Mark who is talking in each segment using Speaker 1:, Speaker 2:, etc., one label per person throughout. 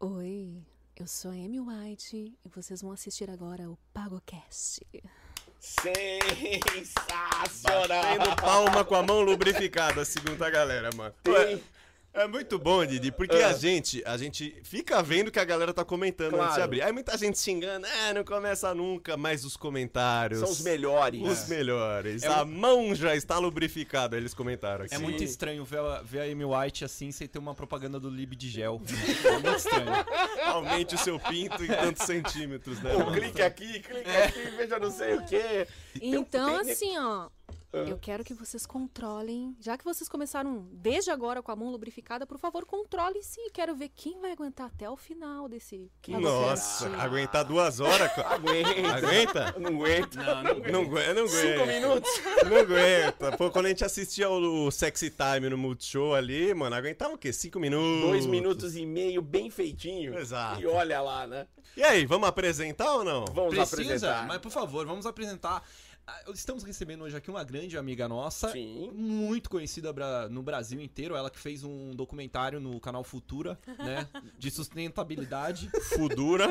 Speaker 1: Oi, eu sou a Amy White e vocês vão assistir agora o PagoCast.
Speaker 2: Tendo
Speaker 3: Sensacional!
Speaker 2: palma com a mão lubrificada, segundo a galera, mano.
Speaker 3: Tem-
Speaker 2: Ué, É muito bom, Didi, porque
Speaker 3: É.
Speaker 2: a gente, a gente fica vendo o que a galera tá comentando antes de
Speaker 3: Claro.
Speaker 2: abrir. Aí muita gente se engana, ah, não começa nunca, mas os comentários
Speaker 3: São os melhores. É
Speaker 2: Os melhores. A mão já está lubrificada, eles comentaram aqui.
Speaker 4: É muito estranho ver a, ver a Amy White assim sem ter uma propaganda do Lib de gel. É muito estranho.
Speaker 2: Aumente o seu pinto em tantos centímetros, né?
Speaker 3: Pô,
Speaker 2: mano?
Speaker 3: clique aqui, clique aqui, veja não sei o quê.
Speaker 1: Então,
Speaker 3: tem-
Speaker 1: assim, ó,
Speaker 2: Ah.
Speaker 1: eu quero que vocês controlem. Já que vocês começaram desde agora com a mão lubrificada, por favor, controle-se. e Quero ver quem vai aguentar até o final desse.
Speaker 3: é
Speaker 2: Nossa,
Speaker 1: PagoCast.
Speaker 2: aguentar duas horas. cara.
Speaker 3: Aguenta.
Speaker 2: Aguenta?
Speaker 3: Não aguento. Não,
Speaker 2: Não aguenta, não aguenta.
Speaker 3: Cinco minutos.
Speaker 2: Não aguenta. Pô, quando a gente assistia o Sexy Time no Multishow ali, mano, aguentava o quê? Cinco minutos?
Speaker 3: Dois minutos e meio, bem feitinho.
Speaker 2: Exato.
Speaker 3: E olha lá, né?
Speaker 2: E aí, vamos apresentar ou não?
Speaker 3: Vamos
Speaker 4: Precisa,
Speaker 3: apresentar.
Speaker 4: mas por favor, vamos apresentar. Ah, Estamos recebendo hoje aqui uma grande amiga nossa,
Speaker 3: Sim.
Speaker 4: muito conhecida bra- no Brasil inteiro. Ela que fez um documentário no canal Futura, né? De sustentabilidade.
Speaker 2: Fudura.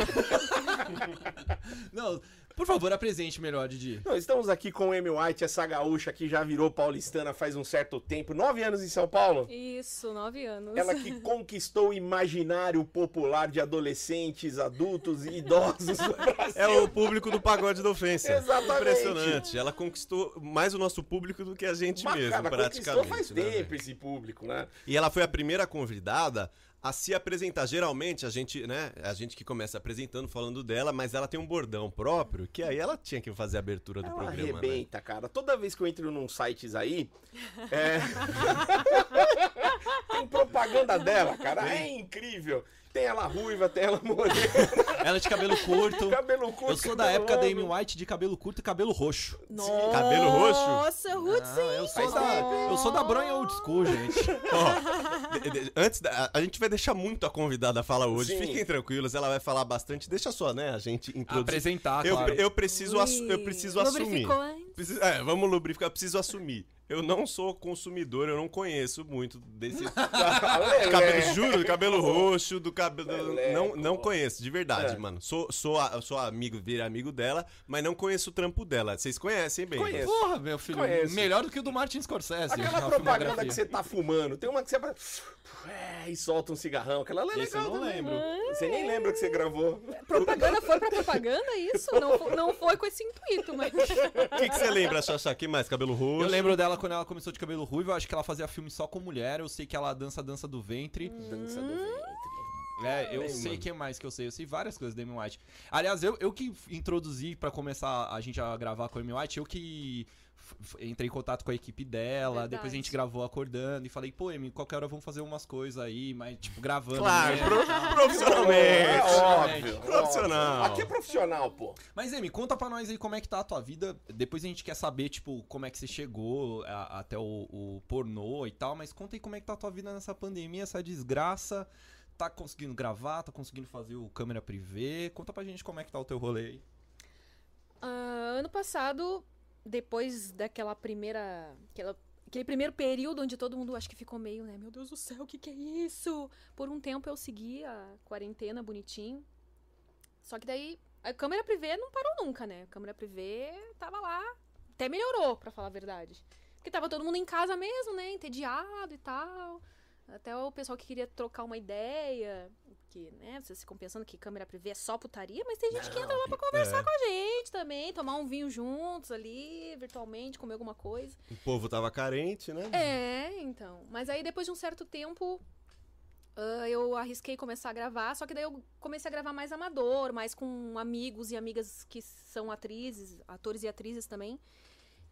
Speaker 4: Não, por favor, apresente melhor, Didi.
Speaker 3: Não, estamos aqui com o Amy White, essa gaúcha que já virou paulistana faz um certo tempo. Nove anos em São Paulo.
Speaker 1: Isso, nove anos.
Speaker 3: Ela que conquistou o imaginário popular de adolescentes, adultos e idosos do Brasil.
Speaker 2: É o público do pagode da ofensa.
Speaker 3: Assim Exatamente.
Speaker 2: Impressionante. Ela conquistou mais o nosso público do que a gente
Speaker 3: Mas,
Speaker 2: mesmo,
Speaker 3: cara, conquistou
Speaker 2: praticamente.
Speaker 3: faz
Speaker 2: né,
Speaker 3: tempo
Speaker 2: velho?
Speaker 3: esse público, né?
Speaker 2: E ela foi a primeira convidada a se apresentar. Geralmente a gente, né? A gente que começa apresentando, falando dela, mas ela tem um bordão próprio, que aí ela tinha que fazer a abertura do
Speaker 3: Ela
Speaker 2: programa. né?
Speaker 3: arrebenta, cara. Toda vez que eu entro num sites aí, é... tem propaganda dela, cara. É incrível. Tem ela ruiva, tem ela morena,
Speaker 4: Ela é de cabelo curto.
Speaker 3: cabelo curto.
Speaker 4: Eu sou da
Speaker 3: cabelo
Speaker 4: época da Amy
Speaker 3: longo.
Speaker 4: White de cabelo curto e cabelo roxo.
Speaker 1: Nossa,
Speaker 2: Cabelo roxo?
Speaker 1: Nossa, Hudson.
Speaker 4: Ah, eu sou
Speaker 3: Faz
Speaker 2: tá,
Speaker 1: é
Speaker 4: da,
Speaker 3: tempo,
Speaker 4: eu sou da Bronha Old School, gente.
Speaker 2: Ó, de- de- antes da, a gente vai deixar muito a convidada falar hoje.
Speaker 3: Sim.
Speaker 2: Fiquem tranquilos, ela vai falar bastante. Deixa só, né, a gente introduzir.
Speaker 4: Apresentar,
Speaker 2: eu,
Speaker 4: claro.
Speaker 2: eu preciso, assu- eu
Speaker 1: Ui,
Speaker 2: preciso assumir.
Speaker 1: Lubrificou antes.
Speaker 2: Preciso- é, vamos lubrificar, eu preciso assumir. Eu não sou consumidor, eu não conheço muito desse
Speaker 3: Lelé.
Speaker 2: cabelo, juro, do cabelo roxo, do cabelo.
Speaker 3: Leleco.
Speaker 2: Não, não conheço, de verdade,
Speaker 3: É.
Speaker 2: mano. Sou, sou, a- sou amigo, vira amigo dela, mas não conheço o trampo dela. Vocês conhecem bem.
Speaker 3: Conheço.
Speaker 4: Porra, meu filho.
Speaker 3: Conheço.
Speaker 4: Melhor do que o do Martin Scorsese.
Speaker 3: Aquela
Speaker 4: na
Speaker 3: propaganda
Speaker 4: filmografia.
Speaker 3: que você tá fumando. Tem uma que você... abre- É, e solta um cigarrão. Aquela é legal
Speaker 4: Esse eu não
Speaker 3: também.
Speaker 4: lembro.
Speaker 3: Você nem lembra que você gravou.
Speaker 1: Propaganda foi pra propaganda, isso? Não, fo- não foi com esse intuito, mas.
Speaker 2: O que que você lembra, Xaxá? Que mais? Cabelo roxo?
Speaker 4: Eu lembro dela quando ela começou de cabelo ruivo, eu acho que ela fazia filme só com mulher, eu sei que ela dança a dança do ventre.
Speaker 3: Dança
Speaker 4: Hum.
Speaker 3: do ventre.
Speaker 4: É, eu
Speaker 3: Hum. Bem,
Speaker 4: sei
Speaker 2: mano.
Speaker 4: o que mais que eu sei, eu sei várias coisas da Amy White. Aliás, eu, eu que introduzi pra começar a gente a gravar com a Amy White, eu que f- f- entrei em contato com a equipe dela,
Speaker 1: Verdade.
Speaker 4: depois a gente gravou acordando e falei, pô, Amy, qualquer hora vamos fazer umas coisas aí, mas tipo, gravando.
Speaker 2: Claro,
Speaker 4: mesmo.
Speaker 2: pro-
Speaker 3: É
Speaker 2: profissionalmente.
Speaker 3: óbvio.
Speaker 2: Profissional.
Speaker 3: óbvio. Aqui é profissional, pô.
Speaker 4: Mas, Amy, conta pra nós aí como é que tá a tua vida. Depois a gente quer saber, tipo, como é que você chegou a- até o, o pornô e tal. Mas conta aí como é que tá a tua vida nessa pandemia, essa desgraça. Tá conseguindo gravar, tá conseguindo fazer o câmera privê. Conta pra gente como é que tá o teu rolê aí.
Speaker 1: Ah, ano passado, depois daquela primeira. aquela- aquele primeiro período onde todo mundo acho que ficou meio, né? Meu Deus do céu, o que, que é isso? Por um tempo eu segui a quarentena bonitinho. Só que daí a câmera privê não parou nunca, né? A câmera privê tava lá. Até melhorou, pra falar a verdade. Porque tava todo mundo em casa mesmo, né? Entediado e tal. Até o pessoal que queria trocar uma ideia. Que, né? Vocês ficam pensando que câmera privê é só putaria, mas tem gente que entra lá pra conversar com a gente também, tomar um vinho juntos ali, virtualmente, comer alguma coisa.
Speaker 2: O povo tava carente, né?
Speaker 1: É, então. Mas aí depois de um certo tempo. ah, eu arrisquei começar a gravar, só que daí eu comecei a gravar mais amador, mais com amigos e amigas que são atrizes, atores e atrizes também.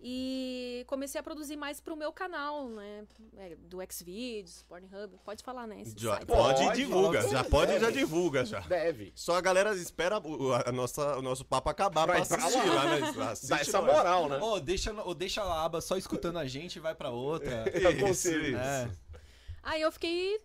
Speaker 1: E comecei a produzir mais pro meu canal, né? É, do Xvideos, Pornhub. Pode falar, né? esses
Speaker 2: Já-
Speaker 1: sites.
Speaker 2: pode e
Speaker 3: Pode,
Speaker 2: divulga,
Speaker 3: pode.
Speaker 2: já pode e já divulga
Speaker 4: Tá.
Speaker 2: já.
Speaker 3: Deve.
Speaker 2: Só a galera espera o, a nossa, o nosso papo acabar pra
Speaker 3: Vai pra
Speaker 2: assistir
Speaker 3: lá.
Speaker 2: lá, né? Assiste
Speaker 3: Dá essa
Speaker 2: nós.
Speaker 3: moral, né?
Speaker 4: É. Ô, deixa, no- ô, deixa a aba só escutando a gente e vai pra outra.
Speaker 3: Com
Speaker 2: Isso,
Speaker 3: certeza.
Speaker 2: isso.
Speaker 4: É.
Speaker 1: Aí eu fiquei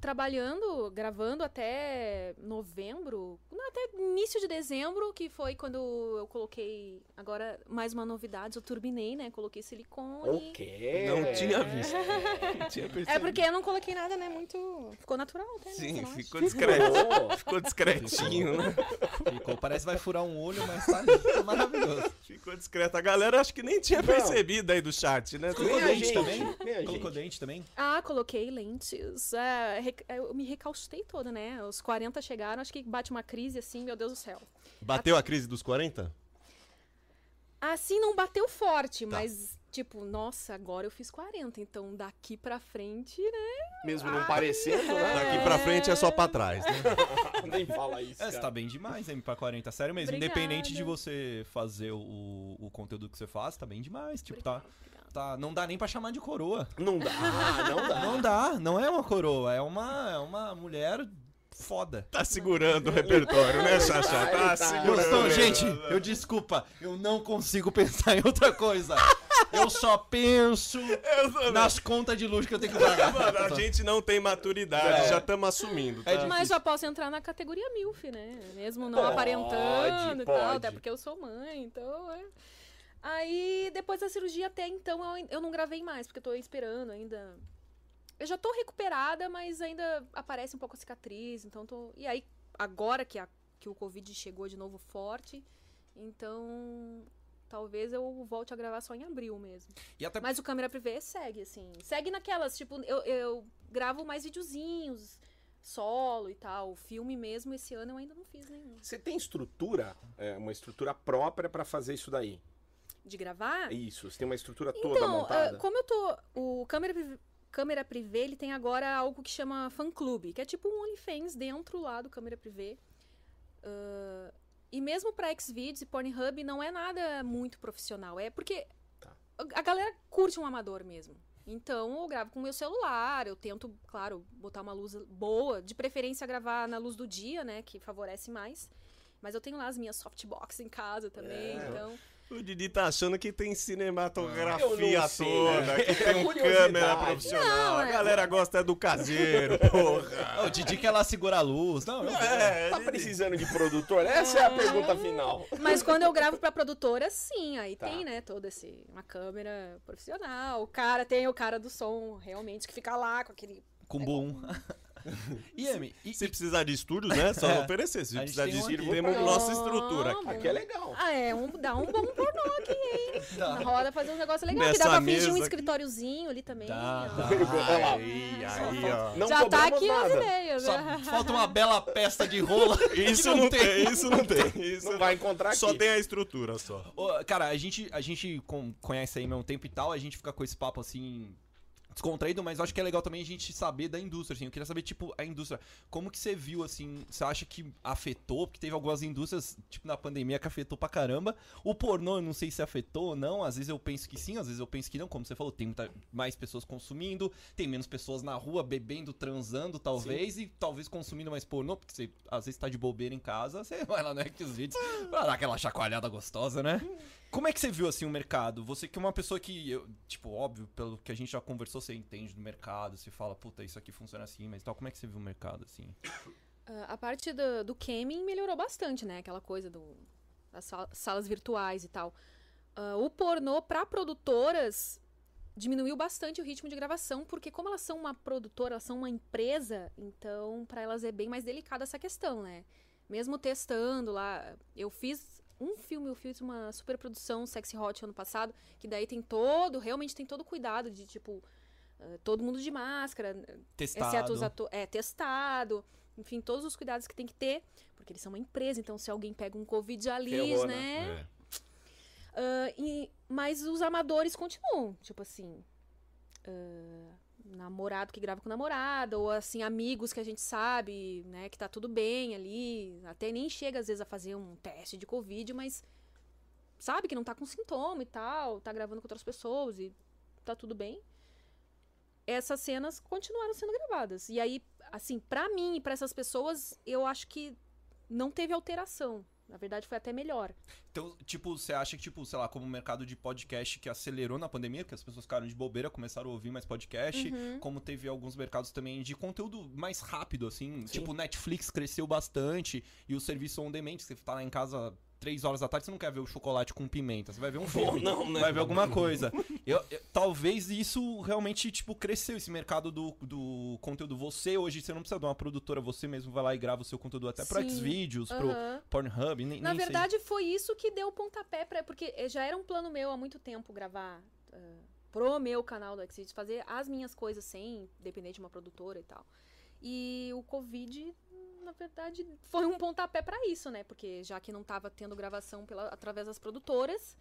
Speaker 1: trabalhando, gravando até novembro, não, até início de dezembro, que foi quando eu coloquei agora mais uma novidade, eu turbinei, né? Coloquei silicone.
Speaker 3: O quê?
Speaker 2: Não tinha visto. Não tinha
Speaker 1: É
Speaker 2: percebido.
Speaker 1: porque eu não coloquei nada, né? Muito. Ficou natural até, né? sei
Speaker 2: Sim,
Speaker 1: lá.
Speaker 2: ficou discreto.
Speaker 3: Ô,
Speaker 2: Ficou discretinho, né?
Speaker 4: Ficou, parece que vai furar um olho, mas tá lindo, maravilhoso.
Speaker 2: Ficou discreto. A galera acho que nem tinha
Speaker 3: Não.
Speaker 2: percebido aí do chat, né?
Speaker 3: nem
Speaker 4: Colocou
Speaker 3: a
Speaker 4: dente
Speaker 3: gente,
Speaker 4: também?
Speaker 3: nem a
Speaker 4: Colocou
Speaker 3: gente.
Speaker 4: dente também?
Speaker 1: Ah, coloquei lentes. é, rec- eu me recalcitei toda, né? Os 40 chegaram, acho que bate uma crise assim, meu Deus do céu.
Speaker 2: Bateu a crise dos 40?
Speaker 1: Assim não bateu forte,
Speaker 2: Tá.
Speaker 1: mas tipo, nossa, agora eu fiz 40, então daqui pra frente, né?
Speaker 3: Mesmo não parecendo, né?
Speaker 2: Daqui pra frente é só pra trás, né?
Speaker 3: Nem fala isso,
Speaker 4: É, você tá
Speaker 3: cara.
Speaker 4: bem demais, M pra 40. Sério mesmo,
Speaker 1: Obrigada.
Speaker 4: independente de você fazer o, o conteúdo que você faz, tá bem demais. Tipo, tá, tá. Não dá nem pra chamar de coroa.
Speaker 3: Não dá, Ah, não dá.
Speaker 4: Não dá, não é uma coroa, é uma, é uma mulher foda.
Speaker 2: Tá segurando o repertório, né, Xaxá? Tá
Speaker 3: Ai, tá.
Speaker 2: segurando.
Speaker 4: Gostou, gente? Eu desculpa, eu não consigo pensar em outra coisa. Eu só penso
Speaker 2: Eu sou- né?
Speaker 4: nas contas de luz que eu tenho que pagar.
Speaker 2: Mano, a gente não tem maturidade,
Speaker 4: É.
Speaker 2: já estamos assumindo, tá?
Speaker 4: É difícil.
Speaker 1: Mas já posso entrar na categoria MILF, né? Mesmo não
Speaker 3: Pode,
Speaker 1: aparentando e tal,
Speaker 3: pode.
Speaker 1: até porque eu sou mãe, então é. Aí, depois da cirurgia, até então, eu, ain- eu não gravei mais, porque eu tô esperando ainda. Eu já tô recuperada, mas ainda aparece um pouco a cicatriz, então tô. E aí, agora que, a- que o Covid chegou de novo forte, então. Talvez eu volte a gravar só em abril mesmo.
Speaker 4: E até
Speaker 1: Mas o câmera privê segue, assim. Segue naquelas, tipo, eu, eu gravo mais videozinhos, solo e tal. Filme mesmo, esse ano eu ainda não fiz nenhum.
Speaker 3: Você tem estrutura, é, uma estrutura própria pra fazer isso daí? É
Speaker 1: De gravar?
Speaker 3: Isso, você tem uma estrutura toda
Speaker 1: Então, ah,
Speaker 3: montada.
Speaker 1: como eu tô. O câmera privê. Câmera Privé, ele tem agora algo que chama fã clube, que é tipo um OnlyFans dentro lá do Câmera Privé. Ah, e mesmo pra Xvideos e Pornhub não é nada muito profissional. É porque
Speaker 3: Tá.
Speaker 1: a a galera curte um amador mesmo. Então eu gravo com o meu celular, eu tento, claro, botar uma luz boa, de preferência gravar na luz do dia, né, que favorece mais. Mas eu tenho lá as minhas softbox em casa também,
Speaker 3: É.
Speaker 1: então...
Speaker 2: O Didi tá achando que tem
Speaker 3: Eu não
Speaker 2: cinematografia
Speaker 3: sei,
Speaker 2: toda,
Speaker 3: né?
Speaker 2: que
Speaker 3: É
Speaker 2: tem um
Speaker 3: curiosidade.
Speaker 2: câmera profissional.
Speaker 1: Não,
Speaker 2: a
Speaker 1: é-
Speaker 2: galera gosta é do caseiro, porra.
Speaker 4: Ah, o Didi que ela segura a luz. Não, eu...
Speaker 2: É,
Speaker 3: Tá precisando de produtor? Essa é a pergunta final.
Speaker 1: Mas quando eu gravo pra produtora, sim, aí
Speaker 3: Tá.
Speaker 1: tem, né, todo esse. Uma câmera profissional. O cara tem o cara do som, realmente, que fica lá com aquele.
Speaker 4: com boom. e Amy, e,
Speaker 2: Se precisar de estúdios, né? Só
Speaker 4: É.
Speaker 2: oferecer. Se
Speaker 4: A gente
Speaker 2: precisar
Speaker 4: tem
Speaker 2: de
Speaker 4: um
Speaker 2: estúdio,
Speaker 3: aqui.
Speaker 2: temos
Speaker 3: Ah,
Speaker 2: nossa estrutura.
Speaker 1: bom.
Speaker 3: Aqui é legal.
Speaker 1: Ah, é, um, dá um bom pornô aqui, hein?
Speaker 4: e-
Speaker 1: Na
Speaker 4: dá,
Speaker 1: roda fazer um negócio legal, que
Speaker 2: Nessa
Speaker 1: dá pra fingir um
Speaker 2: mesa-
Speaker 1: escritóriozinho ali também.
Speaker 4: dá,
Speaker 1: ó.
Speaker 4: dá.
Speaker 3: Olha lá.
Speaker 2: Aí, aí, ó.
Speaker 3: Não
Speaker 1: Já tá
Speaker 3: cobramos
Speaker 1: aqui as
Speaker 3: nada.
Speaker 1: ideias,
Speaker 4: Só
Speaker 1: né?
Speaker 4: falta uma bela peça de rola.
Speaker 2: Isso não tem, isso não tem. Isso
Speaker 3: Não vai encontrar aqui.
Speaker 2: Só tem a estrutura, só.
Speaker 4: Ô, cara, a gente, a gente com- conhece aí há um tempo e tal, a gente fica com esse papo assim descontraído, mas eu acho que é legal também a gente saber da indústria, assim. Eu queria saber, tipo, a indústria. Como que você viu, assim, você acha que afetou? Porque teve algumas indústrias, tipo, na pandemia que afetou pra caramba. O pornô, eu não sei se afetou ou não. Às vezes eu penso que sim, às vezes eu penso que não. Como você falou, tem muita- mais pessoas consumindo, tem menos pessoas na rua bebendo, transando, talvez, e talvez consumindo mais pornô, porque você às vezes tá de bobeira em casa, você vai lá no Xvideos pra dar aquela chacoalhada gostosa, né? Como é que você viu assim o mercado? Você que é uma pessoa que, eu- tipo, óbvio, pelo que a gente já conversou, você entende do mercado, você fala, puta, isso aqui funciona assim, mas tal. Como é que você viu o mercado assim?
Speaker 1: Ah, a parte do, do gaming melhorou bastante, né? Aquela coisa do, das sal- salas virtuais e tal. Ah, o pornô para produtoras diminuiu bastante o ritmo de gravação, porque como elas são uma produtora, elas são uma empresa, então para elas é bem mais delicada essa questão, né? Mesmo testando lá, eu fiz um filme, eu fiz uma superprodução Sexy Hot ano passado, que daí tem todo, realmente tem todo o cuidado de tipo ah, todo mundo de máscara, Exceto os atores. É, testado. Enfim, todos os cuidados que tem que ter, porque eles são uma empresa, então se alguém pega um Covid ali,
Speaker 3: Ferrou,
Speaker 1: né?
Speaker 2: É.
Speaker 1: Ah, e- mas os amadores continuam, tipo assim. ah, namorado que grava com namorada, ou assim, amigos que a gente sabe, né, que tá tudo bem ali. Até nem chega, às vezes, a fazer um teste de Covid, mas sabe que não tá com sintoma e tal, tá gravando com outras pessoas e tá tudo bem. Essas cenas continuaram sendo gravadas. E aí, assim, pra mim e pra essas pessoas, eu acho que não teve alteração. Na verdade, foi até melhor.
Speaker 4: Então, tipo, você acha que, tipo, sei lá, como o mercado de podcast que acelerou na pandemia, porque as pessoas ficaram de bobeira, começaram a ouvir mais podcast,
Speaker 1: Uhum.
Speaker 4: como teve alguns mercados também de conteúdo mais rápido, assim, tipo, Netflix cresceu bastante e o serviço on demand, que você tá lá em casa três horas da tarde, você não quer ver o chocolate com pimenta, você vai ver um filme,
Speaker 3: não, né?
Speaker 4: vai ver alguma coisa. Eu- eu- talvez isso realmente, tipo, cresceu esse mercado do, do conteúdo. Você hoje, você não precisa de uma produtora, você mesmo vai lá e grava o seu conteúdo até pro
Speaker 1: Sim.
Speaker 4: Xvideos, pro
Speaker 1: Aham.
Speaker 4: Pornhub, nem,
Speaker 1: Na
Speaker 4: nem sei.
Speaker 1: verdade, foi isso que deu o pontapé pra. Porque eh, já era um plano meu há muito tempo gravar ah, pro meu canal do Xvideos, fazer as minhas coisas sem depender de uma produtora e tal. E o Covid, na verdade, foi um pontapé pra isso, né? Porque já que não tava tendo gravação pela, através das produtoras,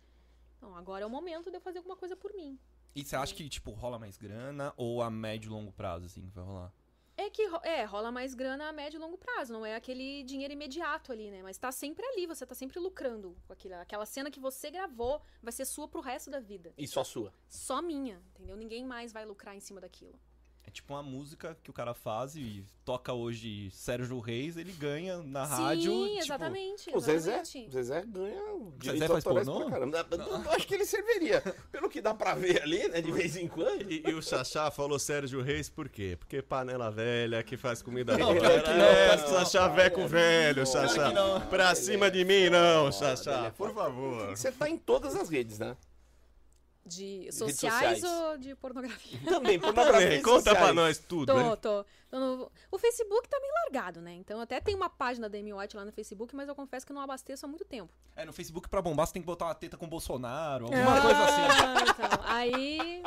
Speaker 1: então agora é o momento de eu fazer alguma coisa por mim.
Speaker 4: E você acha que, tipo, rola mais grana ou a médio e longo prazo, assim, que vai rolar?
Speaker 1: É que ro- é, rola mais grana a médio e longo prazo, não é aquele dinheiro imediato ali, né? Mas tá sempre ali, você tá sempre lucrando com aquela, aquela cena que você gravou, vai ser sua pro resto da vida.
Speaker 3: E só sua.
Speaker 1: Só minha, entendeu? Ninguém mais vai lucrar em cima daquilo.
Speaker 4: É tipo uma música que o cara faz e toca hoje Sérgio Reis, ele ganha na rádio.
Speaker 1: Sim,
Speaker 4: tipo, é
Speaker 1: exatamente.
Speaker 3: O Zezé,
Speaker 1: exatamente.
Speaker 3: o Zezé ganha um
Speaker 4: Zezé faz
Speaker 3: autorais
Speaker 4: pornô?
Speaker 3: pra caramba. Eu acho que ele serviria. Pelo que dá pra ver ali, né, de vez em quando.
Speaker 2: E, e o Xaxá falou Sérgio Reis por quê? Porque panela velha que faz comida
Speaker 4: Não,
Speaker 2: velha.
Speaker 4: pior que não,
Speaker 2: é,
Speaker 4: pior que não.
Speaker 2: Xaxá veco velho,
Speaker 3: Pior
Speaker 2: Xaxá.
Speaker 4: que não.
Speaker 2: Pra
Speaker 3: Ele
Speaker 2: cima
Speaker 3: é
Speaker 2: de mim não,
Speaker 3: foda, ele
Speaker 2: Xaxá.
Speaker 3: é
Speaker 2: Por
Speaker 3: foda.
Speaker 2: favor.
Speaker 3: Você tá em todas as redes, né?
Speaker 1: De
Speaker 3: Redes
Speaker 1: sociais,
Speaker 3: sociais.
Speaker 1: ou de pornografia?
Speaker 3: Também,
Speaker 2: Também,
Speaker 3: pornografia.
Speaker 2: conta pra nós tudo.
Speaker 1: Tô,
Speaker 4: né?
Speaker 2: hein?
Speaker 1: tô. Tô no- O Facebook tá meio largado, né? Então até tem uma página da Amy White lá no Facebook, mas eu confesso que eu não abasteço há muito tempo.
Speaker 4: É, no Facebook pra bombar você tem que botar uma teta com Bolsonaro, alguma
Speaker 1: Ah,
Speaker 4: coisa assim.
Speaker 1: Então, aí.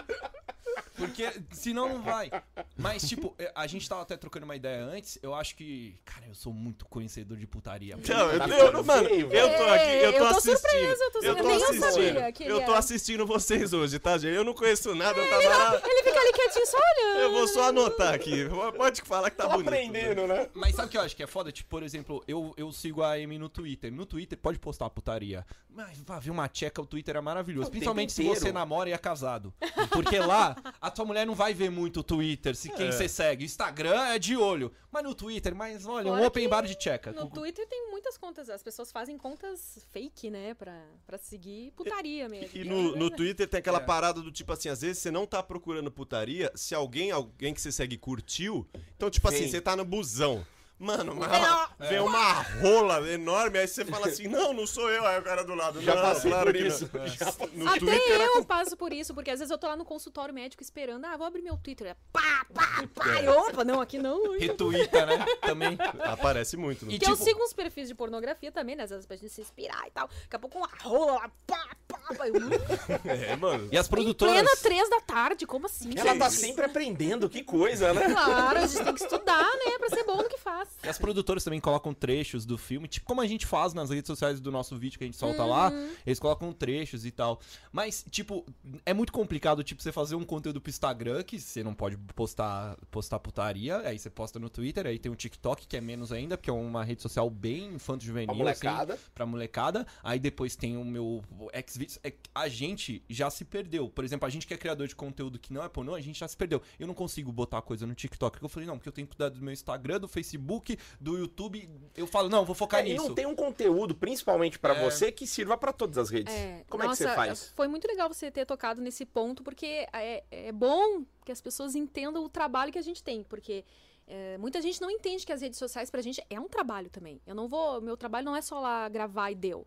Speaker 4: Porque senão não vai. Mas, tipo, é, a gente tava até trocando uma ideia antes. Eu acho que. Cara, eu sou muito conhecedor de putaria.
Speaker 2: Então, eu,
Speaker 3: Tá
Speaker 2: eu-
Speaker 3: ficando
Speaker 2: mano,
Speaker 3: feio,
Speaker 2: eu tô aqui,
Speaker 1: É,
Speaker 2: eu
Speaker 1: eu
Speaker 2: tô
Speaker 1: tô
Speaker 2: assistindo.
Speaker 1: surpresa, eu tô
Speaker 2: Eu tô
Speaker 1: surpresa. Nem eu
Speaker 2: assistindo.
Speaker 1: sabia que ele
Speaker 2: Eu tô
Speaker 1: era.
Speaker 2: assistindo vocês hoje, tá, gente? Eu não conheço nada, eu tava lá.
Speaker 1: Ele fica ali quietinho só olhando.
Speaker 2: Eu vou só anotar aqui. Pode falar que tá
Speaker 3: Tá
Speaker 2: bonito.
Speaker 3: aprendendo, né?
Speaker 4: Mas sabe o que eu acho que é foda? Tipo, por exemplo, eu, eu sigo a Amy no Twitter. No Twitter pode postar putaria. Mas vai ver uma tcheca, o Twitter é maravilhoso.
Speaker 3: O
Speaker 4: Principalmente
Speaker 3: tempo
Speaker 4: se
Speaker 3: inteiro.
Speaker 4: você namora e é casado. Porque lá, a tua mulher não vai ver muito o Twitter, se quem
Speaker 2: É.
Speaker 4: você segue. O Instagram é de olho. Mas no Twitter, mas olha, um
Speaker 1: Fora
Speaker 4: open
Speaker 1: que
Speaker 4: bar de
Speaker 2: É
Speaker 4: tcheca.
Speaker 1: No Twitter tem muitas contas, as pessoas fazem contas fake, né? Pra, pra seguir putaria mesmo.
Speaker 2: E no, no Twitter tem aquela
Speaker 4: É.
Speaker 2: parada do tipo assim, às vezes você não tá procurando putaria, se alguém, alguém que você segue curtiu, então tipo assim,
Speaker 3: Sim.
Speaker 2: você tá no busão. Mano, uma, vem uma rola enorme, aí você fala assim, não, não sou eu, aí o cara do lado.
Speaker 3: Já
Speaker 2: não,
Speaker 3: passei
Speaker 2: claro
Speaker 3: por
Speaker 2: que não." É.
Speaker 3: isso. Já passei.
Speaker 2: No
Speaker 1: Até
Speaker 2: Twitter era
Speaker 1: eu passo por isso, porque às vezes eu tô lá no consultório médico esperando, ah, vou abrir meu Twitter. é Pá, pá,
Speaker 2: é.
Speaker 1: pá. e opa, não, aqui não. ui.
Speaker 2: tipo,
Speaker 4: Retuita, né? Também.
Speaker 2: Aparece muito. No...
Speaker 4: E
Speaker 1: Porque eu
Speaker 4: tipo-
Speaker 1: sigo uns perfis de pornografia também, né? Às vezes pra gente se inspirar e tal. Daqui a pouco uma rola lá, pá, pá, pá. eu, hum,
Speaker 2: É, mano.
Speaker 4: E as
Speaker 1: Em
Speaker 4: produtoras.
Speaker 1: plena três da tarde, como assim?
Speaker 3: Ela tá
Speaker 1: gente?
Speaker 3: sempre aprendendo, que coisa, né?
Speaker 1: Claro, a gente tem que estudar, né? Pra ser bom no que faz.
Speaker 4: E as produtoras também colocam trechos do filme, tipo como a gente faz nas redes sociais do nosso vídeo que a gente solta lá, eles colocam trechos e tal. Mas, tipo, é muito complicado, tipo, você fazer um conteúdo pro Instagram, que você não pode postar, postar putaria, aí você posta no Twitter, aí tem o TikTok, que é menos ainda, porque é uma rede social bem
Speaker 3: Pra
Speaker 4: infanto-juvenil, assim,
Speaker 3: molecada.
Speaker 4: pra molecada. Aí depois tem o meu Xvideos. É que A gente já se perdeu. Por exemplo, a gente que é criador de conteúdo que não é pornô, a gente já se perdeu. Eu não consigo botar coisa no TikTok. Porque eu falei, não, porque eu tenho que cuidar do meu Instagram, do Facebook, do YouTube. Eu falo, não, vou focar
Speaker 3: e
Speaker 4: nisso.
Speaker 3: não tem um conteúdo, principalmente pra
Speaker 4: É.
Speaker 3: você, que sirva pra todas as redes.
Speaker 1: É,
Speaker 3: Como é
Speaker 1: nossa,
Speaker 3: que você faz?
Speaker 1: Foi muito legal você ter tocado nesse ponto, porque é, é bom que as pessoas entendam o trabalho que a gente tem, porque é, muita gente não entende que as redes sociais pra gente é um trabalho também. Eu não vou, meu trabalho não é só lá gravar e deu.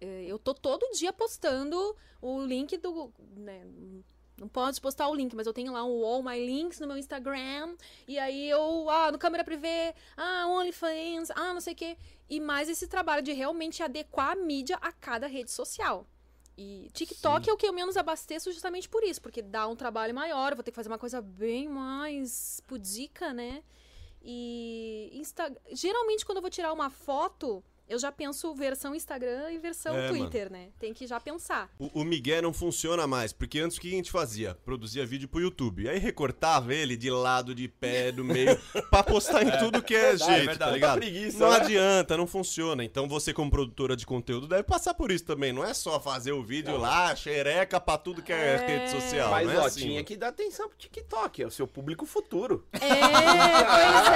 Speaker 1: É, eu tô todo dia postando o link do, né, não posso postar o link, mas eu tenho lá um All My Links no meu Instagram. E aí eu, ah, no câmera privê, ah, OnlyFans, ah, não sei o quê. E mais esse trabalho de realmente adequar a mídia a cada rede social. E TikTok é o que eu menos abasteço justamente por isso, porque dá um trabalho maior, eu vou ter que fazer uma coisa bem mais pudica, né? E Insta... geralmente quando eu vou tirar uma foto, eu já penso versão Instagram e versão
Speaker 2: É,
Speaker 1: Twitter, né? Tem que já pensar.
Speaker 2: O, o Miguel não funciona mais, porque antes o que a gente fazia? Produzia vídeo pro YouTube. Aí recortava ele de lado, de pé, do meio, pra postar em tudo que é, jeito,
Speaker 4: verdade, é verdade.
Speaker 2: tá ligado?
Speaker 3: Dá preguiça,
Speaker 2: não
Speaker 3: né?
Speaker 2: adianta, não funciona. Então você, como produtora de conteúdo, deve passar por isso também. Não é só fazer o vídeo lá, xereca pra tudo que é, rede social.
Speaker 3: Mas,
Speaker 2: não é
Speaker 3: ó,
Speaker 2: assim,
Speaker 3: tinha
Speaker 2: mano.
Speaker 3: que dar atenção pro TikTok, é o seu público futuro.
Speaker 1: É, pois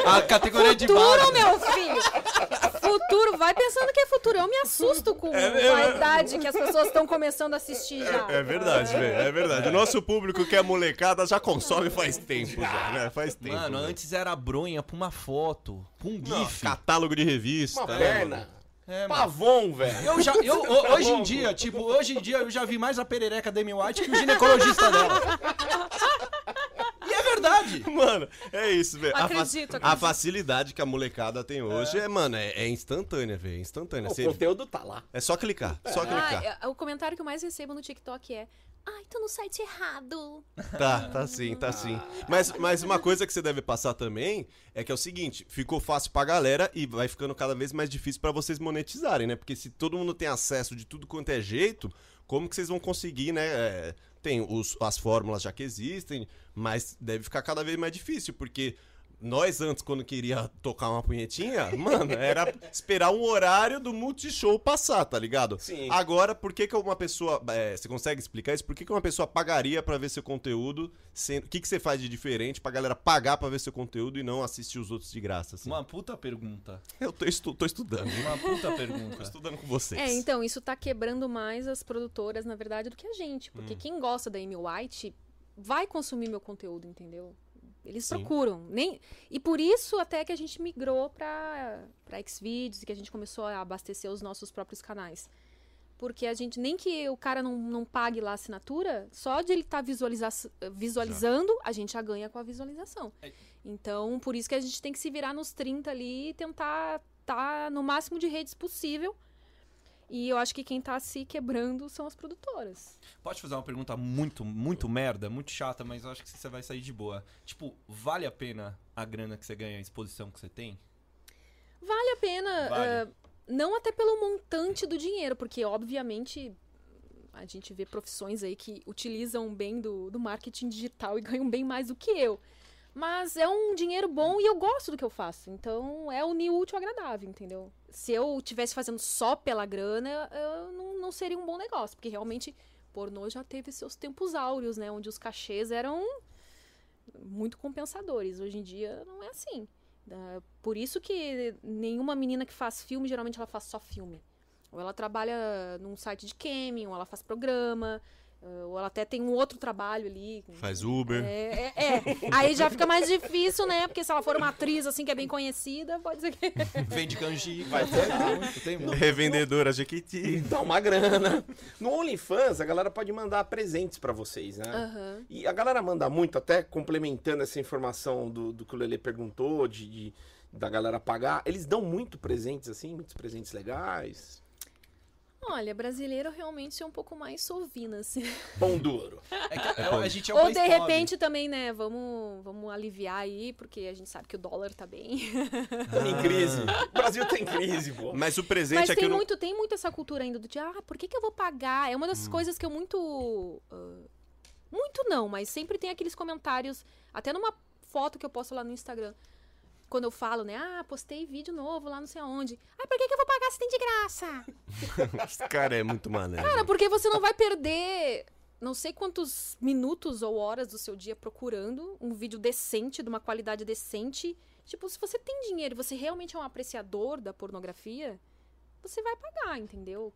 Speaker 1: é.
Speaker 4: A categoria de
Speaker 1: Futuro,
Speaker 3: né?
Speaker 4: base.
Speaker 1: meu filho! futuro. Vai pensando que é futuro. Eu me assusto com
Speaker 2: É, é,
Speaker 1: a
Speaker 2: é.
Speaker 1: idade que as pessoas estão começando a assistir já.
Speaker 2: É verdade, velho. É verdade. O nosso público que é molecada já consome faz tempo já, né? Faz tempo.
Speaker 4: Mano,
Speaker 2: velho.
Speaker 4: antes era bronha pra uma foto, pra um
Speaker 2: Não,
Speaker 4: gif.
Speaker 2: catálogo de revista.
Speaker 3: Uma
Speaker 2: né,
Speaker 3: perna.
Speaker 2: mano?
Speaker 4: É, mano.
Speaker 3: Pavon, velho.
Speaker 4: Eu já, eu, ho- hoje em dia, tipo, hoje em dia eu já vi mais a perereca da Amy White que o ginecologista dela. E é verdade.
Speaker 2: Mano, é isso, velho. A, fa-
Speaker 1: Acredito,
Speaker 2: a
Speaker 1: acredito.
Speaker 2: facilidade que a molecada tem hoje é, mano, é, é instantânea, velho. É instantânea.
Speaker 3: O
Speaker 2: Você-
Speaker 3: conteúdo tá lá.
Speaker 2: É só clicar, só clicar.
Speaker 1: Ah, é- o comentário que eu mais recebo no TikTok é: Ai, tô no site errado.
Speaker 2: Tá, tá sim, tá sim. Mas, mas uma coisa que você deve passar também é que é o seguinte, ficou fácil pra galera e vai ficando cada vez mais difícil pra vocês monetizarem, né? Porque se todo mundo tem acesso de tudo quanto é jeito, como que vocês vão conseguir, né? É, tem os, as fórmulas já que existem, mas deve ficar cada vez mais difícil, porque nós antes, quando queria tocar uma punhetinha, mano, era esperar um horário do Multishow passar, tá ligado?
Speaker 3: Sim.
Speaker 2: Agora, por que, que uma pessoa. é, você consegue explicar isso? Por que, que uma pessoa pagaria pra ver seu conteúdo? sendo- o que, que você faz de diferente pra galera pagar pra ver seu conteúdo e não assistir os outros de graça? assim?
Speaker 4: Uma puta pergunta.
Speaker 2: Eu tô, estu- tô estudando. hein?
Speaker 4: Uma puta
Speaker 2: Tô
Speaker 4: pergunta.
Speaker 2: estudando com vocês.
Speaker 1: É, então, isso tá quebrando mais as produtoras, na verdade, do que a gente. Porque
Speaker 2: Hum.
Speaker 1: quem gosta da Amy White vai consumir meu conteúdo, entendeu? Eles
Speaker 2: Sim.
Speaker 1: procuram. Nem... E por isso até que a gente migrou pra, pra Xvideos e que a gente começou a abastecer os nossos próprios canais. Porque a gente, nem que o cara não, não pague lá a assinatura, só de ele estar visualizando, a gente já ganha com a visualização.
Speaker 4: É.
Speaker 1: Então, por isso que a gente tem que se virar nos 30 ali e tentar estar no máximo de redes possível. E eu acho que quem tá se quebrando são as produtoras.
Speaker 4: Pode fazer uma pergunta muito, muito merda, muito chata, mas eu acho que você vai sair de boa. Tipo, vale a pena a grana que você ganha, a exposição que você tem?
Speaker 1: Vale a pena,
Speaker 4: Vale.
Speaker 1: ah, não até pelo montante do dinheiro, porque obviamente a gente vê profissões aí que utilizam bem do, do marketing digital e ganham bem mais do que eu. Mas é um dinheiro bom e eu gosto do que eu faço. Então é unir o útil ao agradável, entendeu? Se eu estivesse fazendo só pela grana, eu não, não seria um bom negócio, porque realmente pornô já teve seus tempos áureos, né? Onde os cachês eram muito compensadores. Hoje em dia não é assim. Ah, Por isso que nenhuma menina que faz filme, geralmente ela faz só filme. Ou ela trabalha num site de gaming, ou ela faz programa, ah, ou ela até tem um outro trabalho ali.
Speaker 2: Faz Uber.
Speaker 1: É, é, é. Aí já fica mais difícil, né? Porque se ela for uma atriz assim que é bem conhecida, pode ser que.
Speaker 4: Vende canjica.
Speaker 3: Vai ter
Speaker 4: muito, tem
Speaker 1: É.
Speaker 4: muito.
Speaker 2: Revendedora Jequiti.
Speaker 3: Dá uma grana. No OnlyFans, a galera pode mandar presentes pra vocês, né?
Speaker 1: Aham.
Speaker 3: E a galera manda muito, até complementando essa informação do, do que o Lele perguntou, de, de- da galera pagar. Eles dão muito presentes, assim, muitos presentes legais.
Speaker 1: Olha, brasileiro realmente é um pouco mais sovina, assim.
Speaker 3: Pão duro.
Speaker 4: É que a, a gente é um
Speaker 1: Ou
Speaker 4: país
Speaker 1: de
Speaker 4: pobre.
Speaker 1: repente também, né? Vamos, vamos aliviar aí, porque a gente sabe que o dólar tá bem.
Speaker 3: Tamo
Speaker 1: Ah.
Speaker 3: em crise. O Brasil tá em crise, pô.
Speaker 2: Mas o presente
Speaker 1: Mas
Speaker 2: é que
Speaker 1: tem,
Speaker 2: eu não.
Speaker 1: muito, tem muito essa cultura ainda do dia, ah, por que, que eu vou pagar? É uma
Speaker 2: Hum.
Speaker 1: dessas coisas que eu muito. ah, muito não, mas sempre tem aqueles comentários, até numa foto que eu posto lá no Instagram. Quando eu falo, né? Ah, postei vídeo novo lá não sei aonde. Ah, por que, que eu vou pagar se tem de graça?
Speaker 2: Esse cara é muito mané.
Speaker 1: Cara, porque você não vai perder não sei quantos minutos ou horas do seu dia procurando um vídeo decente, de uma qualidade decente. Tipo, se você tem dinheiro e você realmente é um apreciador da pornografia, você vai pagar, entendeu?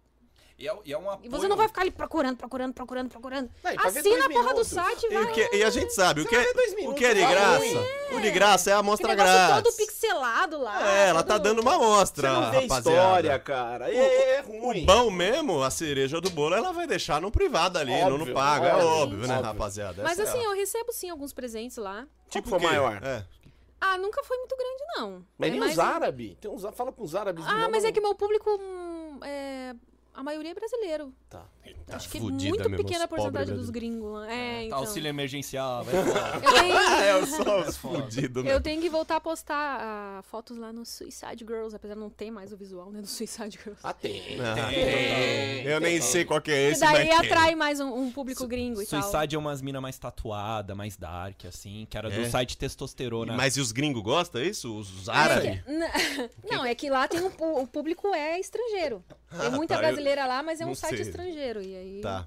Speaker 4: E é, e é um
Speaker 1: E
Speaker 4: apoio-
Speaker 1: você não vai ficar ali procurando, procurando, procurando, procurando.
Speaker 2: É,
Speaker 3: Não, e pra ver
Speaker 1: Assina a
Speaker 3: dois
Speaker 1: porra do
Speaker 3: minutos.
Speaker 1: site,
Speaker 2: E, o
Speaker 1: vai.
Speaker 2: que- e a gente sabe, o que,
Speaker 3: vê dois
Speaker 2: é, o
Speaker 3: minutos,
Speaker 2: que é de
Speaker 3: tá
Speaker 2: graça?
Speaker 3: ruim.
Speaker 2: O de graça é a
Speaker 1: Esse
Speaker 2: amostra
Speaker 1: negócio
Speaker 2: grátis.
Speaker 1: todo pixelado lá.
Speaker 2: É, ela tá
Speaker 1: todo-
Speaker 2: dando uma
Speaker 3: Você
Speaker 2: amostra,
Speaker 3: não vê
Speaker 2: rapaziada.
Speaker 3: história, cara. É, é ruim.
Speaker 2: O bom mesmo, a cereja do bolo, ela vai deixar no privado ali, não no
Speaker 3: Óbvio,
Speaker 2: pago. É
Speaker 3: óbvio,
Speaker 2: óbvio, né,
Speaker 3: óbvio.
Speaker 2: rapaziada?
Speaker 1: Mas
Speaker 2: Essa é
Speaker 1: assim,
Speaker 2: a-
Speaker 1: eu recebo sim alguns presentes lá.
Speaker 3: tipo
Speaker 2: o quê?
Speaker 3: maior.
Speaker 2: É.
Speaker 1: Ah, nunca foi muito grande, não.
Speaker 3: Mas
Speaker 1: É
Speaker 3: nem
Speaker 1: mais
Speaker 3: os
Speaker 1: um-
Speaker 3: árabes. Tem uns, fala com os árabes.
Speaker 1: Ah,
Speaker 3: não,
Speaker 1: mas
Speaker 3: não.
Speaker 1: é que meu público. hum, é, A maioria é brasileiro.
Speaker 3: Tá.
Speaker 1: Acho que é
Speaker 2: fudida
Speaker 1: muito
Speaker 2: mesmo,
Speaker 1: pequena a
Speaker 2: os pobre
Speaker 1: porcentagem dos
Speaker 2: brasileiros.
Speaker 1: gringos lá. É,
Speaker 4: Tá,
Speaker 1: então.
Speaker 4: auxílio emergencial, vai embora.
Speaker 1: Eu tenho-
Speaker 2: É, eu sou os fudidos, né?
Speaker 1: Eu tenho que voltar a postar ah, fotos lá no Suicide Girls, apesar de não ter mais o visual, né, do Suicide Girls.
Speaker 3: Ah, tem.
Speaker 2: Ah,
Speaker 4: Tem,
Speaker 2: eu nem sei qual que é
Speaker 1: Porque
Speaker 2: esse,
Speaker 1: daí
Speaker 2: mas tem.
Speaker 1: atrai mais um, um público gringo e tal.
Speaker 4: Suicide é umas minas mais tatuada, mais dark, assim, que era
Speaker 2: É.
Speaker 4: do site Testosterona.
Speaker 2: Mas e os gringos gostam disso? Os
Speaker 1: É
Speaker 2: árabes?
Speaker 1: que- não, é que lá tem um pu- o público é estrangeiro. Tem muita
Speaker 2: tá, eu-
Speaker 1: brasileira lá, mas é
Speaker 2: não
Speaker 1: um site
Speaker 2: sei.
Speaker 1: estrangeiro. E aí.
Speaker 2: Tá.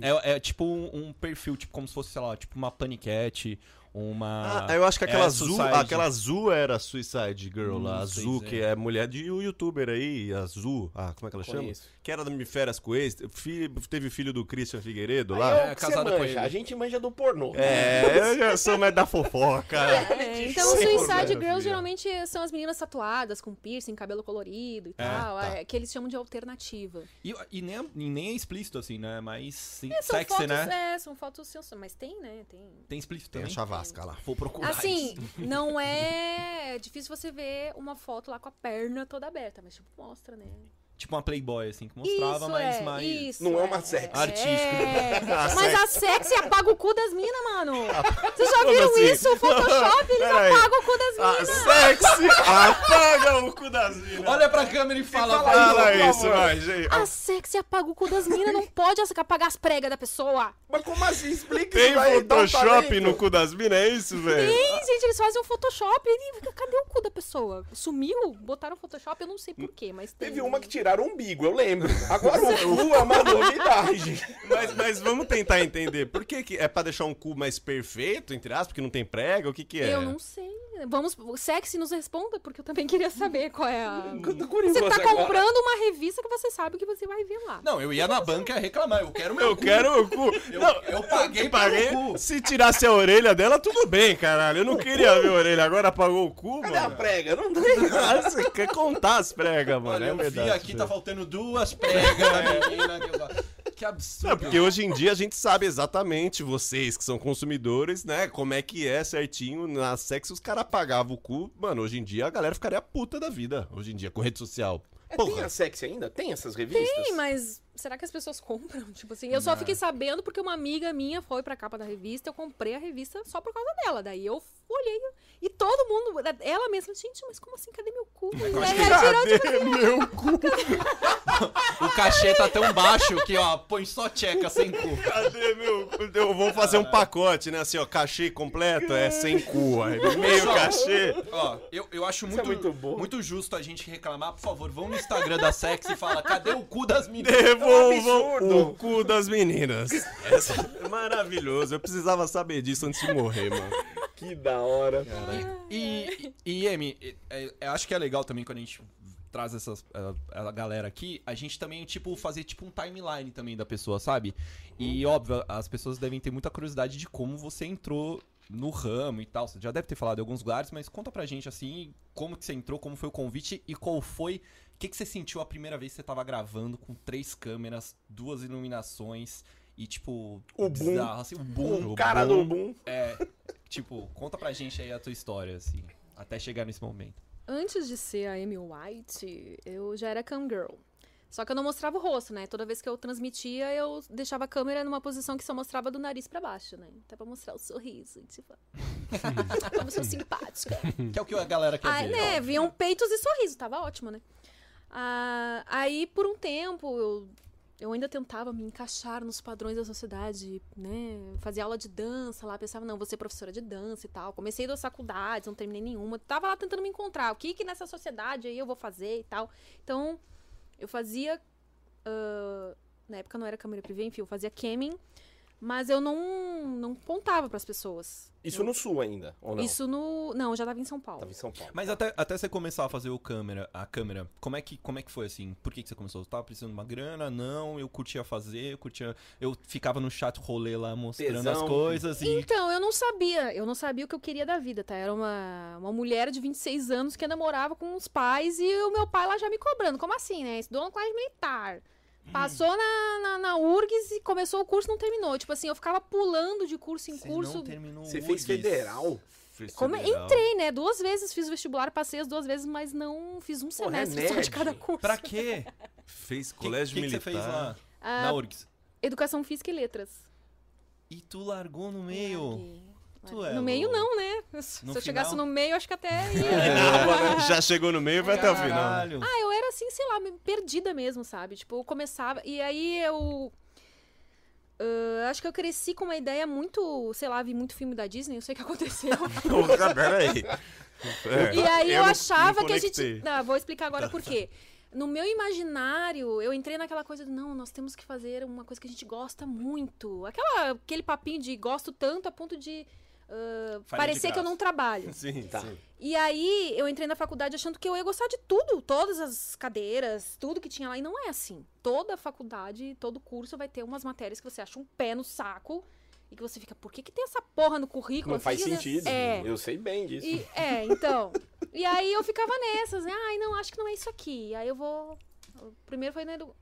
Speaker 4: É, é tipo um, um perfil, tipo como se fosse, sei lá, tipo uma paniquete uma.
Speaker 2: Ah, eu acho que aquela
Speaker 4: é,
Speaker 2: azul,
Speaker 4: Suicide.
Speaker 2: aquela azul era a Suicide Girl,
Speaker 4: Não
Speaker 2: a
Speaker 4: sei
Speaker 2: azul,
Speaker 4: dizer.
Speaker 2: que é mulher de um youtuber aí, azul. Ah, como é que ela chama?
Speaker 3: Conheço.
Speaker 2: Que era da de Férias com Ex, fi- teve filho do Christian Figueiredo
Speaker 3: Aí
Speaker 2: lá.
Speaker 3: é o que
Speaker 4: É, casada
Speaker 3: você
Speaker 4: com
Speaker 3: manja,
Speaker 4: ele.
Speaker 3: A gente manja do pornô.
Speaker 2: É, eu já sou mais da fofoca.
Speaker 1: É, então,
Speaker 3: Sem
Speaker 1: Suicide
Speaker 2: problema,
Speaker 1: Girls
Speaker 2: filha.
Speaker 1: geralmente são as meninas tatuadas, com piercing, cabelo colorido e tal,
Speaker 2: tá.
Speaker 1: é, que eles chamam de alternativa.
Speaker 4: E, e nem, é- e nem é explícito assim, né? Mas sim,
Speaker 1: É, são
Speaker 4: sexy,
Speaker 1: fotos,
Speaker 4: né?
Speaker 1: é, são fotos sensuais, mas tem, né? Tem.
Speaker 4: Tem explícito
Speaker 2: Tem a
Speaker 4: também.
Speaker 2: chavasca lá.
Speaker 4: Vou procurar.
Speaker 1: Assim,
Speaker 4: isso.
Speaker 1: não é é difícil você ver uma foto lá com a perna toda aberta, mas tipo, mostra, né?
Speaker 4: Tipo uma Playboy, assim, que mostrava,
Speaker 1: isso
Speaker 4: mas.
Speaker 1: é,
Speaker 4: mas...
Speaker 1: isso
Speaker 3: Não é uma sexy.
Speaker 4: Artístico.
Speaker 1: É.
Speaker 2: A
Speaker 1: Mas a sexy apaga o cu das minas, mano. Vocês já
Speaker 2: Como
Speaker 1: viram
Speaker 2: assim?
Speaker 1: isso? O Photoshop, eles
Speaker 2: Peraí.
Speaker 1: apagam o cu
Speaker 3: Ah.
Speaker 1: das
Speaker 2: A
Speaker 1: minas.
Speaker 2: Ah, sexy apaga o cu das minas.
Speaker 4: Olha pra câmera e fala.
Speaker 3: fala
Speaker 4: "Vai,
Speaker 3: isso,
Speaker 2: Fala
Speaker 3: por favor.
Speaker 2: isso, vai, gente.
Speaker 1: A Ah, sexy apaga o cu das minas, não pode apagar as pregas da pessoa.
Speaker 3: Mas como assim? Explica
Speaker 2: Tem
Speaker 3: isso aí, dá um
Speaker 2: Photoshop
Speaker 3: talento.
Speaker 2: no cu das minas, é isso, velho?
Speaker 1: Tem, gente, eles fazem um Photoshop e fica, cadê o cu da pessoa? Sumiu? Botaram Photoshop, eu não sei porquê, mas tem.
Speaker 3: Teve uma que tiraram o umbigo, eu lembro. Agora o cu é uma novidade.
Speaker 2: Mas, mas vamos tentar entender. Por que, que é pra deixar um cu mais perfeito, entre aspas, porque não tem prega? O que que é?
Speaker 1: Eu não sei. Vamos, sexy nos responda, porque eu também queria saber qual é a...
Speaker 3: Eu tô
Speaker 1: Você
Speaker 3: curioso
Speaker 1: tá
Speaker 3: agora.
Speaker 1: comprando uma revista que você sabe que você vai ver lá.
Speaker 4: Não, eu ia na banca reclamar. Eu quero meu
Speaker 2: Eu
Speaker 4: cu.
Speaker 2: quero o cu.
Speaker 4: Eu,
Speaker 2: não,
Speaker 4: eu paguei,
Speaker 2: paguei.
Speaker 4: pelo cu.
Speaker 2: Se tirasse a orelha dela, tudo bem, caralho. Eu não queria ver a orelha. Agora apagou o cu,
Speaker 3: Cadê a
Speaker 2: mano.
Speaker 3: prega? Não
Speaker 2: Ah, Você quer contar as pregas, mano.
Speaker 4: Olha,
Speaker 2: é
Speaker 4: eu
Speaker 2: verdade.
Speaker 4: vi aqui, tá
Speaker 2: velho.
Speaker 4: faltando duas pregas na menina. Que, eu- que absurdo.
Speaker 2: Não, porque hoje em dia a gente sabe exatamente, vocês que são consumidores, né? Como é que é certinho na sexo, os caras apagavam o cu. Mano, hoje em dia a galera ficaria puta da vida. Hoje em dia, com rede social.
Speaker 3: É, Tem
Speaker 2: Porra.
Speaker 3: a sexy ainda? Tem essas revistas?
Speaker 1: Sim, mas será que as pessoas compram? Tipo assim, eu só fiquei sabendo porque uma amiga minha foi pra capa da revista, eu comprei a revista só por causa dela. Daí eu olhei e todo mundo, ela mesma, gente, mas como assim? Cadê meu cu? E aí ela tirou, tipo,
Speaker 2: Cadê meu cu?
Speaker 4: O cachê tá tão baixo que, ó, põe só tcheca sem cu.
Speaker 2: Cadê meu cu? Eu vou fazer um pacote, né? Assim, ó, cachê completo é sem cu. Aí, meio cachê.
Speaker 4: Ó, eu, eu acho
Speaker 3: Isso é
Speaker 4: muito,
Speaker 3: muito bom.
Speaker 4: muito justo a gente reclamar. Por favor, vão no Instagram da Sex e fala, cadê o cu das meninas?
Speaker 2: Devolvam
Speaker 3: absurdo.
Speaker 2: o cu das meninas. Essa é maravilhoso. Eu precisava saber disso antes de morrer, mano.
Speaker 3: Que da hora.
Speaker 2: É,
Speaker 4: E, e Emi, e- é- eu acho que é legal também quando a gente traz essas é, a galera aqui, a gente também, tipo, fazer tipo um timeline também da pessoa, sabe? E óbvio, as pessoas devem ter muita curiosidade de como você entrou no ramo e tal. Você já deve ter falado em alguns lugares, mas conta pra gente assim, como que você entrou, como foi o convite e qual foi. O que, que você sentiu a primeira vez que você tava gravando com três câmeras, duas iluminações e tipo.
Speaker 3: O boom.
Speaker 4: bizarro, assim, o boom.
Speaker 3: O cara do boom.
Speaker 4: É, tipo, conta pra gente aí a tua história, assim, até chegar nesse momento.
Speaker 1: Antes de ser a Amy White, eu já era cam girl. Só que eu não mostrava o rosto, né? Toda vez que eu transmitia, eu deixava a câmera numa posição que só mostrava do nariz pra baixo, né? Até pra mostrar o sorriso, tipo... Como eu sou simpática.
Speaker 4: Que é o que a galera quer
Speaker 1: Ah,
Speaker 4: ver.
Speaker 1: né? Viam peitos e sorriso, tava ótimo, né? Ah, aí, por um tempo, eu, eu ainda tentava me encaixar nos padrões da sociedade, né? Fazia aula de dança lá, pensava, não, vou ser professora de dança e tal. Comecei duas faculdades, não terminei nenhuma. Tava lá tentando me encontrar. O que que nessa sociedade aí eu vou fazer e tal. Então, eu fazia... ah, na época não era câmera privê, enfim, eu fazia camming. Mas eu não, não contava pras pessoas.
Speaker 3: Isso no sul ainda, ou não?
Speaker 1: Isso no... Não, eu já tava em São Paulo.
Speaker 3: Tava em São Paulo.
Speaker 4: Mas até, até você começar a fazer o câmera, a câmera, como é que, como é que foi assim? Por que, que você começou? Você tava precisando de uma grana? Não, eu curtia fazer, eu curtia. Eu ficava no chat rolê lá mostrando
Speaker 3: Tesão.
Speaker 4: as coisas e.
Speaker 1: Então, eu não sabia. Eu não sabia o que eu queria da vida, tá? Era uma, uma mulher de 26 anos que namorava com os pais e o meu pai lá já me cobrando. Como assim, né? Estudou no colégio militar.
Speaker 4: Uhum.
Speaker 1: Passou na, na, na URGS e começou o curso não terminou. Tipo assim, eu ficava pulando de curso em
Speaker 4: Você
Speaker 1: curso.
Speaker 4: não terminou
Speaker 3: Você
Speaker 4: o
Speaker 3: fez
Speaker 4: URGS.
Speaker 3: federal?
Speaker 4: Fez
Speaker 1: Como-
Speaker 4: federal.
Speaker 1: Entrei, né? Duas vezes fiz vestibular, passei as duas vezes, mas não fiz um
Speaker 3: Porra, é
Speaker 1: semestre só de
Speaker 3: nerd.
Speaker 1: cada curso.
Speaker 4: Pra quê?
Speaker 2: Fez
Speaker 4: Que-
Speaker 2: colégio
Speaker 4: que, que
Speaker 2: militar.
Speaker 4: você fez lá?
Speaker 1: Ah,
Speaker 4: Na URGS.
Speaker 1: Educação Física e Letras.
Speaker 4: E tu largou no meio.
Speaker 1: Larguei.
Speaker 4: Tu
Speaker 1: Larguei.
Speaker 4: é
Speaker 1: no meio,
Speaker 4: louco.
Speaker 1: não, né? Se
Speaker 4: No
Speaker 1: eu chegasse
Speaker 4: final?
Speaker 1: no meio, acho que até ia.
Speaker 2: É, Já chegou no meio e vai até o final.
Speaker 4: Caralho.
Speaker 1: Ah, eu era assim, sei lá, me- perdida mesmo, sabe? Tipo, eu começava. E aí eu. ah, acho que eu cresci com uma ideia muito. Sei lá, vi muito filme da Disney, não sei o que aconteceu.
Speaker 2: Porra, peraí. É,
Speaker 1: e aí eu,
Speaker 2: não-
Speaker 1: achava
Speaker 2: não
Speaker 1: que a
Speaker 2: conectei.
Speaker 1: gente. Tá, vou explicar agora por quê. No meu imaginário, eu entrei naquela coisa do não, nós temos que fazer uma coisa que a gente gosta muito. Aquela, aquele papinho de gosto tanto a ponto de ah,
Speaker 4: de
Speaker 1: parecer que eu
Speaker 4: graça.
Speaker 1: não trabalho.
Speaker 2: Sim,
Speaker 3: Tá.
Speaker 2: sim.
Speaker 1: E aí eu entrei na faculdade achando que eu ia gostar de tudo, todas as cadeiras, tudo que tinha lá. E não é assim. Toda faculdade, todo curso vai ter umas matérias que você acha um pé no saco e que você fica, por que, que tem essa porra no currículo?
Speaker 3: Não
Speaker 1: Por
Speaker 3: faz
Speaker 1: que que-
Speaker 3: sentido.
Speaker 1: É.
Speaker 3: Eu sei bem disso.
Speaker 1: E- é, então. E aí eu ficava nessas, né? Ai, não, acho que não é isso aqui. Aí eu vou. Primeiro foi na, edu-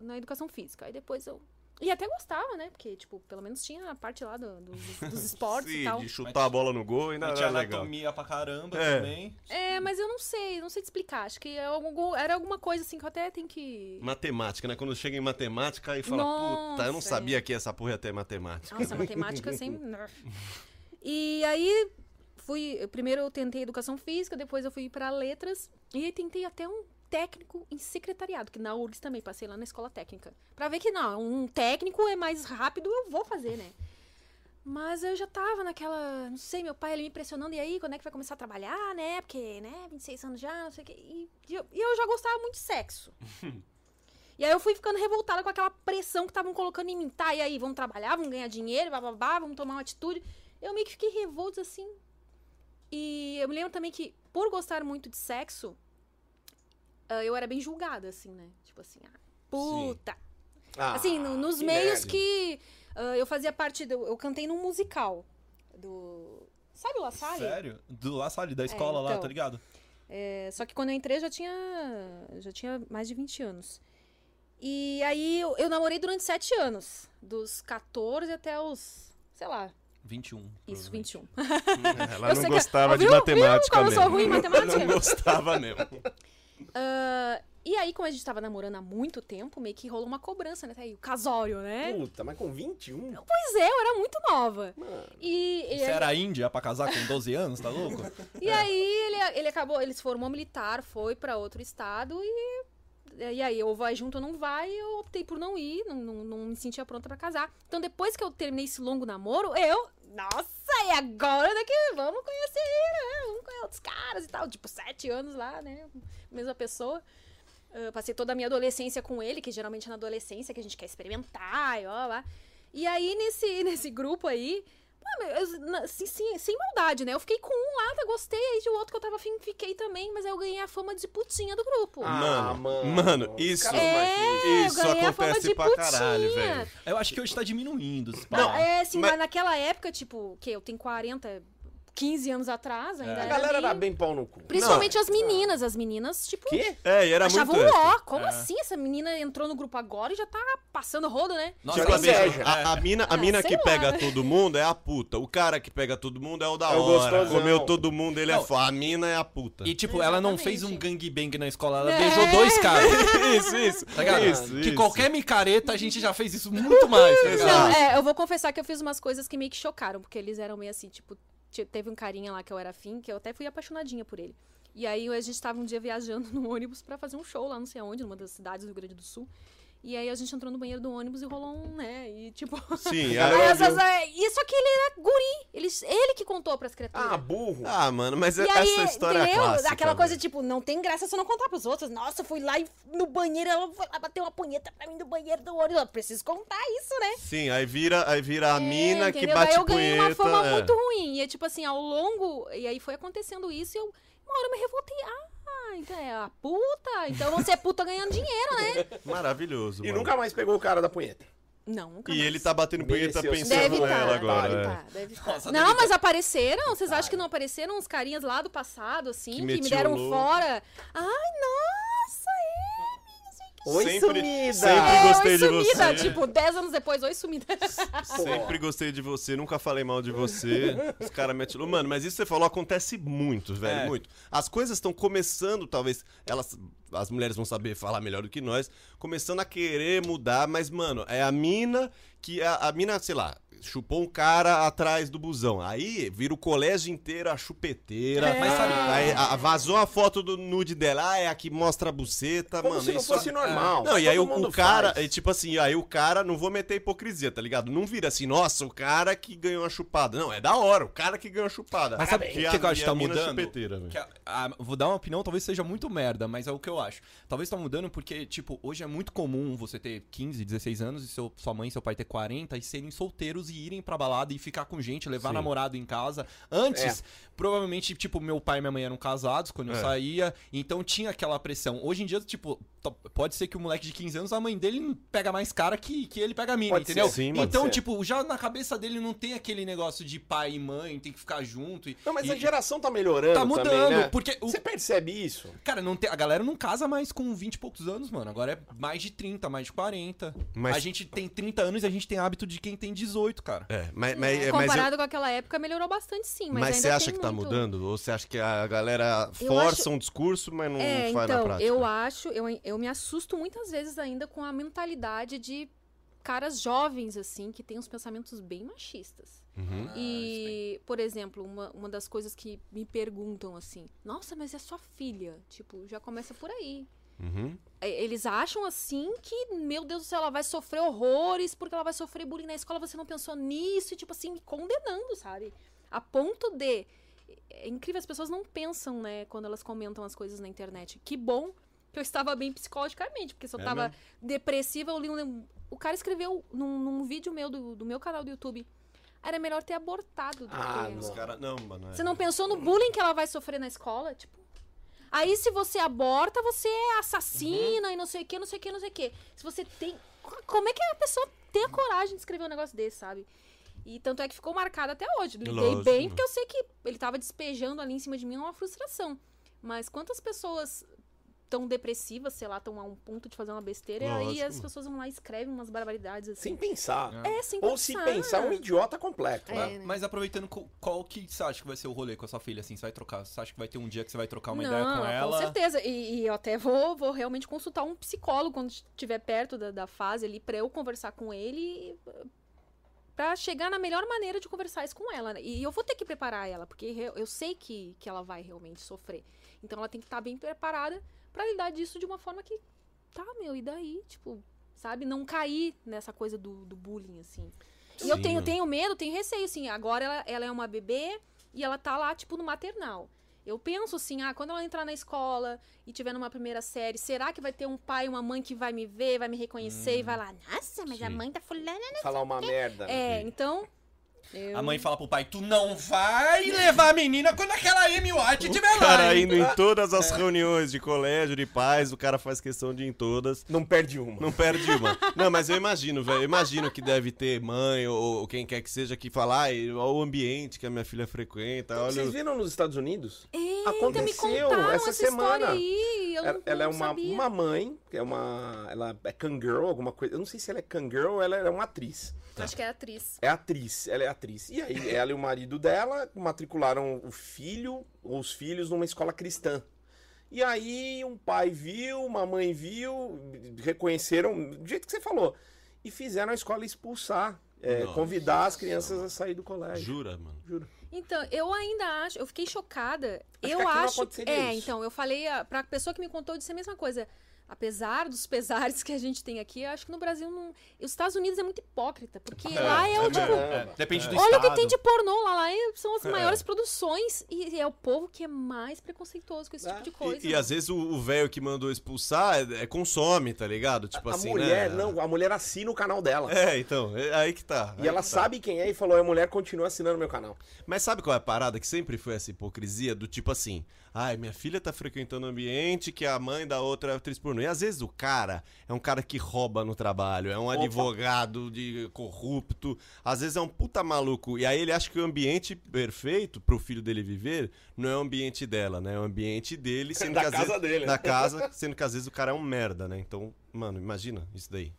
Speaker 1: na educação física, aí depois eu. E até gostava, né? Porque, tipo, pelo menos tinha a parte lá do- dos, dos esportes e tal.
Speaker 2: de chutar a bola no gol ainda
Speaker 4: Mas
Speaker 2: era
Speaker 4: tinha
Speaker 2: legal.
Speaker 4: anatomia pra caramba
Speaker 2: É.
Speaker 4: também.
Speaker 1: É, mas eu não sei, não sei te explicar. Acho que é algum- era alguma coisa assim que eu até tenho que.
Speaker 2: Matemática, né? Quando chega em matemática e fala,
Speaker 1: Nossa,
Speaker 2: puta, eu não
Speaker 1: é.
Speaker 2: sabia que essa porra ia ter matemática.
Speaker 1: Nossa, matemática sem. E aí fui. Primeiro eu tentei educação física, depois eu fui pra letras. E aí tentei até um técnico em secretariado, que na URGS também, passei lá na escola técnica. Pra ver que não, um técnico é mais rápido, eu vou fazer, né? Mas eu já tava naquela. Não sei, meu pai ali me impressionando, e aí, quando é que vai começar a trabalhar, né? Porque, né, 26 anos já, não sei o quê. E, e eu, e eu já gostava muito de sexo. e aí eu fui ficando revoltada com aquela pressão que estavam colocando em mim. Tá, e aí, vamos trabalhar, vamos ganhar dinheiro, bababá, vamos tomar uma atitude. Eu meio que fiquei revolta assim. E eu me lembro também que, por gostar muito de sexo, ah, eu era bem julgada, assim, né? Tipo assim, ah, puta,
Speaker 3: Ah,
Speaker 1: assim, no- nos
Speaker 3: que
Speaker 1: meios
Speaker 3: merda.
Speaker 1: que ah, eu fazia parte do, eu cantei num musical do Sabe o La Salle?
Speaker 4: Sério? Do La Salle, da escola lá,
Speaker 1: então.
Speaker 4: tá ligado?
Speaker 1: É, só que quando eu entrei eu já tinha já tinha mais de 20 anos. E aí eu, eu namorei durante 7 anos, dos 14 até os, sei lá,
Speaker 4: 21.
Speaker 1: isso, 21.
Speaker 2: Uhum.
Speaker 4: provavelmente.
Speaker 2: Tá Ela
Speaker 1: Eu
Speaker 2: não
Speaker 1: sei que-
Speaker 2: gostava de
Speaker 1: Viu? Viu
Speaker 2: matemática
Speaker 1: como eu
Speaker 2: mesmo.
Speaker 1: sou ruim em matemática?
Speaker 2: não gostava mesmo.
Speaker 1: Ah, e aí, como a gente tava namorando há muito tempo, meio que rolou uma cobrança, né? Tá aí, o casório,
Speaker 2: Uhum.
Speaker 1: né?
Speaker 3: Puta, mas com 21?
Speaker 1: Pois é, eu era muito nova.
Speaker 3: Mano.
Speaker 1: E, e
Speaker 2: é
Speaker 4: Você era índia pra casar com 12 anos, tá louco?
Speaker 1: E aí ele, ele acabou, ele se formou militar, foi pra outro estado e. É, E aí, ou vai junto ou não vai, eu optei por não ir, não, não, não me sentia pronta pra casar. Então, depois que eu terminei esse longo namoro, eu. Nossa, e agora daqui? Vamos conhecer, né? Vamos conhecer outros caras e tal. Tipo, sete anos lá, né? Mesma pessoa. Ah, passei toda a minha adolescência com ele, que geralmente é na adolescência que a gente quer experimentar e ó lá. E aí, nesse, nesse grupo aí, pô, meu, eu- na- sim- sim- sem maldade, né? Eu fiquei com um lá, tá, gostei, aí de outro que eu tava afim, fiquei também, mas aí eu ganhei a fama de putinha do grupo.
Speaker 3: Ah,
Speaker 2: Mano,
Speaker 3: mano.
Speaker 2: mano, isso-
Speaker 3: Cara, mas
Speaker 1: é,
Speaker 2: isso
Speaker 1: eu ganhei a fama
Speaker 2: acontece
Speaker 1: de
Speaker 2: pra
Speaker 1: putinha.
Speaker 2: caralho, velho.
Speaker 4: Eu acho que hoje tá diminuindo os
Speaker 1: Não,
Speaker 4: pau.
Speaker 1: é assim,
Speaker 2: mas-
Speaker 1: mas naquela época, tipo, que eu tenho 40, 15 anos atrás, ainda
Speaker 4: É.
Speaker 3: A
Speaker 1: era
Speaker 3: galera
Speaker 1: meio-
Speaker 3: era bem pau no cu.
Speaker 1: Principalmente as meninas, as meninas, tipo,
Speaker 3: Quê?
Speaker 2: É, e era
Speaker 1: achavam
Speaker 2: muito. essa.
Speaker 1: ó, como
Speaker 4: É.
Speaker 1: assim? Essa menina entrou no grupo agora e já tá passando rodo, né?
Speaker 4: Nossa,
Speaker 3: Tipo
Speaker 2: Tipo,
Speaker 4: ela
Speaker 2: a,
Speaker 3: assim,
Speaker 4: beija-
Speaker 3: inveja.
Speaker 2: a, a mina, a
Speaker 1: Ah,
Speaker 2: mina
Speaker 1: sei
Speaker 2: que
Speaker 1: lá.
Speaker 2: pega todo mundo é a puta. O cara que pega todo mundo é o da
Speaker 3: É o
Speaker 2: hora.
Speaker 3: gostosão.
Speaker 2: Comeu todo mundo, ele é
Speaker 4: Não.
Speaker 2: foda. A mina é a puta.
Speaker 4: E tipo, ela não fez um
Speaker 1: Exatamente.
Speaker 4: gangbang na escola, ela
Speaker 1: É.
Speaker 4: beijou dois caras.
Speaker 2: Isso, isso.
Speaker 4: Tá ligado?
Speaker 2: Isso,
Speaker 4: que
Speaker 2: isso.
Speaker 4: qualquer micareta a gente já fez isso muito mais, tá ligado?
Speaker 1: Não,
Speaker 2: Exato.
Speaker 1: é, eu vou confessar que eu fiz umas coisas que meio que chocaram, porque eles eram meio assim, tipo, te- teve um carinha lá que eu era afim, que eu até fui apaixonadinha por ele. E aí a gente tava um dia viajando no ônibus pra fazer um show lá, não sei aonde, numa das cidades do Rio Grande do Sul. E aí a gente entrou no banheiro do ônibus e rolou um, né? E tipo.
Speaker 3: A
Speaker 2: Sim, é.
Speaker 1: Aí,
Speaker 3: galera
Speaker 1: às vezes, é, isso aqui ele era guri. Ele, ele que contou pras criaturas.
Speaker 3: Ah, burro.
Speaker 2: Ah, mano, mas é-
Speaker 1: E aí,
Speaker 2: essa história é
Speaker 1: entendeu?
Speaker 2: clássica.
Speaker 1: Aquela coisa,
Speaker 2: velho.
Speaker 1: tipo, não tem graça se eu não contar pros outros. Nossa, eu fui lá e no banheiro, ela foi lá bater uma punheta pra mim no banheiro do ônibus. Eu preciso contar isso, né?
Speaker 2: Sim, aí vira, aí vira a
Speaker 1: É,
Speaker 2: mina que
Speaker 1: entendeu?
Speaker 2: bate
Speaker 1: Aí eu ganhei uma
Speaker 2: punheta.
Speaker 1: fama
Speaker 2: é.
Speaker 1: muito ruim. E é tipo assim, ao longo. E aí foi acontecendo isso e eu. Uma hora eu me revoltei. Ah, então é a puta. Então você é puta ganhando dinheiro, né?
Speaker 2: Maravilhoso.
Speaker 3: E
Speaker 2: mano.
Speaker 3: nunca mais pegou o cara da punheta.
Speaker 1: não, nunca.
Speaker 2: E
Speaker 1: mais.
Speaker 2: ele tá batendo punheta
Speaker 3: Mereceu,
Speaker 2: pensando
Speaker 1: Deve
Speaker 2: nela
Speaker 1: tá,
Speaker 2: agora.
Speaker 1: deve
Speaker 2: é.
Speaker 1: tá, deve tá.
Speaker 4: Nossa,
Speaker 1: não,
Speaker 4: deve
Speaker 1: mas apareceram? Vocês acham
Speaker 3: Tá.
Speaker 1: que não apareceram uns carinhas lá do passado, assim,
Speaker 2: Que
Speaker 1: que, me
Speaker 2: metiam
Speaker 1: deram
Speaker 2: louco.
Speaker 1: fora? Ai, nossa, é, amiga, não sei o que.
Speaker 3: Oi,
Speaker 2: Sempre-
Speaker 3: sumida.
Speaker 2: sempre-
Speaker 1: É,
Speaker 2: gostei
Speaker 1: oi,
Speaker 2: de
Speaker 1: sumida.
Speaker 2: você.
Speaker 1: Tipo, 10 anos depois, oi, sumida.
Speaker 3: Ah,
Speaker 2: Sempre gostei de você, nunca falei mal de você. Os caras metem louco. Mano, mas isso que você falou acontece muito, velho,
Speaker 4: É.
Speaker 2: muito. As coisas estão começando, talvez, elas as mulheres vão saber falar melhor do que nós, começando a querer mudar, mas mano, é a mina que é a, a mina, sei lá, chupou um cara atrás do busão. Aí vira o colégio inteiro a chupeteira.
Speaker 4: É. Mas sabe-
Speaker 2: aí, a- vazou a foto do nude dela, ah, é a que mostra a buceta,
Speaker 3: Como
Speaker 2: mano.
Speaker 3: se não
Speaker 2: isso é-
Speaker 3: fosse normal.
Speaker 2: não, e
Speaker 3: Todo
Speaker 2: aí o,
Speaker 3: mundo
Speaker 2: o cara,
Speaker 3: faz.
Speaker 2: é tipo assim, aí o cara, não vou meter hipocrisia, tá ligado? Não vira assim, nossa, o cara que ganhou a chupada. Não, é da hora, o cara que ganhou a chupada.
Speaker 4: Mas sabe o que,
Speaker 2: a-
Speaker 4: que eu acho
Speaker 2: e
Speaker 4: que
Speaker 2: a
Speaker 4: tá
Speaker 2: mina é
Speaker 4: mudando?
Speaker 2: chupeteira, velho.
Speaker 4: Que a- a- vou dar uma opinião, talvez seja muito merda, mas é o que eu acho. Talvez tá mudando porque, tipo, hoje é muito comum você ter 15, 16 anos e seu, sua mãe e seu pai ter 40 e serem solteiros solteiros e irem pra balada e ficar com gente, levar
Speaker 2: Sim.
Speaker 4: namorado em casa. Antes,
Speaker 3: É.
Speaker 4: provavelmente, tipo, meu pai e minha mãe eram casados quando eu
Speaker 2: É.
Speaker 4: saía, então tinha aquela pressão. Hoje em dia, tipo, to- pode ser que o moleque de 15 anos, a mãe dele pega mais cara que, que ele pega a mina,
Speaker 3: Pode ser.
Speaker 4: entendeu?
Speaker 2: Sim, pode
Speaker 4: então,
Speaker 3: ser.
Speaker 4: tipo, já na cabeça dele não tem aquele negócio de pai e mãe, tem que ficar junto. E,
Speaker 3: Não, mas
Speaker 4: e-
Speaker 3: a geração tá melhorando.
Speaker 4: Tá mudando,
Speaker 3: também, né?
Speaker 4: porque o,
Speaker 3: Você percebe isso?
Speaker 4: Cara, não tem, a galera não casa mais com 20 e poucos anos, mano. Agora é mais de 30, mais de 40.
Speaker 2: Mas-
Speaker 4: A gente tem 30 anos e a gente tem hábito de quem tem 18, cara.
Speaker 2: É, mas, mas,
Speaker 1: É,
Speaker 2: mas eu-
Speaker 1: comparado com aquela época, melhorou bastante sim. Mas,
Speaker 2: mas
Speaker 1: ainda
Speaker 2: você acha
Speaker 1: tem
Speaker 2: que tá
Speaker 1: muito.
Speaker 2: mudando? Ou você acha que a galera força um discurso, mas não
Speaker 1: É,
Speaker 2: faz na
Speaker 1: então,
Speaker 2: prática?
Speaker 1: eu acho, eu, eu me assusto muitas vezes ainda com a mentalidade de caras jovens, assim, que têm uns pensamentos bem machistas.
Speaker 2: Uhum.
Speaker 1: e, por exemplo, uma, uma das coisas que me perguntam assim, nossa, mas é sua filha. Tipo, já começa por aí.
Speaker 2: Uhum.
Speaker 1: É, Eles acham assim que, meu Deus do céu, ela vai sofrer horrores porque ela vai sofrer bullying na escola, você não pensou nisso, e tipo assim, me condenando, sabe? A ponto de. É incrível, as pessoas não pensam, né, quando elas comentam as coisas na internet. Que bom que eu estava bem psicologicamente, porque se eu
Speaker 2: É
Speaker 1: estava depressiva, eu li um. O cara escreveu num, num vídeo meu do, do meu canal do YouTube. Era melhor ter abortado do
Speaker 3: Ah,
Speaker 1: que.
Speaker 3: não.
Speaker 2: Os caras, não, mano. é.
Speaker 1: Você não pensou no bullying que ela vai sofrer na escola? Tipo. Aí, se você aborta, você é assassina e não sei o que, não sei o que, não sei o que. Se você tem. co- Como é que a pessoa tem a coragem de escrever um negócio desse, sabe? E tanto é que ficou marcado até hoje. Lidei
Speaker 2: Lógico.
Speaker 1: bem, porque eu sei que ele tava despejando ali em cima de mim uma frustração. Mas quantas pessoas tão depressivas, sei lá, estão a um ponto de fazer uma besteira, e aí
Speaker 2: Lógico,
Speaker 1: as
Speaker 2: mano.
Speaker 1: pessoas vão lá e escrevem umas barbaridades assim.
Speaker 3: Sem pensar.
Speaker 1: É, sem
Speaker 3: Ou se pensar, um idiota completo.
Speaker 1: É,
Speaker 3: né?
Speaker 1: né?
Speaker 4: Mas aproveitando, co- qual que você acha que vai ser o rolê com a sua filha, assim? Você vai trocar? Você acha que vai ter um dia que você vai trocar uma
Speaker 1: não,
Speaker 4: ideia com ela?
Speaker 1: certeza. E, e eu até vou, vou realmente consultar um psicólogo quando estiver perto da, da fase ali, pra eu conversar com ele, eh, pra chegar na melhor maneira de conversar isso com ela. né? E eu vou ter que preparar ela, porque re- eu sei que, que ela vai realmente sofrer. Então ela tem que estar bem preparada pra lidar disso de uma forma que, tá, meu, e daí? Tipo, sabe? Não cair nessa coisa do, do bullying, assim. E eu
Speaker 2: Sim,
Speaker 1: tenho,
Speaker 2: né?
Speaker 1: tenho medo, tenho receio, assim. Agora ela, ela é uma bebê e ela tá lá, tipo, no maternal. Eu penso assim, ah, quando ela entrar na escola e tiver numa primeira série, será que vai ter um pai e uma mãe que vai me ver, vai me reconhecer e vai lá, nossa, mas a
Speaker 2: Sim.
Speaker 1: mãe tá fulana.
Speaker 3: Falar uma merda. né?
Speaker 1: É, então. eu-
Speaker 4: A mãe fala pro pai, tu não vai levar a menina quando aquela Amy White tiver
Speaker 2: O
Speaker 4: lá.
Speaker 2: cara
Speaker 4: hein?" É.
Speaker 2: indo em todas as reuniões de colégio, de pais, o cara faz questão de ir em todas.
Speaker 3: Não perde uma.
Speaker 2: Não perde uma. Não, mas eu imagino, velho. Eu imagino que deve ter mãe ou, ou quem quer que seja que falar olha o ambiente que a minha filha frequenta. Olha,
Speaker 3: Vocês
Speaker 2: o-"
Speaker 3: viram nos Estados Unidos?
Speaker 1: Eita, me
Speaker 3: Aconteceu
Speaker 1: contaram
Speaker 3: essa
Speaker 1: essa,
Speaker 3: semana.
Speaker 1: história aí. Eu
Speaker 3: Ela,
Speaker 1: não,
Speaker 3: ela é
Speaker 1: não
Speaker 3: uma,
Speaker 1: sabia.
Speaker 3: uma mãe, que é uma. Ela é Kangirl, alguma coisa. Eu não sei se ela é Kangirl ou ela é uma atriz.
Speaker 1: Acho que é atriz.
Speaker 3: É atriz, ela é atriz. E aí, ela e o marido dela matricularam o filho, ou os filhos, numa escola cristã. E aí, um pai viu, uma mãe viu, reconheceram, do jeito que você falou. E fizeram a escola expulsar, é,
Speaker 2: Nossa.
Speaker 3: convidar as crianças a sair do colégio.
Speaker 2: Jura, mano?
Speaker 1: Então, eu ainda acho, eu fiquei chocada.
Speaker 3: Acho
Speaker 1: eu
Speaker 3: que aqui não
Speaker 1: acho.
Speaker 3: aconteceria
Speaker 1: é,
Speaker 3: isso.
Speaker 1: então, eu falei a, pra pessoa que me contou, eu disse a mesma coisa. Apesar dos pesares que a gente tem aqui, eu acho que no Brasil não. Os Estados Unidos é muito hipócrita, porque lá é o tipo.
Speaker 3: mesmo.
Speaker 4: É, depende do
Speaker 1: Olha o que
Speaker 4: estado.
Speaker 1: tem de pornô lá, lá é- são as maiores produções e é o povo que é mais preconceituoso com esse
Speaker 3: É.
Speaker 1: tipo de coisa.
Speaker 2: E, e às vezes o- o velho que mandou expulsar é, é- consome, tá ligado? Tipo
Speaker 3: a
Speaker 2: assim,
Speaker 3: mulher,
Speaker 2: né?
Speaker 3: não, a mulher assina o canal dela.
Speaker 2: É, então, é aí que tá. aí
Speaker 3: E ela
Speaker 2: que tá.
Speaker 3: sabe quem é e falou: a mulher continua assinando meu canal.
Speaker 2: Mas sabe qual é a parada que sempre foi essa hipocrisia do tipo assim, ai, minha filha tá frequentando um ambiente que a mãe da outra é atriz pornô. E às vezes o cara é um cara que rouba no trabalho, é um advogado de corrupto, às vezes é um puta maluco. E aí ele acha que o ambiente perfeito pro filho dele viver não é o ambiente dela, né? É o ambiente dele, sendo
Speaker 3: Da
Speaker 2: que às
Speaker 3: casa
Speaker 2: vezes,
Speaker 3: dele. né?
Speaker 2: da casa, sendo que às vezes o cara é um merda, né? Então, mano, imagina isso daí.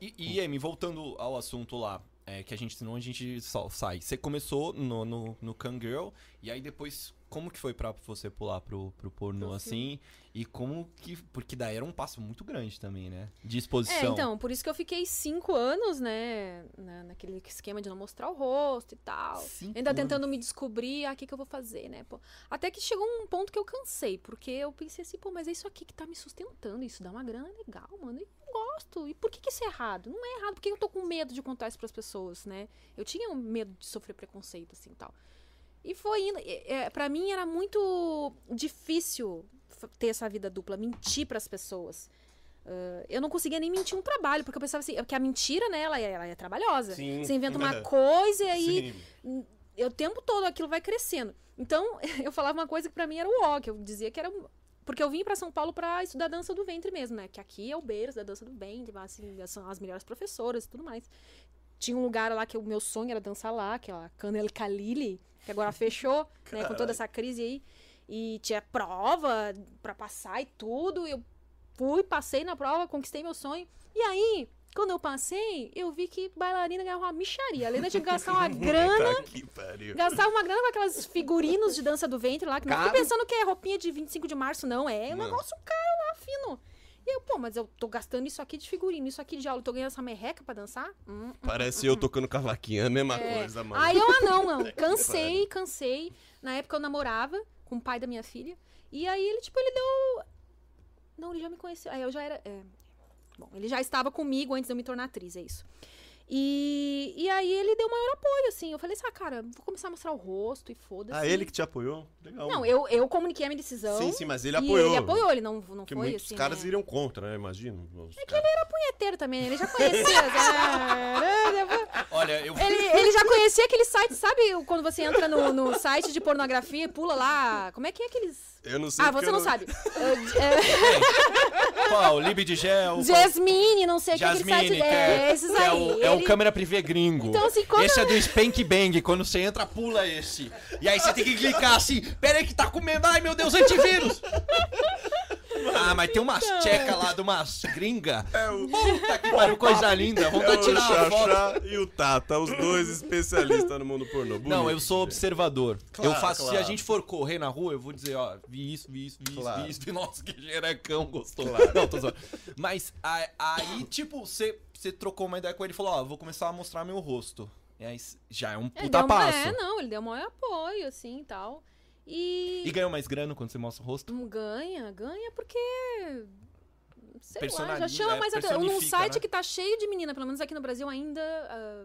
Speaker 4: E, e Amy, voltando ao assunto lá, é, que a gente, senão a gente só sai. Você começou no, no, no Kangirl, e aí depois, como que foi pra você pular pro, pro pornô
Speaker 1: Pro
Speaker 4: assim? E como que. Porque daí era um passo muito grande também, né? De
Speaker 1: É,
Speaker 4: exposição.
Speaker 1: então, por isso que eu fiquei cinco anos, né, na- naquele esquema de não mostrar o rosto e tal.
Speaker 4: Cinco
Speaker 3: Uhum.
Speaker 1: Ainda
Speaker 4: anos.
Speaker 1: tentando me descobrir, ah, o que, que eu vou fazer, né? pô. Até que chegou um ponto que eu cansei, porque eu pensei assim, pô, mas é isso aqui que tá me sustentando, isso dá uma grana legal, mano, e eu gosto. E por que, que isso é errado? Não é errado, porque eu tô com medo de contar isso pras pessoas, né? Eu tinha um medo de sofrer preconceito, assim, tal. E foi indo. É, é, pra mim era muito difícil f- ter essa vida dupla, mentir pras pessoas. ah, eu não conseguia nem mentir um trabalho, porque eu pensava assim, porque a mentira, né, ela é, ela é trabalhosa.
Speaker 3: Sim.
Speaker 1: Você inventa uma coisa e aí
Speaker 2: Sim.
Speaker 1: eu, o tempo todo aquilo vai crescendo. Então, eu falava uma coisa que pra mim era o ó, que eu dizia que era. um- Porque eu vim pra São Paulo pra estudar dança do ventre mesmo, né? Que aqui é o berço da dança do ventre, lá, assim, são as melhores professoras e tudo mais. Tinha um lugar lá que o meu sonho era dançar lá, é aquela Canel Kalili, que agora fechou, né? Com toda essa crise aí. E tinha prova pra passar e tudo. Eu fui, passei na prova, conquistei meu sonho. E aí, quando eu passei, eu vi que bailarina ganhava uma micharia. Além de gastar uma grana
Speaker 2: Tá que pariu.
Speaker 1: Gastava uma grana com aquelas figurinos de dança do ventre lá, que não
Speaker 3: Caro.
Speaker 1: fica pensando que é roupinha de 25 de março, não. É um
Speaker 2: Não.
Speaker 1: negócio caro lá, fino. E eu, pô, mas eu tô gastando isso aqui de figurino, isso aqui de aula, eu tô ganhando essa merreca pra dançar? Hum,
Speaker 2: Parece eu tocando cavaquinho, é a mesma
Speaker 1: é.
Speaker 2: coisa, mano. É
Speaker 1: Aí eu, ah, não, não. Cansei, cansei. Na época eu namorava com o pai da minha filha. E aí ele, tipo, ele deu. Não, ele já me conheceu. Aí eu já era. é. Bom, ele já estava comigo antes de eu me tornar atriz, é isso. E, e aí ele deu o maior apoio, assim. Eu falei assim, ah, cara, vou começar a mostrar o rosto e foda-se.
Speaker 2: Ah, ele que te apoiou? Legal.
Speaker 1: Não, eu, eu comuniquei a minha decisão.
Speaker 2: Sim, sim, mas ele
Speaker 1: e
Speaker 2: apoiou.
Speaker 1: Ele apoiou, ele não, não
Speaker 2: Porque
Speaker 1: foi
Speaker 2: muitos
Speaker 1: assim.
Speaker 2: caras
Speaker 1: né? É
Speaker 2: iriam contra, né? Imagino. Os caras.
Speaker 1: punheteiro também, ele já conhecia. né?
Speaker 4: Olha, eu
Speaker 1: Ele, ele já conhecia aquele site, sabe o- quando você entra no, no site de pornografia e pula lá? Como é que é aqueles.
Speaker 2: Eu não sei.
Speaker 1: Ah,
Speaker 2: porque
Speaker 1: você
Speaker 2: eu
Speaker 1: não, sabe. É,
Speaker 4: Qual? Lib de gel.
Speaker 1: é, Jasmine, não sei o que aquele site
Speaker 4: Jasmine,
Speaker 1: dele. É, esses aí.
Speaker 4: é o, é o
Speaker 1: Ele-
Speaker 4: câmera privê gringo.
Speaker 1: Então, assim, quando-
Speaker 4: Esse é do Spank Bang. Quando você entra, pula esse. E aí você tem que clicar assim. Pera aí que tá comendo. Ai, meu Deus, antivírus. Ah, mas tem umas tcheca lá de umas gringa. É o... Puta que pariu, coisa linda. Vamos
Speaker 2: É
Speaker 4: lá
Speaker 2: o
Speaker 4: tirar uma foto.
Speaker 2: Xaxá e o Tata, os dois especialistas no mundo pornô.
Speaker 4: Não,
Speaker 2: Bonito,
Speaker 4: eu sou
Speaker 2: gente.
Speaker 4: observador.
Speaker 2: Claro,
Speaker 4: eu faço. Se
Speaker 2: claro.
Speaker 4: a gente for correr na rua, eu vou dizer, ó, vi isso, vi isso, vi
Speaker 2: Claro.
Speaker 4: isso, vi isso. Nossa, que xerecão gostoso. Não, tô zoando. Mas a- aí, tipo, você você trocou uma ideia com ele e falou, ó, vou começar a mostrar meu rosto. E aí s- já é um
Speaker 1: ele
Speaker 4: puta
Speaker 1: deu uma- É,
Speaker 4: passo.
Speaker 1: não, ele deu o maior apoio, assim e tal.
Speaker 4: E ganhou mais grana quando você mostra o rosto?
Speaker 1: Não Ganha, ganha porque. Sei lá, já
Speaker 4: Personaliza,
Speaker 1: chama
Speaker 4: é,
Speaker 1: mais atenção. Num
Speaker 4: personifica,
Speaker 1: site
Speaker 4: né?
Speaker 1: que tá cheio de menina, pelo menos aqui no Brasil ainda, ah,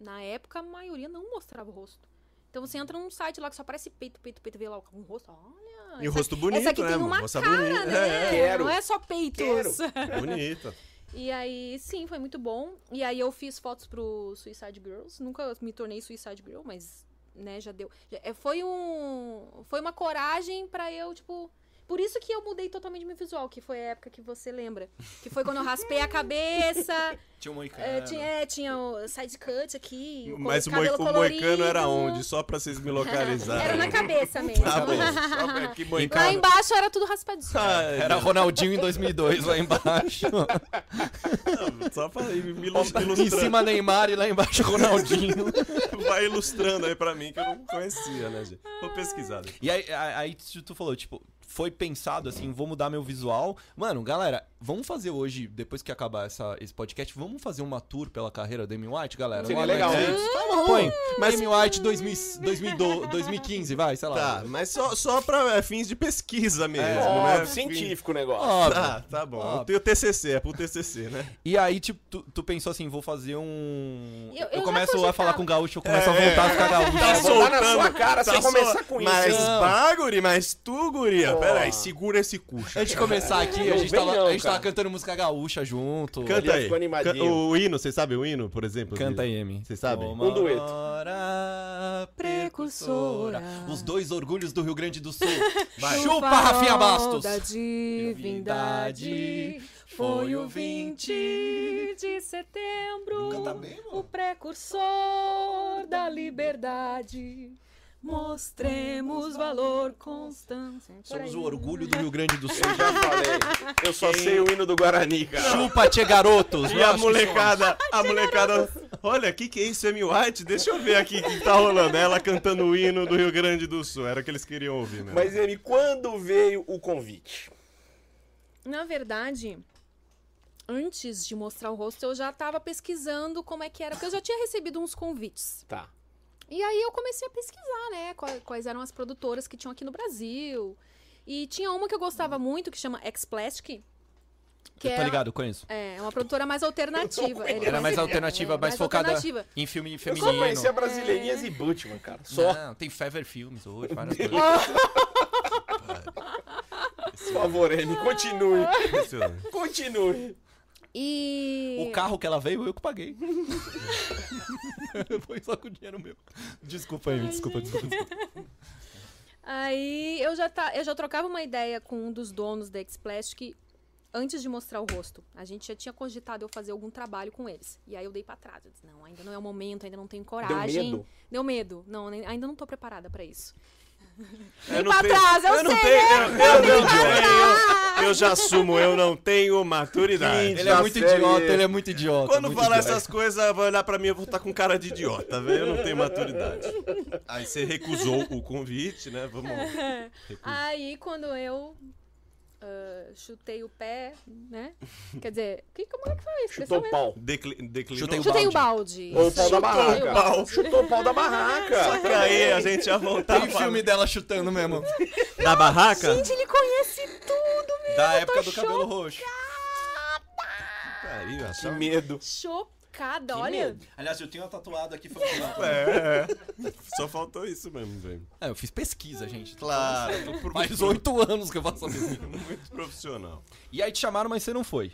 Speaker 1: na época, a maioria não mostrava o rosto. Então você entra num site lá que só aparece peito, peito, peito, vê lá um rosto. Olha.
Speaker 2: E o
Speaker 1: essa-
Speaker 2: rosto bonito,
Speaker 1: Essa aqui
Speaker 2: né,
Speaker 1: tem
Speaker 2: mano?
Speaker 1: uma
Speaker 2: Rosto
Speaker 1: cara,
Speaker 2: bonito.
Speaker 1: né?
Speaker 2: É,
Speaker 3: Quero.
Speaker 1: Não é só peitos.
Speaker 2: bonita.
Speaker 1: E aí, sim, foi muito bom. E aí eu fiz fotos pro Suicide Girls. Nunca me tornei Suicide Girl, mas, né, já deu. já- é, foi um. Foi uma coragem pra eu, tipo. Por isso que eu mudei totalmente meu visual, que foi a época que você lembra. Que foi quando eu raspei a cabeça,
Speaker 4: Tinha um moicano.
Speaker 1: é, tinha, é, tinha o side cut aqui, o
Speaker 2: Mas o, moi-
Speaker 1: cabelo
Speaker 2: o
Speaker 1: colorido.
Speaker 2: moicano era onde? Só pra vocês me localizarem.
Speaker 1: Era na cabeça mesmo.
Speaker 2: Tá bom. Só pra- Ah, Que
Speaker 1: Lá
Speaker 2: moicano.
Speaker 1: embaixo era tudo raspadinho.
Speaker 4: Era
Speaker 2: Era
Speaker 4: Ronaldinho em 2002 lá embaixo.
Speaker 2: só pra ir me ilus- ilustrando.
Speaker 4: tá em cima Neymar e lá embaixo Ronaldinho.
Speaker 2: Vai ilustrando aí pra mim que eu não conhecia, né, gente? Vou pesquisar. depois.
Speaker 4: E aí, a- aí tu tu falou, tipo, foi pensado assim, vou mudar meu visual. Mano, galera, vamos fazer hoje, depois que acabar essa, esse podcast, vamos fazer uma tour pela carreira da Amy White, galera?
Speaker 3: Seria
Speaker 4: Lá no
Speaker 3: legal,
Speaker 4: Netflix.
Speaker 2: hein?
Speaker 1: Tá
Speaker 4: Põe, mas... Amy White 2000, 2000, 2015, vai, sei lá.
Speaker 2: Tá, mas só, só pra é, fins de pesquisa mesmo,
Speaker 3: É,
Speaker 2: né?
Speaker 3: óbvio, científico o negócio.
Speaker 4: Óbvio.
Speaker 2: Tá, tá bom.
Speaker 4: Óbvio.
Speaker 2: Eu tenho TCC, é pro TCC, né?
Speaker 4: E aí, tipo, tu, tu pensou assim, vou fazer um...
Speaker 1: Eu- eu já
Speaker 4: começo a
Speaker 1: cogitava.
Speaker 4: falar com gaúcho, eu começo
Speaker 2: É,
Speaker 4: a voltar a ficar
Speaker 3: Tá
Speaker 4: gaúcho. eu vou-
Speaker 3: sol- botar na sua cara, você começar
Speaker 2: sol-
Speaker 3: com isso,
Speaker 2: Tá Mas,
Speaker 4: hein?
Speaker 2: pá, guri, mas tu, guria.
Speaker 3: Ó. É,
Speaker 2: Pera aí, segura esse cucho.
Speaker 4: Antes de começar aqui, a
Speaker 3: Não
Speaker 4: gente,
Speaker 3: vem
Speaker 4: tava,
Speaker 3: não,
Speaker 4: a gente
Speaker 3: cara.
Speaker 4: tava cantando música gaúcha junto.
Speaker 2: Canta
Speaker 3: Ele
Speaker 2: aí.
Speaker 3: é ficou animadinho.
Speaker 2: Can- O hino, vocês sabem o hino, por exemplo?
Speaker 4: Canta aí, Amy.
Speaker 2: Vocês sabem?
Speaker 4: Uma
Speaker 3: Um dueto.
Speaker 4: hora precursora.
Speaker 1: Precursora.
Speaker 4: Os dois orgulhos do Rio Grande do Sul.
Speaker 2: Vai.
Speaker 4: Chupa, Rafinha
Speaker 1: farol
Speaker 4: Bastos.
Speaker 1: Da divindade foi o 20 de setembro.
Speaker 4: tá
Speaker 1: O precursor da liberdade. Mostremos valor constante.
Speaker 4: Somos o orgulho do Rio Grande do Sul.
Speaker 3: Eu já falei. Eu só sei o hino do Guarani, cara.
Speaker 4: Chupa, Tchê Garotos.
Speaker 2: E
Speaker 4: nós
Speaker 2: a
Speaker 4: que
Speaker 2: molecada, a molecada, olha, o que, que é isso, Amy White? Deixa eu ver aqui o que tá rolando. Ela cantando o hino do Rio Grande do Sul, era o que eles queriam ouvir, né?
Speaker 3: Mas, Emi, quando veio o convite?
Speaker 1: Na verdade, antes de mostrar o rosto, eu já tava pesquisando como é que era, porque eu já tinha recebido uns convites.
Speaker 3: Tá.
Speaker 1: E aí eu comecei a pesquisar, né? qua- Quais, eram as produtoras que tinham aqui no Brasil. E tinha uma que eu gostava muito, que chama Explastic.
Speaker 4: somos.
Speaker 1: Que
Speaker 4: Eu tô
Speaker 1: era,
Speaker 4: tá ligado, conheço.
Speaker 1: É, é uma produtora mais alternativa. Ele
Speaker 4: Era mais
Speaker 1: conhece-
Speaker 4: alternativa,
Speaker 1: é,
Speaker 4: mais, focada
Speaker 1: alternativa.
Speaker 4: em filme
Speaker 3: Eu só
Speaker 4: feminino.
Speaker 3: conhecia Brasileirinhas e Butman, cara. Só.
Speaker 4: Não, tem Fever Filmes hoje, várias coisas.
Speaker 2: Esse
Speaker 3: Por favor, Anne, continue.
Speaker 2: Impressionante.
Speaker 3: Continue.
Speaker 1: E.
Speaker 4: O carro que ela veio, eu que paguei. Foi só com o dinheiro meu. Desculpa aí, desculpa, desculpa, desculpa.
Speaker 1: Aí eu já, tá, eu já trocava uma ideia com um dos donos da Xplastic antes de mostrar o rosto. A gente já tinha cogitado eu fazer algum trabalho com eles. E aí eu dei pra trás. Eu disse, não, ainda não é o momento, ainda não tenho coragem.
Speaker 3: medo?
Speaker 1: Deu medo. Não, nem- ainda não tô preparada pra isso.
Speaker 2: Eu
Speaker 1: pra trás, eu
Speaker 2: não
Speaker 1: sei, né?
Speaker 2: tenho, eu, eu não
Speaker 1: trás.
Speaker 2: tenho, eu já assumo, eu não tenho maturidade.
Speaker 3: Ele
Speaker 4: Ele
Speaker 3: Na
Speaker 4: é muito
Speaker 3: série-
Speaker 4: idiota, ele é muito idiota.
Speaker 2: Quando
Speaker 4: muito
Speaker 2: falar
Speaker 4: idiota.
Speaker 2: essas coisas, vai olhar pra mim, eu vou estar com cara de idiota, velho. Eu não tenho maturidade. Aí você recusou o convite, né? Vamos.
Speaker 1: Aí quando eu ah, chutei o pé, né? Quer dizer, que, como é que foi isso?
Speaker 3: Chutou o pau.
Speaker 2: Decli declinou.
Speaker 4: Chutei um o
Speaker 1: Chutei o balde.
Speaker 3: Ou o pau da
Speaker 1: Chutei o
Speaker 3: barraca.
Speaker 1: balde.
Speaker 3: Chutou o pau da barraca.
Speaker 2: Pra aí a gente ia voltar
Speaker 4: Tem
Speaker 2: pra-
Speaker 4: filme dela chutando mesmo.
Speaker 2: da barraca?
Speaker 1: Gente, ele conhece tudo, meu.
Speaker 4: Da época do cabelo roxo.
Speaker 2: Aí, eu
Speaker 3: Que
Speaker 2: achava-
Speaker 3: medo.
Speaker 1: Chocada, olha.
Speaker 4: Aliás, eu tenho uma tatuada aqui falando.
Speaker 2: É, é. Só faltou isso mesmo, velho.
Speaker 4: É, eu fiz pesquisa, gente.
Speaker 2: Claro,
Speaker 4: Por mais oito anos que eu faço pesquisa.
Speaker 2: muito profissional.
Speaker 4: E aí te chamaram, mas você não foi.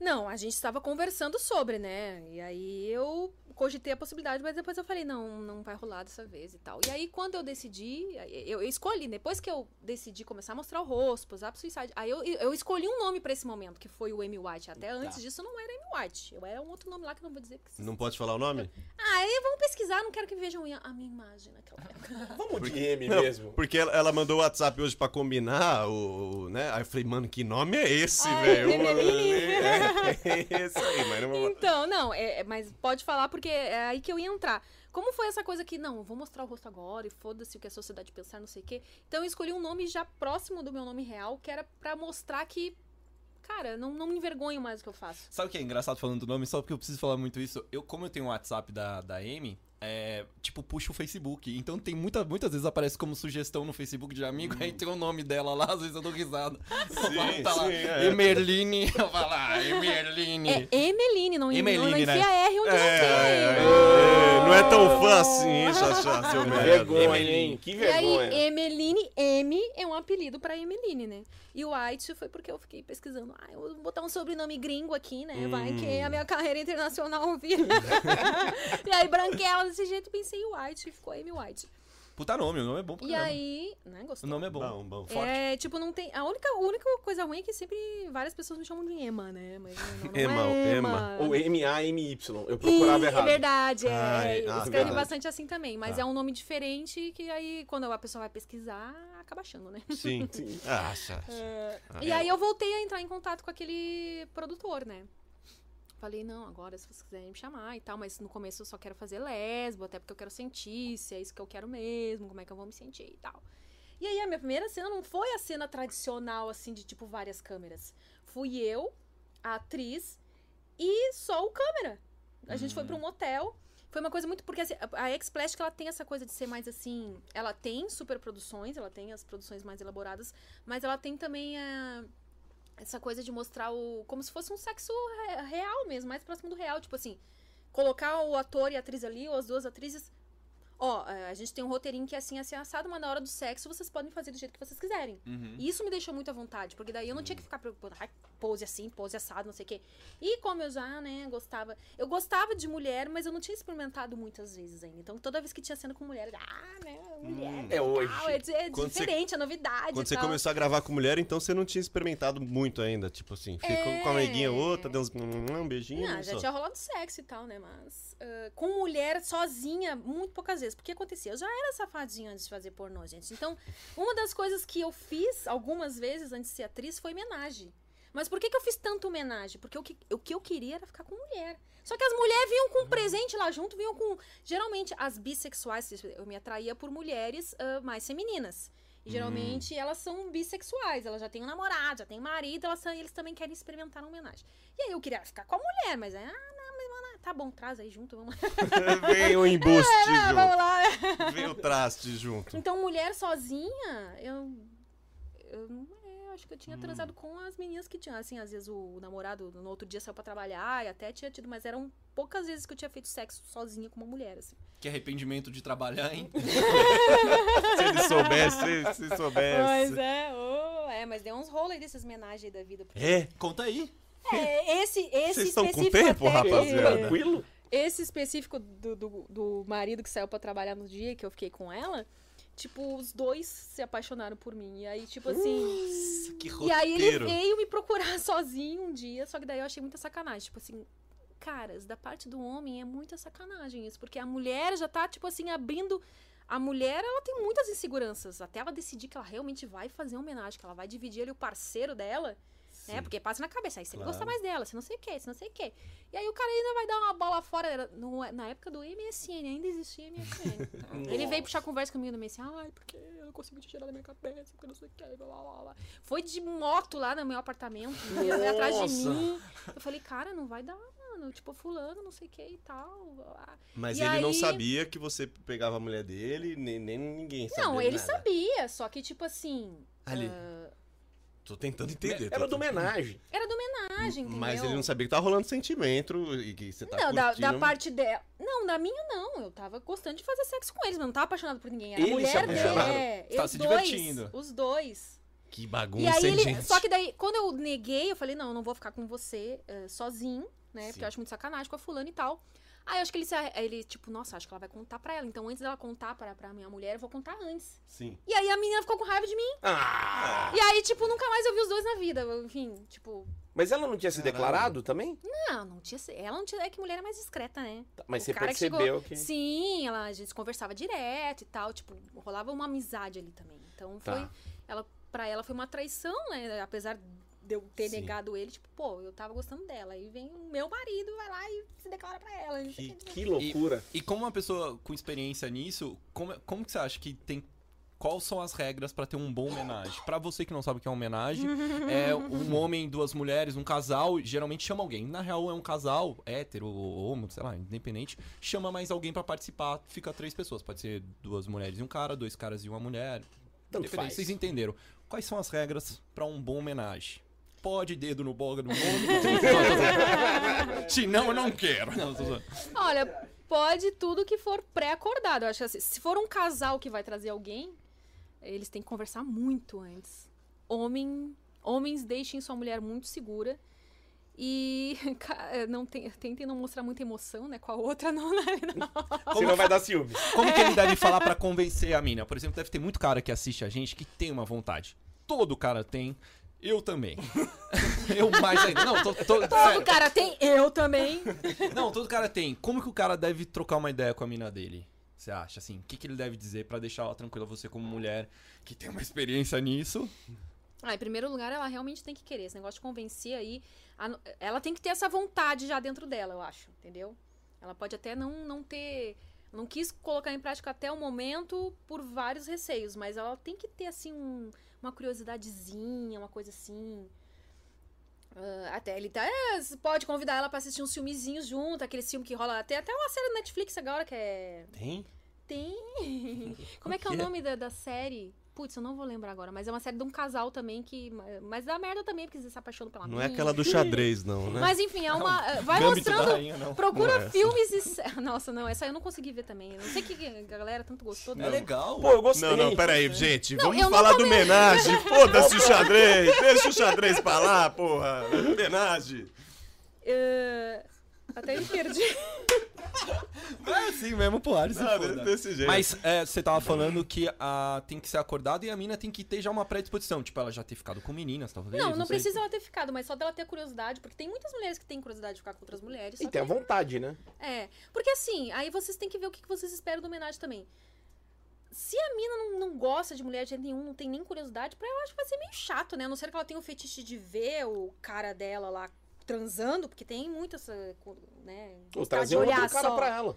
Speaker 1: Não, a gente estava conversando sobre, né? E aí eu cogitei a possibilidade, mas depois eu falei, não, não vai rolar dessa vez e tal. E aí quando eu decidi, eu, eu escolhi, depois que eu decidi começar a mostrar o rosto, posar pro Suicide, aí eu, eu escolhi um nome pra esse momento, que foi o Amy White. Até antes disso não era Amy White, eu era um outro nome lá que eu não vou dizer. Porque vocês...
Speaker 2: Não pode falar o nome?
Speaker 1: Ah, e vamos pesquisar, não quero que vejam a minha imagem naquela época.
Speaker 3: Vamos de M
Speaker 2: Não,
Speaker 3: mesmo.
Speaker 2: Porque ela, ela mandou o WhatsApp hoje pra combinar o, o- né? Aí eu falei, mano, que nome é esse,
Speaker 1: Ai,
Speaker 2: velho? né?
Speaker 1: Emily.
Speaker 2: É, é esse aí, mas não vou...
Speaker 1: Então, não, é, é- mas pode falar porque é aí que eu ia entrar. Como foi essa coisa que, não, eu vou mostrar o rosto agora e foda-se o que a sociedade pensar, não sei o quê. Então eu escolhi um nome já próximo do meu nome real, que era pra mostrar que, cara, não, não me envergonho mais do que eu faço.
Speaker 4: Sabe o que é engraçado falando do nome? Só porque eu preciso falar muito isso. Eu, como eu tenho o WhatsApp da, da Amy, é, tipo, puxo o Facebook. Então tem muita, muitas vezes aparece como sugestão no Facebook de amigo, aí tem o nome dela lá, às vezes eu dou risada.
Speaker 2: Sim,
Speaker 4: tá lá,
Speaker 2: sim, é.
Speaker 4: Emerline, eu falo lá, Emerline.
Speaker 1: É Emeline, não,
Speaker 4: Emeline,
Speaker 1: não, não
Speaker 4: né?
Speaker 1: enfia R onde
Speaker 2: É,
Speaker 1: não
Speaker 2: é,
Speaker 1: tem. né?
Speaker 2: é, não é tão fã assim, Xaxá, seu
Speaker 3: Que
Speaker 2: merda.
Speaker 3: vergonha, hein? Que
Speaker 1: E aí,
Speaker 3: vergonha.
Speaker 1: Emeline, M é um apelido pra Emeline, né? E o White foi porque eu fiquei pesquisando. Ah, eu vou botar um sobrenome gringo aqui, né? Vai
Speaker 2: Hum.
Speaker 1: que a minha carreira internacional vira. e aí, branquela desse jeito, pensei em White e ficou Amy White.
Speaker 4: Puta nome, o nome é bom pra
Speaker 1: E
Speaker 4: caramba.
Speaker 1: aí, né?
Speaker 4: O
Speaker 1: Gostou?
Speaker 4: nome é bom.
Speaker 2: Bom, bom.
Speaker 1: É, tipo, não tem. A única, a única coisa ruim é que sempre várias pessoas me chamam de Emma, né? Mas não, não
Speaker 2: Emma,
Speaker 1: é
Speaker 2: Emma.
Speaker 3: Ou M-A-M-Y. Eu procurava
Speaker 1: Ih, É
Speaker 3: errado.
Speaker 1: verdade, é.
Speaker 2: Ai, ah,
Speaker 1: Escreve
Speaker 3: verdade.
Speaker 1: bastante assim também, mas
Speaker 2: Tá.
Speaker 1: é um nome diferente que aí quando a pessoa vai pesquisar, acaba achando, né?
Speaker 2: Sim.
Speaker 3: Sim.
Speaker 2: Ah, Xaxá.
Speaker 1: e aí eu voltei a entrar em contato com aquele produtor, né? Falei, não, agora se vocês quiserem me chamar e tal, mas no começo eu só quero fazer lesbo, até porque eu quero sentir, se é isso que eu quero mesmo, como é que eu vou me sentir e tal. E aí a minha primeira cena não foi a cena tradicional, assim, de tipo várias câmeras. Fui eu, a atriz e só o câmera. A gente foi pra um hotel. Foi uma coisa muito. Porque assim, a a X-Plastic ela tem essa coisa de ser mais assim. Ela tem superproduções, ela tem as produções mais elaboradas, mas ela tem também a- essa coisa de mostrar o. como se fosse um sexo re- real mesmo, mais próximo do real. Tipo assim, colocar o ator e a atriz ali, ou as duas atrizes. Ó, eh, a gente tem um roteirinho que é assim, assim, assado, mas na hora do sexo vocês podem fazer do jeito que vocês quiserem.
Speaker 4: Uhum.
Speaker 1: E isso me deixou muito à vontade, porque daí eu não tinha que ficar preocupada, ai, pose assim, pose assado, não sei o quê. E como eu já, né, gostava. Eu gostava de mulher, mas eu não tinha experimentado muitas vezes ainda. Então toda vez que tinha cena com mulher, eu, ah, né, mulher.
Speaker 2: Hum.
Speaker 1: legal,
Speaker 3: É hoje.
Speaker 1: É, di- é
Speaker 2: Quando você-
Speaker 1: diferente, é novidade.
Speaker 2: Quando
Speaker 1: e
Speaker 2: você
Speaker 1: tal.
Speaker 2: começou a gravar com mulher, então você não tinha experimentado muito ainda. Tipo assim, ficou com a amiguinha outra, deu uns um beijinho.
Speaker 1: Não, já
Speaker 2: só.
Speaker 1: tinha rolado sexo e tal, né? Mas ah, com mulher sozinha, muito poucas vezes. Porque acontecia, eu já era safadinha antes de fazer pornô, gente. Então, uma das coisas que eu fiz algumas vezes antes de ser atriz foi homenagem. Mas por que, que eu fiz tanto homenagem? Porque o que, o que eu queria era ficar com mulher. Só que as mulheres vinham com presente lá junto, vinham com. Geralmente, as bissexuais, eu me atraía por mulheres ah, mais femininas. E geralmente elas são bissexuais, elas já têm um namorado, já têm um marido, elas, são- eles também querem experimentar uma homenagem. E aí eu queria ficar com a mulher, mas é, ah, não, mas mano, tá bom, traz aí junto, vamos lá.
Speaker 2: Vem o embuste
Speaker 1: Vamos
Speaker 2: junto.
Speaker 1: lá.
Speaker 2: Vem o traste junto.
Speaker 1: Então, mulher sozinha, eu. Eu não é, eu acho que eu tinha transado com as meninas que tinham. Assim, às vezes o namorado no outro dia saiu pra trabalhar e até tinha tido, mas eram poucas vezes que eu tinha feito sexo sozinha com uma mulher, assim.
Speaker 4: Que arrependimento de trabalhar, hein?
Speaker 2: Se ele soubesse, se, se soubesse.
Speaker 1: é, ô, É, mas deu uns rolos aí dessas homenagens aí da vida. porque-
Speaker 2: É?
Speaker 4: Conta aí.
Speaker 1: É, esse, esse
Speaker 2: Vocês estão com
Speaker 1: específico.
Speaker 2: tempo,
Speaker 1: até que-
Speaker 2: rapaziada?
Speaker 3: Tranquilo?
Speaker 1: Esse específico do, do, do marido que saiu pra trabalhar no dia que eu fiquei com ela. Tipo, os dois se apaixonaram por mim. E aí, tipo assim.
Speaker 2: Que
Speaker 1: E aí ele
Speaker 2: roteiro.
Speaker 1: veio me procurar sozinho um dia, só que daí eu achei muita sacanagem. Tipo assim, caras, da parte do homem é muita sacanagem isso, porque a mulher já tá, tipo assim, abrindo. A mulher, ela tem muitas inseguranças. Até ela decidir que ela realmente vai fazer uma homenagem, que ela vai dividir ali o parceiro dela, né? Porque passa na cabeça. Aí você
Speaker 4: Claro.
Speaker 1: gosta mais dela, você não sei o quê, você não sei o quê. E aí o cara ainda vai dar uma bola fora. Era no- na época do MSN, ainda existia MSN. tá? Ele veio puxar conversa comigo no MSN. Ai, porque eu não consigo te tirar da minha cabeça, porque eu não sei o quê, blá blá blá. Foi de moto lá no meu apartamento, veio atrás de
Speaker 3: Nossa.
Speaker 1: mim. Eu falei, cara, não vai dar, mano. Tipo, fulano, não sei o que e tal. Ah,
Speaker 2: Mas
Speaker 1: E
Speaker 2: ele não
Speaker 1: aí-
Speaker 2: sabia que você pegava a mulher dele, nem, nem ninguém sabia.
Speaker 1: Não, ele
Speaker 2: nada.
Speaker 1: sabia, só que, tipo assim,
Speaker 2: Ali. Tô tentando entender. tô
Speaker 3: Era do
Speaker 2: tentando-
Speaker 3: homenagem.
Speaker 1: era do homenagem, entendeu?
Speaker 2: Mas ele não sabia que tá rolando sentimento e que você tá
Speaker 1: Não, da, da
Speaker 2: curtindo.
Speaker 1: parte dela. Não, da minha não. Eu tava gostando de fazer sexo com eles, mas não tava apaixonado por ninguém. Era a
Speaker 3: Eles se
Speaker 1: mulher dele.
Speaker 3: apaixonaram?
Speaker 1: É,
Speaker 4: Você tava
Speaker 1: os
Speaker 4: se
Speaker 1: dois.
Speaker 4: divertindo.
Speaker 1: Os dois.
Speaker 2: Que
Speaker 1: E
Speaker 2: bagunça,
Speaker 1: aí
Speaker 2: hein,
Speaker 1: ele.
Speaker 2: gente?
Speaker 1: Só que daí, quando eu neguei, eu falei, não, eu não vou ficar com você eh, sozinho, né?
Speaker 2: Sim.
Speaker 1: Porque eu acho muito sacanagem com a fulana e tal. Aí eu acho que ele, se arre- ele, tipo, nossa, acho que ela vai contar pra ela. Então, antes dela contar pra, pra minha mulher, eu vou contar antes.
Speaker 2: Sim.
Speaker 1: E aí a menina ficou com raiva de mim.
Speaker 3: Ah!
Speaker 1: E aí, tipo, nunca mais eu vi os dois na vida. Enfim, tipo.
Speaker 3: Mas ela não tinha se
Speaker 2: Caralho.
Speaker 3: declarado também? Tá,
Speaker 1: Não, não tinha. se- Ela não tinha. É que mulher é mais discreta, né?
Speaker 3: Mas
Speaker 1: O
Speaker 3: você
Speaker 1: cara que chegou-
Speaker 3: percebeu que.
Speaker 1: Sim, ela, a gente conversava direto e tal, tipo, rolava uma amizade ali também. Então
Speaker 3: Tá.
Speaker 1: foi. Ela, pra ela foi uma traição, né? Apesar de eu ter
Speaker 2: Sim.
Speaker 1: negado ele, tipo, pô, eu tava gostando dela. Aí vem o meu marido, vai lá e se declara pra ela. não sei o
Speaker 2: Que-
Speaker 1: que.
Speaker 3: Que loucura.
Speaker 4: E como uma pessoa com experiência nisso, como, como que você acha que tem. Quais são as regras pra ter um bom homenagem? Pra você que não sabe o que é homenagem, é um homem, duas mulheres, um casal, geralmente chama alguém. Na real, é um casal hétero, ou homo, sei lá, independente, chama mais alguém pra participar, fica três pessoas. Pode ser duas mulheres e um cara, dois caras e uma mulher.
Speaker 3: Tanto
Speaker 4: Independente,
Speaker 3: faz.
Speaker 4: Vocês entenderam. Quais são as regras pra um bom homenagem? Pode dedo no boga do homem. Se não, eu não quero. Não, tô zoando.
Speaker 1: Olha, pode tudo que for pré-acordado. Eu acho que assim, se for um casal que vai trazer alguém, eles têm que conversar muito antes. Homem, homens deixem sua mulher muito segura. E ca- eh, não tem- tentem não mostrar muita emoção, né? Com a outra, não, né?
Speaker 3: Senão vai dar ciúmes.
Speaker 4: Como que ele deve falar pra convencer a mina? Por exemplo, deve ter muito cara que assiste a gente que tem uma vontade. Todo cara tem. Eu também. eu mais ainda. Não, tô, tô-
Speaker 1: Todo
Speaker 2: é.
Speaker 4: sério.
Speaker 1: cara tem, eu também.
Speaker 4: Não, todo cara tem. Como que o cara deve trocar uma ideia com a mina dele? Você acha assim? O que, que ele deve dizer pra deixar ela tranquila, você como mulher que tem uma experiência nisso?
Speaker 1: Ah, em primeiro lugar, ela realmente tem que querer. Esse negócio de convencer aí. a no- ela tem que ter essa vontade já dentro dela, eu acho, entendeu? Ela pode até não, não ter. Não quis colocar em prática até o momento por vários receios, mas ela tem que ter, assim, um- uma curiosidadezinha, uma coisa assim. Ah, até ele tá. é, você pode convidar ela pra assistir uns filmezinhos junto, aquele filme que rola. Tem até uma série na Netflix agora que é.
Speaker 2: Tem?
Speaker 1: Tem. Como é que é o nome da, da série? Putz, eu não vou lembrar agora, mas é uma série de um casal também que. Mas dá merda também, porque eles se apaixonam pela
Speaker 2: Não
Speaker 1: mina.
Speaker 2: é aquela do xadrez, não, né?
Speaker 1: Mas enfim, é uma. é, Vai
Speaker 4: Gambito da
Speaker 1: mostrando.
Speaker 4: rainha, não.
Speaker 1: Procura
Speaker 2: Não é essa.
Speaker 1: filmes e. sé- Nossa, não, essa eu não consegui ver também. Eu não sei que a galera tanto gostou
Speaker 4: É
Speaker 1: dela.
Speaker 4: legal.
Speaker 3: Pô, eu gostei.
Speaker 2: Não, não, peraí, gente. vamos
Speaker 1: eu não
Speaker 2: falar do
Speaker 1: comento.
Speaker 2: homenagem. Foda-se o xadrez. Deixa o xadrez pra lá, porra. Homenagem.
Speaker 1: Eh, até me perdi.
Speaker 4: É assim mesmo, pô. Ares, se
Speaker 2: Ah,
Speaker 4: foda.
Speaker 2: desse jeito.
Speaker 4: Mas é, você tava falando que a, tem que ser acordado e a mina tem que ter já uma predisposição. Tipo, ela já ter ficado com meninas, talvez.
Speaker 1: Não, não
Speaker 4: sei.
Speaker 1: precisa ela ter ficado, mas só dela ter curiosidade, porque tem muitas mulheres que têm curiosidade de ficar com outras mulheres. só
Speaker 3: E tem a
Speaker 1: que-
Speaker 3: vontade, né?
Speaker 1: É, porque assim, aí vocês têm que ver o que que vocês esperam do homenagem também. Se a mina não, não gosta de mulher de jeito nenhum, não tem nem curiosidade, pra ela acho que vai ser meio chato, né? A não ser que ela tenha o fetiche de ver o cara dela lá transando, porque tem muito essa, cu- né?
Speaker 3: Ou
Speaker 1: gostar
Speaker 3: trazer um outro cara pra ela.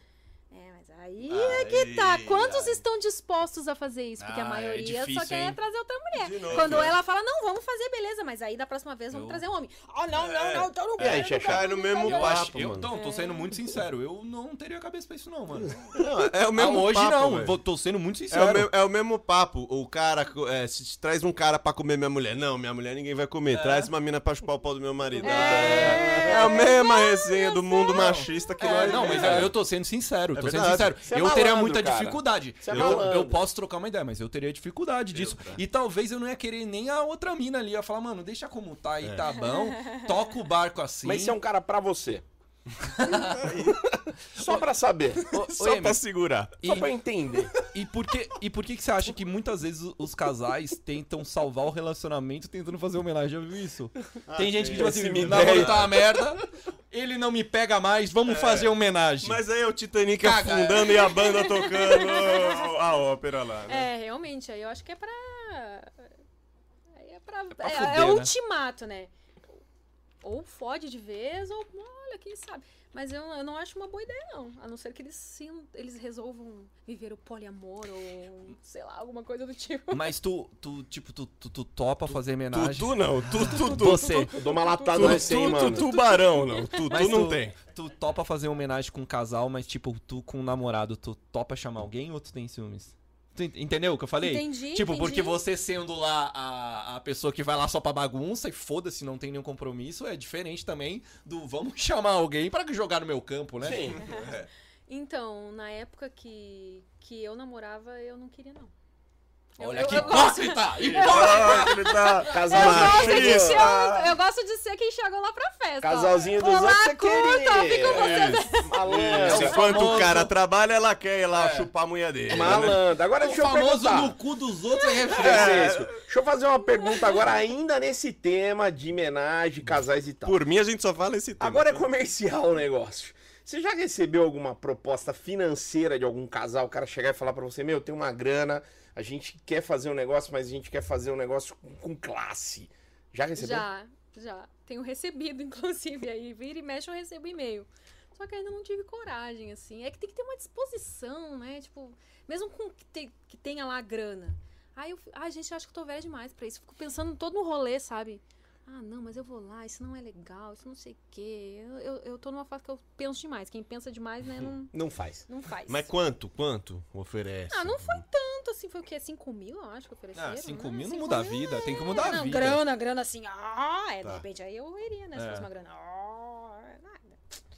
Speaker 1: É, mas aí é que tá. Quantos estão dispostos a fazer isso? Porque
Speaker 4: Ah,
Speaker 1: a
Speaker 4: é
Speaker 1: maioria só
Speaker 4: difícil,
Speaker 1: quer
Speaker 4: hein?
Speaker 1: trazer outra mulher.
Speaker 2: De novo,
Speaker 1: Quando é
Speaker 2: né?
Speaker 1: ela fala, não, vamos fazer, beleza, mas aí da próxima vez vamos
Speaker 4: Eu-
Speaker 1: trazer um homem. Ah, não, não, não, então não
Speaker 3: É,
Speaker 1: quero,
Speaker 3: isso é
Speaker 1: não quero
Speaker 2: cai no
Speaker 1: fazer,
Speaker 2: mesmo
Speaker 1: não
Speaker 4: Eu
Speaker 1: quero.
Speaker 4: acho,
Speaker 2: papo,
Speaker 4: eu
Speaker 2: mano.
Speaker 4: não, tô sendo muito sincero. Eu não teria cabeça pra isso, não, mano.
Speaker 2: Não, é o
Speaker 4: Ah,
Speaker 2: mesmo
Speaker 1: um
Speaker 4: hoje
Speaker 2: papo,
Speaker 4: não,
Speaker 2: velho.
Speaker 4: vou, tô sendo
Speaker 2: É
Speaker 4: muito
Speaker 2: o,
Speaker 4: sincero.
Speaker 2: mesmo, é o mesmo papo. O cara. co- É, se te traz um cara pra comer minha mulher. Não, minha mulher ninguém vai
Speaker 4: É.
Speaker 2: comer. Traz uma mina pra chupar o pau do meu marido. É, a mesma resenha do mundo machista que
Speaker 4: É,
Speaker 2: nós.
Speaker 4: não, mas eu tô sendo sincero.
Speaker 2: É
Speaker 4: tô sendo
Speaker 2: verdade.
Speaker 4: sincero.
Speaker 3: Você é
Speaker 4: eu teria
Speaker 3: malandro,
Speaker 4: muita
Speaker 3: cara.
Speaker 4: dificuldade.
Speaker 3: Você é
Speaker 4: eu,
Speaker 3: malandro.
Speaker 4: eu posso trocar uma ideia, mas eu teria dificuldade disso.
Speaker 2: cara.
Speaker 4: E talvez eu não ia querer nem a outra mina ali. Eu ia falar, mano, deixa como tá aí, tá bom. Toca o barco assim.
Speaker 3: Mas se é um cara pra você. Só pra saber.
Speaker 4: Ô, ô,
Speaker 2: Só
Speaker 4: Emer,
Speaker 2: pra segurar.
Speaker 3: Só
Speaker 4: E-
Speaker 3: pra entender.
Speaker 4: E por, que, e por que, que você acha que muitas vezes o- os casais tentam salvar o relacionamento tentando fazer homenagem? Já viu isso?
Speaker 2: Ah,
Speaker 4: Tem gente que, tipo assim,
Speaker 3: Péssima
Speaker 4: o namoro
Speaker 3: ideia.
Speaker 4: tá uma merda, ele não me pega mais, vamos fazer homenagem.
Speaker 2: É. Mas aí é o Titanic
Speaker 4: assim, Caga.
Speaker 2: afundando e a banda tocando a ópera lá, né?
Speaker 1: É, realmente, aí eu acho que é pra. aí É, pra...
Speaker 4: pra
Speaker 1: é- é
Speaker 4: fuder, né?
Speaker 1: ultimato, né? Ou fode de vez, ou olha, quem sabe. Mas eu, eu não acho uma boa ideia, não. A não ser que eles, sim, eles resolvam viver o poliamor ou sei lá, alguma coisa do tipo.
Speaker 4: Mas tu, tu tipo, tu, tu, tu topa fazer
Speaker 2: Tu,
Speaker 4: homenagem?
Speaker 2: tu não, tu, tu, tu.
Speaker 4: Você. tá
Speaker 3: Eu dou uma
Speaker 2: Tu,
Speaker 3: latada
Speaker 2: tu,
Speaker 3: recém,
Speaker 2: tu,
Speaker 3: mano.
Speaker 2: tubarão, não. Tu, tu
Speaker 4: Mas
Speaker 2: não tem.
Speaker 4: Tu topa fazer homenagem com um casal, mas tipo, tu com um namorado, tu topa chamar alguém ou tu tem ciúmes? Tu en- entendeu o que eu falei?
Speaker 1: Entendi,
Speaker 4: Tipo,
Speaker 1: entendi.
Speaker 4: porque você sendo lá a, a pessoa que vai lá só pra bagunça e foda-se, não tem nenhum compromisso, é diferente também do vamos chamar alguém pra jogar no meu campo, né?
Speaker 3: Sim.
Speaker 1: Então, na época que, que eu namorava, eu não queria, não. Eu-
Speaker 4: Olha
Speaker 1: eu-
Speaker 4: que
Speaker 1: eu gosto-
Speaker 4: hipócrita!
Speaker 2: Ah, ele
Speaker 4: é
Speaker 2: tá-
Speaker 1: É, Eu gosto, de
Speaker 2: Machista.
Speaker 1: ser, o- eu gosto de ser quem chegou lá pra festa. ó.
Speaker 3: Ah. Um Casalzinho dos
Speaker 1: Olá,
Speaker 3: outros, você
Speaker 1: curta,
Speaker 2: É
Speaker 3: queria.
Speaker 2: Isso,
Speaker 4: É o
Speaker 3: Malandro.
Speaker 2: Enquanto
Speaker 4: famoso-
Speaker 2: o cara trabalha, ela quer ir lá
Speaker 4: É.
Speaker 2: chupar a mulher dele. né?
Speaker 3: Malandro. Agora
Speaker 4: O
Speaker 3: deixa eu
Speaker 4: famoso
Speaker 3: perguntar.
Speaker 4: no cu dos outros é refresco.
Speaker 3: Francisco, deixa eu fazer uma pergunta agora, ainda nesse tema de homenagem, casais e tal.
Speaker 2: Por mim, a gente só fala esse tema.
Speaker 3: Agora é
Speaker 2: tá?
Speaker 3: comercial o negócio. Você já recebeu alguma proposta financeira de algum casal? O cara chegar e falar pra você: Meu, tem uma grana, a gente quer fazer um negócio, mas a gente quer fazer um negócio com, com classe. Já recebeu?
Speaker 1: Já, já. Tenho recebido, inclusive, aí vira e mexe eu recebo e-mail. Só que ainda não tive coragem, assim. É que tem que ter uma disposição, né? Tipo, mesmo com que, te- que tenha lá a grana. Aí eu, fi- ai, gente, eu acho que eu tô velha demais pra isso. Fico pensando todo no rolê, sabe? Ah, não, mas eu vou lá, isso não é legal, isso não sei o quê. Eu, eu, eu tô numa fase que eu penso demais. Quem pensa demais, né, não,
Speaker 3: Não faz.
Speaker 1: não faz.
Speaker 2: Mas quanto? Quanto oferece?
Speaker 1: Ah, não foi tanto assim, foi o quê? 5 mil, eu acho que ofereceram.
Speaker 4: Ah, 5
Speaker 1: né?
Speaker 4: mil é não
Speaker 1: Cinco
Speaker 4: muda a
Speaker 1: mil,
Speaker 4: vida, tem que mudar a
Speaker 1: não,
Speaker 4: vida.
Speaker 1: grana, grana assim, ah, é,
Speaker 2: Tá.
Speaker 1: de repente aí eu iria, né? Se
Speaker 4: É.
Speaker 1: fosse uma grana, ah, nada.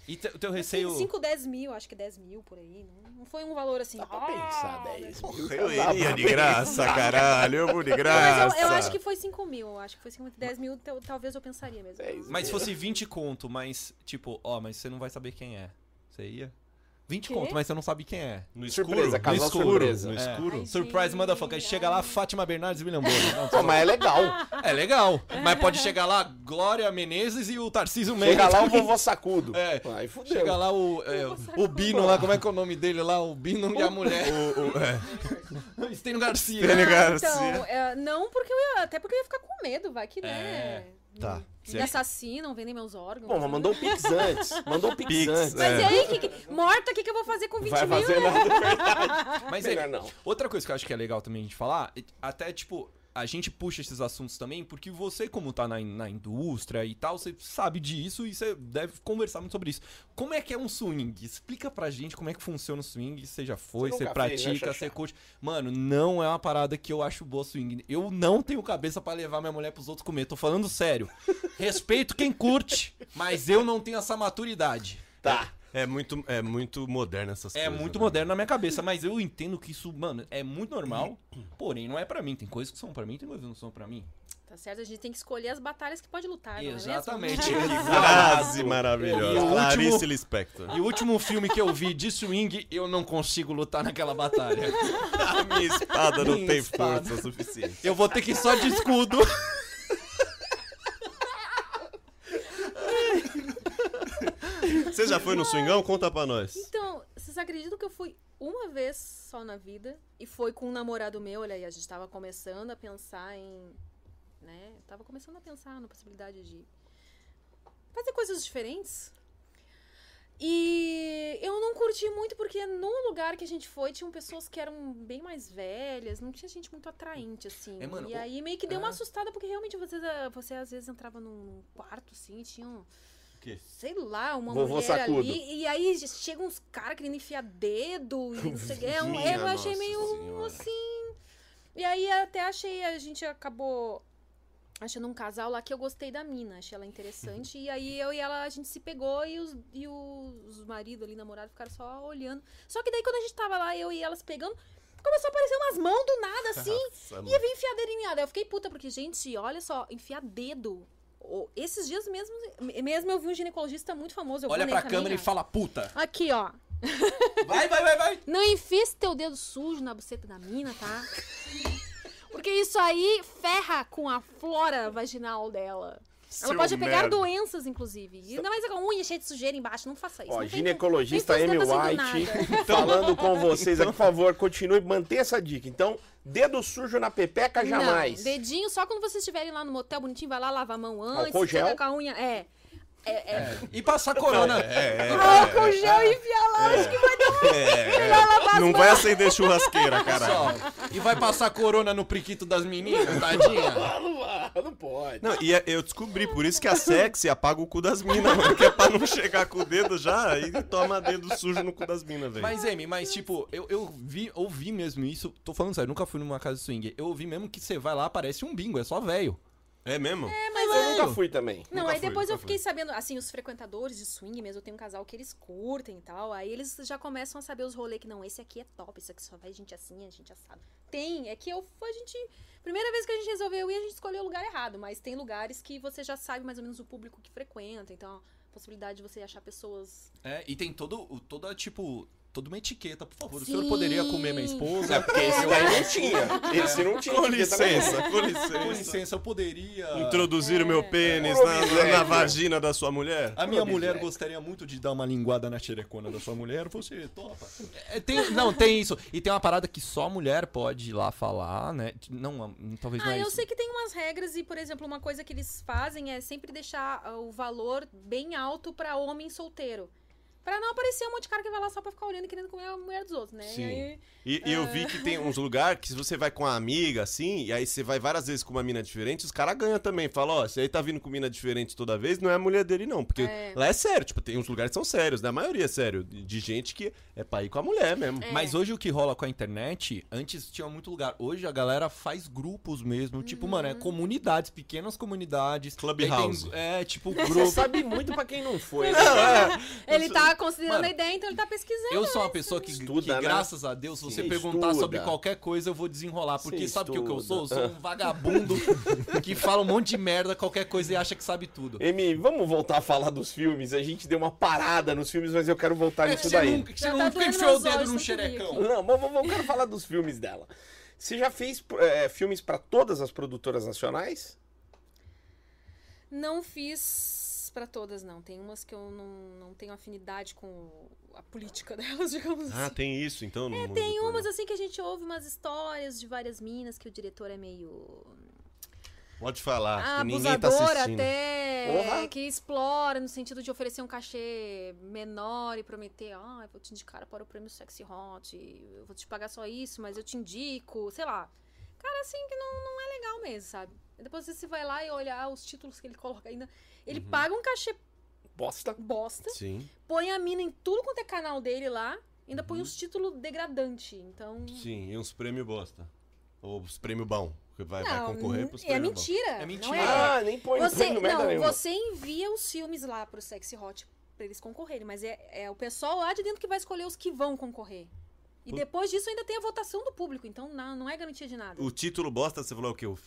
Speaker 4: E te- o teu
Speaker 1: Assim,
Speaker 4: receio.
Speaker 1: 5, 10 mil, acho que 10 mil por aí. Não, não foi um valor assim.
Speaker 3: Dá pra
Speaker 1: ah,
Speaker 3: pensar,
Speaker 1: né?
Speaker 3: 10 mil.
Speaker 2: Eu
Speaker 3: dá
Speaker 2: iria
Speaker 3: pra
Speaker 2: de
Speaker 3: pensar.
Speaker 2: graça, caralho. Eu vou de
Speaker 1: Mas
Speaker 2: graça.
Speaker 1: eu, eu acho que foi 5 mil, eu acho que foi 5 mil. 10 mil tal- talvez eu pensaria mesmo.
Speaker 3: Dez
Speaker 4: Mas se fosse 20 conto, mas tipo, ó, mas você não vai saber quem é. Você ia? 20
Speaker 1: Quê?
Speaker 4: conto, mas você não sabe quem é.
Speaker 2: No
Speaker 3: Surpresa, casal
Speaker 2: no escuro,
Speaker 3: surpresa.
Speaker 2: No
Speaker 4: É.
Speaker 2: escuro.
Speaker 1: Ai,
Speaker 4: Surprise,
Speaker 1: gente,
Speaker 4: motherfucker. Aí Chega lá,
Speaker 1: ai.
Speaker 4: Fátima Bernardes e William Bonner. Não,
Speaker 3: Pô,
Speaker 4: tô
Speaker 3: mas é legal.
Speaker 4: zoando. É legal, mas pode chegar lá Glória Menezes e o Tarcísio Mendes.
Speaker 3: Chega lá, o vovô sacudo.
Speaker 4: É.
Speaker 3: Aí fudeu.
Speaker 4: Chega lá o, é, o Bino lá, como é que é o nome dele lá? O Bino e a mulher. O, Estênio Garcia.
Speaker 2: Ele
Speaker 1: Então,
Speaker 2: Garcia.
Speaker 1: é, não porque eu ia, até porque eu ia ficar com medo, vai que, né?
Speaker 2: Tá.
Speaker 1: Me assassinam, vendem meus órgãos.
Speaker 3: Bom, um mas mandou o Pix antes. Mandou o Pix,
Speaker 2: Pix,
Speaker 3: antes.
Speaker 1: Mas
Speaker 2: É.
Speaker 1: e aí, que, que- morta, o que, que eu vou fazer com 20
Speaker 3: Vai
Speaker 1: mil?
Speaker 3: fazer
Speaker 1: né?
Speaker 3: nada.
Speaker 4: Mas
Speaker 3: Melhor
Speaker 4: é,
Speaker 3: não.
Speaker 4: outra coisa que eu acho que é legal também a gente falar, e- até tipo, a gente puxa esses assuntos também, porque você, como tá na, in- na indústria e tal, você sabe disso e você deve conversar muito sobre isso. Como é que é um swing? Explica pra gente como é que funciona o swing, você já foi,
Speaker 3: Você
Speaker 4: você,
Speaker 3: nunca fez, né,
Speaker 4: pratica,
Speaker 3: Xaxá?
Speaker 4: você curte. Mano, não é uma parada que eu acho boa swing. Eu não tenho cabeça pra levar minha mulher pros outros comer, tô falando sério. Respeito quem curte, mas eu não tenho essa maturidade.
Speaker 3: Tá.
Speaker 2: É muito, é muito moderno essas
Speaker 4: É
Speaker 2: coisas.
Speaker 4: muito
Speaker 2: né?
Speaker 4: moderno na minha cabeça, mas eu entendo que isso, mano, é muito normal, porém não é pra mim. Tem coisas que são pra mim, tem coisas que não são pra mim.
Speaker 1: Tá certo, a gente tem que escolher as batalhas que pode lutar, não é mesmo?
Speaker 4: Exatamente.
Speaker 2: Frase
Speaker 4: E o
Speaker 2: maravilhosa.
Speaker 4: último-
Speaker 2: Clarice Lispector.
Speaker 4: E o último filme que eu vi de swing, eu não consigo lutar naquela batalha.
Speaker 2: A minha espada não
Speaker 4: Minha
Speaker 2: tem
Speaker 4: espada.
Speaker 2: força suficiente.
Speaker 4: Eu vou ter que ir só de escudo.
Speaker 2: Você já foi no swingão? Conta pra nós.
Speaker 1: Então, vocês acreditam que eu fui uma vez só na vida e foi com um namorado meu, olha aí, a gente tava começando a pensar em, né? Tava começando a pensar na possibilidade de fazer coisas diferentes. E eu não curti muito porque no lugar que a gente foi tinham pessoas que eram bem mais velhas, não tinha gente muito atraente, assim.
Speaker 4: É, mano,
Speaker 1: e
Speaker 4: o-
Speaker 1: aí meio que deu
Speaker 4: Ah.
Speaker 1: uma assustada porque realmente vocês, ah, você às vezes entrava num quarto, assim, e tinham sei lá, uma
Speaker 3: Vovô
Speaker 1: mulher
Speaker 3: sacudo.
Speaker 1: ali. E aí chegam uns caras querendo enfiar dedo e não sei o que. É um-
Speaker 2: Minha
Speaker 1: Eu achei assim,
Speaker 2: Nossa
Speaker 1: meio
Speaker 2: Senhora.
Speaker 1: assim. E aí até achei, a gente acabou achando um casal lá que eu gostei da mina, achei ela interessante. e aí eu e ela, a gente se pegou e os, e os maridos ali, namorado, ficaram só olhando. Só que daí quando a gente tava lá, eu e elas pegando, começou a aparecer umas mãos do nada, assim.
Speaker 2: Nossa,
Speaker 1: e vem enfiadeira em mim. Daí eu fiquei puta, porque, gente, olha só, enfiar dedo. Ô, Esses dias mesmo, mesmo eu vi um ginecologista muito famoso. Eu
Speaker 4: Olha
Speaker 1: vou
Speaker 4: pra
Speaker 1: nele
Speaker 4: câmera e
Speaker 1: também,
Speaker 4: fala puta.
Speaker 1: ó. Aqui, ó.
Speaker 4: Vai, vai, vai, vai.
Speaker 1: Não enfia esse teu dedo sujo na buceta da mina, tá? Porque isso aí ferra com a flora vaginal dela. Ela pode pegar doenças, inclusive. E ainda mais com a unha cheia de sujeira embaixo. Não faça isso. não
Speaker 3: Ó,
Speaker 1: tem-
Speaker 3: ginecologista
Speaker 1: tem
Speaker 3: Amy
Speaker 1: sustentação do
Speaker 3: White falando com vocês aqui, por favor, continue, mantenha essa dica. Então, dedo sujo na pepeca jamais.
Speaker 1: Não, dedinho só quando vocês estiverem lá no motel bonitinho, vai lá lavar a mão antes.
Speaker 3: Álcool gel.
Speaker 1: fica com a unha. É.
Speaker 4: E passar corona.
Speaker 2: É,
Speaker 1: Álcool gel e enfiar lá. Acho que vai dar
Speaker 2: é, é. Não vai acender churrasqueira, caralho.
Speaker 4: Só. E vai passar corona no priquito das meninas, tadinha.
Speaker 3: Não, não pode.
Speaker 2: Não, e é- eu descobri, por isso que a sexy apaga o cu das minas, mano. Que é pra não chegar com o dedo já e toma dedo sujo no cu das minas, velho.
Speaker 4: Mas, Amy, mas tipo, eu, eu vi, ouvi mesmo isso. Tô falando sério, nunca fui numa casa de swing. Eu ouvi mesmo que você vai lá, parece um bingo, é só velho.
Speaker 2: É mesmo?
Speaker 1: mais
Speaker 3: Eu nunca fui também.
Speaker 1: Não,
Speaker 2: Nunca
Speaker 1: aí
Speaker 2: fui,
Speaker 1: depois
Speaker 2: nunca
Speaker 1: eu fiquei sabendo, assim, os frequentadores de swing mesmo, eu tenho um casal que eles curtem e tal, aí eles já começam a saber os rolês que não, esse aqui é top, esse aqui só vai gente assim, a gente assado. Tem, é que eu, a gente, primeira vez que a gente resolveu ir, a gente escolheu o lugar errado, mas tem lugares que você já sabe mais ou menos o público que frequenta, então a possibilidade de você achar pessoas...
Speaker 4: É, e tem todo, o- toda, tipo, toda uma etiqueta. Por favor, o
Speaker 1: Sim.
Speaker 4: senhor poderia comer minha esposa?
Speaker 3: É porque esse daí não tinha. Esse não tinha.
Speaker 2: Com
Speaker 3: porque também-
Speaker 2: licença, com
Speaker 4: Com
Speaker 2: licença.
Speaker 4: licença, eu poderia.
Speaker 2: Introduzir o meu pênis
Speaker 3: É.
Speaker 2: na, na- na
Speaker 3: É.
Speaker 2: vagina da sua mulher?
Speaker 4: A minha mulher gostaria muito de dar uma linguada na xerecona da sua mulher, você topa. É, tem- não, tem isso. E tem uma parada que só a mulher pode ir lá falar, né? Não, a- talvez não
Speaker 1: Ah,
Speaker 4: é
Speaker 1: eu
Speaker 4: isso.
Speaker 1: sei que tem umas regras e, por exemplo, uma coisa que eles fazem é sempre deixar ah, o valor bem alto pra homem solteiro. Pra não aparecer um monte de cara que vai lá só pra ficar olhando e querendo comer a mulher dos outros, né? E
Speaker 2: Sim.
Speaker 1: aí-
Speaker 2: E, e eu
Speaker 1: Ah.
Speaker 2: vi que tem uns lugares que se você vai com uma amiga, assim, e aí você vai várias vezes com uma mina diferente, os caras ganham também. Fala, ó, se aí tá vindo com mina diferente toda vez, não é a mulher dele, não. Porque
Speaker 1: É.
Speaker 2: lá é sério, tipo, tem uns lugares que são sérios, né? A maioria é sério. De de gente que é pra ir com a mulher mesmo.
Speaker 1: É.
Speaker 4: Mas hoje o que rola com a internet, antes tinha muito lugar. Hoje a galera faz grupos mesmo. Tipo, mano, é
Speaker 1: Hum.
Speaker 4: comunidades, pequenas comunidades.
Speaker 2: Clubhouse.
Speaker 4: Aí tem- É, tipo,
Speaker 3: Você
Speaker 4: grupo.
Speaker 3: sabe muito pra quem não foi. né?
Speaker 1: Ele tá considerando
Speaker 4: Mano,
Speaker 1: a ideia, então ele tá pesquisando.
Speaker 4: Eu sou uma pessoa que,
Speaker 3: Estuda,
Speaker 4: que,
Speaker 3: né?
Speaker 4: graças a Deus, se você
Speaker 3: Sim.
Speaker 4: perguntar
Speaker 3: Estuda.
Speaker 4: sobre qualquer coisa, eu vou desenrolar. Porque
Speaker 3: Sim,
Speaker 4: sabe o que, que eu sou? Eu
Speaker 3: estuda.
Speaker 4: sou um vagabundo que fala um monte de merda, qualquer coisa e acha que sabe tudo.
Speaker 3: Emi, vamos voltar a falar dos filmes. A gente deu uma parada nos filmes, mas eu quero voltar nisso
Speaker 4: É, Você
Speaker 3: daí.
Speaker 4: nunca,
Speaker 1: Já
Speaker 4: você
Speaker 1: tá
Speaker 4: nunca
Speaker 1: doendo
Speaker 4: enfiou o
Speaker 1: meus
Speaker 4: dedo
Speaker 1: olhos,
Speaker 4: num
Speaker 1: tanto
Speaker 4: xerecão.
Speaker 1: bico.
Speaker 3: Não, mas vamos vamos- quero falar dos filmes dela. Você já fez eh, filmes pra todas as produtoras nacionais?
Speaker 1: Não fiz pra todas, não. Tem umas que eu não, não tenho afinidade com a política delas, digamos
Speaker 2: Ah,
Speaker 1: assim.
Speaker 2: tem isso, então? É,
Speaker 1: Tem umas assim que a gente ouve umas histórias de várias minas que o diretor é meio
Speaker 2: Pode falar,
Speaker 1: ah,
Speaker 2: que ninguém tá
Speaker 1: abusador
Speaker 2: assistindo.
Speaker 1: até,
Speaker 3: Porra.
Speaker 1: que explora no sentido de oferecer um cachê menor e prometer, ah, eu vou te indicar para o prêmio Sexy Hot, eu vou te pagar só isso, mas eu te indico, sei lá. Cara, assim, que não, não é legal mesmo, sabe? Depois você vai lá e olhar os títulos que ele coloca ainda. Ele
Speaker 2: Uhum.
Speaker 1: paga um cachê
Speaker 3: Bosta.
Speaker 1: bosta,
Speaker 2: Sim,
Speaker 1: põe a mina em tudo quanto é canal dele lá, ainda
Speaker 2: Uhum.
Speaker 1: põe uns títulos degradante. Então.
Speaker 2: sim. E uns prêmios bosta. Ou os prêmios bom. que Vai, vai
Speaker 1: não,
Speaker 2: concorrer pros
Speaker 1: é
Speaker 2: prêmios bom.
Speaker 1: mentira.
Speaker 4: É
Speaker 1: Não
Speaker 4: mentira.
Speaker 1: é.
Speaker 3: Ah, nem põe
Speaker 1: Você,
Speaker 3: põe no merda
Speaker 1: não,
Speaker 3: nenhuma.
Speaker 1: você envia os filmes lá pro Sexy Hot pra eles concorrerem, mas é, é o pessoal lá de dentro que vai escolher os que vão concorrer. E
Speaker 2: Put-
Speaker 1: depois disso ainda tem a votação do público, então não, não é garantia de nada.
Speaker 2: O título bosta, você falou o quê? O-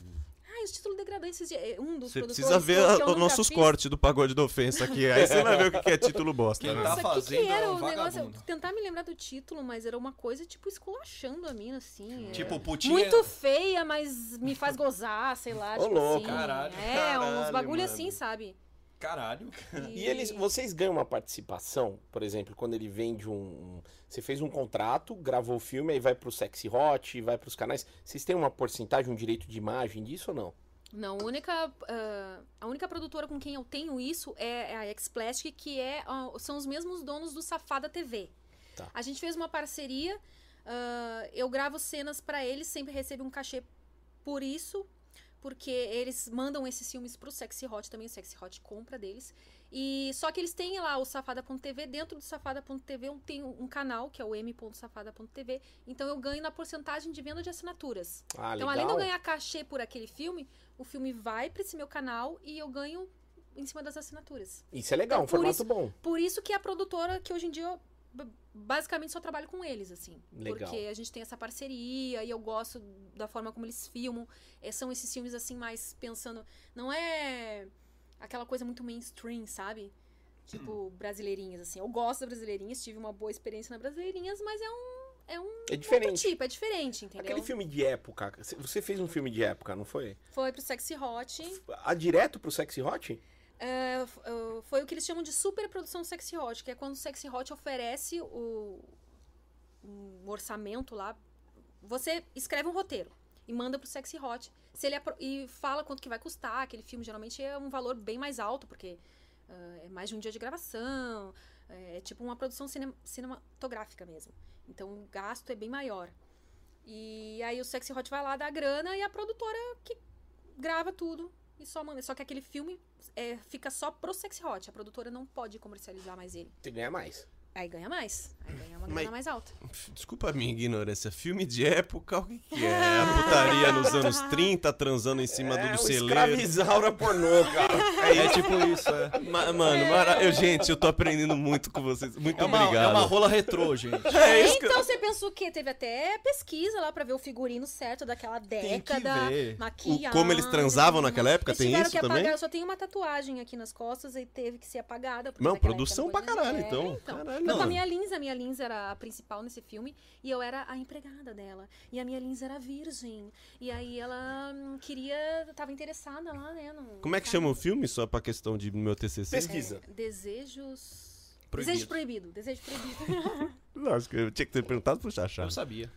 Speaker 1: Ah, os títulos degradantes, esses dias- é, um dos
Speaker 2: Você
Speaker 1: produtores
Speaker 2: precisa ver
Speaker 1: que
Speaker 2: a-
Speaker 1: eu
Speaker 2: os
Speaker 1: nunca
Speaker 2: nossos
Speaker 1: fiz.
Speaker 2: cortes do pagode da ofensa aqui. Aí você vai ver o que que é título bosta.
Speaker 4: Quem
Speaker 2: né?
Speaker 4: tá
Speaker 1: Nossa, o que que,
Speaker 4: fazendo é
Speaker 1: era o
Speaker 4: um
Speaker 1: negócio?
Speaker 4: vagabundo.
Speaker 1: Eu Tentar me lembrar do título, mas era uma coisa, tipo, esculachando a mina, assim. é.
Speaker 4: Tipo, putinha.
Speaker 1: Muito feia, mas me faz gozar, sei lá,
Speaker 3: Ô,
Speaker 1: tipo assim.
Speaker 3: louco.
Speaker 4: Caralho,
Speaker 1: é, uns
Speaker 2: caralho,
Speaker 1: bagulho
Speaker 2: mano.
Speaker 1: assim, sabe?
Speaker 4: Caralho.
Speaker 3: E eles, vocês ganham uma participação, por exemplo, quando ele vende um, um- Você fez um contrato, gravou o filme, aí vai pro Sexy Hot, vai pros canais. Vocês têm uma porcentagem, um direito de imagem disso ou não?
Speaker 1: Não, a única, ah, a única produtora com quem eu tenho isso é a Explastic, que é, ah, são os mesmos donos do Safada TV.
Speaker 3: Tá.
Speaker 1: A gente fez uma parceria, ah, eu gravo cenas pra eles, sempre recebo um cachê por isso. porque eles mandam esses filmes pro Sexy Hot também, o Sexy Hot compra deles. E só que eles têm lá o safada.tv, dentro do safada.tv um- tem um canal que é o m.safada.tv, então eu ganho na porcentagem de venda de assinaturas.
Speaker 3: Ah,
Speaker 1: então
Speaker 3: legal.
Speaker 1: além de eu ganhar cachê por aquele filme, o filme vai pra esse meu canal e eu ganho em cima das assinaturas.
Speaker 3: Isso é legal, um
Speaker 1: Então, por
Speaker 3: formato
Speaker 1: isso-
Speaker 3: bom.
Speaker 1: Por isso que é a produtora que hoje em dia eu b- basicamente só trabalho com eles, assim.
Speaker 3: Legal.
Speaker 1: Porque a gente tem essa parceria e eu gosto da forma como eles filmam. É, são esses filmes, assim, mais pensando. Não é aquela coisa muito mainstream, sabe?
Speaker 3: Hum.
Speaker 1: Tipo, brasileirinhas, assim. Eu gosto da brasileirinhas, tive uma boa experiência na brasileirinhas, mas é um
Speaker 3: É
Speaker 1: outro
Speaker 3: diferente.
Speaker 1: tipo, é diferente, entendeu?
Speaker 3: Aquele filme de época, você fez um filme de época, não foi?
Speaker 1: Foi pro Sexy Hot.
Speaker 3: A direto pro Sexy Hot?
Speaker 1: É, f- é, foi o que eles chamam de superprodução sexy hot, que é quando o sexy hot oferece o, um orçamento lá. Você escreve um roteiro e manda pro sexy hot. Se ele apro- e fala quanto que vai custar. Aquele filme geralmente é um valor bem mais alto, porque ah, é mais de um dia de gravação. É, é tipo uma produção cine- cinematográfica mesmo. Então o gasto é bem maior. E aí o sexy hot vai lá dar a grana e a produtora que grava tudo e só manda. Só que aquele filme é, fica só pro Sexy Hot. A produtora não pode comercializar mais ele.
Speaker 3: Você ganha mais.
Speaker 1: Aí ganha mais. Aí ganha uma
Speaker 2: Mas-
Speaker 1: grana mais alta.
Speaker 2: Desculpa a minha ignorância. Filme de época, o que, que é? A putaria nos anos 30, transando em cima do,
Speaker 3: é,
Speaker 2: do
Speaker 3: o
Speaker 2: celeiro.
Speaker 3: escravizaura pornô, cara.
Speaker 4: É, tipo isso, é.
Speaker 2: Ma- mano, mara- eu, gente, eu tô aprendendo muito com vocês. Muito
Speaker 4: É uma,
Speaker 2: obrigado.
Speaker 4: é uma rola retrô, gente.
Speaker 2: É isso que eu-
Speaker 1: então você pensa o quê? Teve até pesquisa lá pra ver o figurino certo daquela
Speaker 4: Tem que
Speaker 1: década.
Speaker 4: ver.
Speaker 1: Maquiagem.
Speaker 2: O- como eles transavam naquela época?
Speaker 1: Eles
Speaker 2: Tem
Speaker 1: tiveram
Speaker 2: isso
Speaker 1: que
Speaker 2: também?
Speaker 1: apagar. Eu só tenho uma tatuagem aqui nas costas e teve que ser apagada. porque
Speaker 2: Não,
Speaker 1: naquela época
Speaker 2: produção
Speaker 1: não
Speaker 2: pra
Speaker 1: podia-
Speaker 2: caralho,
Speaker 1: É,
Speaker 2: então. Caralho,
Speaker 1: Foi com a
Speaker 2: mano.
Speaker 4: é-
Speaker 1: minha Lins, a minha Lins era a principal nesse filme, e eu era a empregada dela. E a minha Lins era virgem. E aí ela hum, queria. tava interessada lá, né? no-
Speaker 2: Como é que
Speaker 1: sabe?
Speaker 2: chama o filme? Só pra questão de meu TCC.
Speaker 3: Pesquisa. Pisa.
Speaker 1: É, desejos.
Speaker 4: Proibido.
Speaker 1: Desejo proibido. Desejo proibido.
Speaker 2: Lógico, eu tinha que ter perguntado pro Chachá.
Speaker 4: Eu sabia.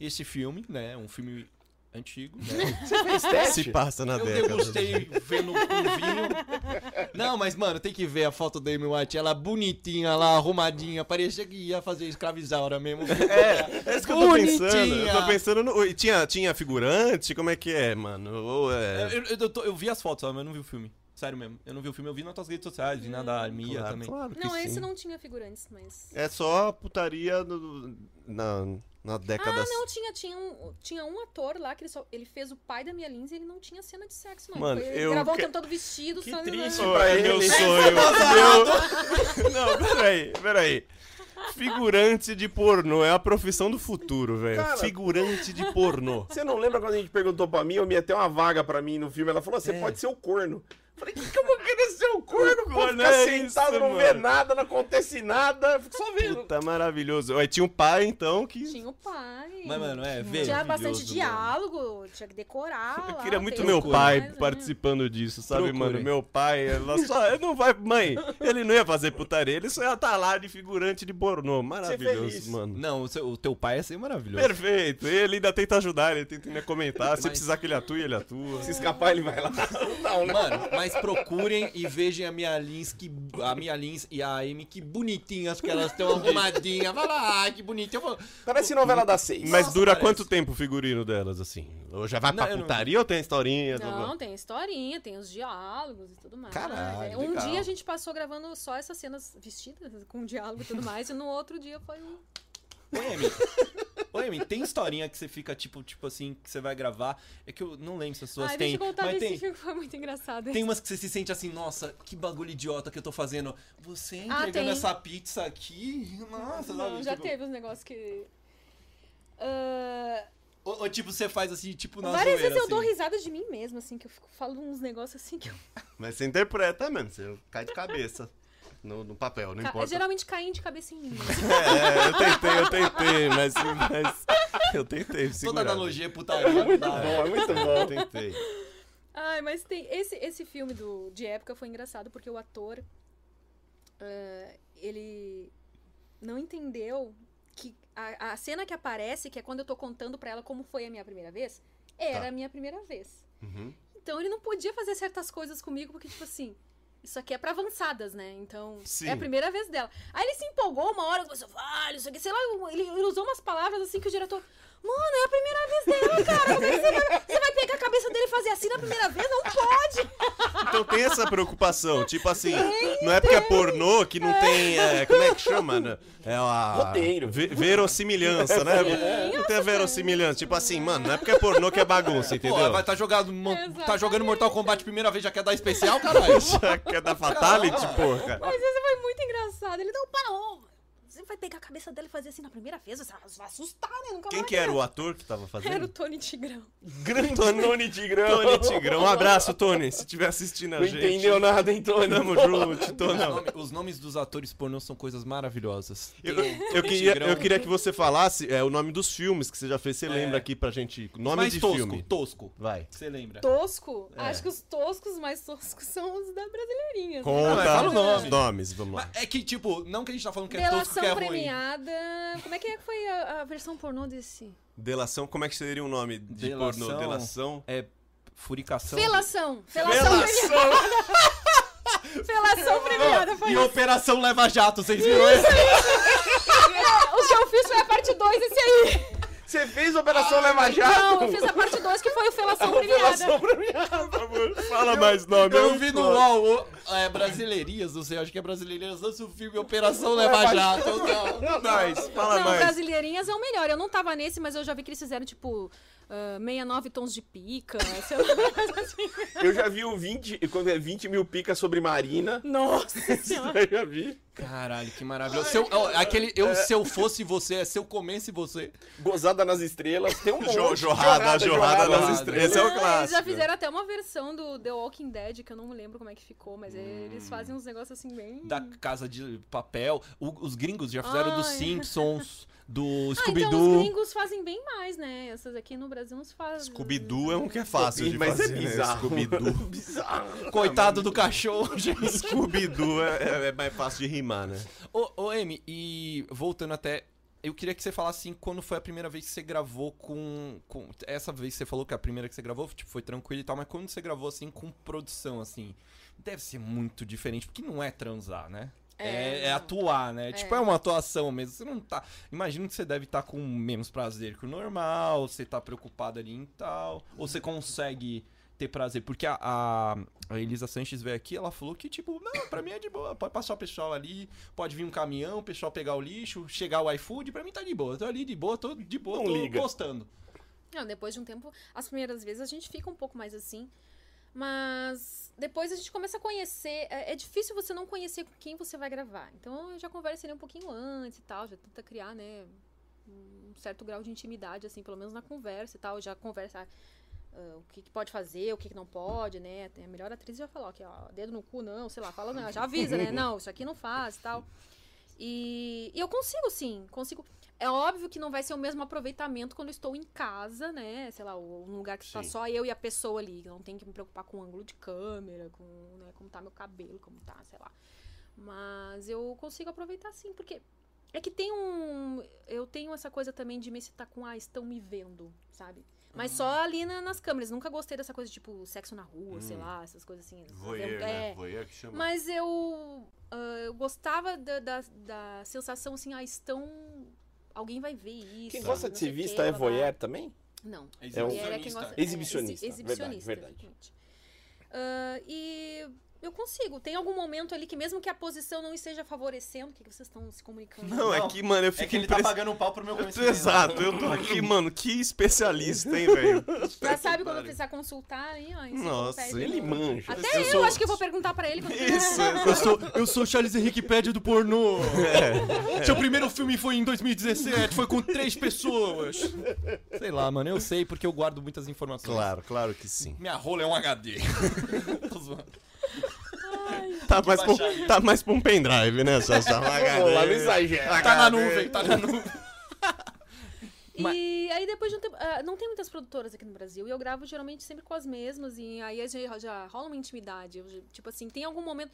Speaker 4: Esse filme, né, um filme antigo, né?
Speaker 3: Você fez
Speaker 2: Se
Speaker 3: teste?
Speaker 2: passa na
Speaker 4: Eu
Speaker 2: década.
Speaker 4: degustei vendo um vinho. Não, mas, mano, tem que ver a foto da Amy White. Ela bonitinha lá, arrumadinha. Parecia que ia fazer escravizaura mesmo.
Speaker 2: É isso que eu tô pensando. Eu
Speaker 4: Bonitinha.
Speaker 2: tô pensando no. e Tinha, tinha figurante? Como é que é, mano? Ou é.
Speaker 4: Eu, eu- eu tô- eu vi as fotos, mas eu não vi o filme. Sério mesmo. Eu não vi o filme, eu vi nas tuas redes sociais, vi na da Mia
Speaker 2: Hum, Claro,
Speaker 4: também.
Speaker 2: claro que
Speaker 1: não, esse
Speaker 2: sim.
Speaker 1: não tinha figurantes, mas.
Speaker 2: É só putaria no- na, na década.
Speaker 1: Ah, não, tinha, tinha, um, tinha um ator lá que ele, só, ele fez o pai da minha Lindsay e ele não tinha cena de sexo, não.
Speaker 2: Mano,
Speaker 1: Foi- ele
Speaker 2: eu
Speaker 1: gravou
Speaker 2: que-
Speaker 1: o tempo todo vestido,
Speaker 3: Que
Speaker 1: só-
Speaker 3: triste.
Speaker 2: Pô,
Speaker 3: pra
Speaker 2: é
Speaker 3: ele.
Speaker 2: meu
Speaker 3: Esse
Speaker 2: sonho. Meu... Não, peraí, peraí. Figurante de pornô é a profissão do futuro, velho.
Speaker 3: Cara-
Speaker 2: Figurante de pornô.
Speaker 3: Você não lembra quando a gente perguntou pra mim, eu me até uma vaga pra mim no filme, ela falou,
Speaker 2: É.
Speaker 3: você pode ser o corno. Eu Falei, que que eu vou querer ser o corno? Pô,
Speaker 2: corno,
Speaker 3: ficar
Speaker 2: é
Speaker 3: sentado,
Speaker 2: isso,
Speaker 3: não vê
Speaker 2: mano.
Speaker 3: nada, não acontece nada, eu fico só vendo.
Speaker 2: Puta, maravilhoso. Aí tinha um pai, então, que
Speaker 1: tipo, Tinha o pai.
Speaker 4: Mas, mano, é, vê.
Speaker 1: tinha bastante
Speaker 4: maravilhoso, mano.
Speaker 1: diálogo, tinha que decorar.
Speaker 2: Eu
Speaker 1: lá,
Speaker 2: queria muito
Speaker 1: fez
Speaker 2: meu
Speaker 1: tudo
Speaker 2: pai
Speaker 1: mais, né?
Speaker 2: participando disso, sabe,
Speaker 4: Procure.
Speaker 2: mano? Meu pai, ela só. Ele não vai. Mãe, ele não ia fazer putaria, ele só ia estar lá de figurante de pornô.
Speaker 3: feliz.
Speaker 2: Maravilhoso, mano.
Speaker 4: Não, o, seu- o teu pai é assim maravilhoso.
Speaker 2: Perfeito. Ele ainda tenta ajudar, ele tenta ainda comentar. Se
Speaker 4: Mas-
Speaker 2: precisar que ele atue, ele atua.
Speaker 3: Se escapar, ele vai lá. Não, né?
Speaker 4: Mano, mas procurem e vejam a minha Lins, que, a minha Lins e a Amy, que bonitinhas que elas estão arrumadinhas. Vai lá, ai, que bonitinha. Eu vou-
Speaker 3: Parece novela das seis.
Speaker 2: Mas
Speaker 4: Nossa,
Speaker 2: dura
Speaker 4: parece.
Speaker 2: quanto tempo o figurino delas, assim? Ou já vai
Speaker 4: Não,
Speaker 2: pra
Speaker 4: eu não-
Speaker 2: putaria ou tem a historinha?
Speaker 1: Não, tem historinha, tem os diálogos e tudo mais.
Speaker 4: Caralho,
Speaker 1: É, Um
Speaker 4: legal.
Speaker 1: dia a gente passou gravando só essas cenas vestidas, com diálogo e tudo mais, e no outro dia foi um.
Speaker 4: Ô, Amy. Ô, Amy, tem historinha que você fica, tipo, tipo assim, que você vai gravar. É que eu não lembro se as pessoas
Speaker 1: Ai,
Speaker 4: têm.
Speaker 1: deixa eu contar
Speaker 4: mas
Speaker 1: desse
Speaker 4: tem,
Speaker 1: filme que foi muito engraçado.
Speaker 4: tem umas que você se sente assim, nossa, que bagulho idiota que eu tô fazendo. Você
Speaker 1: Ah,
Speaker 4: entregando
Speaker 1: tem.
Speaker 4: essa pizza aqui. Nossa,
Speaker 1: Não,
Speaker 4: sabe,
Speaker 1: já
Speaker 4: tipo,
Speaker 1: teve uns negócios que. Ah,
Speaker 4: Ou, ou, tipo, você faz assim, tipo, na
Speaker 1: várias
Speaker 4: zoeira,
Speaker 1: vezes eu dou
Speaker 4: assim.
Speaker 1: risada de mim mesma, assim, que eu fico, falo uns negócios assim que eu.
Speaker 2: Mas você interpreta mesmo, você cai de cabeça. No, no papel, não
Speaker 1: Ca-
Speaker 2: importa.
Speaker 1: Geralmente caem de cabeça em mim. assim.
Speaker 2: É, eu tentei, eu tentei, mas. mas eu tentei,
Speaker 4: Toda
Speaker 2: segurar.
Speaker 4: analogia é putaria. não dá.
Speaker 3: Bom, é muito
Speaker 2: Eu
Speaker 3: bom.
Speaker 2: tentei.
Speaker 1: Ai, mas tem. Esse, esse filme do, de época foi engraçado porque o ator. ah, ele não entendeu que a, a cena que aparece, que é quando eu tô contando pra ela como foi a minha primeira vez, era
Speaker 2: Tá.
Speaker 1: a minha primeira vez.
Speaker 2: Uhum.
Speaker 1: Então ele não podia fazer certas coisas comigo, porque, tipo assim, isso aqui é pra avançadas, né? Então,
Speaker 2: Sim.
Speaker 1: é a primeira um, vez dela. Aí ele se empolgou uma hora, começou, vale, isso aqui, sei lá, ele, ele usou umas palavras assim que o diretor. Mano, é a primeira vez dela, cara. Como é que Você vai, você vai pegar a cabeça dele e fazer assim na primeira vez? Não pode!
Speaker 2: Então tem essa preocupação, tipo assim, não é porque é pornô que não tem, é, como é que chama? né? É a...
Speaker 3: Roteiro.
Speaker 2: Ve- verossimilhança, né? Não tem a verossimilhança, tipo assim, mano, não é porque é pornô que é bagunça,
Speaker 4: Pô,
Speaker 2: entendeu?
Speaker 4: vai tá jogando, mo- tá
Speaker 1: Exatamente.
Speaker 4: jogando Mortal Kombat primeira vez, já quer dar especial, caralho.
Speaker 2: Já que é da Fatality, porra.
Speaker 1: Mas essa foi muito engraçada. Ele não para, ô, Você vai pegar a cabeça dela e fazer assim na primeira vez? Você vai assustar, né? Nunca
Speaker 2: Quem
Speaker 1: mais
Speaker 2: que
Speaker 1: vai
Speaker 2: era o ator que tava
Speaker 1: querer." Era o
Speaker 2: fazendo?
Speaker 1: Tony Tigrão.
Speaker 3: Grande Tony Tigrão.
Speaker 2: Tony Tigrão. Um abraço, Tony, se estiver assistindo a
Speaker 3: Não
Speaker 2: gente.
Speaker 3: entendeu nada, hein, Tony?
Speaker 2: Tamo junto, Tonão.
Speaker 4: Nome- os nomes dos atores pornô são coisas maravilhosas.
Speaker 2: Eu,
Speaker 4: Tem-
Speaker 2: eu
Speaker 4: tem
Speaker 2: queria,
Speaker 4: Tigrão.
Speaker 2: eu queria que você falasse é, o nome dos filmes que você já fez.
Speaker 3: É.
Speaker 2: Você lembra aqui pra gente? Nome
Speaker 4: Mas
Speaker 2: de
Speaker 4: tosco,
Speaker 2: filme.
Speaker 4: tosco.
Speaker 2: Vai.
Speaker 4: Você lembra?
Speaker 1: Tosco?
Speaker 4: É.
Speaker 1: Acho que os toscos mais toscos são os da brasileirinha. né?
Speaker 2: Conta
Speaker 4: mas fala o nome.
Speaker 2: nomes, vamos lá.
Speaker 4: Mas é que, tipo, não que a gente tá falando que é tosco,
Speaker 1: Delação
Speaker 4: que é ruim.
Speaker 1: premiada. Como é que é que foi a, a versão pornô desse?
Speaker 2: Delação, como é que seria o nome de
Speaker 4: Delação.
Speaker 2: pornô? Delação.
Speaker 4: É furicação.
Speaker 1: Felação! Felação premiada! Felação premiada! Foi
Speaker 4: E
Speaker 1: isso.
Speaker 4: Operação Leva Jato, vocês viram esse?
Speaker 1: É, o que eu fiz foi a parte 2 esse aí!
Speaker 3: Você fez Operação Leva Jato?
Speaker 1: Não, eu fiz a parte 2 que foi o Felação
Speaker 3: Operação
Speaker 1: premiada.
Speaker 3: Premiada.
Speaker 2: Fala mais nome.
Speaker 4: Eu
Speaker 2: não
Speaker 4: vi no LOL o- é, Brasileirinhas, não sei, acho que é Brasileirinhas, lança o filme Operação Leva Jato. Não.
Speaker 2: Mais, fala
Speaker 1: Não,
Speaker 2: mais.
Speaker 1: Brasileirinhas é o melhor. Eu não tava nesse, mas eu já vi que eles fizeram, tipo, ah, 69 tons de pica. sei lá, mas assim.
Speaker 3: Eu já vi o 20, quando é 20 mil picas sobre Marina.
Speaker 1: Nossa senhora.
Speaker 3: Eu já vi.
Speaker 4: Caralho, que maravilhoso. é. Se eu, ó, aquele eu, se eu fosse você, é se eu comesse você.
Speaker 3: Gozada nas estrelas. Tem um monte.
Speaker 2: Jo- jorrada, jorrada, nas
Speaker 4: jorrada.
Speaker 2: estrelas. Esse é o
Speaker 1: Ah, Eles
Speaker 2: clássico.
Speaker 1: já fizeram até uma versão do The Walking Dead, que eu não lembro como é que ficou, mas eles fazem uns negócios assim bem.
Speaker 4: Da Casa de Papel. O- os gringos já fizeram dos
Speaker 1: Ai.
Speaker 4: Simpsons, do
Speaker 1: Ah, então os
Speaker 4: Scooby-Doo.
Speaker 1: gringos fazem bem mais, né? Essas aqui no Brasil não se fazem.
Speaker 2: Scooby-Doo é um que é fácil de
Speaker 3: Mas
Speaker 2: fazer,
Speaker 3: é
Speaker 2: né?
Speaker 3: bizarro.
Speaker 2: Scooby-Doo.
Speaker 3: Bizarro.
Speaker 4: Coitado do cachorro, gente.
Speaker 2: Scooby-Doo é, é- é mais fácil de rimar, né?
Speaker 4: Ô, ô Amy, e voltando até. Eu queria que você falasse assim, quando foi a primeira vez que você gravou com, com- Essa vez você falou que é a primeira que você gravou tipo, foi tranquilo e tal, mas quando você gravou assim com produção, assim, deve ser muito diferente, porque não é transar, né? É,
Speaker 1: É,
Speaker 4: é
Speaker 1: não.
Speaker 4: atuar, né? Tipo, é uma atuação mesmo. Você não tá. Imagino que você deve estar com menos prazer que o normal, você tá preocupado ali em tal. Ou você consegue ter prazer. Porque a, a- a Elisa Sanches veio aqui, ela falou que, tipo, não, pra mim é de boa. Pode passar o pessoal ali, pode vir um caminhão, o pessoal pegar o lixo, chegar o iFood, pra mim tá de boa. Eu tô ali de boa, tô de boa,
Speaker 3: Não
Speaker 4: tô
Speaker 3: liga.
Speaker 4: gostando.
Speaker 1: Não, depois de um tempo, as primeiras vezes a gente fica um pouco mais assim. Mas depois a gente começa a conhecer. É, é difícil você não conhecer com quem você vai gravar. Então eu já converso ali um pouquinho antes e tal, já tenta criar, né? Um certo grau de intimidade, assim, pelo menos na conversa e tal. Já conversa ah, o que, que pode fazer, o que, que não pode, né? Tem A melhor atriz já falou, que ó, dedo no cu não, sei lá, fala, não, já avisa, né? Não, isso aqui não faz e tal. E, e eu consigo, sim, consigo. É óbvio que não vai ser o mesmo aproveitamento quando eu estou em casa, né? Sei lá, ou num lugar que está
Speaker 2: Sim.
Speaker 1: só eu e a pessoa ali. que Não tem que me preocupar com o ângulo de câmera, com né, como tá meu cabelo, como tá, sei lá. Mas eu consigo aproveitar sim, porque é que tem um. Eu tenho essa coisa também de me excitar com, ah, estão me vendo, sabe?
Speaker 2: Hum.
Speaker 1: Mas só ali na- nas câmeras. Nunca gostei dessa coisa, tipo, sexo na rua, sei lá, essas coisas assim. é,
Speaker 2: Hum. Voyeur né? que chama.
Speaker 1: mas eu, ah, eu gostava da, da, da sensação assim, ah, estão. Alguém vai ver isso.
Speaker 3: Quem gosta
Speaker 1: não
Speaker 3: de
Speaker 1: sei
Speaker 3: ser
Speaker 1: o quê,
Speaker 3: vista
Speaker 1: blá,
Speaker 3: é
Speaker 1: blá, blá.
Speaker 3: voyeur também?
Speaker 1: Não.
Speaker 3: É um-
Speaker 1: Voyeur é quem gosta- é,
Speaker 3: Exibicionista.
Speaker 1: exi- Exibicionista,
Speaker 3: Verdade, verdade.
Speaker 1: exatamente. Ah, e eu consigo. Tem algum momento ali que, mesmo que a posição não esteja favorecendo, o que, que vocês estão se comunicando?
Speaker 2: Não, é que, mano, eu fico impressionado.
Speaker 4: pagando um pau pro meu
Speaker 2: Exato, eu tô aqui, mano, que especialista, hein, velho?
Speaker 1: Já sabe quando precisar consultar aí, ó. isso
Speaker 2: Nossa,
Speaker 1: acontece.
Speaker 3: Ele manja.
Speaker 1: Até eu,
Speaker 2: sou-
Speaker 1: acho que eu vou perguntar pra ele quando
Speaker 2: Isso,
Speaker 4: Eu sou, eu sou Charles Henrique Pédio do pornô.
Speaker 2: é.
Speaker 4: Seu primeiro filme foi em 2017, foi com três pessoas. Sei lá, mano, eu sei porque eu guardo muitas informações.
Speaker 2: Claro, claro que sim.
Speaker 4: Minha rola é um HD. Tô zoando.
Speaker 2: Tá mais, pra, um-
Speaker 4: baixar.
Speaker 2: tá mais pra um pendrive, né, Sassá?
Speaker 3: Vamos lá, não exagera.
Speaker 4: tá na nuvem, tá na nuvem.
Speaker 1: E aí depois de um tempo. ah, não tem muitas produtoras aqui no Brasil. E eu gravo geralmente sempre com as mesmas. E aí já, já rola uma intimidade. eu já- tipo assim, tem algum momento.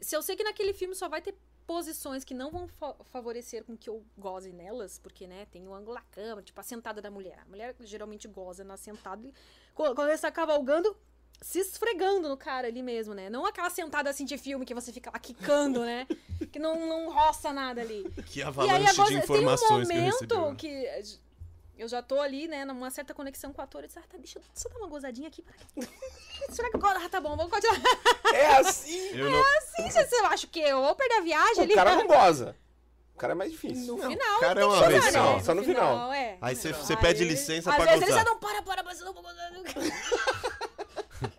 Speaker 1: Se eu sei que naquele filme só vai ter posições que não vão fa- favorecer com que eu goze nelas, porque, né, tem o ângulo da câmera, tipo a sentada da mulher. A mulher geralmente goza na sentada e co- quando ela está cavalgando, se esfregando no cara ali mesmo, né? Não aquela sentada assim de filme que você fica lá quicando, né? Que não, não roça nada ali
Speaker 2: Que
Speaker 1: e aí
Speaker 2: avalanche
Speaker 1: agora
Speaker 2: de
Speaker 1: tem um
Speaker 2: informações que eu recebi.
Speaker 1: momento
Speaker 2: né?
Speaker 1: que, eh, Eu já tô ali, né, numa certa conexão com o ator. Eu disse, ah, tá, deixa eu só dar uma gozadinha aqui. Pra... Será que agora? Ah, tá bom, vamos continuar.
Speaker 3: É assim!
Speaker 2: Eu não.
Speaker 1: Sim, você você acha que é Oper da viagem ali? né?
Speaker 3: O cara não goza. O cara é mais difícil.
Speaker 1: tá No
Speaker 3: Não.
Speaker 1: final.
Speaker 2: cara é
Speaker 1: tem
Speaker 2: uma
Speaker 1: que
Speaker 2: vez
Speaker 1: gozar,
Speaker 2: só.
Speaker 1: né?
Speaker 3: Só no final.
Speaker 1: é.
Speaker 2: Aí você-
Speaker 1: No
Speaker 2: você
Speaker 1: final.
Speaker 2: pede
Speaker 1: Aí-
Speaker 2: licença
Speaker 1: Às
Speaker 2: pra
Speaker 1: vezes eles
Speaker 2: gozar.
Speaker 1: já não para, para, para, você não vou gozar.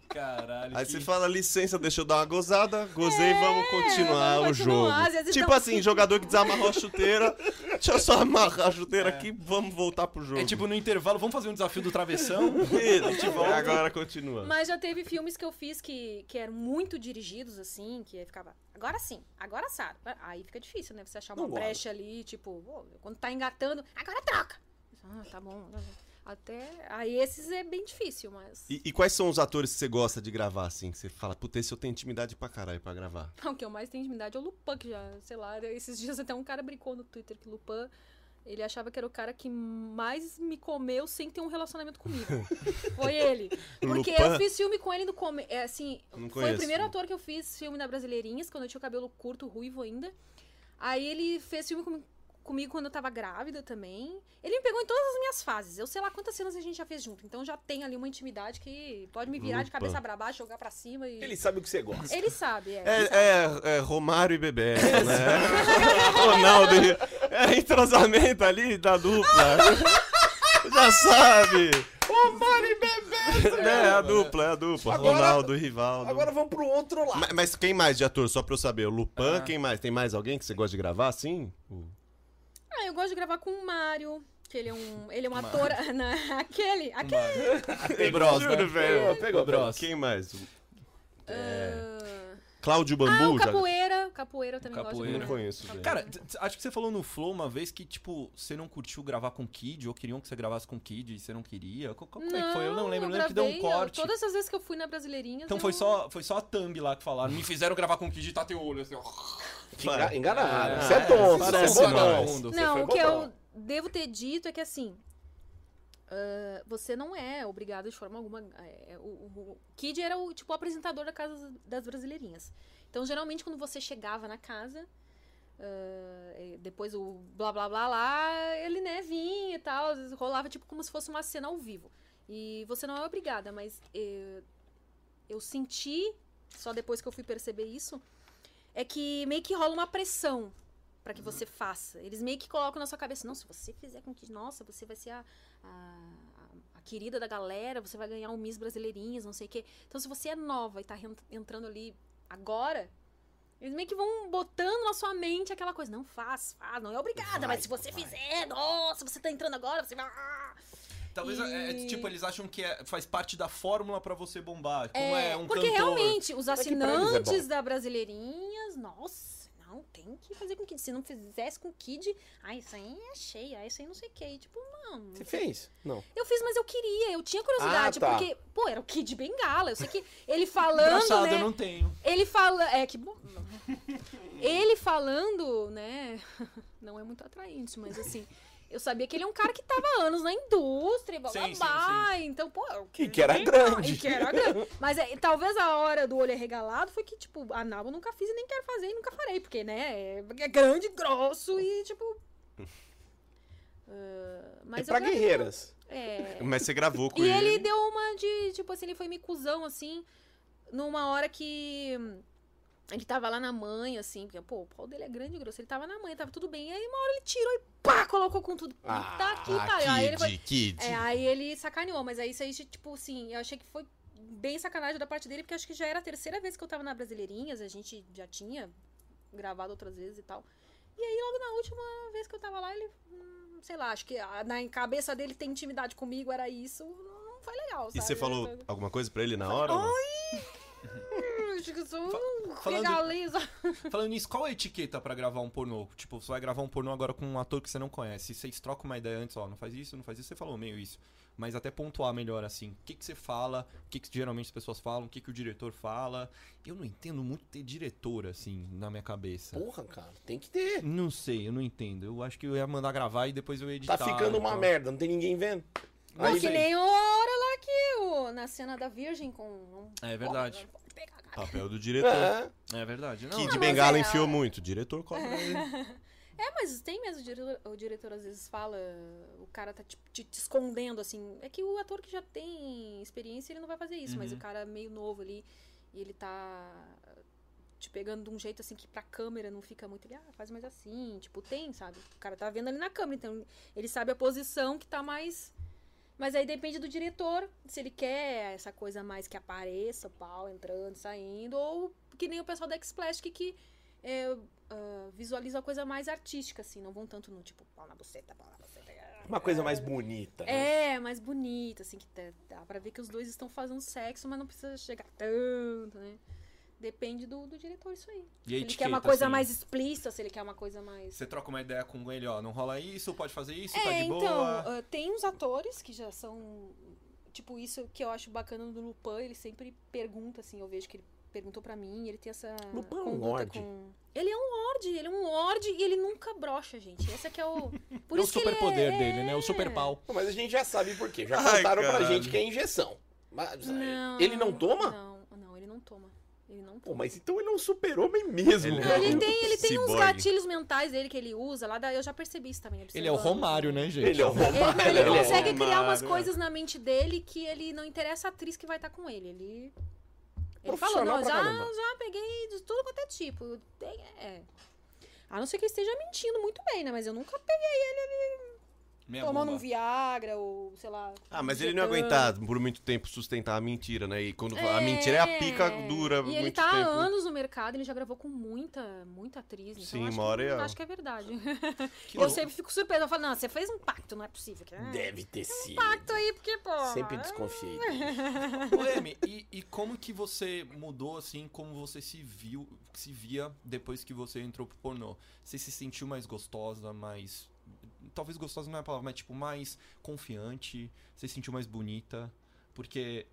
Speaker 4: Caralho.
Speaker 2: Aí
Speaker 4: que-
Speaker 2: você fala, licença, deixa eu dar uma gozada, gozei, vamos continuar
Speaker 1: É, vamos
Speaker 2: o jogo.
Speaker 1: continuar, às vezes
Speaker 2: tipo
Speaker 1: não-
Speaker 2: assim, jogador que desamarrou a chuteira, deixa eu só amarrar a chuteira aqui, vamos voltar pro jogo.
Speaker 4: É tipo no intervalo, vamos fazer um desafio do travessão?
Speaker 2: tipo, agora continua.
Speaker 1: Mas já teve filmes que eu fiz que, que eram muito dirigidos, assim, que ficava, agora sim, agora sabe. Aí fica difícil, né? Você achar uma
Speaker 3: Não rola.
Speaker 1: brecha ali, tipo, "Ô, quando tá engatando, agora troca. Ah, tá bom. Até. Aí esses é bem difícil, mas.
Speaker 2: E, e quais são os atores que você gosta de gravar, assim? Que você fala, puta, esse eu tenho intimidade pra caralho pra gravar.
Speaker 1: O que eu mais tenho intimidade é o Lupin, que já, sei lá, esses dias até um cara brincou no Twitter que Lupin, ele achava que era o cara que mais me comeu sem ter um relacionamento comigo. Foi ele. Porque eu
Speaker 2: Lupin?
Speaker 1: fiz filme com ele no começo. É, assim,
Speaker 2: Eu não
Speaker 1: foi o
Speaker 2: conheço.
Speaker 1: primeiro ator que eu fiz filme na Brasileirinhas, quando eu tinha o cabelo curto, ruivo ainda. Aí ele fez filme comi- comigo quando eu tava grávida também. Ele me pegou em todas as minhas fases. Eu sei lá quantas cenas a gente já fez junto. Então já tem ali uma intimidade que pode me virar de
Speaker 2: Lupin.
Speaker 1: cabeça pra baixo, jogar pra cima e.
Speaker 3: Ele sabe o que você gosta.
Speaker 1: Ele sabe, é. ele sabe.
Speaker 2: É, é, é Romário e Bebê, né? Ronaldo. e- É entrosamento ali da dupla. Já sabe.
Speaker 3: Romário e Bebeto!
Speaker 2: É a dupla, é a dupla.
Speaker 3: Agora-
Speaker 2: Ronaldo e Rivaldo.
Speaker 3: Agora vamos pro outro lado.
Speaker 2: Ma- Mas, quem mais de ator, só pra eu saber? O Lupin, quem mais? Tem mais alguém que você gosta de gravar, assim? O-
Speaker 1: Ah, eu gosto de gravar com o Mário, que ele é um, ele é um ator. Não, aquele, aquele.
Speaker 4: Bros, né?
Speaker 2: Juro, velho.
Speaker 3: Pegou, pegou.
Speaker 4: Bros.
Speaker 2: Quem mais? Cláudio Bambu?
Speaker 1: Ah. o
Speaker 2: já-
Speaker 1: capoeira. O capoeira eu também
Speaker 4: Capoeira.
Speaker 2: Não
Speaker 1: gosto de
Speaker 2: conheço, velho.
Speaker 4: Cara, t- t- acho que você falou no Flow uma vez que, tipo, você não curtiu gravar com Kid, ou queriam que você gravasse com Kid e você não queria. Co- co- Como é que foi? Eu não lembro, eu lembro que deu um
Speaker 1: gravei, eu-
Speaker 4: corte.
Speaker 1: Todas as vezes que eu fui na Brasileirinha.
Speaker 4: Então foi só, foi só a thumb lá que falaram. Me fizeram gravar com Kid e tá teu olho assim, ó.
Speaker 3: Enga- Enganado.
Speaker 4: Ah,
Speaker 3: Você é tonto,
Speaker 2: parece
Speaker 3: você é
Speaker 2: nós.
Speaker 3: bobão. Você foi
Speaker 1: Não, o que
Speaker 3: bobão.
Speaker 1: eu devo ter dito é que assim. ah, você não é obrigado de forma alguma. é, é, o, o- o Kid era o tipo o apresentador da casa das brasileirinhas. Então, geralmente, quando você chegava na casa, ah, é, depois o blá blá blá lá, ele né, vinha e tal, às vezes rolava tipo como se fosse uma cena ao vivo. E você não é obrigada, mas eh, eu senti, só depois que eu fui perceber isso, é que meio que rola uma pressão pra que
Speaker 3: Uhum.
Speaker 1: você faça. Eles meio que colocam na sua cabeça, não, se você fizer com que, nossa, você vai ser a, a- a querida da galera, você vai ganhar um Miss Brasileirinhas, não sei o quê. Então, se você é nova e tá ren- entrando ali agora, eles meio que vão botando na sua mente aquela coisa, não faz, faz, não é obrigada,
Speaker 3: Vai,
Speaker 1: mas se você
Speaker 3: vai.
Speaker 1: fizer, nossa, você tá entrando agora, você vai... ah,
Speaker 4: Talvez,
Speaker 1: E-
Speaker 4: é, é, tipo, eles acham que é- faz parte da fórmula pra você bombar. Como é,
Speaker 1: É,
Speaker 4: um
Speaker 1: porque
Speaker 4: cantor.
Speaker 1: realmente, os
Speaker 3: que pra eles é
Speaker 1: assinantes da Brasileirinhas, nossa, não, tem que fazer com Kid. Se não fizesse com Kid, ah, isso aí é cheio, ah, isso aí não sei o que. Tipo, mano.
Speaker 3: Você fez? Não.
Speaker 1: Eu fiz, mas eu queria, eu tinha curiosidade,
Speaker 3: Ah, tá.
Speaker 1: porque, pô, era o Kid Bengala. Eu sei que ele
Speaker 4: Engraçado,
Speaker 1: falando, né?
Speaker 4: eu não tenho.
Speaker 1: Ele fala. É, que bom. Ele falando, né? Não é muito atraente, mas assim. Eu sabia que ele é um cara que tava há anos na indústria, blá blá
Speaker 4: Sim, sim,
Speaker 1: blá. Então, pô. eu
Speaker 3: E que
Speaker 1: quero
Speaker 3: era
Speaker 1: ver,
Speaker 3: grande.
Speaker 1: E que era grande. Mas é, talvez a hora do olho arregalado foi que, tipo, a nabo eu nunca fiz e nem quero fazer e nunca farei, porque, né? É, é grande, grosso e, tipo. ah, mas
Speaker 3: é pra
Speaker 1: eu quero-
Speaker 3: guerreiras.
Speaker 1: É.
Speaker 2: Mas você gravou com
Speaker 1: E
Speaker 2: ele.
Speaker 1: ele deu uma de, tipo assim, ele foi me cuzão, assim, numa hora que hum, ele tava lá na mãe, assim, porque, pô, o pau dele é grande e grosso, ele tava na mãe, tava tudo bem, aí uma hora ele tirou e pá, colocou com tudo.
Speaker 3: Ah,
Speaker 1: tá aqui,
Speaker 2: Ah,
Speaker 1: tá. Aí ele foi,
Speaker 2: Kid, Kid.
Speaker 1: é, aí ele sacaneou, mas aí isso aí, tipo assim, eu achei que foi bem sacanagem da parte dele, porque acho que já era a terceira vez que eu tava na Brasileirinhas, a gente já tinha gravado outras vezes e tal. E aí, logo na última vez que eu tava lá, ele, hum, sei lá, acho que a- na cabeça dele ter intimidade comigo era isso, não não foi legal, sabe?
Speaker 2: E você falou
Speaker 1: Eu-
Speaker 2: alguma coisa pra ele na hora? ou não?
Speaker 1: eu "Hum, Acho que eu sou um
Speaker 4: falando-
Speaker 1: legaleza.
Speaker 4: Falando nisso, qual é a etiqueta pra gravar um pornô? Tipo, você vai gravar um pornô agora com um ator que você não conhece. Vocês trocam uma ideia antes, ó, não faz isso, não faz isso. Você falou meio isso. Mas até pontuar melhor, assim. O que, que você fala, o que, que geralmente as pessoas falam, o que, que o diretor fala. Eu não entendo muito ter diretor, assim, na minha cabeça.
Speaker 3: Porra, cara, tem que ter.
Speaker 4: Não sei, eu não entendo. Eu acho que eu ia mandar gravar e depois eu ia editar.
Speaker 3: Tá ficando uma
Speaker 4: então. é
Speaker 3: merda, não tem ninguém vendo.
Speaker 1: Não,
Speaker 3: Aí
Speaker 1: É que
Speaker 3: vem.
Speaker 1: nem a hora lá que o- na cena da Virgem com. um-
Speaker 4: É verdade.
Speaker 1: Não pode pegar, cara.
Speaker 2: Papel Tá, do diretor.
Speaker 3: É.
Speaker 4: É verdade. Não,
Speaker 2: Kid
Speaker 1: Ah, mas
Speaker 2: Bengala
Speaker 1: é-
Speaker 2: enfiou muito. Diretor cobra ele.
Speaker 1: É, mas tem mesmo, o diretor, o diretor às vezes fala, o cara tá tipo, te, te escondendo, assim. É que o ator que já tem experiência, ele não vai fazer isso, mas
Speaker 4: Uhum.
Speaker 1: o cara meio novo ali, e ele tá te pegando de um jeito assim que pra câmera não fica muito. Ele, ah, faz mais assim, tipo, tem, sabe? O cara tá vendo ali na câmera, então ele sabe a posição que tá mais. Mas aí depende do diretor, se ele quer essa coisa mais que apareça, o pau entrando, saindo, ou que nem o pessoal da X-Plastic que é, ah, visualiza a coisa mais artística, assim, não vão tanto no tipo, pau na buceta, pau na buceta.
Speaker 3: Uma coisa mais bonita. né?
Speaker 1: É, mais bonita, assim, que dá- dá pra ver que os dois estão fazendo sexo, mas não precisa chegar tanto, né? Depende do, do diretor, isso aí.
Speaker 4: E a
Speaker 1: Se ele quer
Speaker 4: etiqueta,
Speaker 1: uma coisa
Speaker 4: assim,
Speaker 1: mais explícita, se ele quer uma coisa mais.
Speaker 4: Você troca uma ideia com ele, ó, não rola isso, pode fazer isso, tá
Speaker 1: É,
Speaker 4: de
Speaker 1: então,
Speaker 4: boa.
Speaker 1: ah, tem uns atores que já são. Tipo, isso que eu acho bacana do Lupin, ele sempre pergunta, assim, eu vejo que ele perguntou pra mim, ele tem essa.
Speaker 3: Lupin é um
Speaker 1: conduta
Speaker 3: lorde.
Speaker 1: com- Ele é um lorde, ele é um lorde e ele nunca brocha, gente. Esse aqui é o. Por
Speaker 4: é o
Speaker 1: isso que ele
Speaker 4: super poder
Speaker 1: é-
Speaker 4: dele, né? O super pau.
Speaker 3: Pô, Mas a gente já sabe por quê. Já
Speaker 2: Ai,
Speaker 3: contaram pra
Speaker 2: caralho.
Speaker 3: gente que é injeção. Mas, é,
Speaker 1: Não,
Speaker 3: ele não toma?
Speaker 1: Não, não, ele não toma. Ele não
Speaker 3: Pô,
Speaker 1: toma.
Speaker 3: mas então ele é um super-homem mesmo,
Speaker 2: Ele é
Speaker 1: Não,
Speaker 3: velho.
Speaker 1: ele tem, ele tem uns
Speaker 2: Ciborgue.
Speaker 1: gatilhos mentais dele que ele usa lá, da- eu já percebi isso também.
Speaker 4: Ele é o
Speaker 1: observando.
Speaker 4: Romário, né, gente?
Speaker 3: Ele é o
Speaker 1: Ele, não,
Speaker 3: Romário.
Speaker 1: ele
Speaker 2: Ele é
Speaker 1: consegue
Speaker 2: Romário,
Speaker 1: criar umas
Speaker 2: né?
Speaker 1: coisas na mente dele que ele não interessa a atriz que vai estar com ele. Ele. Ele falou,
Speaker 3: Profissional
Speaker 1: não,
Speaker 3: pra
Speaker 1: já,
Speaker 3: caramba."
Speaker 1: já peguei de tudo quanto é tipo. Tem- é. A não ser que ele esteja mentindo muito bem, né? Mas eu nunca peguei
Speaker 4: Meia
Speaker 1: tomando um
Speaker 4: bomba.
Speaker 1: Viagra ou, sei lá.
Speaker 2: Ah, mas ele não ia
Speaker 1: injetando.
Speaker 2: aguentar por muito tempo sustentar a mentira, né? E quando a mentira é a pica dura
Speaker 1: E
Speaker 2: muito
Speaker 1: ele tá há
Speaker 2: tempo.
Speaker 1: anos no mercado, ele já gravou com muita, muita atriz. Então
Speaker 2: Sim,
Speaker 1: eu acho,
Speaker 2: uma hora
Speaker 1: que,
Speaker 2: é-
Speaker 1: acho que é verdade.
Speaker 4: Que
Speaker 1: um eu
Speaker 4: louco.
Speaker 1: sempre fico surpresa. Eu falo, não, você fez um pacto, não é possível. Que...
Speaker 3: Deve ter sido.
Speaker 1: Pacto aí, porque, pô. ah,
Speaker 3: Sempre desconfiei. dele.
Speaker 4: Ô, Emi, e, e como que você mudou, assim, como você se viu, se via depois que você entrou pro pornô? Você se sentiu mais gostosa, mais... Talvez gostosa não é a palavra, mas, tipo, mais confiante? Você se sentiu mais bonita? Porque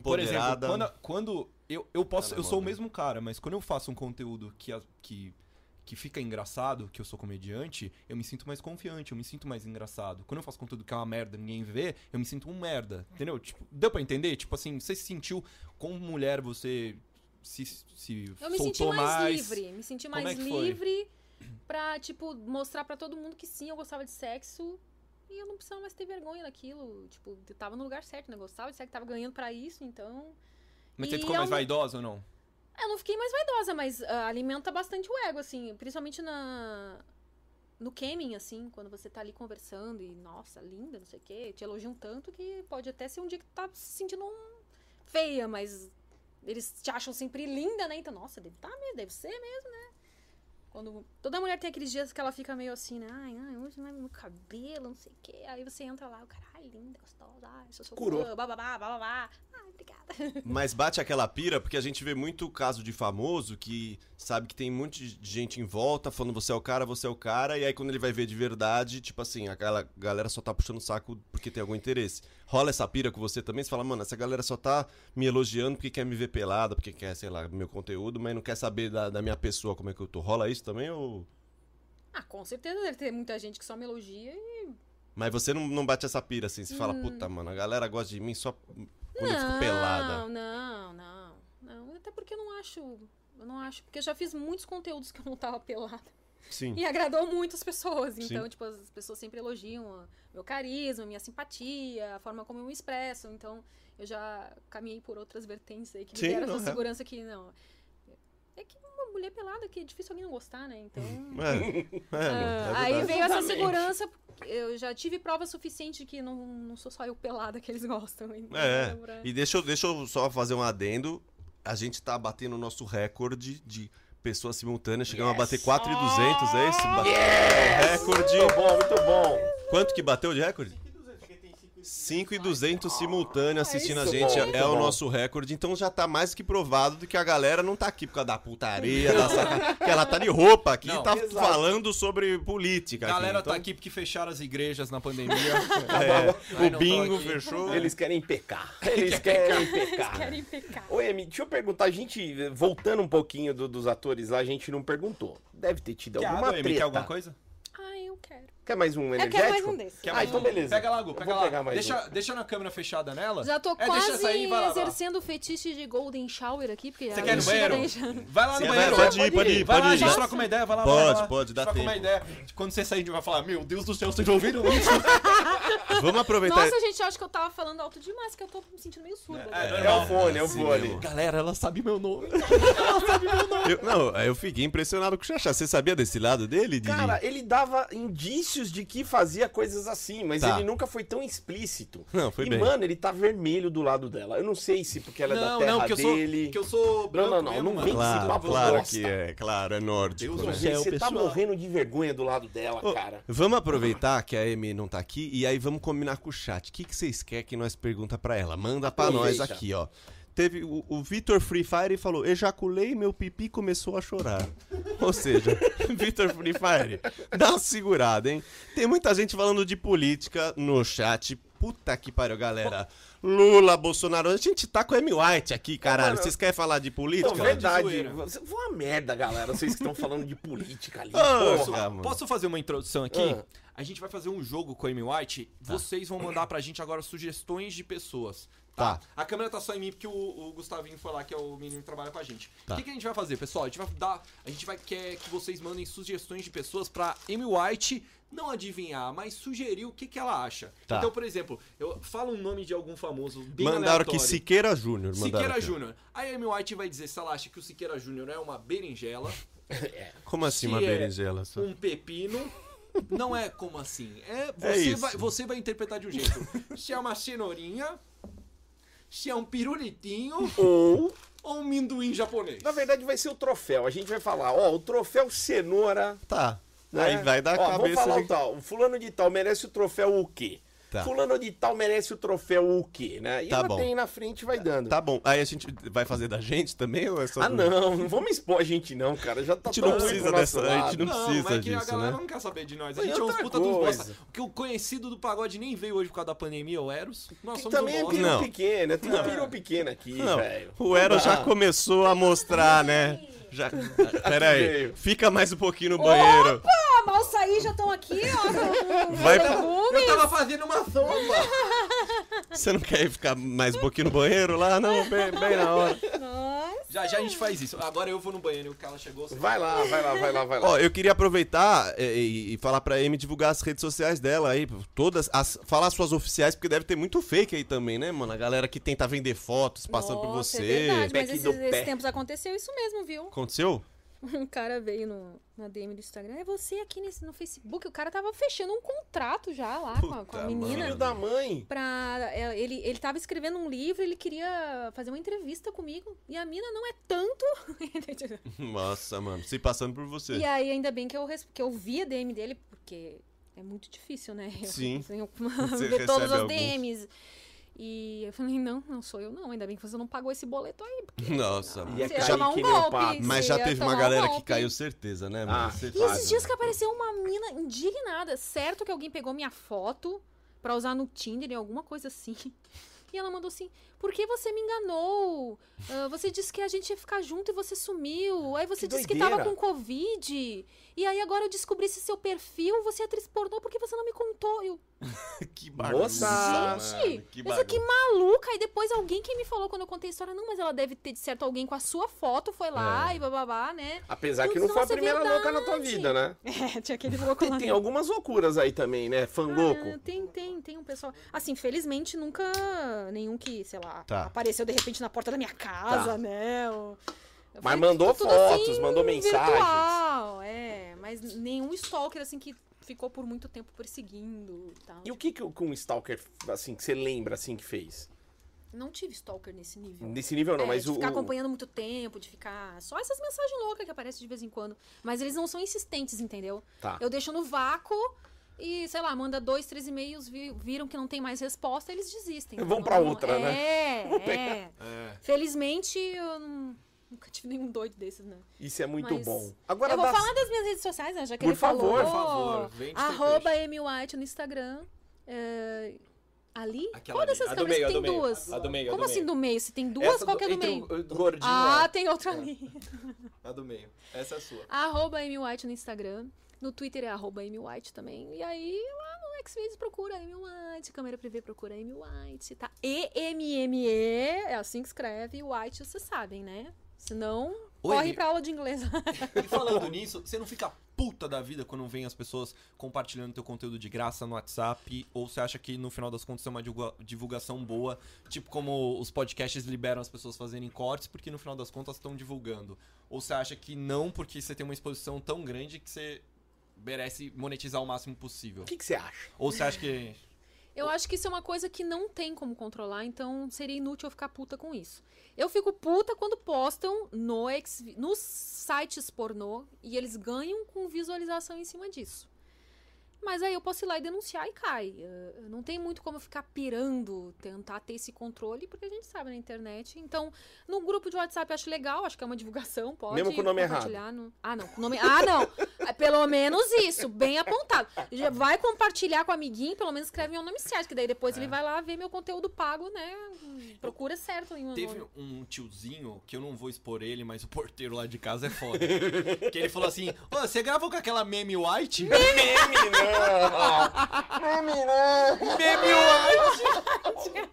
Speaker 4: Por exemplo,
Speaker 2: Empoderada.
Speaker 4: quando, quando eu, eu posso,
Speaker 2: Tá na
Speaker 4: eu sou o
Speaker 2: moda.
Speaker 4: mesmo cara, mas quando eu faço um conteúdo que, a- que, que fica engraçado, que eu sou comediante, eu me sinto mais confiante, eu me sinto mais engraçado. Quando eu faço conteúdo que é uma merda, e ninguém vê, eu me sinto um merda, entendeu? Tipo, deu pra entender? Tipo assim, você se sentiu como mulher, você se, se
Speaker 1: Eu me senti
Speaker 4: soltou
Speaker 1: mais,
Speaker 4: mais
Speaker 1: livre. Me senti
Speaker 4: Como
Speaker 1: mais
Speaker 4: é que foi?
Speaker 1: livre pra, tipo, mostrar pra todo mundo que sim, eu gostava de sexo. E eu não precisava mais ter vergonha daquilo. Tipo, eu tava no lugar certo, né? Eu gostava de sexo, tava ganhando pra isso, então.
Speaker 4: Mas
Speaker 1: E é um-
Speaker 4: você ficou mais
Speaker 1: eu-
Speaker 4: vaidosa ou não?
Speaker 1: Eu não fiquei mais vaidosa, mas ah, alimenta bastante o ego, assim. Principalmente na... No camming, assim, quando você tá ali conversando e, nossa, linda, não sei o quê, te elogiam tanto que pode até ser um dia que tu tá se sentindo um... feia, mas eles te acham sempre linda, né? Então, nossa, deve tá mesmo, deve ser mesmo, né? Quando... Toda mulher tem aqueles dias que ela fica meio assim, né? Ai, ai, hoje não é meu cabelo, não sei o quê. Aí você entra lá, o cara, ai, linda, gostosa, ai, sou sua
Speaker 3: Curou.
Speaker 1: fã, bababá, bababá. Ai, obrigada.
Speaker 2: Mas bate aquela pira, porque a gente vê muito caso de famoso que sabe que tem um monte de gente em volta falando você é o cara, você é o cara, e aí quando ele vai ver de verdade, tipo assim, aquela galera só tá puxando o saco porque tem algum interesse. Rola essa pira com você também? Você fala, mano, essa galera só tá me elogiando porque quer me ver pelada, porque quer, sei lá, meu conteúdo, mas não quer saber da, da minha pessoa como é que eu tô. Rola isso também ou.
Speaker 1: Ah, com certeza deve ter muita gente que só me elogia e
Speaker 2: Mas você não, não bate essa pira assim, você fala, puta, mano, a galera gosta de mim só quando eu fico pelada.
Speaker 1: Hum. Não, não, não, não. Até porque eu não acho. Eu não acho. Porque eu já fiz muitos conteúdos que eu não tava pelada.
Speaker 2: Sim.
Speaker 1: E agradou muito as pessoas.
Speaker 2: Sim.
Speaker 1: Então, tipo, as pessoas sempre elogiam a- meu carisma, minha simpatia, a forma como eu me expresso. Então, eu já caminhei por outras vertentes aí que me
Speaker 2: Sim,
Speaker 1: deram uma
Speaker 2: não é.
Speaker 1: segurança que não. É que uma mulher pelada que é difícil alguém não gostar, né? Então.
Speaker 2: É, é, mano, é
Speaker 1: aí
Speaker 2: verdade.
Speaker 1: veio essa
Speaker 3: Exatamente.
Speaker 1: segurança, porque eu já tive prova suficiente de que não, não sou só eu pelada que eles gostam. Então,
Speaker 2: É,
Speaker 1: dá pra-
Speaker 2: e deixa eu, deixa eu só fazer um adendo. A gente tá batendo o nosso recorde de pessoas simultâneas. Chegamos
Speaker 3: Yes.
Speaker 2: a bater 4,200, é isso? Bateu
Speaker 3: Muito
Speaker 2: Recorde.
Speaker 3: bom, muito bom.
Speaker 2: Quanto que bateu de recorde? 5,200 simultâneos assistindo a
Speaker 3: isso,
Speaker 2: gente.
Speaker 3: bom,
Speaker 2: é o
Speaker 3: bom.
Speaker 2: nosso recorde. Então já tá mais que provado de que a galera não tá aqui por causa da putaria, da sacanagem. Que ela tá de roupa aqui
Speaker 4: Não,
Speaker 2: e tá
Speaker 3: exato.
Speaker 2: falando sobre política.
Speaker 4: A galera
Speaker 2: aqui,
Speaker 4: tá aqui porque fecharam as igrejas na pandemia. Tá
Speaker 2: então,
Speaker 4: Ai,
Speaker 2: é,
Speaker 4: não
Speaker 2: O
Speaker 4: tô
Speaker 2: bingo
Speaker 4: aqui.
Speaker 2: fechou.
Speaker 3: Eles querem pecar. Eles querem pecar.
Speaker 1: Querem pecar.
Speaker 3: Ô, Emi, deixa eu perguntar, a gente, voltando um pouquinho do- dos atores lá, a gente não perguntou. Deve ter tido
Speaker 4: Piada,
Speaker 3: é alguma
Speaker 4: Emi, quer
Speaker 3: treta.
Speaker 4: alguma coisa?
Speaker 1: Ah, eu quero.
Speaker 3: Quer mais um
Speaker 1: Eu
Speaker 3: energético?
Speaker 1: quero mais um desse.
Speaker 4: Quer
Speaker 3: Ah,
Speaker 4: mais
Speaker 3: então
Speaker 4: um?
Speaker 3: beleza.
Speaker 4: Pega lá, Gu,
Speaker 3: Eu
Speaker 4: pega
Speaker 3: vou
Speaker 4: lá.
Speaker 3: pegar mais um.
Speaker 4: deixa, deixa na câmera fechada nela.
Speaker 1: Já tô
Speaker 4: É, deixa
Speaker 1: quase
Speaker 4: essa aí, vai lá, vai lá.
Speaker 1: exercendo o fetiche de Golden Shower aqui, porque
Speaker 4: Você
Speaker 1: a
Speaker 4: quer ir no
Speaker 1: bexiga
Speaker 4: banheiro?
Speaker 1: tá enchendo.
Speaker 4: Vai lá no
Speaker 2: Você
Speaker 4: banheiro.
Speaker 2: vai, pode ir, pode ir,
Speaker 4: Vai lá, a
Speaker 2: pode
Speaker 4: gente
Speaker 2: ir.
Speaker 4: troca uma ideia, vai lá,
Speaker 2: Pode,
Speaker 4: vai lá.
Speaker 2: pode, dá
Speaker 4: troca uma
Speaker 2: tempo.
Speaker 4: ideia. Quando você sair, a gente vai falar, meu Deus do céu, vocês ouviram isso?
Speaker 3: tá
Speaker 2: Vamos aproveitar.
Speaker 1: Nossa, gente, eu acho que eu tava falando alto demais, que eu tô me sentindo meio surda. agora.
Speaker 3: É o fone, é o
Speaker 2: Sim,
Speaker 3: fone.
Speaker 2: meu.
Speaker 4: Galera, ela sabe meu nome.
Speaker 2: Eu, não, eu fiquei impressionado com o Xaxá. Você sabia desse lado dele, Didi?
Speaker 3: Cara, ele dava indícios de que fazia coisas assim, mas
Speaker 2: Tá.
Speaker 3: ele nunca foi tão explícito.
Speaker 2: Não, foi
Speaker 3: e,
Speaker 2: bem.
Speaker 3: mano, ele tá vermelho do lado dela. Eu não sei se porque ela é da
Speaker 4: Não,
Speaker 3: terra
Speaker 4: não, que eu sou,
Speaker 3: dele.
Speaker 4: que eu sou branco
Speaker 3: não, não,
Speaker 4: mesmo,
Speaker 3: não
Speaker 4: mano.
Speaker 3: vem com esse
Speaker 2: Claro,
Speaker 3: papo
Speaker 2: claro
Speaker 3: bosta.
Speaker 2: que é, claro, é nórdico,
Speaker 4: Deus
Speaker 2: né?
Speaker 4: do
Speaker 3: Gente,
Speaker 4: céu,
Speaker 3: você tá
Speaker 4: pessoal.
Speaker 3: morrendo de vergonha do lado dela,
Speaker 2: Ô,
Speaker 3: é cara.
Speaker 2: Vamos aproveitar que a Amy não tá aqui e aí vamos combinar com o chat. O que, que vocês querem que nós pergunta pra ela? Manda pra nós
Speaker 3: Aproveita.
Speaker 2: aqui, ó. Teve o, o Vitor Free Fire falou: ejaculei, meu pipi começou a chorar. Ou seja, Vitor Free Fire, dá uma segurada, hein? Tem muita gente falando de política no chat. Puta que pariu, galera. Lula, Bolsonaro, a gente tá com a Amy White aqui, caralho.
Speaker 3: mano,
Speaker 2: Vocês querem falar de política?
Speaker 3: Pô, verdade.
Speaker 4: zoeira.
Speaker 3: Você- Foi uma merda, galera. Vocês que estão falando de política ali.
Speaker 2: Ah,
Speaker 3: porra.
Speaker 2: sou-
Speaker 4: Posso,
Speaker 2: mano.
Speaker 4: posso fazer uma introdução aqui?
Speaker 3: Ah.
Speaker 4: A gente vai fazer um jogo com a Amy
Speaker 2: Tá.
Speaker 4: White. Vocês vão mandar pra gente agora sugestões de pessoas. Tá.
Speaker 2: Tá.
Speaker 4: A câmera tá só em mim porque o, o Gustavinho foi lá, que é o menino que trabalha com a gente. O
Speaker 2: Tá.
Speaker 4: que, que a gente vai fazer, pessoal? A gente vai dar. A gente vai quer que vocês mandem sugestões de pessoas pra Amy White não adivinhar, mas sugerir o que, que ela acha.
Speaker 2: Tá.
Speaker 4: Então, por exemplo, eu falo um nome de algum famoso bem
Speaker 2: Mandaram aqui
Speaker 4: aleatório.
Speaker 2: Siqueira Júnior. mandaram
Speaker 4: Siqueira
Speaker 2: aqui.
Speaker 4: Júnior. Aí a Amy White vai dizer se ela acha que o Siqueira Júnior é uma berinjela
Speaker 2: Como assim uma
Speaker 4: Se é
Speaker 2: berinjela? Só?
Speaker 4: um pepino. Não é como assim. É você,
Speaker 2: isso.
Speaker 4: Vai, você vai interpretar de um jeito. Se é uma cenourinha, se é um pirulitinho
Speaker 3: Ou,
Speaker 4: ou um minduim japonês.
Speaker 3: na verdade, vai ser o troféu. A gente vai falar, ó, o troféu cenoura.
Speaker 2: Tá.
Speaker 3: né?
Speaker 2: Aí vai dar a
Speaker 3: Ó, Vamos
Speaker 2: cabeça
Speaker 3: falar
Speaker 2: de-
Speaker 3: o tal. O fulano de tal merece o troféu o quê?
Speaker 2: Tá.
Speaker 3: Fulano de tal merece o troféu o quê, né? E
Speaker 2: Tá
Speaker 3: ela
Speaker 2: bom.
Speaker 3: tem na frente e vai dando.
Speaker 2: Tá bom. Aí a gente vai fazer da gente também ou é só
Speaker 3: Ah,
Speaker 2: do-
Speaker 3: não, não vamos expor a gente, não, cara. Já tá
Speaker 2: gente
Speaker 3: tão
Speaker 2: não
Speaker 3: ruim pro
Speaker 2: precisa
Speaker 3: nosso
Speaker 2: dessa- a
Speaker 3: lado.
Speaker 2: gente não precisa
Speaker 4: mas é que a
Speaker 2: disso,
Speaker 4: galera
Speaker 2: né?
Speaker 4: não quer saber de nós. A
Speaker 3: Mas
Speaker 4: gente é uns
Speaker 3: outra
Speaker 4: puta dos
Speaker 3: coisa.
Speaker 4: bosta. Porque o conhecido do pagode nem veio hoje por causa da pandemia, o Eros. Nós
Speaker 3: Que
Speaker 4: somos
Speaker 3: também
Speaker 4: um
Speaker 3: é
Speaker 4: bosta.
Speaker 3: piru
Speaker 2: Não.
Speaker 3: pequeno, é tudo piru pequeno aqui,
Speaker 2: Não.
Speaker 3: velho.
Speaker 2: O Ero
Speaker 3: Não
Speaker 2: já
Speaker 3: dá.
Speaker 2: começou a mostrar, né? Já... Pera aí.
Speaker 3: veio.
Speaker 2: Fica mais um pouquinho no banheiro.
Speaker 1: Opa, Ah, mal saí, já estão aqui, ó. com- um com
Speaker 2: Vai-
Speaker 1: legume.
Speaker 4: Eu tava fazendo uma sombra.
Speaker 2: Você não quer ficar mais um pouquinho no banheiro lá? Não, bem, bem na hora.
Speaker 1: Nossa.
Speaker 4: já já a gente faz isso. Agora eu vou no banheiro e o cara chegou.
Speaker 3: Vai lá, vai lá, vai lá, vai lá.
Speaker 2: Ó, eu queria aproveitar é, e, e falar pra Amy divulgar as redes sociais dela aí, todas, as, falar suas oficiais, porque deve ter muito fake aí também, né, mano? A galera que tenta vender fotos passando por
Speaker 1: Nossa,
Speaker 2: você.
Speaker 1: É verdade, mas
Speaker 3: Pack do
Speaker 1: esses,
Speaker 3: pé.
Speaker 1: esses tempos aconteceu isso mesmo, viu?
Speaker 2: Aconteceu?
Speaker 1: Um cara veio no, na DM do Instagram. É você aqui nesse- no Facebook. O cara tava fechando um contrato já lá com a, com a
Speaker 2: Puta,
Speaker 1: menina.
Speaker 3: Filho da mãe.
Speaker 1: pra. é, Ele, ele tava escrevendo um livro, ele queria fazer uma entrevista comigo. E a mina não é tanto.
Speaker 2: Nossa, mano. Se passando por você.
Speaker 1: e aí, ainda bem que eu, res- que eu vi a DM dele, porque é muito difícil, né? Eu
Speaker 2: Sim.
Speaker 1: tenho que
Speaker 2: Você
Speaker 1: ver todas
Speaker 2: recebe
Speaker 1: as
Speaker 2: alguns.
Speaker 1: DMs. E eu falei, não, não sou eu, não. Ainda bem que você não pagou esse boleto aí.
Speaker 2: Nossa,
Speaker 1: Não,
Speaker 2: mano.
Speaker 3: Ia
Speaker 1: você ia
Speaker 3: cair
Speaker 1: tomar um
Speaker 3: que nem um
Speaker 1: golpe.
Speaker 3: pato.
Speaker 2: Mas
Speaker 1: você
Speaker 2: já
Speaker 1: ia
Speaker 2: teve uma
Speaker 1: tomar um
Speaker 2: galera que
Speaker 1: golpe.
Speaker 2: caiu, certeza, né, mano?
Speaker 3: Ah,
Speaker 1: E
Speaker 2: certeza.
Speaker 1: esses dias que apareceu uma mina indignada. Certo que alguém pegou minha foto pra usar no Tinder, em alguma coisa assim. E ela mandou assim: Por que você me enganou? Ah, você disse que a gente ia ficar junto e você sumiu. Aí você
Speaker 3: Que
Speaker 1: disse que tava
Speaker 3: doideira.
Speaker 1: com Covid. E aí agora eu descobri esse seu perfil. Você é atriz pornô porque você não me contou. Eu,
Speaker 3: Ah.
Speaker 2: Que
Speaker 3: Moça!
Speaker 1: gente, mas que maluca. E depois alguém que me falou quando eu contei a história: Não, mas ela deve ter de certo alguém com a sua foto, foi
Speaker 3: É.
Speaker 1: lá e bababá, né?
Speaker 3: Apesar que
Speaker 1: Putz,
Speaker 3: não foi a
Speaker 1: nossa, é
Speaker 3: primeira louca na tua
Speaker 1: verdade.
Speaker 3: vida, né?
Speaker 1: É, tinha aquele louco
Speaker 3: Tem, tem algumas loucuras aí também, né? Fã
Speaker 1: Ah,
Speaker 3: louco.
Speaker 1: tem, tem, tem um pessoal. Assim, felizmente nunca nenhum que, sei lá,
Speaker 2: Tá.
Speaker 1: apareceu de repente na porta da minha casa,
Speaker 3: Tá.
Speaker 1: né? Ou- Foi
Speaker 3: Mas mandou
Speaker 1: tudo
Speaker 3: fotos,
Speaker 1: assim,
Speaker 3: mandou mensagens.
Speaker 1: Virtual, é, mas nenhum stalker assim que ficou por muito tempo perseguindo e tal.
Speaker 3: E o que que o- que um stalker, assim, que você lembra, assim, que fez?
Speaker 1: Não tive stalker nesse nível.
Speaker 3: Nesse nível não,
Speaker 1: É,
Speaker 3: mas
Speaker 1: de
Speaker 3: o...
Speaker 1: ficar
Speaker 3: o-
Speaker 1: acompanhando muito tempo, de ficar. Só essas mensagens loucas que aparecem de vez em quando. Mas eles não são insistentes, entendeu?
Speaker 3: Tá.
Speaker 1: Eu deixo no vácuo e, sei lá, manda dois, três e-mails, vi- viram que não tem mais resposta, eles desistem.
Speaker 3: Vão
Speaker 1: Não-
Speaker 3: pra
Speaker 1: não-
Speaker 3: outra,
Speaker 1: é,
Speaker 3: né?
Speaker 1: É,
Speaker 4: É.
Speaker 1: Felizmente, eu não- nunca tive nenhum doido desses, né?
Speaker 3: Isso é muito
Speaker 1: Mas-
Speaker 3: bom. Agora
Speaker 1: eu vou
Speaker 3: dá-
Speaker 1: falar das minhas redes sociais, né? Já que
Speaker 3: Por
Speaker 1: ele falou.
Speaker 3: favor,
Speaker 4: por favor, vende seu
Speaker 1: Arroba Amy White no Instagram. é, Ali?
Speaker 4: Aquela
Speaker 1: Qual
Speaker 4: ali.
Speaker 1: dessas
Speaker 5: A do
Speaker 1: câmeras
Speaker 5: meio, a
Speaker 1: tem
Speaker 5: do meio.
Speaker 1: duas?
Speaker 5: A do meio, a
Speaker 1: Como
Speaker 5: do
Speaker 1: assim
Speaker 5: meio.
Speaker 1: do meio? Se tem duas,
Speaker 5: Essa
Speaker 1: qual
Speaker 5: do-
Speaker 1: que é do
Speaker 5: entre
Speaker 1: meio?
Speaker 5: o- o gordinho,
Speaker 1: Ah,
Speaker 5: é.
Speaker 1: tem outra
Speaker 5: É.
Speaker 1: ali.
Speaker 5: A do meio. Essa é a sua.
Speaker 1: Arroba Amy White no Instagram. No Twitter é arroba Amy White também. E aí, lá no Xvideos procura Amy White. Câmera privê procura Amy White, tá? E-M-M-E, é assim que escreve. White, vocês sabem, né? Senão, corre
Speaker 4: Amy.
Speaker 1: pra aula de inglês.
Speaker 4: E falando nisso, você não fica puta da vida quando vem as pessoas compartilhando teu conteúdo de graça no WhatsApp? Ou você acha que no final das contas é uma divulga- divulgação boa? Tipo como os podcasts liberam as pessoas fazerem cortes porque no final das contas estão divulgando. Ou você acha que não porque você tem uma exposição tão grande que você merece monetizar o máximo possível?
Speaker 3: O que, que você acha?
Speaker 4: Ou você acha que...
Speaker 1: Eu acho que isso é uma coisa que não tem como controlar, então seria inútil eu ficar puta com isso. Eu fico puta quando postam no ex, nos sites pornô e eles ganham com visualização em cima disso. Mas aí eu posso ir lá e denunciar e cai. Eh, Não tem muito como eu ficar pirando, tentar ter esse controle, porque a gente sabe na internet. Então, no grupo de WhatsApp eu acho legal, acho que é uma divulgação, pode
Speaker 3: Mesmo com o nome errado.
Speaker 1: compartilhar no- Ah, não. com o Nome... Ah, não. Ah, Pelo menos isso, bem apontado. Já vai compartilhar com o amiguinho, pelo menos escreve meu nome certo, que daí depois
Speaker 4: É.
Speaker 1: ele vai lá ver meu conteúdo pago, né? Procura certo em um
Speaker 4: Teve um tiozinho, que eu não vou expor ele, mas o porteiro lá de casa é foda. que ele falou assim, "Ô, você gravou com aquela meme white? meme white!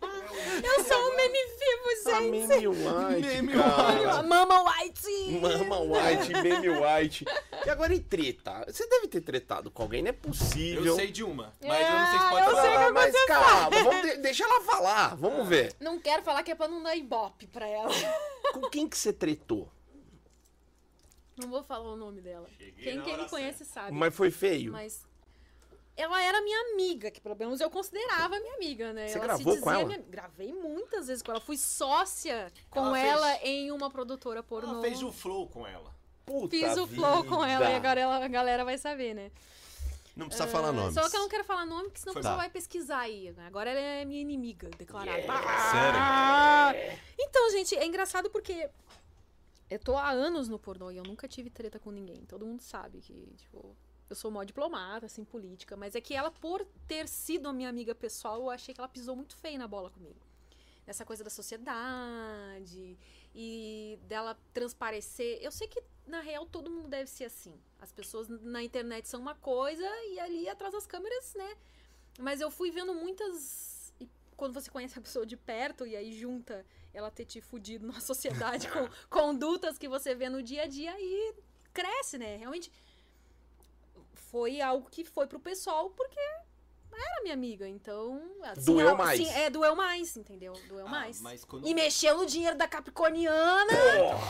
Speaker 1: Eu sou um meme vivo,
Speaker 3: Ah,
Speaker 1: gente!
Speaker 3: Meme White,
Speaker 4: Meme
Speaker 3: cara.
Speaker 1: Mama White!
Speaker 3: Mama White, Meme White. E agora em treta. Você deve ter tretado com alguém, não é possível.
Speaker 4: Eu sei de uma, mas eu não sei se
Speaker 1: Ah,
Speaker 4: pode
Speaker 1: eu sei
Speaker 4: falar.
Speaker 3: Ah, mas calma, vamos de- deixa ela falar, vamos ver.
Speaker 1: Não quero falar que é pra não dar ibope pra ela.
Speaker 3: Com quem que você tretou?
Speaker 1: Não vou falar o nome dela. Quem,
Speaker 5: na
Speaker 1: quem
Speaker 5: hora
Speaker 1: me conhece sabe.
Speaker 3: Mas foi feio.
Speaker 1: Mas ela era minha amiga, que pelo menos eu considerava minha amiga, né?
Speaker 3: Você
Speaker 1: ela
Speaker 3: gravou
Speaker 1: se dizia
Speaker 3: com ela?
Speaker 1: minha- Gravei muitas vezes com ela. Fui sócia com
Speaker 4: Ela
Speaker 1: ela,
Speaker 4: fez-
Speaker 1: em uma produtora pornô.
Speaker 4: Ela fez o flow com ela.
Speaker 3: Puta
Speaker 1: Fiz o flow
Speaker 3: vida.
Speaker 1: com ela e agora ela- a galera vai saber, né?
Speaker 2: Não precisa falar nomes.
Speaker 1: é, Só que eu não quero falar nome, porque senão a
Speaker 2: Foi
Speaker 1: pessoa
Speaker 2: mal.
Speaker 1: vai pesquisar aí. Agora ela é minha inimiga declarada.
Speaker 2: Sério?
Speaker 1: Então, gente, é engraçado porque eu tô há anos no pornô e eu nunca tive treta com ninguém. Todo mundo sabe que, tipo, eu sou mó diplomata, assim, política, mas é que ela, por ter sido a minha amiga pessoal, eu achei que ela pisou muito feio na bola comigo. Nessa coisa da sociedade e dela transparecer. Eu sei que, na real, todo mundo deve ser assim. As pessoas na internet são uma coisa e ali atrás das câmeras, né? Mas eu fui vendo muitas. E quando você conhece a pessoa de perto e aí junta ela ter te fudido na sociedade com condutas que você vê no dia a dia e cresce, né? Realmente foi algo que foi pro pessoal porque era minha amiga, então assim,
Speaker 3: Doeu
Speaker 1: ela-
Speaker 3: mais.
Speaker 1: assim, é, doeu mais, entendeu? Doeu
Speaker 4: Ah,
Speaker 1: mais.
Speaker 4: Mas quando...
Speaker 1: E mexeu no dinheiro da Capricorniana,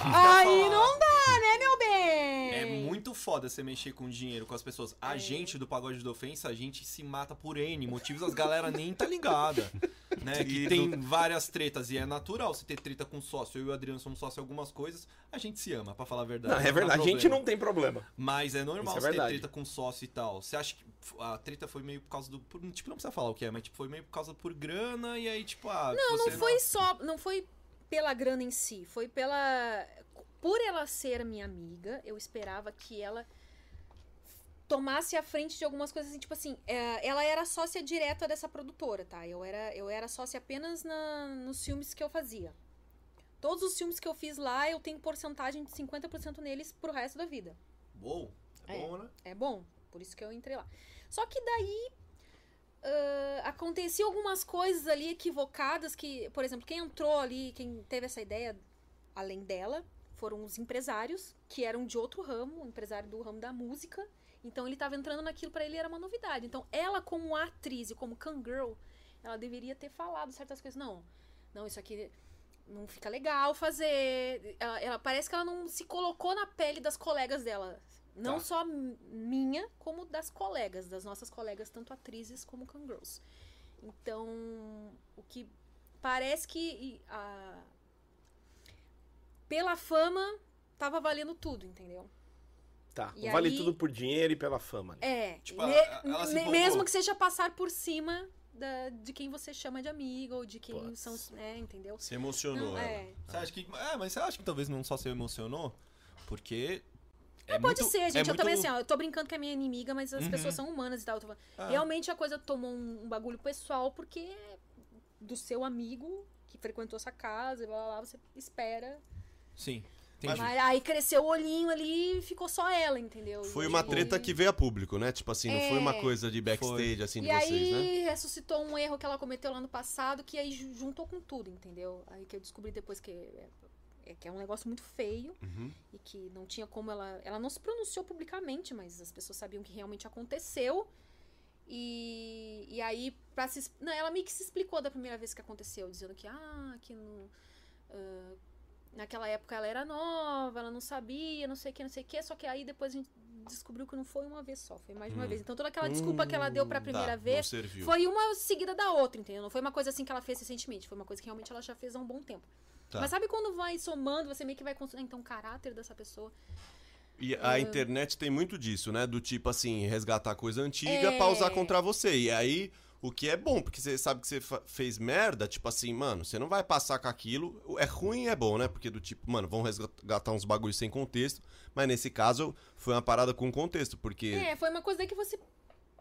Speaker 4: falar.
Speaker 1: aí não dá, né, meu bem?
Speaker 4: É muito foda você mexer com dinheiro, com as pessoas.
Speaker 1: É.
Speaker 4: A gente do Pagode da Ofensa, a gente se mata por N motivos, as galera nem tá ligada. né? Que
Speaker 2: Querido.
Speaker 4: tem várias tretas e é natural você ter treta com sócio. Eu e o Adriano somos sócio em algumas coisas. A gente se ama, pra falar a verdade.
Speaker 3: Não, é
Speaker 4: dá
Speaker 3: verdade, a gente
Speaker 4: problema.
Speaker 3: não tem problema.
Speaker 4: Mas é
Speaker 3: Isso
Speaker 4: normal
Speaker 3: é
Speaker 4: você ter
Speaker 3: verdade.
Speaker 4: treta com sócio e tal. Você acha que a treta foi meio por causa do. por- tipo, não precisa falar o que é, mas tipo, foi meio por causa por grana e aí, tipo, ah.
Speaker 1: Não,
Speaker 4: você
Speaker 1: não foi só. Não foi pela grana em si. Foi pela. Por ela ser minha amiga, eu esperava que ela tomasse a frente de algumas coisas assim, tipo assim, é, ela era sócia direta dessa produtora, tá? Eu era, eu era sócia apenas na- nos filmes que eu fazia. Todos os filmes que eu fiz lá, eu tenho porcentagem de 50% neles pro resto da vida.
Speaker 4: Bom, é
Speaker 1: É.
Speaker 4: bom, né?
Speaker 1: É bom, por isso que eu entrei lá. Só que daí ah, aconteciam algumas coisas ali equivocadas que, por exemplo, quem entrou ali, quem teve essa ideia além dela, foram os empresários que eram de outro ramo, o empresário do ramo da música. Então ele tava entrando naquilo pra ele era uma novidade. Então ela como atriz e como cangirl, ela deveria ter falado certas coisas. Não, não, isso aqui não fica legal fazer. Ela, ela- parece que ela não se colocou na pele das colegas dela. Não
Speaker 3: Tá.
Speaker 1: só m- minha, como das colegas, das nossas colegas, tanto atrizes como cangirls. Então, o que parece que e, a- pela fama tava valendo tudo, entendeu?
Speaker 3: Tá,
Speaker 1: E
Speaker 3: vale
Speaker 1: aí-
Speaker 3: tudo por dinheiro e pela fama. né?
Speaker 1: É,
Speaker 4: Tipo,
Speaker 1: me-
Speaker 4: ela- ela se
Speaker 1: me-
Speaker 4: empolgou.
Speaker 1: mesmo que seja passar por cima da- de quem você chama de amigo ou de quem
Speaker 3: Putz.
Speaker 1: são, os- né, entendeu?
Speaker 2: Se emocionou
Speaker 1: Não,
Speaker 2: ela.
Speaker 1: é.
Speaker 4: Você acha que. É, mas você acha que talvez não só se emocionou? Porque
Speaker 1: É, pode
Speaker 4: muito-
Speaker 1: ser, gente.
Speaker 4: é
Speaker 1: eu
Speaker 4: muito-
Speaker 1: também, assim, ó, eu tô brincando que é minha inimiga, mas as
Speaker 4: Uhum.
Speaker 1: pessoas são humanas e tal. eu tô falando.
Speaker 4: Ah.
Speaker 1: Realmente a coisa tomou um, um bagulho pessoal, porque é do seu amigo que frequentou essa casa, e blá blá blá, você espera.
Speaker 4: Sim. Entendi.
Speaker 1: Mas aí cresceu o olhinho ali e ficou só ela, entendeu? E tipo,
Speaker 2: Foi
Speaker 1: aí-
Speaker 2: uma treta que veio a público, né? Tipo assim, não foi uma
Speaker 1: É.
Speaker 2: coisa de backstage, assim, de
Speaker 1: E
Speaker 2: vocês, né?
Speaker 1: aí ressuscitou um erro que ela cometeu lá no passado, que aí ju- juntou com tudo, entendeu? Aí que eu descobri depois que é, é que é um negócio muito feio
Speaker 2: Uhum.
Speaker 1: e que não tinha como ela. Ela não se pronunciou publicamente, mas as pessoas sabiam que realmente aconteceu. E, e aí, pra se, es- não, ela meio que se explicou da primeira vez que aconteceu, dizendo que, ah, que não. ah, naquela época ela era nova, ela não sabia, não sei o que, não sei o que, só que aí depois a gente descobriu que não foi uma vez só, foi mais de uma
Speaker 2: Hum.
Speaker 1: vez. Então toda aquela desculpa que ela deu pra
Speaker 3: Hum,
Speaker 1: primeira
Speaker 2: tá,
Speaker 1: vez
Speaker 2: Não serviu.
Speaker 1: foi uma seguida da outra, entendeu? Não foi uma coisa assim que ela fez recentemente, foi uma coisa que realmente ela já fez há um bom tempo.
Speaker 2: Tá.
Speaker 1: Mas sabe quando vai somando, você meio que vai construindo então o caráter dessa pessoa.
Speaker 2: E a internet tem muito disso, né? Do tipo assim, resgatar coisa antiga pra usar contra você. E aí, o que é bom, porque você sabe que você fa- fez merda, tipo assim, mano, você não vai passar com aquilo. É ruim e é bom, né? Porque do tipo, mano, vão resgatar uns bagulhos sem contexto. Mas nesse caso, foi uma parada com contexto, porque.
Speaker 1: É, foi uma coisa daí que você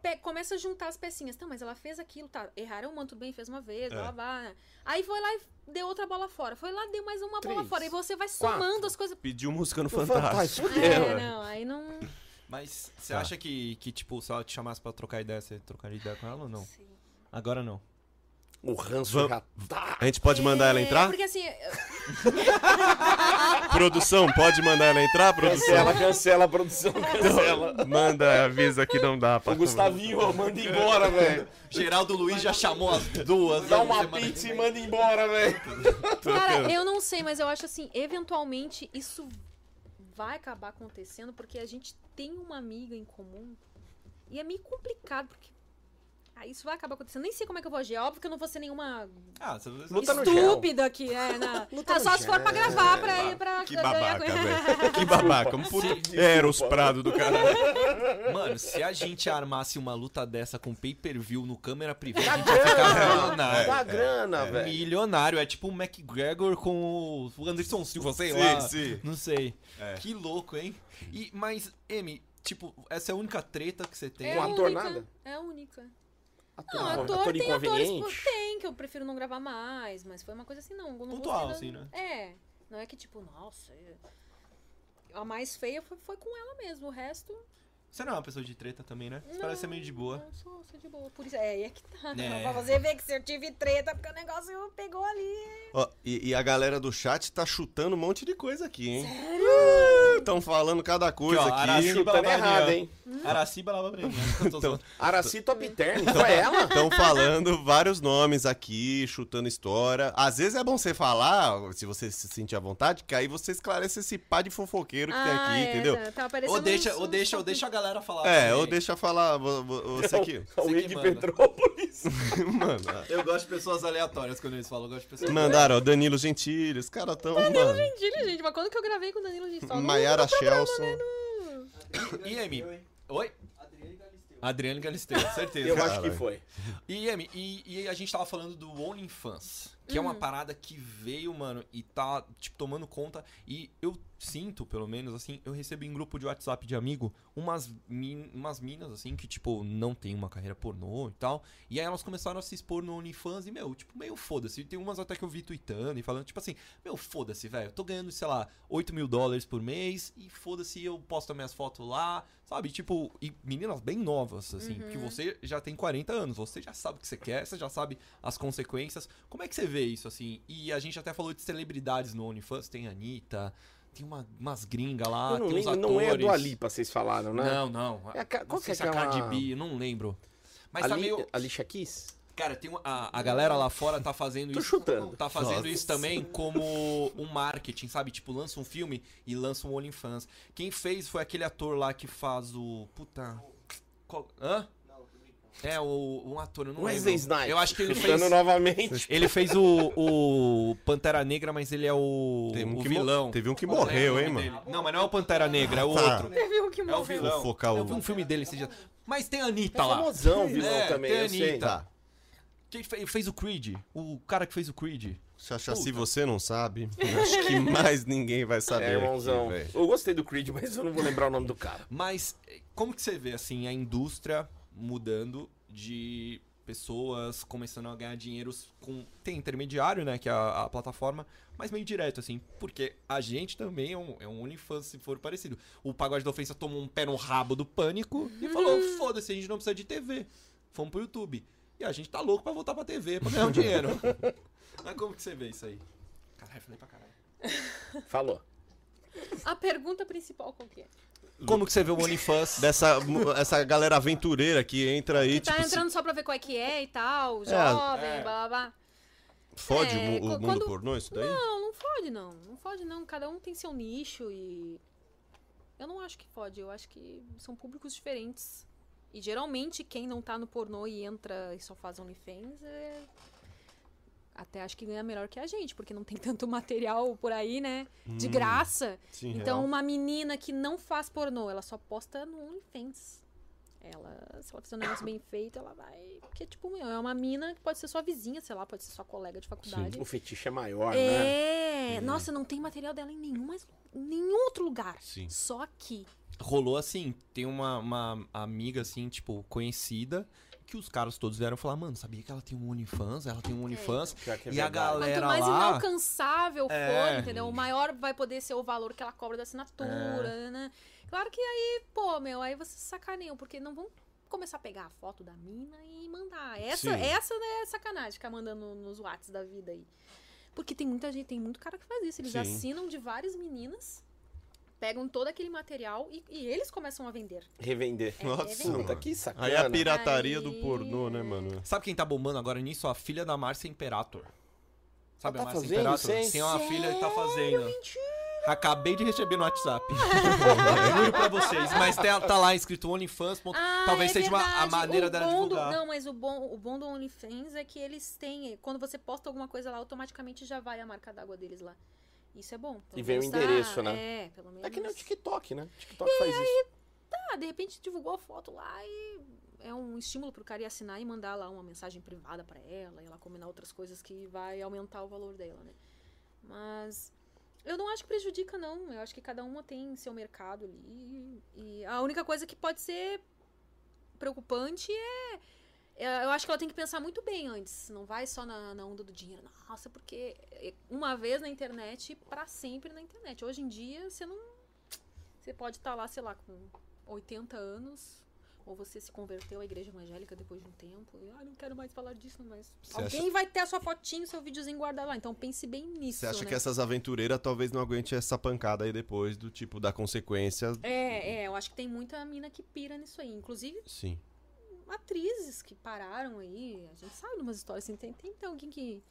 Speaker 1: pe- começa a juntar as pecinhas. Tá, mas ela fez aquilo, tá? Erraram uma, tudo bem, fez uma vez, blá, blá.
Speaker 2: É.
Speaker 1: blá. Aí foi lá e deu outra bola fora. Foi lá, deu mais uma bola
Speaker 3: Três,
Speaker 1: fora. E você vai
Speaker 3: quatro.
Speaker 1: somando as coisas.
Speaker 2: Pediu música no
Speaker 3: Foi
Speaker 2: Fantástico.
Speaker 1: É,
Speaker 3: ué.
Speaker 4: né?
Speaker 1: não, aí não.
Speaker 4: Mas você
Speaker 2: Tá.
Speaker 4: acha que, que, tipo, se ela te chamasse pra trocar ideia, você trocaria ideia com ela ou não?
Speaker 1: sei.
Speaker 4: Agora não.
Speaker 3: O ranço
Speaker 2: Vam-
Speaker 3: já tá.
Speaker 2: A gente pode mandar ela
Speaker 1: É,
Speaker 2: entrar?
Speaker 1: Porque assim, eu-
Speaker 2: Produção, pode mandar ela entrar, produção?
Speaker 3: Cancela, cancela, produção, cancela.
Speaker 2: Manda, avisa que não dá pra.
Speaker 3: O Gustavinho, ó, manda embora, velho.
Speaker 4: Geraldo Luiz já chamou as duas.
Speaker 3: Dá uma pizza e manda embora, velho.
Speaker 1: Cara, eu não sei, mas eu acho assim, eventualmente isso vai acabar acontecendo porque a gente tem uma amiga em comum e é meio complicado porque ah, isso vai acabar acontecendo. Nem sei como é que eu vou agir. É óbvio que eu não vou ser nenhuma
Speaker 4: Ah, você...
Speaker 3: Luta no
Speaker 1: estúpida aqui, é, na...
Speaker 3: Luta
Speaker 1: ah,
Speaker 3: no Ah,
Speaker 1: só se for pra
Speaker 3: gel.
Speaker 1: gravar, pra ir pra
Speaker 2: Que
Speaker 1: ganhar
Speaker 2: babaca,
Speaker 1: coisa.
Speaker 2: velho. Que babaca. Um puto Eros Prado do caralho.
Speaker 4: Mano, se a gente armasse uma luta dessa com pay-per-view no câmera privada, a gente ia ficar milionário.
Speaker 3: Dá
Speaker 1: Tá,
Speaker 3: grana, velho.
Speaker 4: Milionário, é tipo o McGregor com o Anderson Silva, sei
Speaker 2: Sim,
Speaker 4: lá.
Speaker 2: sim.
Speaker 4: Não sei.
Speaker 2: É.
Speaker 4: Que louco, hein? E, mas, Emi, tipo, essa é a única treta que você tem? um
Speaker 1: É
Speaker 3: Com ator nada?
Speaker 1: única. É
Speaker 4: né?
Speaker 1: única. Não, ator, tem atores
Speaker 3: inconveniente.
Speaker 1: pô, tem, que eu prefiro não gravar mais, mas foi uma coisa assim, não. eu não
Speaker 4: Pontual,
Speaker 1: gostei
Speaker 4: assim, né?
Speaker 1: É. Não é que tipo, nossa. é- A mais feia foi, foi com ela mesmo, o resto.
Speaker 4: Você não é uma pessoa de treta também, né? Você
Speaker 1: não,
Speaker 4: parece ser meio de boa.
Speaker 1: Não, sou, sou de boa. Por isso, é, aí é que tá.
Speaker 4: É.
Speaker 1: Pra você ver que se eu tive treta, porque o negócio pegou ali.
Speaker 2: Ó, e, e a galera do chat tá chutando um monte de coisa aqui, hein? Estão falando cada coisa
Speaker 4: Aqui, ó,
Speaker 2: aqui.
Speaker 4: Araci-
Speaker 3: Chutando
Speaker 4: Babarian.
Speaker 3: Tá errado, hein?
Speaker 4: Araciba lava né? pra mim.
Speaker 2: Então,
Speaker 3: Araci Top Term,
Speaker 4: Então tá.
Speaker 3: foi ela?
Speaker 2: Estão falando vários nomes aqui, chutando história. Às vezes é bom você falar, se você se sentir à vontade, que aí você esclarece esse pá de fofoqueiro que tem
Speaker 4: Ah,
Speaker 2: aqui,
Speaker 1: é,
Speaker 2: entendeu?
Speaker 1: tá- Tá aparecendo
Speaker 4: Ou deixa,
Speaker 1: uns-
Speaker 4: ou
Speaker 1: uns
Speaker 4: deixa, ou
Speaker 1: papinhos.
Speaker 4: deixa a galera falar.
Speaker 2: É,
Speaker 4: também.
Speaker 2: ou deixa falar vo- vo- você aqui.
Speaker 3: O
Speaker 4: Você que
Speaker 3: Ig
Speaker 4: manda.
Speaker 3: Petrópolis.
Speaker 2: Mano, ah,
Speaker 4: Eu gosto de pessoas aleatórias quando eles falam, eu gosto de pessoas
Speaker 2: mandaram, ó, Danilo Gentili, os caras tão. Mano,
Speaker 1: Mentira, gente, mas quando que eu gravei com o Danilo Gistal?
Speaker 2: Maiara
Speaker 4: né,
Speaker 2: Shelson.
Speaker 4: E Emi, oi? Adriane Galisteu. certeza.
Speaker 3: Eu acho que
Speaker 2: Caralho.
Speaker 3: foi.
Speaker 4: E Emi, e, e a gente tava falando do OnlyFans, que é
Speaker 1: Uhum.
Speaker 4: uma parada que veio, mano, e tá, tipo, tomando conta. E eu sinto, pelo menos, assim, eu recebi em grupo de WhatsApp de amigo umas, min- umas minas, assim, que, tipo, não tem uma carreira pornô e tal. E aí elas começaram a se expor no OnlyFans e, meu, tipo, meio foda-se. Tem umas até que eu vi tweetando e falando, tipo assim, meu, foda-se, velho. Eu tô ganhando, sei lá, 8 mil dólares por mês e foda-se, eu posto minhas fotos lá, sabe? Tipo, e meninas bem novas, assim, porque você já tem 40 anos, você já sabe o que você quer, você já sabe as consequências. Como é que você vê isso, assim? E a gente até falou de celebridades no OnlyFans, tem a Anitta, tem uma, umas gringas lá,
Speaker 3: Eu não
Speaker 4: Ah, tem uns
Speaker 3: lembro,
Speaker 4: atores.
Speaker 3: não é a Dua Lipa, vocês falaram, né?
Speaker 4: Não, não.
Speaker 3: É a ca-
Speaker 4: Não
Speaker 3: Qual que é
Speaker 4: sei se é a
Speaker 3: aquela...
Speaker 4: Cardi B, eu não lembro. Mas tá
Speaker 3: Ali- é-
Speaker 4: meio...
Speaker 3: Alicia Keys?
Speaker 4: Cara, tem um- a, a galera lá fora tá fazendo
Speaker 3: Tô
Speaker 4: isso.
Speaker 3: chutando.
Speaker 4: Tá fazendo isso também como um marketing, sabe? Tipo, lança um filme e lança um OnlyFans. Quem fez foi aquele ator lá que faz o. Puta. Qual... Hã? É, o, um ator, eu não
Speaker 3: Wesley
Speaker 4: lembro.
Speaker 3: Snipes.
Speaker 4: Eu acho que ele
Speaker 3: Chutando
Speaker 4: fez.
Speaker 3: novamente.
Speaker 4: Ele fez o, o Pantera Negra, mas ele é o,
Speaker 2: Teve um
Speaker 4: o
Speaker 2: que mo-
Speaker 4: vilão.
Speaker 2: Teve um que
Speaker 4: Não lembro
Speaker 2: morreu,
Speaker 4: o
Speaker 2: hein,
Speaker 4: nome
Speaker 2: mano?
Speaker 4: dele. Não, mas não é o Pantera Negra, é o
Speaker 2: Tá.
Speaker 4: outro.
Speaker 1: Teve um que
Speaker 4: É o
Speaker 1: morreu.
Speaker 4: vilão.
Speaker 2: Fofocar o-
Speaker 1: Tá
Speaker 4: Eu vi um filme dele esse dia. Mas tem a Anitta
Speaker 3: É
Speaker 4: lá.
Speaker 3: famosão o vilão
Speaker 4: É,
Speaker 3: também,
Speaker 2: Tá.
Speaker 4: tem a
Speaker 3: eu sei.
Speaker 4: Anitta. Quem fe- fez o Creed? O cara que fez o Creed.
Speaker 2: Chacha, se
Speaker 4: Puta.
Speaker 2: você não sabe, eu acho que mais ninguém vai saber.
Speaker 3: É, irmãozão.
Speaker 2: aqui, velho.
Speaker 3: eu gostei do Creed, mas eu não vou lembrar o nome do cara.
Speaker 4: Mas eh, como que você vê, assim, a indústria mudando de pessoas começando a ganhar dinheiro com... Tem intermediário, né, que é a, a plataforma, mas meio direto, assim. Porque a gente também é um, é um OnlyFans, se for parecido. O Pagode da Ofensa tomou um pé no rabo do pânico e falou, foda-se, a gente não precisa de TV. Fomos pro YouTube. E a gente tá louco pra voltar pra TV, pra ganhar um dinheiro. mas como que você vê isso aí? Caralho, falei pra caralho.
Speaker 3: Falou.
Speaker 1: A pergunta principal qual que é?
Speaker 4: Como que você vê o OnlyFans?
Speaker 2: Dessa mu- essa galera aventureira que entra aí,
Speaker 1: Que tá
Speaker 2: tipo, se
Speaker 1: entrando só pra ver qual é que é e tal, jovem,
Speaker 4: é.
Speaker 1: blá blá blá.
Speaker 2: fode o
Speaker 1: É,
Speaker 2: mu- o
Speaker 1: co-
Speaker 2: mundo
Speaker 1: quando-
Speaker 2: pornô isso daí?
Speaker 1: Não, não fode não. Não fode não. Cada um tem seu nicho e. Eu não acho que fode. Eu acho que são públicos diferentes. E geralmente quem não tá no pornô e entra e só faz OnlyFans é. Até acho que ganha melhor que a gente, porque não tem tanto material por aí, né? De
Speaker 2: Hum,
Speaker 1: graça.
Speaker 2: Sim,
Speaker 1: Então,
Speaker 2: real.
Speaker 1: uma menina que não faz pornô, ela só posta no OnlyFans. Ela, se ela fizer um negócio bem feito, ela vai. Porque, tipo, meu, é uma mina que pode ser sua vizinha, sei lá, pode ser sua colega de faculdade.
Speaker 3: O fetiche é maior, né?
Speaker 1: É, nossa, não tem material dela em nenhum, mas nenhum outro lugar.
Speaker 2: Sim.
Speaker 1: Só aqui.
Speaker 4: rolou assim, tem uma, uma amiga assim, tipo, conhecida, que os caras todos vieram falar, mano, sabia que ela tem um OnlyFans? Ela tem um OnlyFans.
Speaker 3: Pior que é
Speaker 4: e a
Speaker 3: verdade.
Speaker 1: Quanto
Speaker 4: galera
Speaker 1: mais
Speaker 4: lá...
Speaker 1: inalcançável
Speaker 4: É.
Speaker 1: for, entendeu? O maior vai poder ser o valor que ela cobra da assinatura,
Speaker 4: É.
Speaker 1: né? Claro que aí, pô, meu, aí você sacaneiam, porque não vão começar a pegar a foto da mina e mandar. Essa,
Speaker 2: Sim.
Speaker 1: essa né, é sacanagem, ficar mandando nos Whats da vida aí. Porque tem muita gente, tem muito cara que faz isso. Eles
Speaker 2: Sim.
Speaker 1: assinam de várias meninas, pegam todo aquele material e- e eles começam a vender.
Speaker 3: Revender.
Speaker 1: É,
Speaker 2: Nossa,
Speaker 1: é
Speaker 3: Puta,
Speaker 2: mano.
Speaker 3: que sacana.
Speaker 2: Aí é a pirataria do
Speaker 1: Aí-
Speaker 2: pornô, né, mano?
Speaker 4: Sabe quem tá bombando agora nisso? A filha da Márcia Imperator. Sabe
Speaker 3: Ela
Speaker 4: a
Speaker 3: tá
Speaker 4: Márcia
Speaker 3: fazendo
Speaker 4: Imperator?
Speaker 3: isso, hein?
Speaker 4: Tem uma filha que tá fazendo. Acabei de receber no WhatsApp. Juro pra vocês. Mas tem- tá lá escrito OnlyFans.
Speaker 1: Ah,
Speaker 4: Talvez
Speaker 1: é
Speaker 4: seja uma- a
Speaker 1: verdade.
Speaker 4: maneira
Speaker 1: O
Speaker 4: dela
Speaker 1: bom do-
Speaker 4: divulgar.
Speaker 1: não, mas o bom, o bom do OnlyFans é que eles têm. Quando você posta alguma coisa lá, automaticamente já vai a marca d'água deles lá. Isso é bom. Pelo
Speaker 3: E vem o
Speaker 1: menos dá-
Speaker 3: endereço, né?
Speaker 1: É, pelo menos.
Speaker 3: É que nem o TikTok, né? TikTok
Speaker 1: É.
Speaker 3: faz isso.
Speaker 1: Ah, de repente divulgou a foto lá e é um estímulo pro cara ir assinar e mandar lá uma mensagem privada pra ela, e ela combinar outras coisas que vai aumentar o valor dela, né? Mas eu não acho que prejudica, não. Eu acho que cada uma tem seu mercado ali. E a única coisa que pode ser preocupante é. é, Eu acho que ela tem que pensar muito bem antes. Não vai só na, na onda do dinheiro. Nossa, porque é, uma vez na internet, pra sempre na internet. Hoje em dia, você não. Você pode estar lá, sei lá, com 80 anos, ou você se converteu à igreja evangélica depois de um tempo, e ah, não quero mais falar disso, mas
Speaker 2: Você
Speaker 1: alguém vai ter a sua fotinho, seu videozinho guardado lá. Então pense bem nisso.
Speaker 2: Você acha
Speaker 1: né?
Speaker 2: que essas aventureiras talvez não aguente essa pancada aí depois do tipo da consequência?
Speaker 1: É, é, eu acho que tem muita mina que pira nisso aí. Inclusive,
Speaker 2: Sim.
Speaker 1: atrizes que pararam aí. A gente sabe de umas histórias assim. Tem, tem alguém que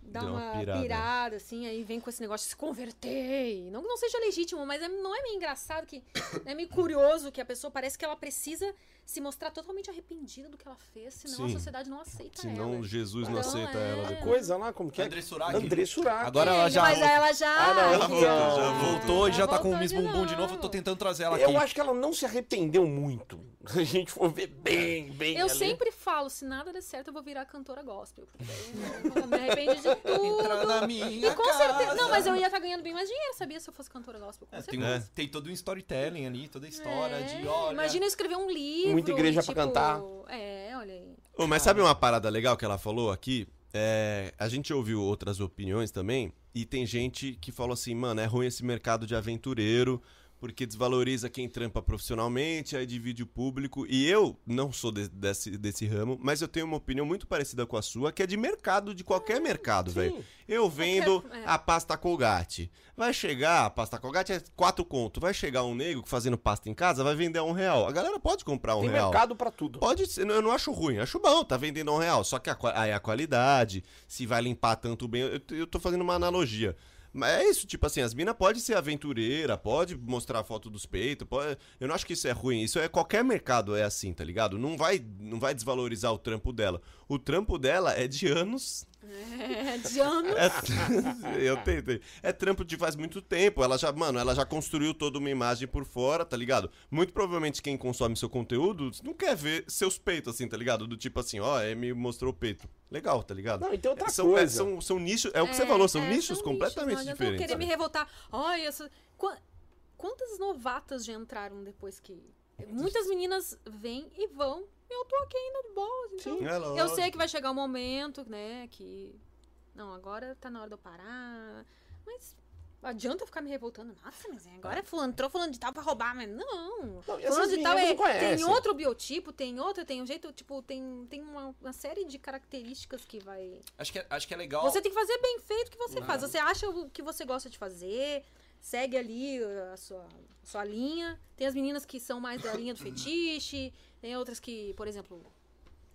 Speaker 1: dá
Speaker 2: Deu uma
Speaker 1: uma,
Speaker 2: pirada.
Speaker 1: pirada. assim, aí vem com esse negócio de se converter. e Não que não seja legítimo, mas é- não é meio engraçado que. é meio curioso que a pessoa parece que ela precisa se mostrar totalmente arrependida do que ela fez, senão a
Speaker 2: Sim.
Speaker 1: sociedade não aceita
Speaker 2: Senão
Speaker 1: ela.
Speaker 2: Jesus não
Speaker 1: É, Então,
Speaker 2: aceita
Speaker 1: é.
Speaker 2: ela
Speaker 1: É.
Speaker 2: depois.
Speaker 3: Coisa lá, como que é?
Speaker 4: André Surak.
Speaker 3: André Surak.
Speaker 4: Agora ela
Speaker 1: Ele-
Speaker 4: já
Speaker 1: mas
Speaker 4: voltou.
Speaker 1: ela já.
Speaker 3: Ah, não, ela voltou,
Speaker 4: Já voltou e já tá com o
Speaker 1: voltou de
Speaker 4: mesmo bumbum de novo. Eu tô tentando trazer ela aqui.
Speaker 3: Eu acho que ela não se arrependeu muito. Se a gente for ver
Speaker 4: É.
Speaker 3: bem, bem
Speaker 1: Eu
Speaker 3: ali.
Speaker 1: sempre falo, se nada der certo, eu vou virar cantora gospel. Porque daí eu não me arrependo de
Speaker 4: Entrar
Speaker 1: tudo.
Speaker 4: na minha
Speaker 1: E com
Speaker 4: casa.
Speaker 1: certeza. Não, mas eu ia estar ganhando bem mais dinheiro, sabia? Se eu fosse cantora gospel, com
Speaker 4: É, tem,
Speaker 1: certeza.
Speaker 4: um-
Speaker 2: É.
Speaker 4: tem todo um storytelling ali, toda a história
Speaker 1: É,
Speaker 4: de olha.
Speaker 1: Imagina eu escrever um livro.
Speaker 3: Muita igreja
Speaker 1: e,
Speaker 3: pra
Speaker 1: tipo,
Speaker 3: cantar.
Speaker 1: É, olha aí.
Speaker 2: Ô, mas sabe uma parada legal que ela falou aqui? É, a gente ouviu outras opiniões também, e tem gente que falou assim, mano, é ruim esse mercado de aventureiro, porque desvaloriza quem trampa profissionalmente, aí divide o público. E eu não sou de- desse, desse ramo, mas eu tenho uma opinião muito parecida com a sua, que é de mercado, de qualquer mercado, velho. Eu vendo
Speaker 1: Ah, Qualquer- é.
Speaker 2: a pasta Colgate. Vai chegar, a pasta Colgate é quatro conto. Vai chegar um negro fazendo pasta em casa, vai vender a um real. A galera pode comprar um
Speaker 3: Tem
Speaker 2: real.
Speaker 3: mercado pra tudo.
Speaker 2: Pode ser, não- eu não acho ruim, acho bom, tá vendendo a um real. Só que a qua- aí a qualidade, se vai limpar tanto bem, eu, eu tô fazendo uma analogia. Mas é isso, tipo assim, as minas podem ser aventureira, pode mostrar a foto dos peitos, pode- eu não acho que isso é ruim, isso é qualquer mercado é assim, tá ligado? Não vai, não vai desvalorizar o trampo dela. O trampo dela é de anos
Speaker 1: É, de anos.
Speaker 2: É- eu tentei. É trampo de faz muito tempo. Ela já, mano, ela já construiu toda uma imagem por fora, tá ligado? Muito provavelmente quem consome seu conteúdo não quer ver seus peitos, assim, tá ligado? Do tipo assim, ó, é, me mostrou o peito. Legal, tá ligado?
Speaker 3: Não, então outra
Speaker 2: são, é,
Speaker 3: coisa.
Speaker 2: são, são nichos, é o que você falou, são nichos completamente
Speaker 1: não adianta Eu
Speaker 2: diferentes. né?
Speaker 1: querer me revoltar. Olha, essa... Qua- quantas novatas já entraram depois que. Muitas meninas vêm e vão. e Eu tô aqui ainda de boas. Então.
Speaker 2: É
Speaker 1: Eu
Speaker 2: lógico.
Speaker 1: sei que vai chegar um momento, né, que. Não, agora tá na hora de eu parar. Mas. Adianta eu ficar me revoltando. Nossa, mas é, agora é fulano, entrou fulano de tal pra roubar, mas não.
Speaker 3: Não, e essas
Speaker 1: Fulano de tal
Speaker 3: meninas
Speaker 1: é,
Speaker 3: não conhecem.
Speaker 1: tem outro biotipo, tem outro, tem um jeito, tipo, tem, tem uma, uma série de características que vai...
Speaker 4: Acho que é, acho que é legal.
Speaker 1: Você tem que fazer bem feito o que você
Speaker 4: Ah.
Speaker 1: faz. Você acha o que você gosta de fazer, segue ali uh, a sua, a sua linha. Tem as meninas que são mais da linha do fetiche, tem outras que, por exemplo,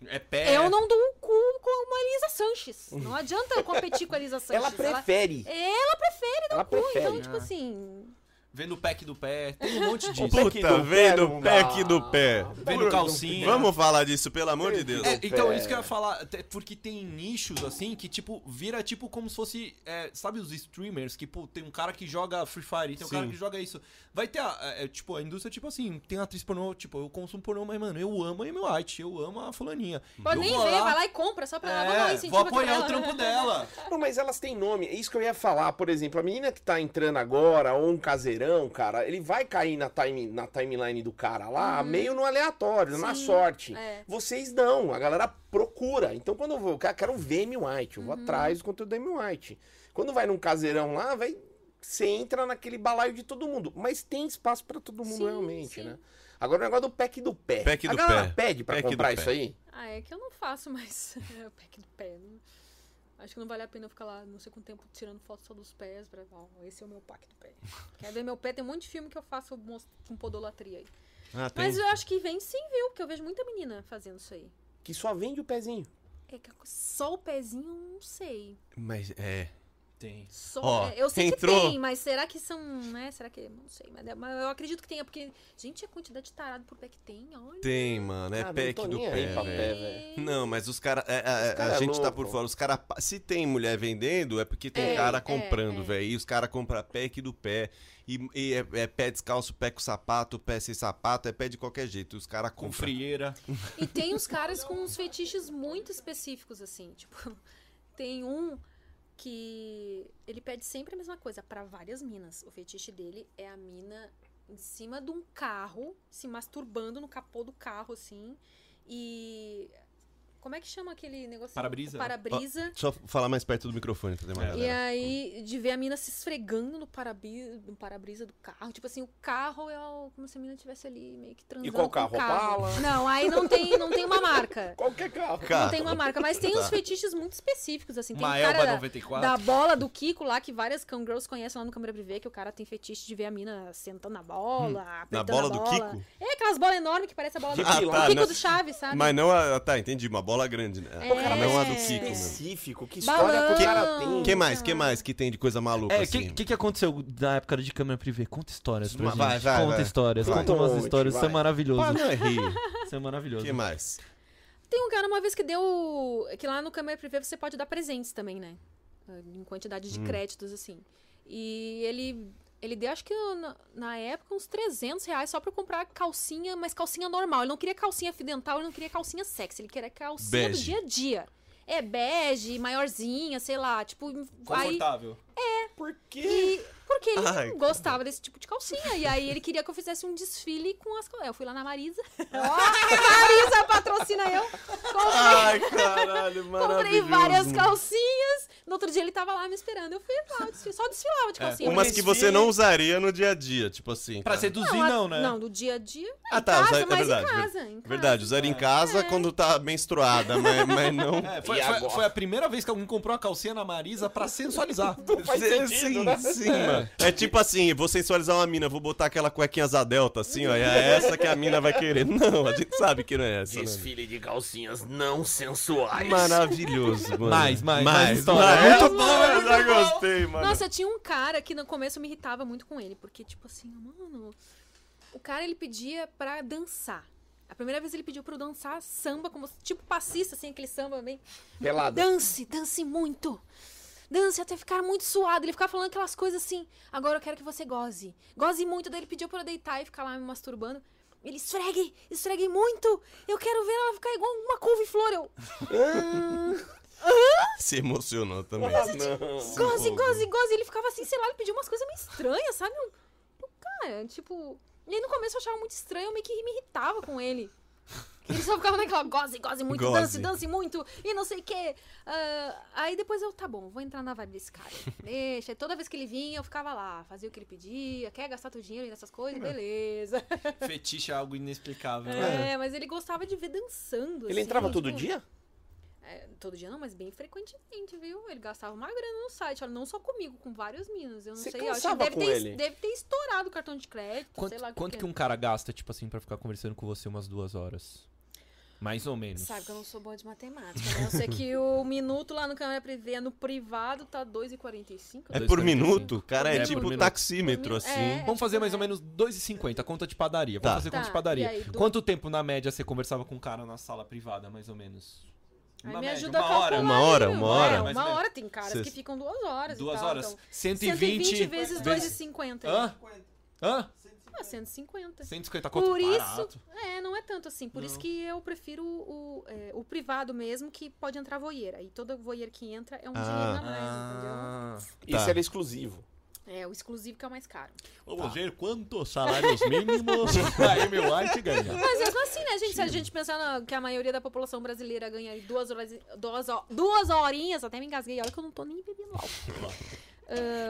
Speaker 4: É pé.
Speaker 1: eu não dou um cu com uma Elisa Sanches. Não adianta eu competir com a Elisa Sanches.
Speaker 3: Ela prefere.
Speaker 1: É,
Speaker 3: Ela prefere.
Speaker 1: então, tipo
Speaker 4: Ah.
Speaker 1: assim.
Speaker 4: Vendo o pack do pé. Tem um monte disso.
Speaker 3: pack
Speaker 2: Puta,
Speaker 3: do
Speaker 2: vem
Speaker 3: pé
Speaker 2: do
Speaker 3: não
Speaker 2: pack
Speaker 3: dá.
Speaker 2: do pé.
Speaker 4: Vem no calcinha.
Speaker 2: Vamos falar disso, pelo amor de Deus.
Speaker 4: É, então,
Speaker 3: pé.
Speaker 4: isso que eu ia falar, até porque tem nichos, assim, que, tipo, vira, tipo, como se fosse, é, sabe os streamers, que, pô, tem um cara que joga Free Fire, tem um cara
Speaker 2: Sim.
Speaker 4: que joga isso. Vai ter, a, é, tipo, a indústria, tipo assim, tem atriz pornô, tipo, eu consumo pornô, mas, mano, eu amo a Amy White, eu amo a fulaninha.
Speaker 1: Pode
Speaker 4: eu
Speaker 1: nem ver,
Speaker 4: vou lá-
Speaker 1: vai lá e compra só pra ela. Vamos lá, tipo
Speaker 4: É,
Speaker 1: incentiva
Speaker 4: vou
Speaker 1: aquela-
Speaker 4: apoiar o trampo dela.
Speaker 3: Não, mas elas têm nome. É isso que eu ia falar. Por exemplo, a menina que tá entrando agora, ou um caseirão, cara, ele vai cair na, time, na timeline do cara lá, meio no aleatório, na
Speaker 1: Uhum. Sim,
Speaker 3: sorte.
Speaker 1: é.
Speaker 3: Vocês não, a galera procura. Então, quando eu vou, cara, quero ver Amy White, eu vou
Speaker 1: Uhum.
Speaker 3: atrás do conteúdo da Amy White. Quando vai num caseirão lá, vai. Você entra naquele balaio de todo mundo. Mas tem espaço pra todo mundo
Speaker 1: Sim,
Speaker 3: realmente,
Speaker 1: sim.
Speaker 3: né? Agora o negócio do pack do pé.
Speaker 2: Pack
Speaker 3: a
Speaker 2: do
Speaker 3: galera
Speaker 2: pé.
Speaker 3: pede pra
Speaker 2: Pack do
Speaker 3: comprar
Speaker 2: pé.
Speaker 3: isso aí?
Speaker 1: Ah, é que eu não faço mais é, o pack do pé. Não... Acho que não vale a pena eu ficar lá não sei quanto tempo tirando foto só dos pés. Pra... Ó, esse é o meu pack do pé. Quer ver meu pé? Tem um monte de filme que eu faço mos- com podolatria aí.
Speaker 2: Ah, tem-
Speaker 1: Mas eu acho que vem sim, viu? Porque eu vejo muita menina fazendo isso aí.
Speaker 3: Que só vende o pezinho.
Speaker 1: É que só o pezinho, eu não sei.
Speaker 2: mas é.
Speaker 4: Tem.
Speaker 1: Só,
Speaker 2: Ó,
Speaker 1: é, eu sei
Speaker 2: entrou.
Speaker 1: que tem, mas será que são, né? Será que, não sei, mas, é- mas eu acredito que tenha, porque, gente, a quantidade de tarado por pé que tem, olha.
Speaker 2: Tem, mano. É
Speaker 3: Ah, não
Speaker 2: pack
Speaker 3: tô
Speaker 2: do
Speaker 3: nem
Speaker 2: pé,
Speaker 3: aí pra
Speaker 2: É, velho.
Speaker 3: pé, velho.
Speaker 2: Não, mas os caras. a
Speaker 3: cara é
Speaker 2: gente tá
Speaker 3: louco.
Speaker 2: por fora. Os caras. Se tem mulher vendendo, é porque tem
Speaker 1: É,
Speaker 2: cara
Speaker 1: é,
Speaker 2: comprando,
Speaker 1: é.
Speaker 2: velho. E os caras compram pack do pé. E, e é, é pé descalço, pé com sapato, pé sem sapato, é pé de qualquer jeito. E os caras
Speaker 4: Com
Speaker 2: compram.
Speaker 4: frieira.
Speaker 1: E tem uns caras com uns fetiches muito específicos, assim. Tipo, tem um que ele pede sempre a mesma coisa pra várias minas. O fetiche dele é a mina em cima de um carro, se masturbando no capô do carro, assim. E. Como é que chama aquele negócio?
Speaker 4: Para-brisa?
Speaker 1: Para-brisa.
Speaker 2: Só falar mais perto do microfone, tá demorando.
Speaker 1: E aí, de ver a mina se esfregando no para-brisa, no para-brisa do carro. Tipo assim, o carro é o- como se a mina estivesse ali meio que transando
Speaker 3: qual
Speaker 1: com o
Speaker 3: carro? Opala?
Speaker 1: Não, aí não tem, não tem uma marca.
Speaker 3: Qualquer carro.
Speaker 1: Não tem uma marca, mas tem
Speaker 2: Tá.
Speaker 1: uns fetiches muito específicos, assim. Tem
Speaker 4: Uma
Speaker 1: um cara
Speaker 4: Elba
Speaker 1: da,
Speaker 4: 94.
Speaker 1: da bola do Kiko lá, que várias cangirls conhecem lá no Câmera Privê, que o cara tem fetiche de ver a mina sentando na bola, apertando
Speaker 2: Na bola
Speaker 1: a
Speaker 2: do
Speaker 1: bola.
Speaker 2: Kiko?
Speaker 1: É, aquelas bolas enormes que parece a bola do
Speaker 2: Ah,
Speaker 1: Kiko,
Speaker 2: tá,
Speaker 1: o Kiko
Speaker 2: não.
Speaker 1: do Chaves, sabe?
Speaker 2: Mas não a. Tá, entendi. Uma bola grande, né?
Speaker 1: É. Cara, mas
Speaker 2: Não a do
Speaker 1: é
Speaker 2: Kiko, mano.
Speaker 3: específico, que
Speaker 1: Balão.
Speaker 3: história que o cara tem.
Speaker 2: Que mais? Que mais que tem de coisa maluca
Speaker 6: É, o
Speaker 2: assim?
Speaker 6: que, que, que aconteceu da época de câmera privê? Conta histórias pra
Speaker 2: Vai,
Speaker 6: gente.
Speaker 2: vai,
Speaker 6: conta
Speaker 2: vai.
Speaker 6: histórias,
Speaker 3: Vai.
Speaker 6: conta umas
Speaker 3: Conte,
Speaker 6: histórias. Isso é
Speaker 3: vai.
Speaker 6: maravilhoso.
Speaker 2: Pá, não é rir.
Speaker 6: Isso é maravilhoso.
Speaker 2: que mais?
Speaker 1: Tem um cara uma vez que deu. Que lá no Câmera Privê você pode dar presentes também, né? Em quantidade
Speaker 2: Hum.
Speaker 1: de créditos, assim. E ele. Ele deu, acho que um, na, na época, uns 300 reais só pra eu comprar calcinha, mas calcinha normal. Ele não queria calcinha fidental, ele não queria calcinha sexy. Ele queria calcinha do
Speaker 2: Bege.
Speaker 1: dia a dia. É, bege, maiorzinha, sei lá. Tipo, aí.
Speaker 4: Confortável.
Speaker 3: Por quê?
Speaker 1: E porque ele
Speaker 2: tá? Ai,
Speaker 1: não gostava desse tipo de calcinha. E aí ele queria que eu fizesse um desfile com as calcinhas. Eu fui lá na Marisa. Ó, Marisa patrocina eu. Comprei,
Speaker 2: Ai, caralho,
Speaker 1: comprei várias
Speaker 2: maravilhoso.
Speaker 1: calcinhas. No outro dia ele tava lá me esperando. Eu fui lá, eu desfile- só desfilava de calcinha.
Speaker 2: É, Umas que você não usaria no dia a dia, tipo assim.
Speaker 4: Pra
Speaker 2: tá?
Speaker 4: seduzir,
Speaker 1: a-
Speaker 4: não, né?
Speaker 1: Não, no dia a dia.
Speaker 2: Ah,
Speaker 1: Ah,
Speaker 2: tá,
Speaker 1: tá. Em casa,
Speaker 2: usaria- é
Speaker 1: mas
Speaker 2: verdade,
Speaker 1: em casa. Em casa.
Speaker 2: Verdade, usar em casa quando tá menstruada, mas, mas não.
Speaker 4: É, foi,
Speaker 3: E
Speaker 4: foi-
Speaker 3: agora?
Speaker 4: foi a primeira vez que alguém comprou a calcinha na Marisa pra sensualizar.
Speaker 3: faz
Speaker 2: Cê-
Speaker 3: sentido,
Speaker 2: sim,
Speaker 3: né?
Speaker 2: sim, mano. É tipo assim, vou sensualizar uma mina, vou botar aquela cuequinha delta assim, ó, e é essa que a mina vai querer. Não, a gente sabe que não é essa. né?
Speaker 3: Desfile de calcinhas não sensuais.
Speaker 2: Maravilhoso, mano.
Speaker 6: Mais, mais, mais história.
Speaker 2: Muito bom, eu já gostei, mano.
Speaker 1: Nossa, tinha um cara que no começo eu me irritava muito com ele, porque, tipo assim, mano. O cara ele pedia pra dançar. A primeira vez ele pediu pra eu dançar samba, como tipo passista, assim, aquele samba bem.
Speaker 3: Pelada.
Speaker 1: Dance, dance muito. Dance até ficar muito suado. Ele ficava falando aquelas coisas assim. Agora eu quero que você goze. Goze muito. Daí ele pediu pra eu deitar e ficar lá me masturbando. Ele esfregue, esfregue muito. Eu quero ver ela ficar igual uma couve-flor. Eu,
Speaker 2: Se emocionou também.
Speaker 3: Não.
Speaker 1: goze,
Speaker 2: Fogo.
Speaker 1: goze, goze. Ele ficava assim, sei lá, ele pediu umas coisas meio estranhas, sabe? Eu, eu, cara, tipo. E aí no começo eu achava muito estranho, eu meio que me irritava com ele. Ele só ficava naquela goze, goze muito,
Speaker 2: Goze.
Speaker 1: dance, dance muito, e não sei o quê. Ah, aí depois eu, tá bom, vou entrar na vibe desse cara. Deixa. E Toda vez que ele vinha, eu ficava lá, fazia o que ele pedia, quer gastar teu dinheiro nessas coisas? Beleza.
Speaker 4: Fetiche é algo inexplicável. né?
Speaker 1: É, mas ele gostava de ver dançando.
Speaker 3: Ele
Speaker 1: assim,
Speaker 3: entrava todo
Speaker 1: tipo,
Speaker 3: dia?
Speaker 1: é, todo dia não, mas bem frequentemente, viu? Ele gastava uma grana no site. Olha, não só comigo, com vários meninos. Eu não
Speaker 3: Você
Speaker 1: sei, eu acho que
Speaker 3: cansava
Speaker 1: deve
Speaker 3: com
Speaker 1: ter,
Speaker 3: ele?
Speaker 1: deve ter estourado o cartão de crédito, sei
Speaker 6: Quanto,
Speaker 1: lá o é.
Speaker 6: quanto que um cara gasta, tipo assim, pra ficar conversando com você umas duas horas? Mais ou menos.
Speaker 1: Sabe é? que eu não sou boa de matemática, né? Eu sei que o minuto lá no câmera privê, no privado, tá 2,45.
Speaker 2: É
Speaker 1: né?
Speaker 2: por minuto? Cara, é,
Speaker 6: É por
Speaker 2: tipo
Speaker 6: minuto.
Speaker 2: taxímetro,
Speaker 1: É,
Speaker 2: assim.
Speaker 1: é.
Speaker 6: Vamos fazer mais ou menos 2,50, conta de padaria.
Speaker 2: Tá.
Speaker 6: Vamos fazer conta
Speaker 1: Tá,
Speaker 6: de padaria.
Speaker 1: e aí, do-
Speaker 6: Quanto tempo, na média, você conversava com um cara na sala privada, mais ou menos?
Speaker 1: Aí
Speaker 6: Na
Speaker 1: me
Speaker 6: média,
Speaker 1: ajuda a
Speaker 6: uma hora.
Speaker 1: calcular.
Speaker 2: Uma hora,
Speaker 1: aí,
Speaker 2: uma
Speaker 1: né?
Speaker 2: hora.
Speaker 1: É,
Speaker 6: Mais
Speaker 1: uma
Speaker 6: ou menos.
Speaker 1: hora tem caras
Speaker 2: Cês-
Speaker 1: que ficam duas horas.
Speaker 6: Duas
Speaker 1: e tal,
Speaker 6: horas?
Speaker 1: Então,
Speaker 6: 120,
Speaker 1: 120 vezes
Speaker 6: vezes-
Speaker 1: 2,50.
Speaker 6: Hã? Hã?
Speaker 1: Ah, 150.
Speaker 6: 150 conto
Speaker 1: Por
Speaker 6: barato.
Speaker 1: isso, é, não é tanto assim. Por isso que eu prefiro o, é, o privado mesmo, que pode entrar voyeur. Aí todo voyeur que entra é um dinheiro
Speaker 2: Ah.
Speaker 1: a mais,
Speaker 6: Ah.
Speaker 3: Isso
Speaker 2: Tá.
Speaker 3: era exclusivo.
Speaker 1: entendeu? É, o exclusivo que é o mais caro.
Speaker 6: Vamos ver quantos salários mínimos aí meu like ganha.
Speaker 1: Mas mesmo assim, né, gente? Se a gente pensar na- que a maioria da população brasileira ganha aí duas horas, duas, ho- duas horinhas, até me engasguei. Olha que eu não tô nem bebendo álcool.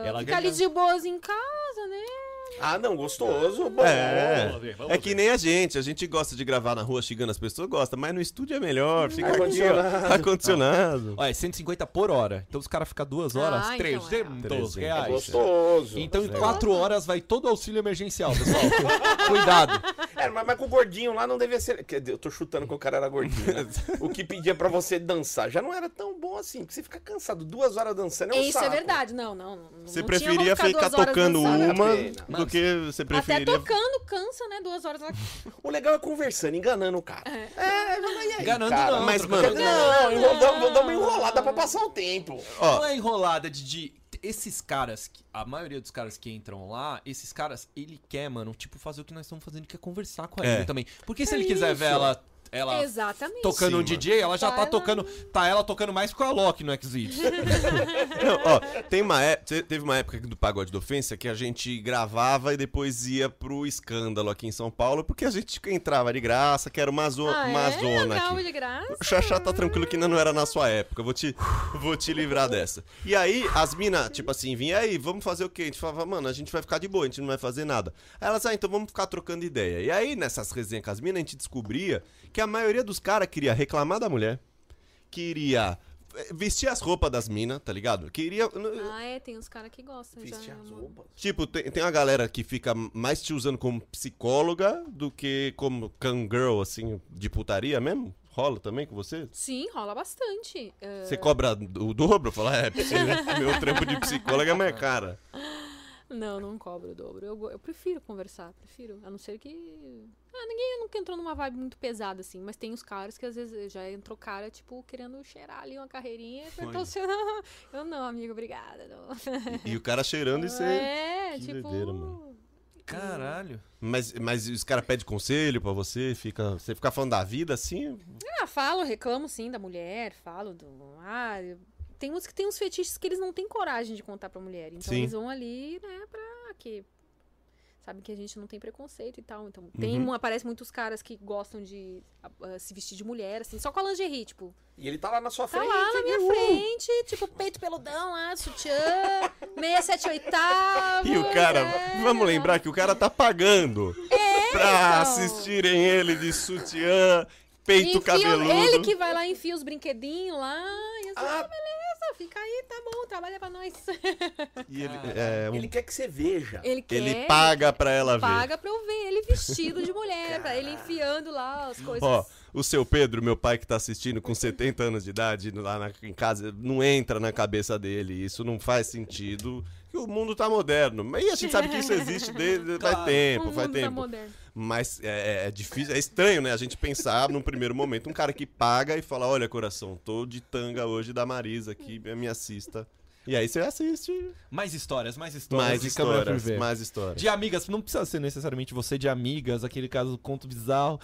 Speaker 6: Ela
Speaker 1: Ficar ali de boas em casa, né?
Speaker 3: Ah, não, gostoso. Bom.
Speaker 2: É.
Speaker 6: ver, vamos
Speaker 2: É que nem a gente, a gente gosta de gravar na rua xingando as pessoas, gosta, mas no estúdio é melhor, fica aqui, ó,
Speaker 3: Ar-condicionado.
Speaker 2: ar-condicionado.
Speaker 6: Olha, é 150 por hora. Então os caras ficam duas horas,
Speaker 1: Ah, então é.
Speaker 6: 300
Speaker 3: É
Speaker 6: reais.
Speaker 3: gostoso.
Speaker 6: Então em quatro horas vai todo o auxílio emergencial, pessoal. Cuidado.
Speaker 3: É, mas, mas com o gordinho lá não devia ser. Quer dizer, eu tô chutando que o cara era gordinho. né? o que pedia pra você dançar já não era tão bom assim, porque você fica cansado. Duas horas dançando é um
Speaker 1: Isso é
Speaker 3: saco.
Speaker 1: verdade. Não, não. não- não
Speaker 2: Você
Speaker 1: tinha como
Speaker 2: preferia
Speaker 1: ficar
Speaker 2: ficar
Speaker 1: duas horas
Speaker 2: tocando
Speaker 1: dançando.
Speaker 3: dançando. Vale a pena.
Speaker 2: uma do que você
Speaker 1: Até
Speaker 2: preferia...
Speaker 1: tocando cansa, né? Duas horas.
Speaker 3: O legal é conversando, enganando o cara. É, mas e aí,
Speaker 6: Enganando
Speaker 3: cara?
Speaker 6: não,
Speaker 2: mas,
Speaker 6: trocando
Speaker 2: mano-
Speaker 3: Não, eu dou- vou dar uma enrolada pra passar o tempo.
Speaker 2: Ó,
Speaker 6: Não é enrolada de, de- esses caras, que- a maioria dos caras que entram lá, esses caras, ele quer, mano, tipo, fazer o que nós estamos fazendo, que é conversar com a
Speaker 2: É.
Speaker 6: Amy também. Porque se
Speaker 3: É
Speaker 6: ele quiser ver
Speaker 3: isso.
Speaker 6: ela, ela
Speaker 1: Exatamente.
Speaker 6: tocando
Speaker 2: Sim,
Speaker 6: o DJ, ela já
Speaker 1: Tá,
Speaker 6: tá
Speaker 1: ela-
Speaker 6: tocando, tá ela tocando mais que o Alok no Xvideos.
Speaker 2: não, ó, tem uma é- te- teve uma época aqui do Pagode da Ofensa que a gente gravava e depois ia pro escândalo aqui em São Paulo, porque a gente entrava de graça, que era uma, zo
Speaker 1: Ah,
Speaker 2: uma
Speaker 1: é?
Speaker 2: zona
Speaker 1: Legal,
Speaker 2: aqui.
Speaker 1: de graça.
Speaker 2: Xaxá tá tranquilo que ainda não era na sua época. Eu Vou te, vou te livrar dessa. E aí, as minas, tipo assim, vinha aí, vamos fazer o quê? A gente falava, mano, a gente vai ficar de boa, a gente não vai fazer nada. Aí elas, ah, então vamos ficar trocando ideia. E aí, nessas resenhas com as minas, a gente descobria que a maioria dos caras queria reclamar da mulher, queria eh, vestir as roupas das minas, tá ligado? Queria. n-
Speaker 1: Ah, é, tem uns caras que gostam.
Speaker 3: Viste
Speaker 1: já, né,
Speaker 3: as
Speaker 1: amor.
Speaker 3: roupas.
Speaker 2: Tipo, tem, tem uma galera que fica mais te usando como psicóloga do que como cangirl, assim, de putaria mesmo? Rola também com você?
Speaker 1: Sim, rola bastante. Ah,
Speaker 2: Você cobra o dobro? Fala, é, porque meu trampo de psicóloga é mais cara.
Speaker 1: Não, não cobro o dobro. Eu, go- eu prefiro conversar, prefiro. A não ser que. Ah, ninguém nunca entrou numa vibe muito pesada, assim. Mas tem os caras que às vezes já entrou cara, tipo, querendo cheirar ali uma carreirinha e apertou o seu. Eu não, amigo, obrigada. não.
Speaker 2: E o cara cheirando isso aí.
Speaker 1: É,
Speaker 2: que
Speaker 1: tipo.
Speaker 2: doideira, mano.
Speaker 6: Caralho.
Speaker 2: Mas, mas os caras pedem conselho pra você, fica, você fica falando da vida assim?
Speaker 1: Ah, falo, reclamo sim da mulher, falo do. Ah, eu- tem uns que tem uns fetiches que eles não têm coragem de contar pra mulher. Então
Speaker 2: Sim.
Speaker 1: eles vão ali, né, pra que. Sabe que a gente não tem preconceito e tal. Então, tem,
Speaker 2: Uhum.
Speaker 1: mu- aparece muitos caras que gostam de ah, ah, se vestir de mulher, assim, só com a lingerie, tipo.
Speaker 3: E ele tá lá na sua
Speaker 1: Tá
Speaker 3: frente.
Speaker 1: lá na minha
Speaker 3: uh,
Speaker 1: frente, tipo, peito peludão lá, sutiã, meia, sete, oitavo.
Speaker 2: E o cara,
Speaker 1: é.
Speaker 2: vamos lembrar que o cara tá pagando
Speaker 1: então.
Speaker 2: pra assistirem ele de sutiã, peito
Speaker 1: Enfia-
Speaker 2: cabeludo.
Speaker 1: Ele que vai lá e enfia os brinquedinhos lá. E assim,
Speaker 3: Ah.
Speaker 1: ah, beleza, fica aí, tá bom, trabalha pra nós.
Speaker 2: E ele, é, um-
Speaker 3: Ele quer que você veja.
Speaker 1: Ele quer.
Speaker 2: ele paga pra ela ver.
Speaker 1: paga pra eu ver ele vestido de mulher, pra ele enfiando lá as coisas.
Speaker 2: Ó, o seu Pedro, meu pai que tá assistindo com 70 anos de idade lá na- em casa, não entra na cabeça dele. Isso não faz sentido. Que o mundo tá moderno. Mas a gente sabe que isso existe desde faz tempo,
Speaker 1: o
Speaker 2: faz
Speaker 1: mundo tá
Speaker 2: tempo.
Speaker 1: moderno.
Speaker 2: Mas é, é difícil, é estranho, né? A gente pensar num primeiro momento um cara que paga e fala: Olha, coração, tô de tanga hoje da Marisa aqui, me assista. E aí você assiste
Speaker 4: Mais histórias, mais histórias.
Speaker 2: mais
Speaker 4: de câmera
Speaker 2: histórias,
Speaker 4: privê.
Speaker 2: mais histórias.
Speaker 4: De amigas, não precisa ser necessariamente você de amigas, aquele caso do conto bizarro.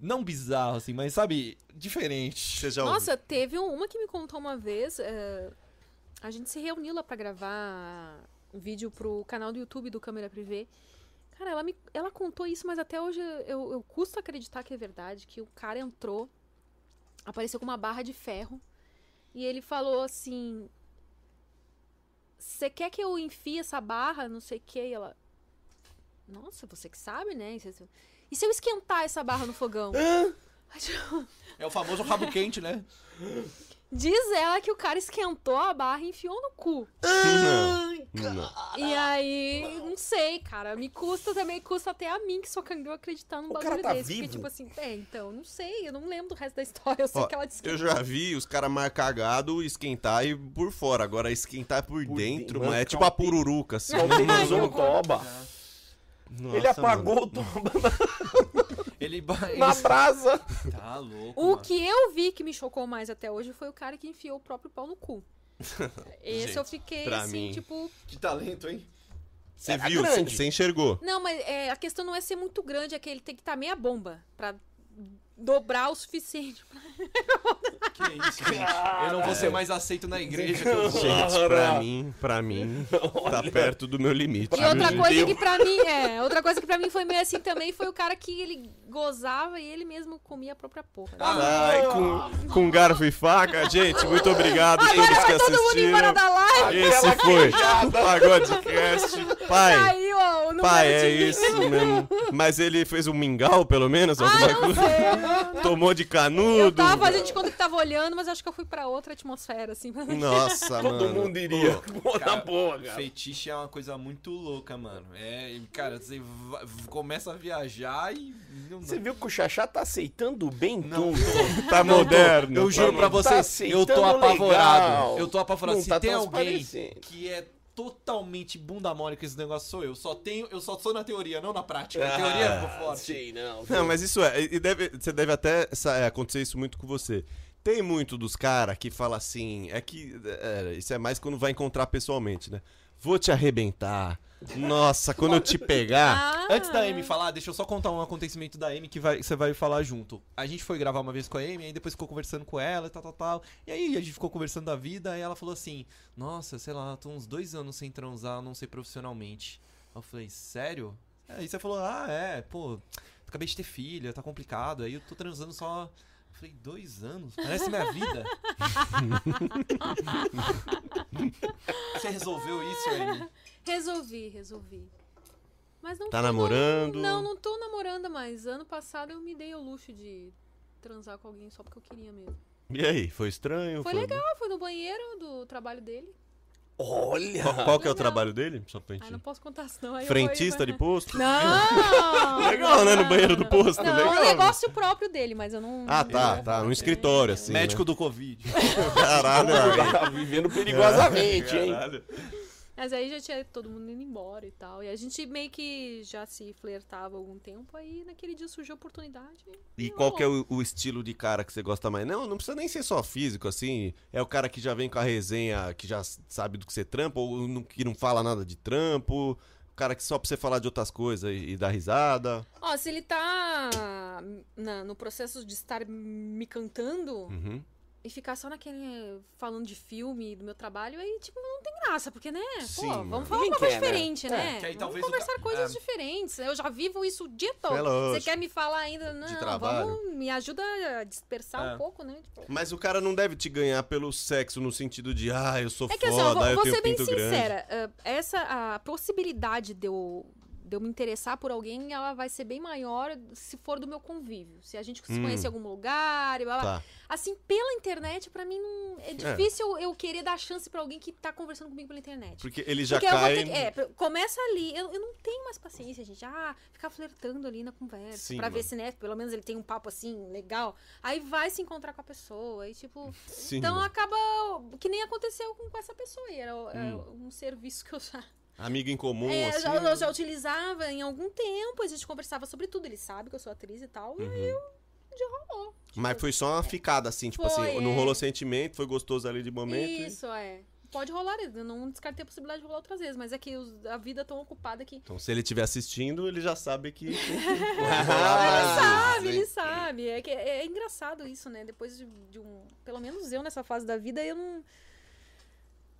Speaker 4: Não bizarro, assim, mas sabe, diferente.
Speaker 2: Você já ouviu?
Speaker 1: Nossa, teve um- uma que me contou uma vez. eh, a gente se reuniu lá pra gravar um vídeo pro canal do YouTube do Câmera Privê. Cara, ela, me, ela contou isso, mas até hoje eu, eu custo acreditar que é verdade, que o cara entrou, apareceu com uma barra de ferro, e ele falou assim. Você quer que eu enfie essa barra? Não sei o que. E ela. Nossa, você que sabe, né? E se- E se eu esquentar essa barra no fogão? Aí, tipo,
Speaker 4: É o famoso rabo quente, né?
Speaker 1: Diz ela que o cara esquentou a barra e enfiou no cu.
Speaker 2: Não, Ah, não.
Speaker 1: e aí, não sei, cara. Me custa também, custa até a mim que sou cangueu acreditar num
Speaker 3: O cara
Speaker 1: bagulho
Speaker 3: tá
Speaker 1: desse.
Speaker 3: vivo?
Speaker 1: Porque, tipo assim, é, então, não sei, eu não lembro do resto da história. Eu sei
Speaker 2: Ó,
Speaker 1: que ela disse que.
Speaker 2: Eu já vi os caras mar cagado, esquentar e por fora. Agora esquentar por,
Speaker 3: Por
Speaker 2: dentro,
Speaker 3: dentro,
Speaker 2: mano, é
Speaker 3: mano, um
Speaker 2: tipo
Speaker 3: calma.
Speaker 2: a pururuca, assim.
Speaker 3: Cauterizou o um toba.
Speaker 2: Nossa,
Speaker 3: Ele apagou
Speaker 2: mano.
Speaker 3: o toba
Speaker 4: Ele vai.
Speaker 3: na brasa.
Speaker 4: Tá louco.
Speaker 1: O
Speaker 4: mano.
Speaker 1: que eu vi que me chocou mais até hoje foi o cara que enfiou o próprio pau no cu. Esse eu fiquei
Speaker 2: pra
Speaker 1: assim,
Speaker 2: mim-
Speaker 1: tipo.
Speaker 7: Que talento, hein?
Speaker 2: Você
Speaker 3: Era
Speaker 2: viu,
Speaker 3: É grande.
Speaker 2: você enxergou.
Speaker 1: Não, mas é, a questão não é ser muito grande, é que ele tem que estar meia bomba pra dobrar o suficiente.
Speaker 4: Que é isso, gente? Eu não vou ser mais aceito na igreja que eu sou.
Speaker 2: Gente, pra mim, pra mim, tá perto do meu limite.
Speaker 1: E outra
Speaker 2: viu,
Speaker 1: coisa que pra mim, é, outra coisa que para mim foi meio assim também foi o cara que ele gozava e ele mesmo comia a própria porra.
Speaker 2: gente? Ai, com, com garfo e faca, gente, muito obrigado a todos que
Speaker 1: Vai todo mundo embora
Speaker 2: assistiram.
Speaker 1: da live,
Speaker 2: Esse foi o Pagodecast. Pai,
Speaker 1: aí, ó, o número
Speaker 2: pai,
Speaker 1: de
Speaker 2: é
Speaker 1: mim.
Speaker 2: isso mesmo. Mas ele fez um mingau, pelo menos, alguma coisa. Tomou de canudo.
Speaker 1: Ah, Eu tava, a gente quando que tava olhando, mas acho que eu fui pra outra atmosfera, assim.
Speaker 2: Hum. Nossa, tá mano.
Speaker 3: Todo mundo iria. Pô, na boa, cara.
Speaker 4: Fetiche é uma coisa muito louca, mano. É, cara, você va- começa a viajar e. Não
Speaker 3: Você viu que o Xaxá tá aceitando bem
Speaker 4: Não
Speaker 3: tudo.
Speaker 2: Tá moderno.
Speaker 4: Eu juro
Speaker 2: tá
Speaker 4: pra
Speaker 2: moderno.
Speaker 3: Tá
Speaker 4: vocês,
Speaker 1: assim,
Speaker 4: eu
Speaker 1: então.
Speaker 4: tô
Speaker 3: aceitando
Speaker 4: apavorado.
Speaker 3: legal.
Speaker 4: Eu tô apavorado.
Speaker 3: Não
Speaker 4: Se
Speaker 3: tá
Speaker 4: tem alguém
Speaker 3: transparecendo.
Speaker 4: que é totalmente bunda mole com esse negócio, sou eu. Só tenho, eu só sou na teoria, não na prática. A teoria é forte.
Speaker 3: Sei, Ah, não.
Speaker 2: Não, mas isso é. E deve, você deve até sa- é, acontecer isso muito com você. Tem muito dos caras que fala assim. É que. é, isso é mais quando vai encontrar pessoalmente, né? Vou te arrebentar. Nossa, quando eu te pegar.
Speaker 1: Ah,
Speaker 4: Antes da Amy falar, deixa eu só contar um acontecimento da Amy que vai- que você vai falar junto. A gente foi gravar uma vez com a Amy, aí depois ficou conversando com ela e tal, tal, tal. E aí a gente ficou conversando da vida, e ela falou assim: Nossa, sei lá, tô uns dois anos sem transar, não sei profissionalmente. Aí Eu falei: Sério? Aí você falou: Ah, é, pô, acabei de ter filha, tá complicado. Aí eu tô transando só. Eu Falei, dois anos? Parece minha vida. Você resolveu isso, Amy?
Speaker 1: resolvi, resolvi. Mas não
Speaker 2: Tá
Speaker 1: tô, não.
Speaker 2: namorando?
Speaker 1: Ah, Não, não tô namorando mais. Ano passado eu me dei o luxo de transar com alguém só porque eu queria mesmo.
Speaker 2: E aí, foi estranho?
Speaker 1: Foi legal. Ah, fui no banheiro do trabalho dele.
Speaker 3: Olha.
Speaker 2: Qual, qual que é
Speaker 1: Legal.
Speaker 2: o trabalho dele? Só pra
Speaker 1: Ah,
Speaker 2: gente.
Speaker 1: não posso contar senão. Aí eu né? vou-
Speaker 2: Frentista de posto?
Speaker 1: Não!
Speaker 2: Legal, né? No banheiro do posto.
Speaker 1: Não, é
Speaker 2: legal.
Speaker 1: um negócio próprio dele, mas eu não.
Speaker 2: Ah, tá, tá. Um escritório, assim. né?
Speaker 4: É, Médico do Covid.
Speaker 2: Caralho, velho.
Speaker 3: Tá vivendo perigosamente, hein?
Speaker 1: Mas aí já tinha todo mundo indo embora e tal. E a gente meio que já se flertava há algum tempo, aí naquele dia surgiu a oportunidade.
Speaker 2: E
Speaker 1: rolou.
Speaker 2: qual que é o, o estilo de cara que você gosta mais? Não, não precisa nem ser só físico, assim. É o cara que já vem com a resenha, que já s- sabe do que você trampa, ou não- que não fala nada de trampo. O cara que só pra você falar de outras coisas e, e dar risada.
Speaker 1: Ó, se ele tá na- no processo de estar me cantando
Speaker 2: Uhum.
Speaker 1: e ficar só naquele. falando de filme, do meu trabalho, aí, tipo, não tem graça, porque, né?
Speaker 2: Sim,
Speaker 1: Pô,
Speaker 2: mano.
Speaker 1: vamos falar uma
Speaker 3: Ninguém
Speaker 1: coisa
Speaker 3: quer, né?
Speaker 1: diferente, né?
Speaker 4: que aí
Speaker 1: vamos
Speaker 4: talvez o
Speaker 1: conversar
Speaker 4: ca-
Speaker 1: coisas
Speaker 4: é.
Speaker 1: diferentes. Eu já vivo isso o dia todo.
Speaker 2: É lógico.
Speaker 1: Você quer me falar ainda? Não,
Speaker 2: trabalho.
Speaker 1: vamos, me ajuda a dispersar um pouco, né? Tipo,
Speaker 2: Mas o cara não deve te ganhar pelo sexo no sentido de, ah, eu sou
Speaker 1: É que assim, ó,
Speaker 2: foda,
Speaker 1: vou,
Speaker 2: eu
Speaker 1: vou
Speaker 2: tenho
Speaker 1: ser bem
Speaker 2: pinto grande.
Speaker 1: sincera. ah, Essa a possibilidade de eu, de eu me interessar por alguém, ela vai ser bem maior se for do meu convívio. Se a gente se
Speaker 2: Hum.
Speaker 1: conhecer em algum lugar e blá, blá.
Speaker 2: Tá.
Speaker 1: Assim, pela internet, pra mim, não, é difícil eu- eu querer dar chance pra alguém que tá conversando comigo pela internet.
Speaker 2: Porque ele já
Speaker 1: Porque eu vou
Speaker 2: cai.
Speaker 1: ter que, é, pr- começa ali. Eu, eu não tenho mais paciência, gente. Ah, ficar flertando ali na conversa.
Speaker 2: Sim,
Speaker 1: pra ver
Speaker 2: mano.
Speaker 1: se, né, pelo menos ele tem um papo assim, legal. Aí vai se encontrar com a pessoa. E, tipo.
Speaker 2: Sim,
Speaker 1: então
Speaker 2: mano.
Speaker 1: acaba. Que nem aconteceu com, com essa pessoa. E era, o- era um serviço que eu já.
Speaker 2: Amigo em comum,
Speaker 1: É,
Speaker 2: Hum. assim.
Speaker 1: já, eu já utilizava em algum tempo. A gente conversava sobre tudo. Ele sabe que eu sou atriz e tal. E eu.
Speaker 2: Mas foi só uma ficada, assim, tipo
Speaker 1: Foi,
Speaker 2: assim, não
Speaker 1: é.
Speaker 2: rolou sentimento, foi gostoso ali de momento. e-
Speaker 1: Isso, é. Pode rolar, eu não descartei a possibilidade de rolar outras vezes, mas é que os- a vida é tão ocupada que
Speaker 2: Então, se ele estiver assistindo, ele já sabe que.
Speaker 1: sabe, ele sabe. É, Ah, que é, é engraçado isso, né? Depois de, de um. Pelo menos eu nessa fase da vida, eu não.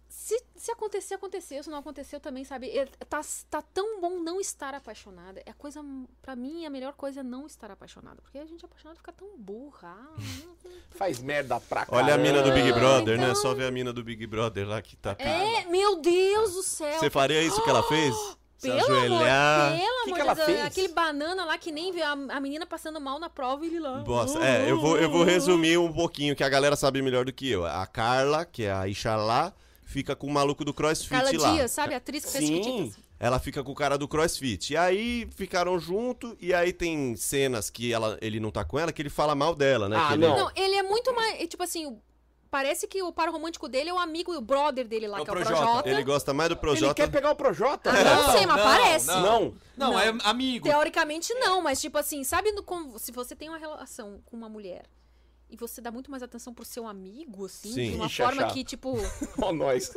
Speaker 1: Se, se acontecer, aconteceu. Se não aconteceu também, sabe? É- tá, tá tão bom não estar apaixonada. É a coisa. Pra mim, a melhor coisa é não estar apaixonada. Porque a gente apaixonada fica tão burra. Ah, não-
Speaker 3: Faz merda pra caramba.
Speaker 2: Olha a mina do Big
Speaker 1: Ah,
Speaker 2: Brother, né?
Speaker 1: então-
Speaker 2: Só ver a mina do Big Brother lá que tá.
Speaker 1: É, meu Deus do céu.
Speaker 2: Você faria isso que ela fez? Se
Speaker 1: Pelo amor,
Speaker 2: ajoelhar.
Speaker 1: pelo
Speaker 3: Que
Speaker 1: amor
Speaker 3: que
Speaker 1: de
Speaker 3: ela
Speaker 1: Deus,
Speaker 3: fez?
Speaker 1: aquele banana lá que nem vê a, a menina passando mal na prova e ele lá.
Speaker 2: Bosta. É, eu vou, eu vou resumir um pouquinho, que a galera sabe melhor do que eu. A Carla, que é a Ixalá, fica com o maluco do CrossFit
Speaker 1: Carla
Speaker 2: lá.
Speaker 1: Dias, sabe? A atriz que fez
Speaker 3: Sim.
Speaker 1: Chiquititas.
Speaker 2: Ela fica com o cara do CrossFit. E aí ficaram junto, e aí tem cenas que ela, ele não tá com ela, que ele fala mal dela, né?
Speaker 3: Ah,
Speaker 2: que ele-
Speaker 3: não.
Speaker 1: Não, ele é muito mais. é, Tipo assim, o- parece que o par romântico dele é o amigo, o brother dele lá,
Speaker 4: É o
Speaker 1: que é o
Speaker 4: Projota.
Speaker 1: Projota.
Speaker 2: Ele gosta mais do
Speaker 3: Ele
Speaker 2: Projota.
Speaker 3: quer pegar o Projota?
Speaker 1: Ah, não, sei, mas
Speaker 4: não,
Speaker 1: parece.
Speaker 4: não.
Speaker 3: Não.
Speaker 4: Não,
Speaker 1: Não.
Speaker 4: é amigo.
Speaker 1: Teoricamente não, mas tipo assim, sabe no- com- se você tem uma relação com uma mulher e você dá muito mais atenção pro seu amigo, assim,
Speaker 2: Sim.
Speaker 1: de uma
Speaker 3: Ixi,
Speaker 1: forma
Speaker 3: achar.
Speaker 1: que, tipo.
Speaker 3: Ó, nós.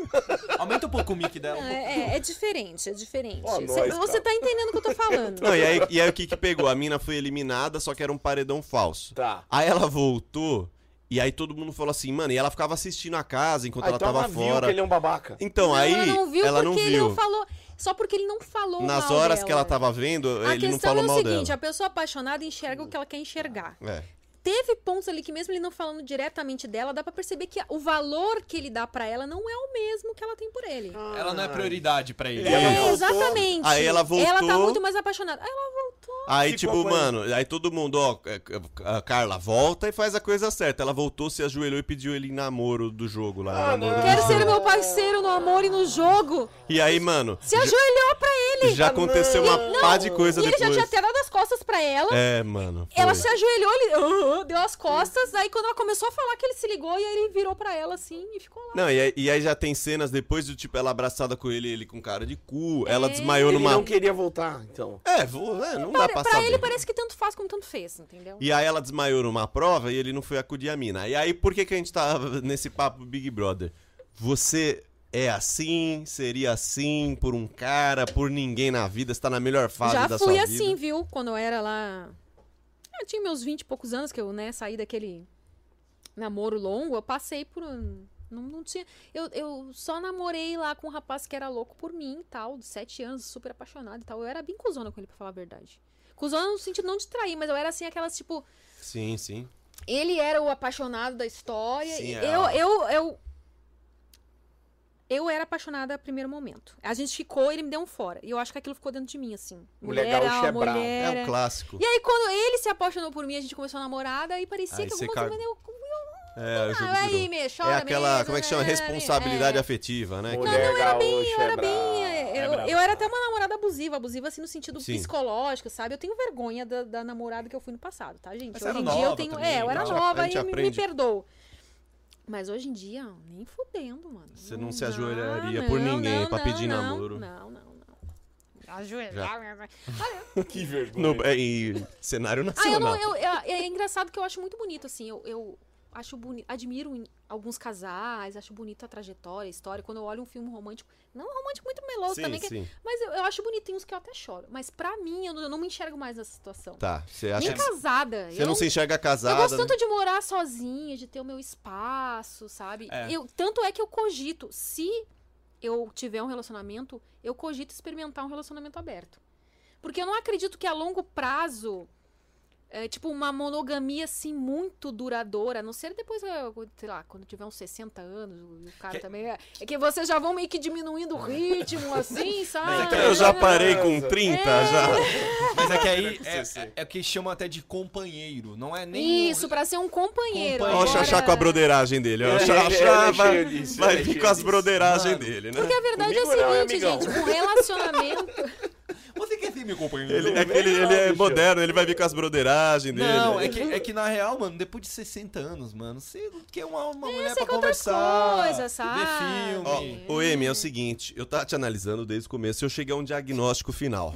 Speaker 4: Aumenta um pouco o mic dela. um pouco.
Speaker 1: É, é- é diferente, é diferente.
Speaker 3: Ó,
Speaker 1: Cê-
Speaker 3: nós,
Speaker 1: você tá entendendo o que eu tô falando.
Speaker 2: Não, e aí, e aí o que que pegou? A mina foi eliminada, só que era um paredão falso.
Speaker 3: Tá.
Speaker 2: Aí ela voltou, e aí todo mundo falou assim, mano, e ela ficava assistindo a casa enquanto
Speaker 3: Ah,
Speaker 2: ela
Speaker 3: então
Speaker 2: tava
Speaker 3: ela viu
Speaker 2: fora.
Speaker 3: que ele é um babaca.
Speaker 2: Então, aí
Speaker 1: ela não viu
Speaker 2: ela não
Speaker 1: porque ele
Speaker 2: viu.
Speaker 1: não falou. Só porque ele não falou
Speaker 2: Nas
Speaker 1: mal
Speaker 2: horas que
Speaker 1: dela.
Speaker 2: ela tava vendo,
Speaker 1: A
Speaker 2: ele não
Speaker 1: questão
Speaker 2: falou
Speaker 1: é o
Speaker 2: mal
Speaker 1: seguinte,
Speaker 2: dela.
Speaker 1: a pessoa apaixonada enxerga o que ela quer enxergar.
Speaker 2: É.
Speaker 1: teve pontos ali que mesmo ele não falando diretamente dela, dá pra perceber que o valor que ele dá pra ela não é o mesmo que ela tem por ele.
Speaker 4: Ela
Speaker 3: Ah,
Speaker 4: não é prioridade pra ele.
Speaker 2: É.
Speaker 1: É,
Speaker 2: voltou.
Speaker 1: exatamente.
Speaker 2: Aí ela
Speaker 1: Ela tá
Speaker 2: voltou.
Speaker 1: muito mais apaixonada. Aí Ela
Speaker 2: Aí,
Speaker 3: Ficou
Speaker 2: tipo,
Speaker 3: com
Speaker 2: mano, aí todo mundo, ó, é, a Carla volta e faz a coisa certa. Ela voltou, se ajoelhou e pediu ele em namoro do jogo
Speaker 3: Ah,
Speaker 2: lá. namoro
Speaker 3: não.
Speaker 2: do
Speaker 1: quer
Speaker 2: jogo.
Speaker 1: ser meu parceiro no amor e no jogo.
Speaker 2: E aí, mano,
Speaker 1: Se ajoelhou pra
Speaker 2: já, já aconteceu uma pá de coisa
Speaker 1: ele. E ele já
Speaker 2: depois.
Speaker 1: tinha até dado as costas pra ela.
Speaker 2: É, mano.
Speaker 1: Ela
Speaker 2: foi.
Speaker 1: se ajoelhou, ele "Ah", deu as costas. Aí quando ela começou a falar que ele se ligou, e aí ele virou pra ela assim e ficou lá.
Speaker 2: Não, e aí, e aí já tem cenas depois do tipo, ela abraçada com ele, ele com cara de cu,
Speaker 1: É.
Speaker 2: ela desmaiou
Speaker 3: Ele
Speaker 2: numa.
Speaker 3: não queria voltar, então.
Speaker 2: É, vou, é, não dá
Speaker 1: Pare-
Speaker 2: pra
Speaker 1: pra
Speaker 2: saber.
Speaker 1: ele parece que tanto faz como tanto fez, entendeu?
Speaker 2: E aí ela desmaiou numa prova e ele não foi acudir a mina. E aí, por que, que a gente tá nesse papo Big Brother? Você é assim, seria assim, por um cara, por ninguém na vida, você tá na melhor fase
Speaker 1: Já
Speaker 2: da sua
Speaker 1: fui
Speaker 2: vida.
Speaker 1: assim, viu? Quando eu era lá. Eu tinha meus 20 e poucos anos que eu, né, saí daquele namoro longo, eu passei por. um- Não, não tinha. Eu, eu só namorei lá com um rapaz que era louco por mim e tal, de 7 anos, super apaixonado e tal. Eu era bem cuzona com ele, pra falar a verdade. Cuzona no sentido não de trair, mas eu era assim, aquelas tipo.
Speaker 2: Sim, sim.
Speaker 1: Ele era o apaixonado da história.
Speaker 2: Sim,
Speaker 1: e
Speaker 2: é,
Speaker 1: eu,
Speaker 2: ó.
Speaker 1: eu, eu. Eu era apaixonada a primeiro momento. A gente ficou, ele me deu um fora. E eu acho que aquilo ficou dentro de mim, assim.
Speaker 3: Mulher
Speaker 1: Mulher,
Speaker 3: gaúcha
Speaker 1: ah,
Speaker 3: é brava.
Speaker 2: É,
Speaker 1: mulher,
Speaker 2: um clássico.
Speaker 1: e aí, quando ele se apaixonou por mim, a gente começou a namorar, daí parecia
Speaker 2: Aí
Speaker 1: que
Speaker 2: você
Speaker 1: alguma
Speaker 2: ca-
Speaker 1: coisa. Eu...
Speaker 2: É, o jogo
Speaker 1: Ah, aí,
Speaker 2: virou.
Speaker 1: me
Speaker 2: É
Speaker 1: chora,
Speaker 2: aquela,
Speaker 1: beleza,
Speaker 2: como é que chama?
Speaker 1: né, né, né,
Speaker 2: Responsabilidade afetiva, né?
Speaker 3: Mulher
Speaker 1: não, eu era bem-
Speaker 3: gaúcha
Speaker 1: Eu
Speaker 3: é
Speaker 1: era bem.
Speaker 3: brava.
Speaker 1: é, Eu, eu era até uma namorada abusiva, abusiva assim no sentido
Speaker 2: Sim.
Speaker 1: psicológico, sabe? Eu tenho vergonha da, da namorada que eu fui no passado, tá, gente?
Speaker 4: Mas
Speaker 1: hoje
Speaker 4: era
Speaker 1: em dia eu
Speaker 4: nova
Speaker 1: tenho.
Speaker 4: também,
Speaker 1: é, eu era
Speaker 2: a gente
Speaker 1: nova
Speaker 2: a gente
Speaker 1: e me, me
Speaker 2: aprende.
Speaker 1: perdoo. Mas hoje em dia, nem fudendo, mano.
Speaker 2: Você não se
Speaker 1: dá,
Speaker 2: ajoelharia por ninguém pra pedir
Speaker 1: não,
Speaker 2: namoro.
Speaker 1: Não, não, não.
Speaker 3: Que vergonha.
Speaker 2: No, é, e cenário
Speaker 1: Ah, eu
Speaker 2: nacional.
Speaker 1: não. Eu, eu- é engraçado que eu acho muito bonito, assim. Eu, eu acho bonito. Admiro em- alguns casais, acho bonito a trajetória, a história. Quando eu olho um filme romântico. Não romântico muito meloso
Speaker 2: Sim,
Speaker 1: também. que- é
Speaker 2: sim.
Speaker 1: mas eu, eu acho bonito, tem uns que eu até choro. Mas pra mim, eu não, eu não me enxergo mais nessa situação.
Speaker 2: Tá, você acha
Speaker 1: Nem
Speaker 2: que...
Speaker 1: casada.
Speaker 2: Você
Speaker 1: eu
Speaker 2: não se enxerga casada.
Speaker 1: eu gosto
Speaker 2: né?
Speaker 1: tanto de morar sozinha, de ter o meu espaço, sabe?
Speaker 4: É.
Speaker 1: Eu, tanto é que eu cogito, se eu tiver um relacionamento, eu cogito experimentar um relacionamento aberto. Porque eu não acredito que a longo prazo é, tipo, uma monogamia, assim, muito duradoura. A não ser depois, é, sei lá, quando tiver uns 60 anos, o cara também. É, é que vocês já vão meio que diminuindo o ritmo, assim, sabe?
Speaker 2: é Eu já parei tá com 30, já.
Speaker 6: Mas é que aí é, é- é que chama até de companheiro, não é nem.
Speaker 1: Isso, pra ser um companheiro.
Speaker 6: Companheiro.
Speaker 2: Olha o
Speaker 1: Agora-
Speaker 2: Xaxá com a broderagem dele. ó. O
Speaker 3: Ele- ele- ele
Speaker 2: Xaxá
Speaker 3: é
Speaker 2: vai,
Speaker 3: cheio disso,
Speaker 2: vai
Speaker 3: ele é
Speaker 2: vir
Speaker 3: cheio
Speaker 2: com as
Speaker 3: disso.
Speaker 2: broderagens dele, né?
Speaker 1: Porque a verdade é o
Speaker 3: Comigo não, hein,
Speaker 1: seguinte,
Speaker 3: amigão?
Speaker 1: gente, o relacionamento.
Speaker 6: Você quer ser meu companheiro?
Speaker 2: Ele é, que ele- ele é moderno, ele vai vir com as broderagens dele. né?
Speaker 6: Não, é que, é que na real, mano, depois de 60 anos, mano, você quer uma, uma mulher
Speaker 1: É, você
Speaker 6: pra
Speaker 1: quer outras
Speaker 6: conversar.
Speaker 1: coisas, sabe?
Speaker 6: Ver
Speaker 2: Ó,
Speaker 6: filme.
Speaker 2: ô Emi, é o seguinte, eu tava te analisando desde o começo, eu cheguei a um diagnóstico final.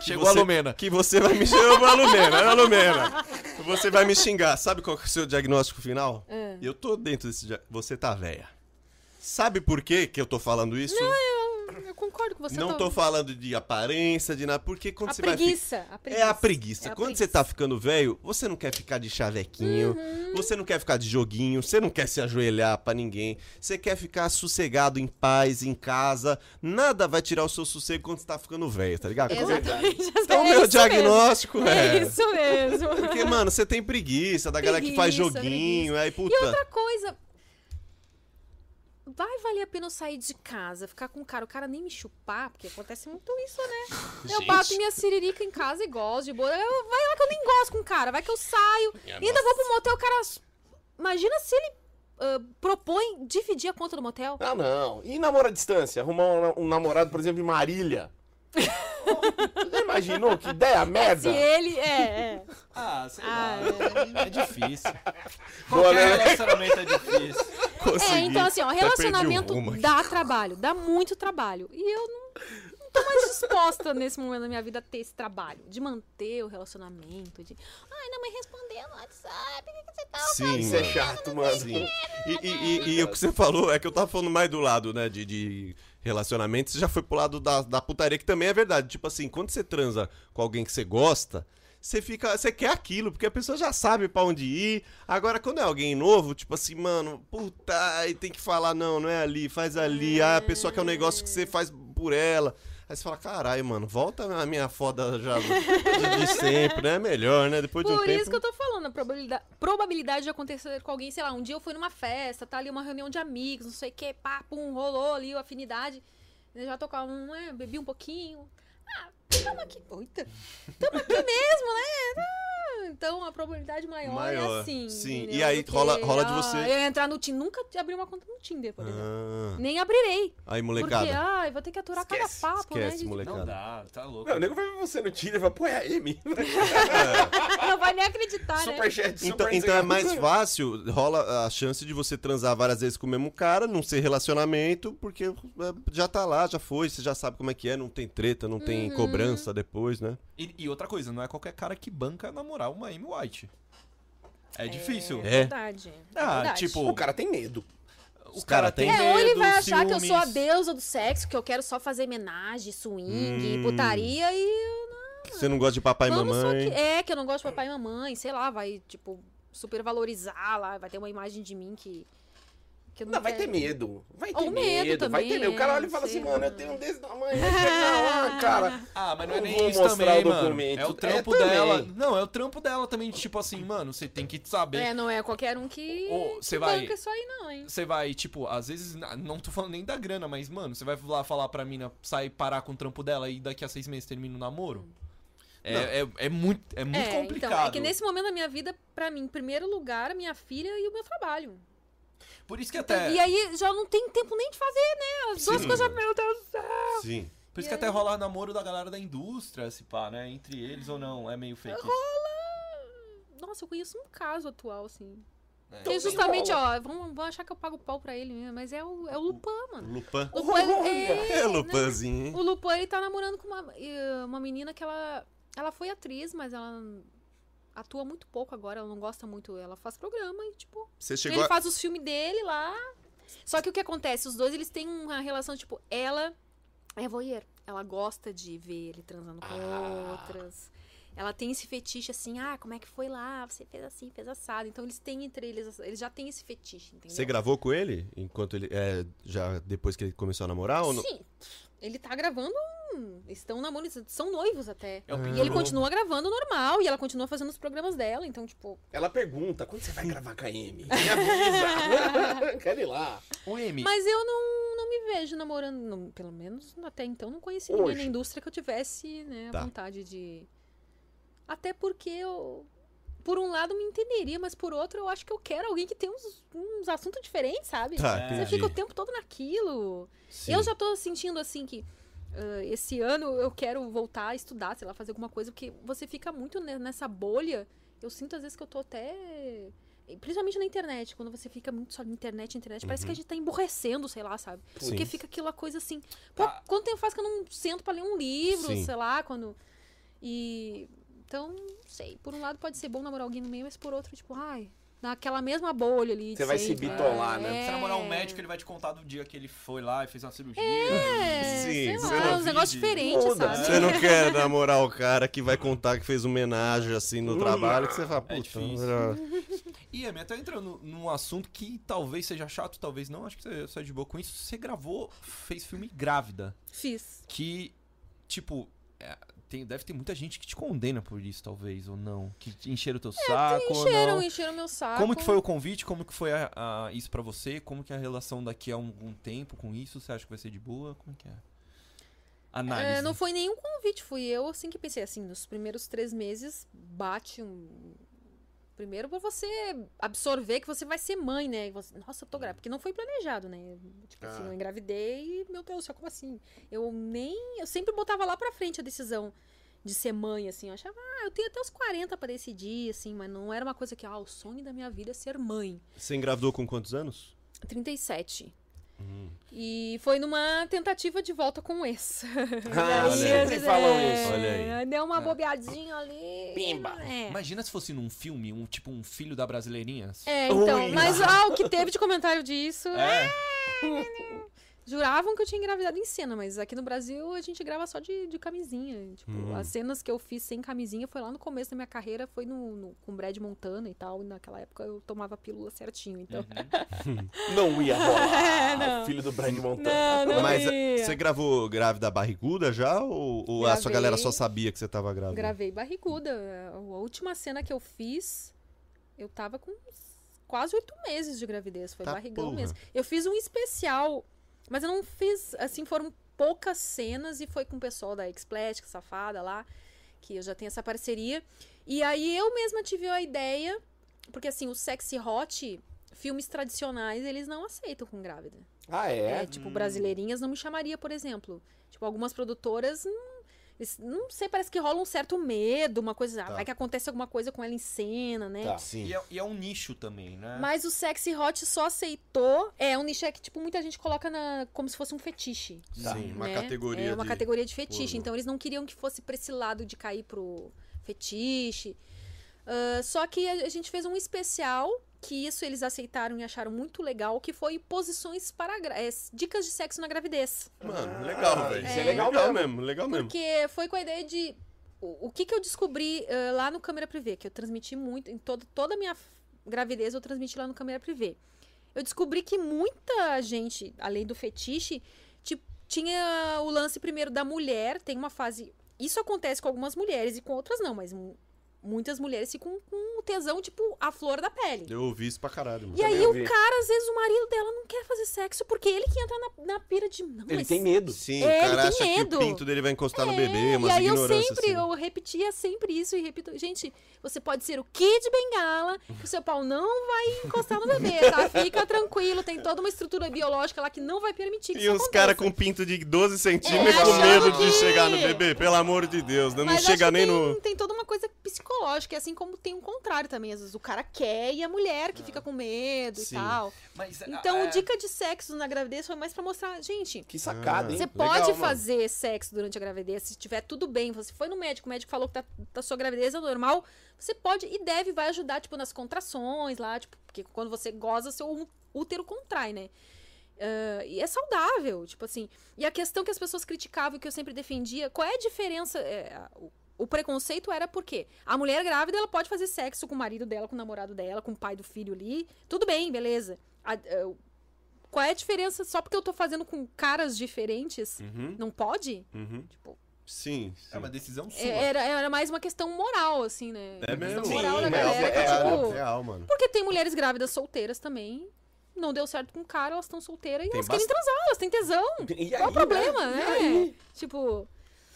Speaker 6: Chegou
Speaker 2: você-
Speaker 6: a Lumena.
Speaker 2: Que você vai me chamar Alumena, é Alumena. Você vai me xingar. Sabe qual que é o seu diagnóstico final?
Speaker 1: Ah.
Speaker 2: Eu tô dentro desse dia... Você tá velha. Sabe por que que eu tô falando isso?
Speaker 1: Eu concordo com você.
Speaker 2: Não
Speaker 1: tá-
Speaker 2: tô falando de aparência, de nada, porque quando
Speaker 1: A
Speaker 2: você
Speaker 1: preguiça, a
Speaker 2: vai. fi- É
Speaker 1: preguiça.
Speaker 2: a preguiça.
Speaker 1: É a
Speaker 2: Quando
Speaker 1: preguiça.
Speaker 2: você tá ficando velho, você não quer ficar de chavequinho,
Speaker 1: Uhum.
Speaker 2: você não quer ficar de joguinho, você não quer se ajoelhar pra ninguém, você quer ficar sossegado em paz, em casa. Nada vai tirar o seu sossego quando você tá ficando velho, tá ligado?
Speaker 1: Exatamente.
Speaker 2: Então,
Speaker 1: é
Speaker 2: meu
Speaker 1: isso
Speaker 2: diagnóstico
Speaker 1: mesmo.
Speaker 2: é.
Speaker 1: É isso mesmo.
Speaker 2: Porque, mano, você tem preguiça da galera que faz
Speaker 1: Preguiça,
Speaker 2: joguinho, aí, puta.
Speaker 1: Outra coisa. Vai valer a pena eu sair de casa, ficar com o cara, o cara nem me chupar, porque acontece muito isso, né? Eu bato minha siririca em casa e gosto de boa. Eu- vai lá que eu nem gosto com o cara, vai que eu saio. E ainda vou pro motel, o cara. Imagina se ele ah, propõe dividir a conta do motel.
Speaker 3: Ah, não. E namoro à distância? Arrumar um, um namorado, por exemplo, em Marília? Já imaginou? Que ideia merda!
Speaker 1: Se ele. É, é.
Speaker 6: Ah, sei
Speaker 1: Ah,
Speaker 6: É difícil.
Speaker 3: Boa, né?
Speaker 6: Qualquer relacionamento é difícil.
Speaker 1: É, então assim, ó,
Speaker 2: perdi o
Speaker 1: relacionamento
Speaker 2: rumo aqui.
Speaker 1: dá trabalho, dá muito trabalho. E eu não, não tô mais disposta nesse momento da minha vida a ter esse trabalho, de manter o relacionamento, de. Ai, não me respondeu no WhatsApp, por que que você tá
Speaker 2: Sim,
Speaker 3: Isso é
Speaker 2: mano.
Speaker 3: chato, mano.
Speaker 2: Sim. E, e- e- e o que você falou é que eu tava falando mais do lado, né, de, de relacionamento, você já foi pro lado da, da putaria, que também é verdade. Tipo assim, quando você transa com alguém que você gosta, você fica. Você quer aquilo, porque a pessoa já sabe pra onde ir. Agora, quando é alguém novo, tipo assim, mano, puta, aí tem que falar, não, não é ali, faz ali. Ah, a pessoa quer um negócio que você faz por ela. Aí você fala, caralho, mano, volta a minha foda já de, de sempre, né? Melhor, né? Depois de um
Speaker 1: Por
Speaker 2: tempo.
Speaker 1: isso que eu tô falando, a probabilida- probabilidade de acontecer com alguém, sei lá, um dia eu fui numa festa, tá ali uma reunião de amigos, não sei o que, pá, pum, rolou ali a afinidade. Eu já tocava um, é, bebi um pouquinho. Ah, tamo aqui. Oita! Tamo aqui mesmo, né? Ah, Então a probabilidade maior,
Speaker 2: Maior,
Speaker 1: é assim.
Speaker 2: sim.
Speaker 1: entendeu?
Speaker 2: E aí
Speaker 1: Do que,
Speaker 2: rola- rola de
Speaker 1: ah,
Speaker 2: você-
Speaker 1: Eu entrar no Tinder. Nunca abri uma conta no Tinder, por exemplo.
Speaker 2: Ah,
Speaker 1: Nem abrirei.
Speaker 2: aí, molecada.
Speaker 1: Porque, ai, vou ter que aturar
Speaker 3: Esquece,
Speaker 1: cada papo, né?
Speaker 2: Esquece,
Speaker 1: gente?
Speaker 6: Não
Speaker 2: molecada.
Speaker 6: dá, tá louco.
Speaker 3: Não, o nego vai ver você no Tinder e vai, pô, é a Amy.
Speaker 1: Não vai nem acreditar, né?
Speaker 3: Superchat, super
Speaker 2: Então, então é mais fácil, rola a chance de você transar várias vezes com o mesmo cara, não ser relacionamento, porque é, já tá lá, já foi, você já sabe como é que é, não tem treta, não tem
Speaker 1: Uhum.
Speaker 2: cobrança depois, né?
Speaker 6: E, e outra coisa, não é qualquer cara que banca namorar uma Amy White. É difícil.
Speaker 1: É,
Speaker 2: É.
Speaker 1: verdade. é
Speaker 6: Ah,
Speaker 1: verdade.
Speaker 6: tipo,
Speaker 3: O cara tem medo.
Speaker 6: o cara tem
Speaker 1: É, ou ele
Speaker 6: medo,
Speaker 1: vai achar que eu
Speaker 6: ciúmes.
Speaker 1: sou a deusa do sexo, que eu quero só fazer homenagem, swing,
Speaker 2: Hum.
Speaker 1: putaria e.
Speaker 2: Você não gosta de papai e
Speaker 1: vamos
Speaker 2: mamãe.
Speaker 1: só que. É, que eu não gosto de papai e mamãe, sei lá, vai, tipo, supervalorizar lá, vai ter uma imagem de mim que. que eu não,
Speaker 3: Não, vai ter
Speaker 1: quero.
Speaker 3: medo. Vai ter
Speaker 1: Ou medo
Speaker 3: vai
Speaker 1: também,
Speaker 3: ter medo. O cara olha e
Speaker 1: é,
Speaker 3: fala
Speaker 1: sei
Speaker 3: assim, mano,
Speaker 1: lá.
Speaker 3: eu tenho um desse tamanho, vai chegar lá, cara.
Speaker 6: Ah, mas não é
Speaker 3: Não
Speaker 6: nem
Speaker 3: vou
Speaker 6: isso
Speaker 3: mostrar
Speaker 6: também,
Speaker 3: o
Speaker 6: mano.
Speaker 3: documento.
Speaker 6: É o
Speaker 3: É,
Speaker 6: trampo
Speaker 3: também.
Speaker 6: dela. Não, é o trampo dela também, de tipo assim, mano, você tem que saber.
Speaker 1: É, não é qualquer um que.
Speaker 6: Ô,
Speaker 1: que
Speaker 6: cê vai-
Speaker 1: banca isso aí, não, hein?
Speaker 6: Você vai, tipo, às vezes, na- não tô falando nem da grana, mas, mano, você vai lá falar pra mina sair parar com o trampo dela e daqui a seis meses termina o namoro? É, é, é muito, é
Speaker 1: é,
Speaker 6: muito complicado.
Speaker 1: então, é que nesse momento da minha vida, pra mim, em primeiro lugar, a minha filha e o meu trabalho.
Speaker 6: Por isso que até.
Speaker 1: E aí já não tem tempo nem de fazer, né? As duas
Speaker 2: Sim.
Speaker 1: coisas, meu Deus do céu.
Speaker 2: Sim.
Speaker 6: Por isso que
Speaker 1: né?
Speaker 6: até rola namoro da galera da indústria, se pá, né? Entre eles ou não, é meio fake.
Speaker 1: Nossa, eu conheço um caso atual, assim.
Speaker 6: É.
Speaker 3: Então,
Speaker 1: Que justamente, ó, vão, vão achar que eu pago pau pra ele, né? mas é o, é o Lupan, mano.
Speaker 2: Lupan.
Speaker 1: Lupan, ele- é,
Speaker 2: É,
Speaker 1: né?
Speaker 2: Lupanzinho, hein?
Speaker 1: O Lupan, ele tá namorando com uma, eh, uma menina que ela. Ela foi atriz, mas ela atua muito pouco agora, ela não gosta muito. Ela faz programa e, tipo.
Speaker 2: Você
Speaker 1: ele
Speaker 2: chegou a...
Speaker 1: faz os filmes dele lá. Só que o que acontece? Os dois, eles têm uma relação, tipo, ela é voyeur. Ela gosta de ver ele transando com
Speaker 2: Ah.
Speaker 1: outras. Ela tem esse fetiche assim, ah, como é que foi lá? Você fez assim, fez assado. Então eles têm entre eles, eles já têm esse fetiche, entendeu?
Speaker 2: Você gravou com ele? Enquanto ele. é, já depois que ele começou a namorar ou não?
Speaker 1: Sim. Ele tá gravando estão namorando, são noivos até.
Speaker 3: É o
Speaker 1: E
Speaker 2: Hum.
Speaker 3: Pinto
Speaker 1: ele
Speaker 3: Lobo.
Speaker 1: continua gravando normal e ela continua fazendo os programas dela, então, tipo.
Speaker 3: Ela pergunta, quando você vai gravar com a M? Me avisa! Quero ir lá.
Speaker 6: O M.
Speaker 1: Mas eu não, não me vejo namorando, não- pelo menos até então não conheci ninguém na
Speaker 3: Hoje.
Speaker 1: indústria que eu tivesse, né, a
Speaker 2: Tá.
Speaker 1: vontade de. Até porque eu. Por um lado me entenderia, mas por outro eu acho que eu quero alguém que tenha uns, uns assuntos diferentes, sabe?
Speaker 2: Tá,
Speaker 4: É.
Speaker 1: Você
Speaker 2: entendi.
Speaker 1: fica o tempo todo naquilo.
Speaker 2: Sim.
Speaker 1: Eu já tô sentindo assim que ah, esse ano eu quero voltar a estudar, sei lá, fazer alguma coisa, porque você fica muito ne- nessa bolha. Eu sinto às vezes que eu tô até. Principalmente na internet, quando você fica muito só na internet, internet, parece que a gente tá emburrecendo, sei lá, sabe?
Speaker 2: Sim.
Speaker 1: Porque fica aquela coisa assim. Pô, quanto tempo faz que eu não sento pra ler um livro,
Speaker 2: Sim.
Speaker 1: sei lá, quando. E. Então, não sei. Por um lado pode ser bom namorar alguém no meio, mas por outro, tipo, ai, naquela mesma bolha ali. de
Speaker 3: Você vai se
Speaker 1: sempre,
Speaker 3: bitolar, né?
Speaker 1: é.
Speaker 4: Se namorar um médico, ele vai te contar do dia que ele foi lá e fez uma cirurgia.
Speaker 1: É,
Speaker 2: Sim,
Speaker 1: sei
Speaker 2: você
Speaker 1: lá,
Speaker 2: não
Speaker 1: uns negócios
Speaker 4: vive.
Speaker 1: diferentes,
Speaker 3: Muda,
Speaker 1: sabe?
Speaker 2: Você não quer namorar o cara que vai contar que fez homenagem assim
Speaker 1: Uh.
Speaker 2: no trabalho, que você fala, puta,
Speaker 4: difícil.
Speaker 2: melhor."
Speaker 6: E Amy, até entrando num assunto que talvez seja chato, talvez não, acho que você sai de boa com isso. Você gravou, fez filme grávida.
Speaker 1: Fiz.
Speaker 6: Que, tipo, é, tem, deve ter muita gente que te condena por isso, talvez, ou não. Que te encheram o teu saco. ou
Speaker 1: É, Encheram,
Speaker 6: não.
Speaker 1: encheram meu saco.
Speaker 6: Como que foi o convite? Como que foi a- a- isso pra você? Como que é a relação daqui a algum tempo com isso? Você acha que vai ser de boa? Como que é? Análise.
Speaker 1: É, não foi nenhum convite, fui eu assim que pensei assim, nos primeiros três meses bate um. Primeiro pra você absorver que você vai ser mãe, né? E você, Nossa, eu tô grávida, porque não foi planejado, né? Tipo assim,
Speaker 3: Ah.
Speaker 1: eu engravidei e, meu Deus, só como assim? Eu nem. Eu sempre botava lá pra frente a decisão de ser mãe, assim. Eu achava, ah, eu tenho até os 40 pra decidir, assim, mas não era uma coisa que, ah, o sonho da minha vida é ser mãe.
Speaker 2: Você engravidou com quantos anos?
Speaker 1: 37.
Speaker 2: Hum.
Speaker 1: E foi numa tentativa de volta com o ex.
Speaker 3: Ah,
Speaker 2: olha aí.
Speaker 1: é.
Speaker 3: sempre falam isso.
Speaker 2: Olha É.
Speaker 1: aí. É, Deu uma bobeadinha ali.
Speaker 3: Pimba.
Speaker 1: É.
Speaker 6: Imagina se fosse num filme, um tipo um filho da brasileirinha.
Speaker 1: É, então,
Speaker 3: Ui.
Speaker 1: mas ah, o que teve de comentário disso.
Speaker 6: É.
Speaker 1: Juravam que eu tinha engravidado em cena, mas aqui no Brasil a gente grava só de, de camisinha. Tipo,
Speaker 2: Hum.
Speaker 1: as cenas que eu fiz sem camisinha foi lá no começo da minha carreira, foi no, no- com Brad Montana e tal. E naquela época eu tomava pílula certinho, então.
Speaker 3: Não ia rolar.
Speaker 1: Não.
Speaker 3: O filho do Brian Montana.
Speaker 1: Não, não
Speaker 2: Mas eh,
Speaker 1: ia.
Speaker 2: você gravou grávida barriguda já? Ou, ou a sua
Speaker 1: Gravei.
Speaker 2: galera só sabia que você tava grávida?
Speaker 1: Gravei barriguda. A última cena que eu fiz, eu tava com uns quase oito meses de gravidez. Foi
Speaker 2: Tá
Speaker 1: barrigão
Speaker 2: porra.
Speaker 1: mesmo. Eu fiz um especial, mas eu não fiz. Assim, foram poucas cenas e foi com o pessoal da Explética, safada lá, que eu já tenho essa parceria. E aí eu mesma tive a ideia, porque assim, o sexy hot. Filmes tradicionais, eles não aceitam com grávida.
Speaker 3: Ah,
Speaker 1: É,
Speaker 3: é?
Speaker 2: hum.
Speaker 1: tipo, brasileirinhas não me chamaria, por exemplo. Tipo, algumas produtoras. hum, eles- não sei, parece que rola um certo medo, uma coisa. ah,
Speaker 2: Tá.
Speaker 1: Vai que acontece alguma coisa com ela em cena, né?
Speaker 3: Tá.
Speaker 2: Sim.
Speaker 4: E é, e é um nicho também, né?
Speaker 1: Mas o sexy hot só aceitou. É, um nicho é que, tipo, muita gente coloca na, como se fosse um fetiche.
Speaker 2: Sim, uma
Speaker 1: né?
Speaker 2: categoria.
Speaker 1: É uma
Speaker 2: de...
Speaker 1: categoria de fetiche.
Speaker 2: porno.
Speaker 1: Então eles não queriam que fosse pra esse lado de cair pro fetiche. Ah, só que a, a gente fez um especial que isso eles aceitaram e acharam muito legal, que foi posições para gra- eh, dicas de sexo na gravidez.
Speaker 2: Mano, legal,
Speaker 3: Ah,
Speaker 2: velho.
Speaker 3: isso é legal
Speaker 2: mesmo. legal mesmo.
Speaker 1: Porque foi com a ideia de. O, o que, que eu descobri eh, lá no Câmera Privê, que eu transmiti muito, em todo, toda a minha f- gravidez eu transmiti lá no Câmera Privê. Eu descobri que muita gente, além do fetiche, ti- tinha o lance primeiro da mulher, tem uma fase. Isso acontece com algumas mulheres e com outras não, mas mu- muitas mulheres ficam com o tesão, tipo, a flor da pele.
Speaker 2: Eu ouvi isso pra caralho, mano.
Speaker 1: E aí
Speaker 3: eu
Speaker 1: o
Speaker 3: vi.
Speaker 1: cara, às vezes, o marido dela não quer fazer sexo, porque ele que entra na, na pira de. Não,
Speaker 3: Ele
Speaker 1: mas
Speaker 3: tem medo.
Speaker 2: Sim,
Speaker 1: É,
Speaker 2: o
Speaker 1: ele
Speaker 2: cara
Speaker 1: tem
Speaker 2: acha que
Speaker 1: medo.
Speaker 2: o pinto dele vai encostar tá no bebê,
Speaker 1: É, e
Speaker 2: umas
Speaker 1: aí eu
Speaker 2: ignorâncias.
Speaker 1: sempre,
Speaker 2: assim.
Speaker 1: eu repetia sempre isso e repito, gente, você pode ser o Kid Bengala, que o seu pau não vai encostar no bebê, tá? Fica tranquilo, tem toda uma estrutura biológica lá que não vai permitir que
Speaker 2: E
Speaker 1: isso
Speaker 2: uns
Speaker 1: aconteça.
Speaker 2: caras com pinto de 12
Speaker 1: É,
Speaker 2: centímetros com
Speaker 1: achando
Speaker 2: medo de
Speaker 1: que-
Speaker 2: chegar no bebê, pelo amor de Deus, né? não
Speaker 1: Mas
Speaker 2: chega
Speaker 1: acho que
Speaker 2: nem
Speaker 1: tem,
Speaker 2: no.
Speaker 1: tem toda uma coisa psicológica, assim como tem o contrário também. Às vezes o cara quer e a mulher que fica com medo
Speaker 2: Ah. Sim.
Speaker 1: e tal.
Speaker 4: Mas, é-
Speaker 1: Então,
Speaker 4: é-
Speaker 1: dica de sexo na gravidez foi mais pra mostrar, gente,
Speaker 3: Que sacada,
Speaker 2: Ah.
Speaker 3: hein?
Speaker 1: Você
Speaker 2: Legal,
Speaker 1: pode
Speaker 2: mano.
Speaker 1: fazer sexo durante a gravidez, se tiver tudo bem. Você foi no médico, o médico falou que tá, da sua gravidez é normal. Você pode e deve, vai ajudar, tipo, nas contrações lá, tipo, porque quando você goza, seu ú- útero contrai, né? Ah, e é saudável, tipo assim. E a questão que as pessoas criticavam e que eu sempre defendia, qual é a diferença? é, a- o, o preconceito era porque a mulher grávida ela pode fazer sexo com o marido dela, com o namorado dela, com o pai do filho ali. Tudo bem, beleza. A- é, o- Qual é a diferença? Só porque eu tô fazendo com caras diferentes,
Speaker 2: Uhum,
Speaker 1: não pode?
Speaker 2: uhum.
Speaker 1: Tipo,
Speaker 2: Sim, sim.
Speaker 4: É uma decisão sua.
Speaker 1: é- era, era mais uma questão moral, assim, né?
Speaker 2: É
Speaker 1: Uma questão
Speaker 2: mesmo?
Speaker 1: moral
Speaker 3: Sim,
Speaker 1: da
Speaker 3: é,
Speaker 1: galera. que,
Speaker 3: é,
Speaker 1: tipo,
Speaker 2: real, mano.
Speaker 1: Porque tem mulheres grávidas solteiras também. Não deu certo com o cara, elas estão solteiras e
Speaker 2: Tem é.
Speaker 1: elas querem
Speaker 2: bastante.
Speaker 1: transar, elas têm tesão.
Speaker 3: E
Speaker 1: um? Qual
Speaker 3: aí,
Speaker 1: o problema,
Speaker 3: né?
Speaker 1: né?
Speaker 3: E aí?
Speaker 1: Tipo,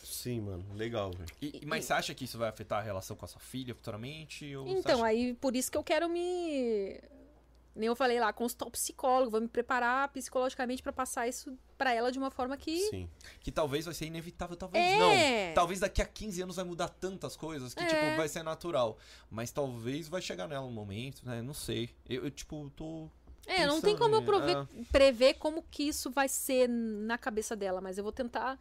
Speaker 2: Sim, mano. Legal, velho.
Speaker 4: E- e- mas você acha que isso vai afetar a relação com a sua filha futuramente? Ou você
Speaker 1: então,
Speaker 4: acha...
Speaker 1: aí por isso que eu quero me. Nem eu falei lá, consultar o psicólogo, vou me preparar psicologicamente pra passar isso pra ela de uma forma que.
Speaker 2: Sim.
Speaker 4: que talvez vai ser inevitável, talvez não. tá
Speaker 1: é.
Speaker 4: Talvez daqui a 15 anos vai mudar tantas coisas que,
Speaker 1: É.
Speaker 4: tipo, vai ser natural. Mas talvez vai chegar nela um momento, né? Não sei. Eu, eu, tipo, tô.
Speaker 1: É, não tem como eu
Speaker 4: pensando, ah.
Speaker 1: prover- prever como que isso vai ser na cabeça dela, mas eu vou tentar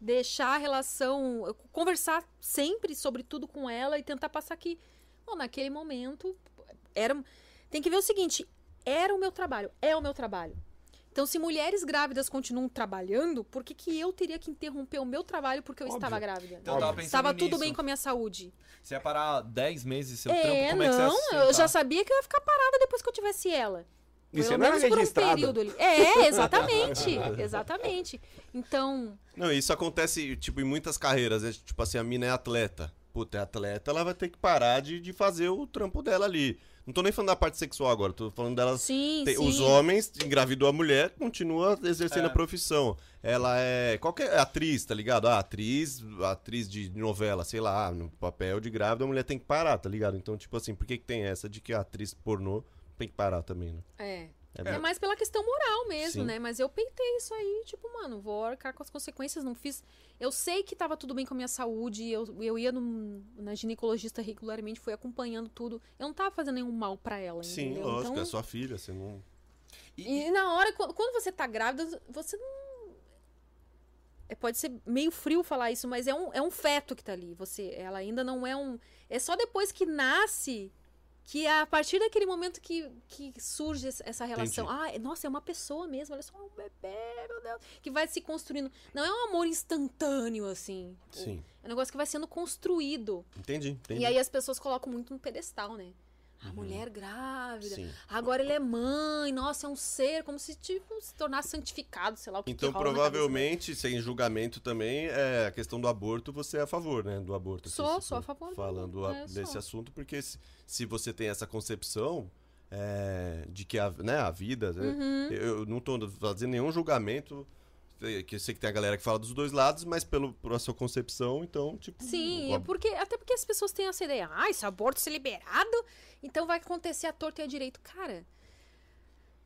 Speaker 1: deixar a relação, eu conversar sempre sobre tudo com ela e tentar passar que, bom, naquele momento era um, tem que ver o seguinte, era o meu trabalho, é o meu trabalho. Então, se mulheres grávidas continuam trabalhando, por que, que eu teria que interromper o meu trabalho porque eu
Speaker 3: Óbvio.
Speaker 1: estava grávida?
Speaker 4: Então, eu tava
Speaker 3: Óbvio.
Speaker 4: pensando
Speaker 1: Estava tudo
Speaker 4: nisso.
Speaker 1: bem com a minha saúde.
Speaker 4: Você ia parar 10 meses seu trampo,
Speaker 1: é,
Speaker 4: como é que você ia
Speaker 1: não,
Speaker 4: sustentar?
Speaker 1: eu já sabia que eu ia ficar parada depois que eu tivesse ela.
Speaker 3: E você
Speaker 1: Pelo
Speaker 3: não era
Speaker 1: menos por um
Speaker 3: registrado.
Speaker 1: período ali. É, exatamente. exatamente. Então,
Speaker 2: Não, isso acontece, tipo, em muitas carreiras. né? Tipo assim, a mina é atleta. Puta, é atleta, ela vai ter que parar de, de fazer o trampo dela ali. Não tô nem falando da parte sexual agora, tô falando delas
Speaker 1: sim,
Speaker 2: Tem-
Speaker 1: sim.
Speaker 2: os homens engravidou a mulher, continua exercendo a profissão. Ela é qualquer é atriz, tá ligado? Ah, atriz, atriz de novela, sei lá, no papel de grávida, a mulher tem que parar, tá ligado? Então, tipo assim, por que, que tem essa de que a atriz pornô tem que parar também, né?
Speaker 1: É.
Speaker 2: É
Speaker 1: É
Speaker 2: meio-
Speaker 1: mais pela questão moral mesmo,
Speaker 2: Sim.
Speaker 1: né? Mas eu peitei isso aí, tipo, mano, vou arcar com as consequências, não fiz. Eu sei que tava tudo bem com a minha saúde, eu, eu ia no- na ginecologista regularmente, fui acompanhando tudo. Eu não tava fazendo nenhum mal pra ela,
Speaker 2: Sim,
Speaker 1: entendeu?
Speaker 2: lógico,
Speaker 1: então,
Speaker 2: é sua filha, você não.
Speaker 1: E na hora, qu- quando você tá grávida, você não. É, pode ser meio frio falar isso, mas é um, é um feto que tá ali. Você, ela ainda não é um. É só depois que nasce que é a partir daquele momento que, que surge essa- essa relação. Ah, nossa, é uma pessoa mesmo, olha só, um bebê, meu Deus. Que vai se construindo. Não é um amor instantâneo, assim.
Speaker 2: Sim.
Speaker 1: É um negócio que vai sendo construído.
Speaker 2: Entendi, entendi.
Speaker 1: E aí as pessoas colocam muito no pedestal, né? A mulher grávida,
Speaker 2: Sim.
Speaker 1: Agora ele é mãe, nossa, é um ser, como se tipo, se tornasse santificado, sei lá o que
Speaker 2: Então,
Speaker 1: que rola na cabeça dele.
Speaker 2: provavelmente, sem julgamento também, é a questão do aborto, você é a favor, né? Do aborto. assim,
Speaker 1: Sou,
Speaker 2: se
Speaker 1: sou a
Speaker 2: for
Speaker 1: favor do
Speaker 2: Falando
Speaker 1: aborto,
Speaker 2: a-
Speaker 1: é,
Speaker 2: desse
Speaker 1: sou.
Speaker 2: assunto, porque se, se você tem essa concepção é, de que a, né, a vida. né,
Speaker 1: Uhum.
Speaker 2: Eu, eu não tô fazendo nenhum julgamento, eh, que eu sei que tem a galera que fala dos dois lados, mas pelo, pela sua concepção, então, tipo.
Speaker 1: Sim,
Speaker 2: o
Speaker 1: é
Speaker 2: ab-
Speaker 1: porque, até porque as pessoas têm essa ideia, ah, esse aborto ser liberado, então vai acontecer a torta e a direito. Cara,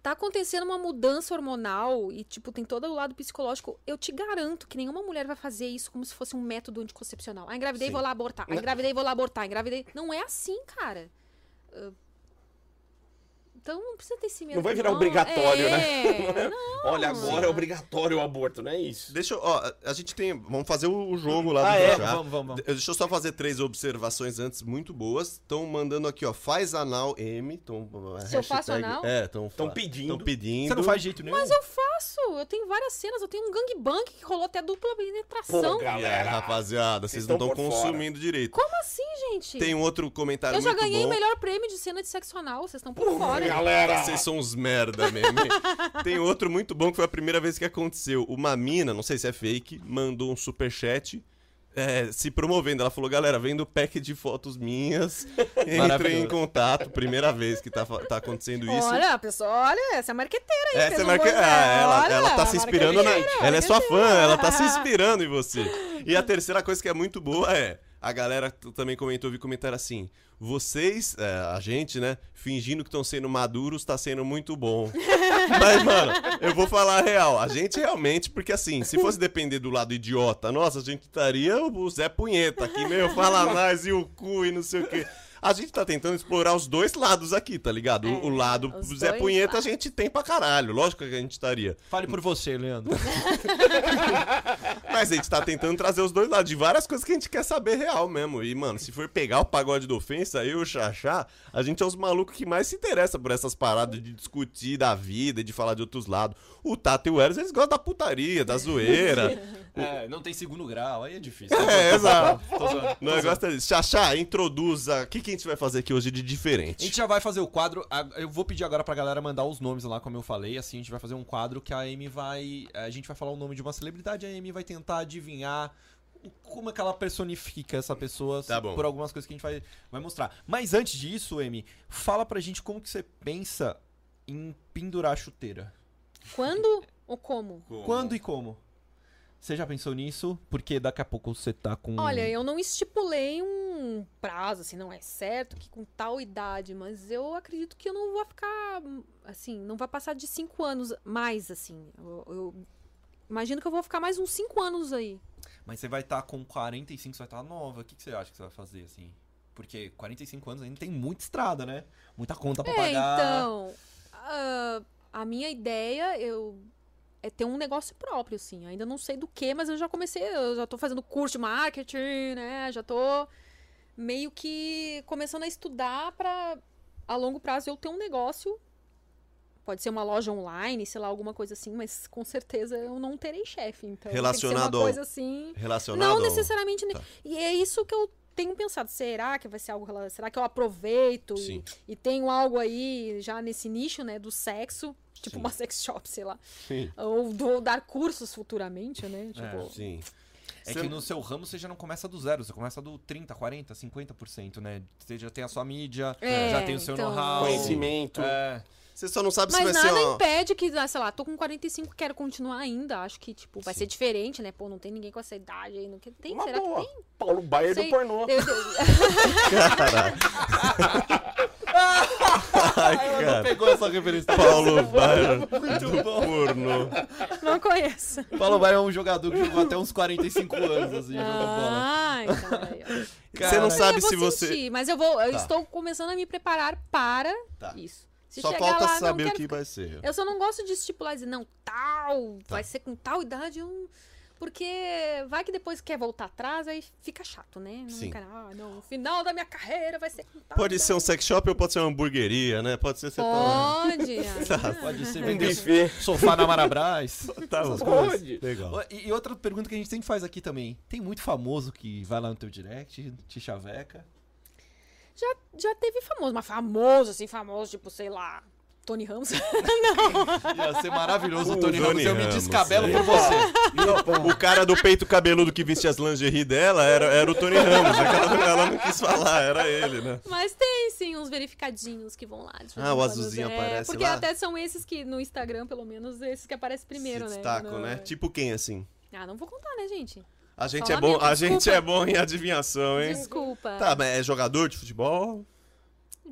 Speaker 1: tá acontecendo uma mudança hormonal e, tipo, tem todo o lado psicológico. Eu te garanto que nenhuma mulher vai fazer isso como se fosse um método anticoncepcional. Ah, engravidei,
Speaker 2: Sim.
Speaker 1: vou lá abortar. Ah,
Speaker 3: Né?
Speaker 1: engravidei, vou lá abortar. Engravidei. Não é assim, cara. Ah, Então não precisa ter esse medo.
Speaker 3: Não vai virar
Speaker 1: não.
Speaker 3: obrigatório,
Speaker 1: É,
Speaker 3: né? Olha, agora é
Speaker 1: mano.
Speaker 3: obrigatório o aborto, não é isso?
Speaker 2: Deixa eu. Ó, a- a gente tem. Vamos fazer o o jogo lá do
Speaker 3: Ah, é?
Speaker 2: já.
Speaker 4: Vamos, vamos, vamos.
Speaker 2: De- Deixa eu só fazer três observações antes, muito boas. Estão mandando aqui, ó, faz anal M. Tão, uh,
Speaker 1: Se eu faço anal?
Speaker 2: É, estão
Speaker 3: Estão pedindo.
Speaker 2: Estão pedindo.
Speaker 4: Você não faz jeito nenhum.
Speaker 1: Mas eu faço, eu tenho várias cenas, eu tenho um gangbang que rolou até dupla
Speaker 3: Pô,
Speaker 1: penetração.
Speaker 2: E aí,
Speaker 3: galera.
Speaker 2: É, rapaziada, vocês não estão
Speaker 3: estão por fora.
Speaker 2: consumindo direito.
Speaker 1: Como assim, gente?
Speaker 2: Tem um outro comentário
Speaker 1: eu já
Speaker 2: muito
Speaker 1: ganhei o
Speaker 2: bom.
Speaker 1: melhor prêmio de cena de sexo anal, vocês estão por fora.
Speaker 3: galera.
Speaker 2: Vocês são uns merda mesmo. hein? Tem outro muito bom que foi a primeira vez que aconteceu. Uma mina, não sei se é fake, mandou um superchat é, se promovendo. Ela falou, galera, vendo pack de fotos minhas, entrem em
Speaker 4: Maravilhoso.
Speaker 2: contato. Primeira vez que tá, fa- tá acontecendo isso.
Speaker 1: Olha, pessoal, olha, essa é marqueteira aí.
Speaker 2: Essa
Speaker 1: pelo
Speaker 2: é marca...
Speaker 1: amor de-
Speaker 2: ah, ela,
Speaker 1: Olha,
Speaker 2: ela tá se
Speaker 1: marqueteira,
Speaker 2: inspirando na. Ela é sua fã,
Speaker 1: marqueteira.
Speaker 2: ela tá se inspirando em você. E a terceira coisa que é muito boa é. A galera t- também comentou, vi comentário assim. Vocês, é, a gente, né, fingindo que estão sendo maduros, tá sendo muito bom. Mas, mano, eu vou falar a real. A gente realmente, porque assim, se fosse depender do lado idiota, nossa, a gente estaria o Zé Punheta aqui, meu, fala mais e o cu e não sei o quê. A gente tá tentando explorar os dois lados aqui, tá ligado? O- o
Speaker 1: É,
Speaker 2: lado
Speaker 1: os
Speaker 2: Zé
Speaker 1: dois
Speaker 2: Punheta a
Speaker 1: lados.
Speaker 2: gente tem pra caralho. Lógico que a gente estaria.
Speaker 4: Fale por você, Leandro.
Speaker 2: Mas a gente tá tentando trazer os dois lados de várias coisas que a gente quer saber real mesmo. E, mano, se for pegar o pagode da ofensa, eu e o Xaxá, a gente é os malucos que mais se interessa por essas paradas de discutir da vida, de falar de outros lados. O Tato e o Eros, eles gostam da putaria, da zoeira.
Speaker 4: É, não tem segundo grau, aí é difícil.
Speaker 2: é, exato.
Speaker 4: Tô zoando.
Speaker 2: Nós gostamos disso. Xaxá, introduza. O que, que a gente vai fazer aqui hoje de diferente?
Speaker 4: A gente já vai fazer o quadro. a- Eu vou pedir agora pra galera mandar os nomes lá, como eu falei. Assim, a gente vai fazer um quadro que a Amy vai. A gente vai falar o nome de uma celebridade, a Amy vai tentar adivinhar o- como é que ela personifica essa pessoa
Speaker 2: Tá bom.
Speaker 4: por algumas coisas que a gente vai, vai mostrar. Mas antes disso, Amy, fala pra gente como que você pensa em pendurar a chuteira.
Speaker 1: Quando ou como?
Speaker 4: Quando e como? Você já pensou nisso? Porque daqui a pouco você tá com.
Speaker 1: Olha, eu não estipulei um prazo, assim, não é certo que com tal idade, mas eu acredito que eu não vou ficar, assim, não vai passar de cinco anos mais, assim. Eu, eu imagino que eu vou ficar mais uns cinco anos aí.
Speaker 4: Mas você vai estar com 45, você vai estar nova. O que, que você acha que você vai fazer, assim? Porque 45 anos ainda tem muita estrada, né? Muita conta pra
Speaker 1: É,
Speaker 4: pagar.
Speaker 1: então, ah, a minha ideia eu é ter um negócio próprio, assim. Ainda não sei do que, mas eu já comecei, eu já tô fazendo curso de marketing, né? Já tô meio que começando a estudar pra a longo prazo eu ter um negócio. Pode ser uma loja online, sei lá, alguma coisa assim, mas com certeza eu não terei chefe, então tem que ser
Speaker 2: Relacionado
Speaker 1: uma
Speaker 2: ao-
Speaker 1: coisa assim.
Speaker 2: Relacionado
Speaker 1: Não
Speaker 2: ao-
Speaker 1: necessariamente. ne-
Speaker 2: Tá.
Speaker 1: E é isso que eu tenho pensado. Será que vai ser algo relacionado? Será que eu aproveito e-
Speaker 2: Sim.
Speaker 1: e, tenho algo aí já nesse nicho, né? Do sexo. Tipo
Speaker 2: Sim.
Speaker 1: uma sex shop, sei lá.
Speaker 2: Sim.
Speaker 1: Ou vou dar cursos futuramente, né? Tipo.
Speaker 2: Sim.
Speaker 4: É que no seu ramo você já não começa do zero, você começa do 30, 40, 50%, né? Você já tem a sua mídia,
Speaker 1: É,
Speaker 4: já tem o seu
Speaker 1: então-
Speaker 4: know-how.
Speaker 3: Conhecimento.
Speaker 4: É,
Speaker 2: Você só não sabe se
Speaker 1: Mas
Speaker 2: vai
Speaker 1: nada
Speaker 2: ser uma...
Speaker 1: impede que, ah, sei lá, tô com 45, quero continuar ainda. Acho que, tipo, vai ser diferente, né? Pô, não tem ninguém com essa idade aí. Não... que- Tem?
Speaker 3: Uma
Speaker 1: Será
Speaker 3: boa.
Speaker 1: que tem?
Speaker 3: Paulo Baier do
Speaker 1: Sei.
Speaker 3: pornô.
Speaker 1: Eu- eu- Ah,
Speaker 2: Ai,
Speaker 4: ela não
Speaker 2: cara.
Speaker 4: pegou essa referência.
Speaker 2: Paulo Bairro do porno.
Speaker 1: não conheço.
Speaker 4: Paulo Bairro é um jogador que jogou até uns 45 anos, assim, jogou bola.
Speaker 1: Ah, então. aí, ó.
Speaker 2: Você não
Speaker 1: Não,
Speaker 2: sabe
Speaker 1: eu vou
Speaker 2: se você...
Speaker 1: sentir, mas eu vou. Eu
Speaker 2: Tá.
Speaker 1: estou começando a me preparar para
Speaker 2: Tá.
Speaker 1: isso. Se
Speaker 2: Só
Speaker 1: chegar
Speaker 2: falta
Speaker 1: lá,
Speaker 2: saber
Speaker 1: não
Speaker 2: o que
Speaker 1: quero...
Speaker 2: vai ser.
Speaker 1: Eu só não gosto de estipular e dizer, não, tal,
Speaker 2: Tá.
Speaker 1: vai ser com tal idade, eu não- porque vai que depois quer voltar atrás, aí fica chato, né? Não,
Speaker 2: Sim.
Speaker 1: cara, ah, não, o final da minha carreira vai ser com tal.
Speaker 2: Pode
Speaker 1: idade.
Speaker 2: ser um sex shop ou pode ser uma hamburgueria, né? Pode ser... Você tá...
Speaker 1: Pode. ah,
Speaker 4: Pode ser
Speaker 3: Um
Speaker 4: vender
Speaker 3: buffet.
Speaker 4: sofá na Marabras.
Speaker 2: Tá
Speaker 4: essas
Speaker 2: bom.
Speaker 4: coisas.
Speaker 3: Pode.
Speaker 2: Legal.
Speaker 4: Ó, E e outra pergunta que a gente sempre faz aqui também. Tem muito famoso que vai lá no teu direct, te chaveca.
Speaker 1: Já, já teve famoso, mas famoso, assim, famoso, tipo, sei lá, Tony Ramos.
Speaker 4: Ia ser maravilhoso o
Speaker 2: O
Speaker 4: Tony,
Speaker 2: Tony
Speaker 4: Ramos. Eu me
Speaker 2: Ramos,
Speaker 4: descabelo
Speaker 2: é.
Speaker 4: por você.
Speaker 2: O cara do peito cabeludo que viste as lingerie dela era, era o Tony Ramos. né? Que Ela, ela não quis falar, era ele, né?
Speaker 1: Mas tem sim uns verificadinhos que vão lá. de vez
Speaker 2: Ah,
Speaker 1: em
Speaker 2: o
Speaker 1: quando,
Speaker 2: azulzinho
Speaker 1: é,
Speaker 2: aparece
Speaker 1: Porque
Speaker 2: lá?
Speaker 1: até são esses que no Instagram, pelo menos, esses que aparecem primeiro,
Speaker 2: Se
Speaker 1: né?
Speaker 2: destacam,
Speaker 1: No-
Speaker 2: né? Tipo quem, assim?
Speaker 1: Ah, não vou contar, né, gente?
Speaker 2: A gente
Speaker 1: Fala
Speaker 2: é bom,
Speaker 1: mesmo,
Speaker 2: a gente
Speaker 1: desculpa.
Speaker 2: é bom em adivinhação, hein?
Speaker 1: Desculpa.
Speaker 2: Tá, mas é jogador de futebol?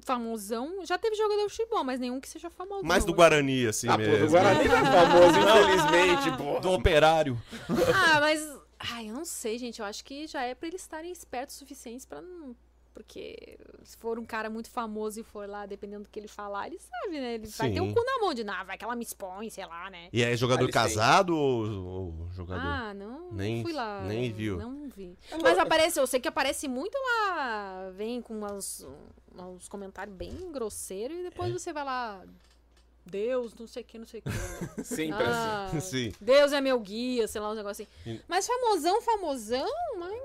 Speaker 1: Famosão. Já teve jogador de futebol, mas nenhum que seja famoso. né?
Speaker 2: Mais do Guarani, assim
Speaker 3: Ah, pô,
Speaker 2: mesmo.
Speaker 3: o Guarani não é famoso, infelizmente, pô.
Speaker 4: Do operário.
Speaker 1: Ah, mas. Ai, eu não sei, gente. Eu acho que já é pra eles estarem espertos o suficiente pra não. Porque se for um cara muito famoso e for lá, dependendo do que ele falar, ele sabe, né? Ele vai ter
Speaker 2: Sim.
Speaker 1: o cu na mão de, ah, vai que ela me expõe, sei lá, né?
Speaker 2: E é jogador
Speaker 3: Alice
Speaker 2: casado ou, ou jogador?
Speaker 1: Ah, não,
Speaker 2: Nem-
Speaker 1: nem fui lá.
Speaker 2: nem viu.
Speaker 1: Não vi. Mas aparece, eu sei que aparece muito lá, vem com umas, uns comentários bem grosseiros e
Speaker 2: É.
Speaker 1: depois você vai lá, Deus, não sei o que, não sei o que.
Speaker 3: Sempre assim.
Speaker 1: Ah,
Speaker 2: Sim.
Speaker 1: Deus é meu guia, sei lá, uns negócios assim.
Speaker 2: E-
Speaker 1: Mas famosão, famosão, mas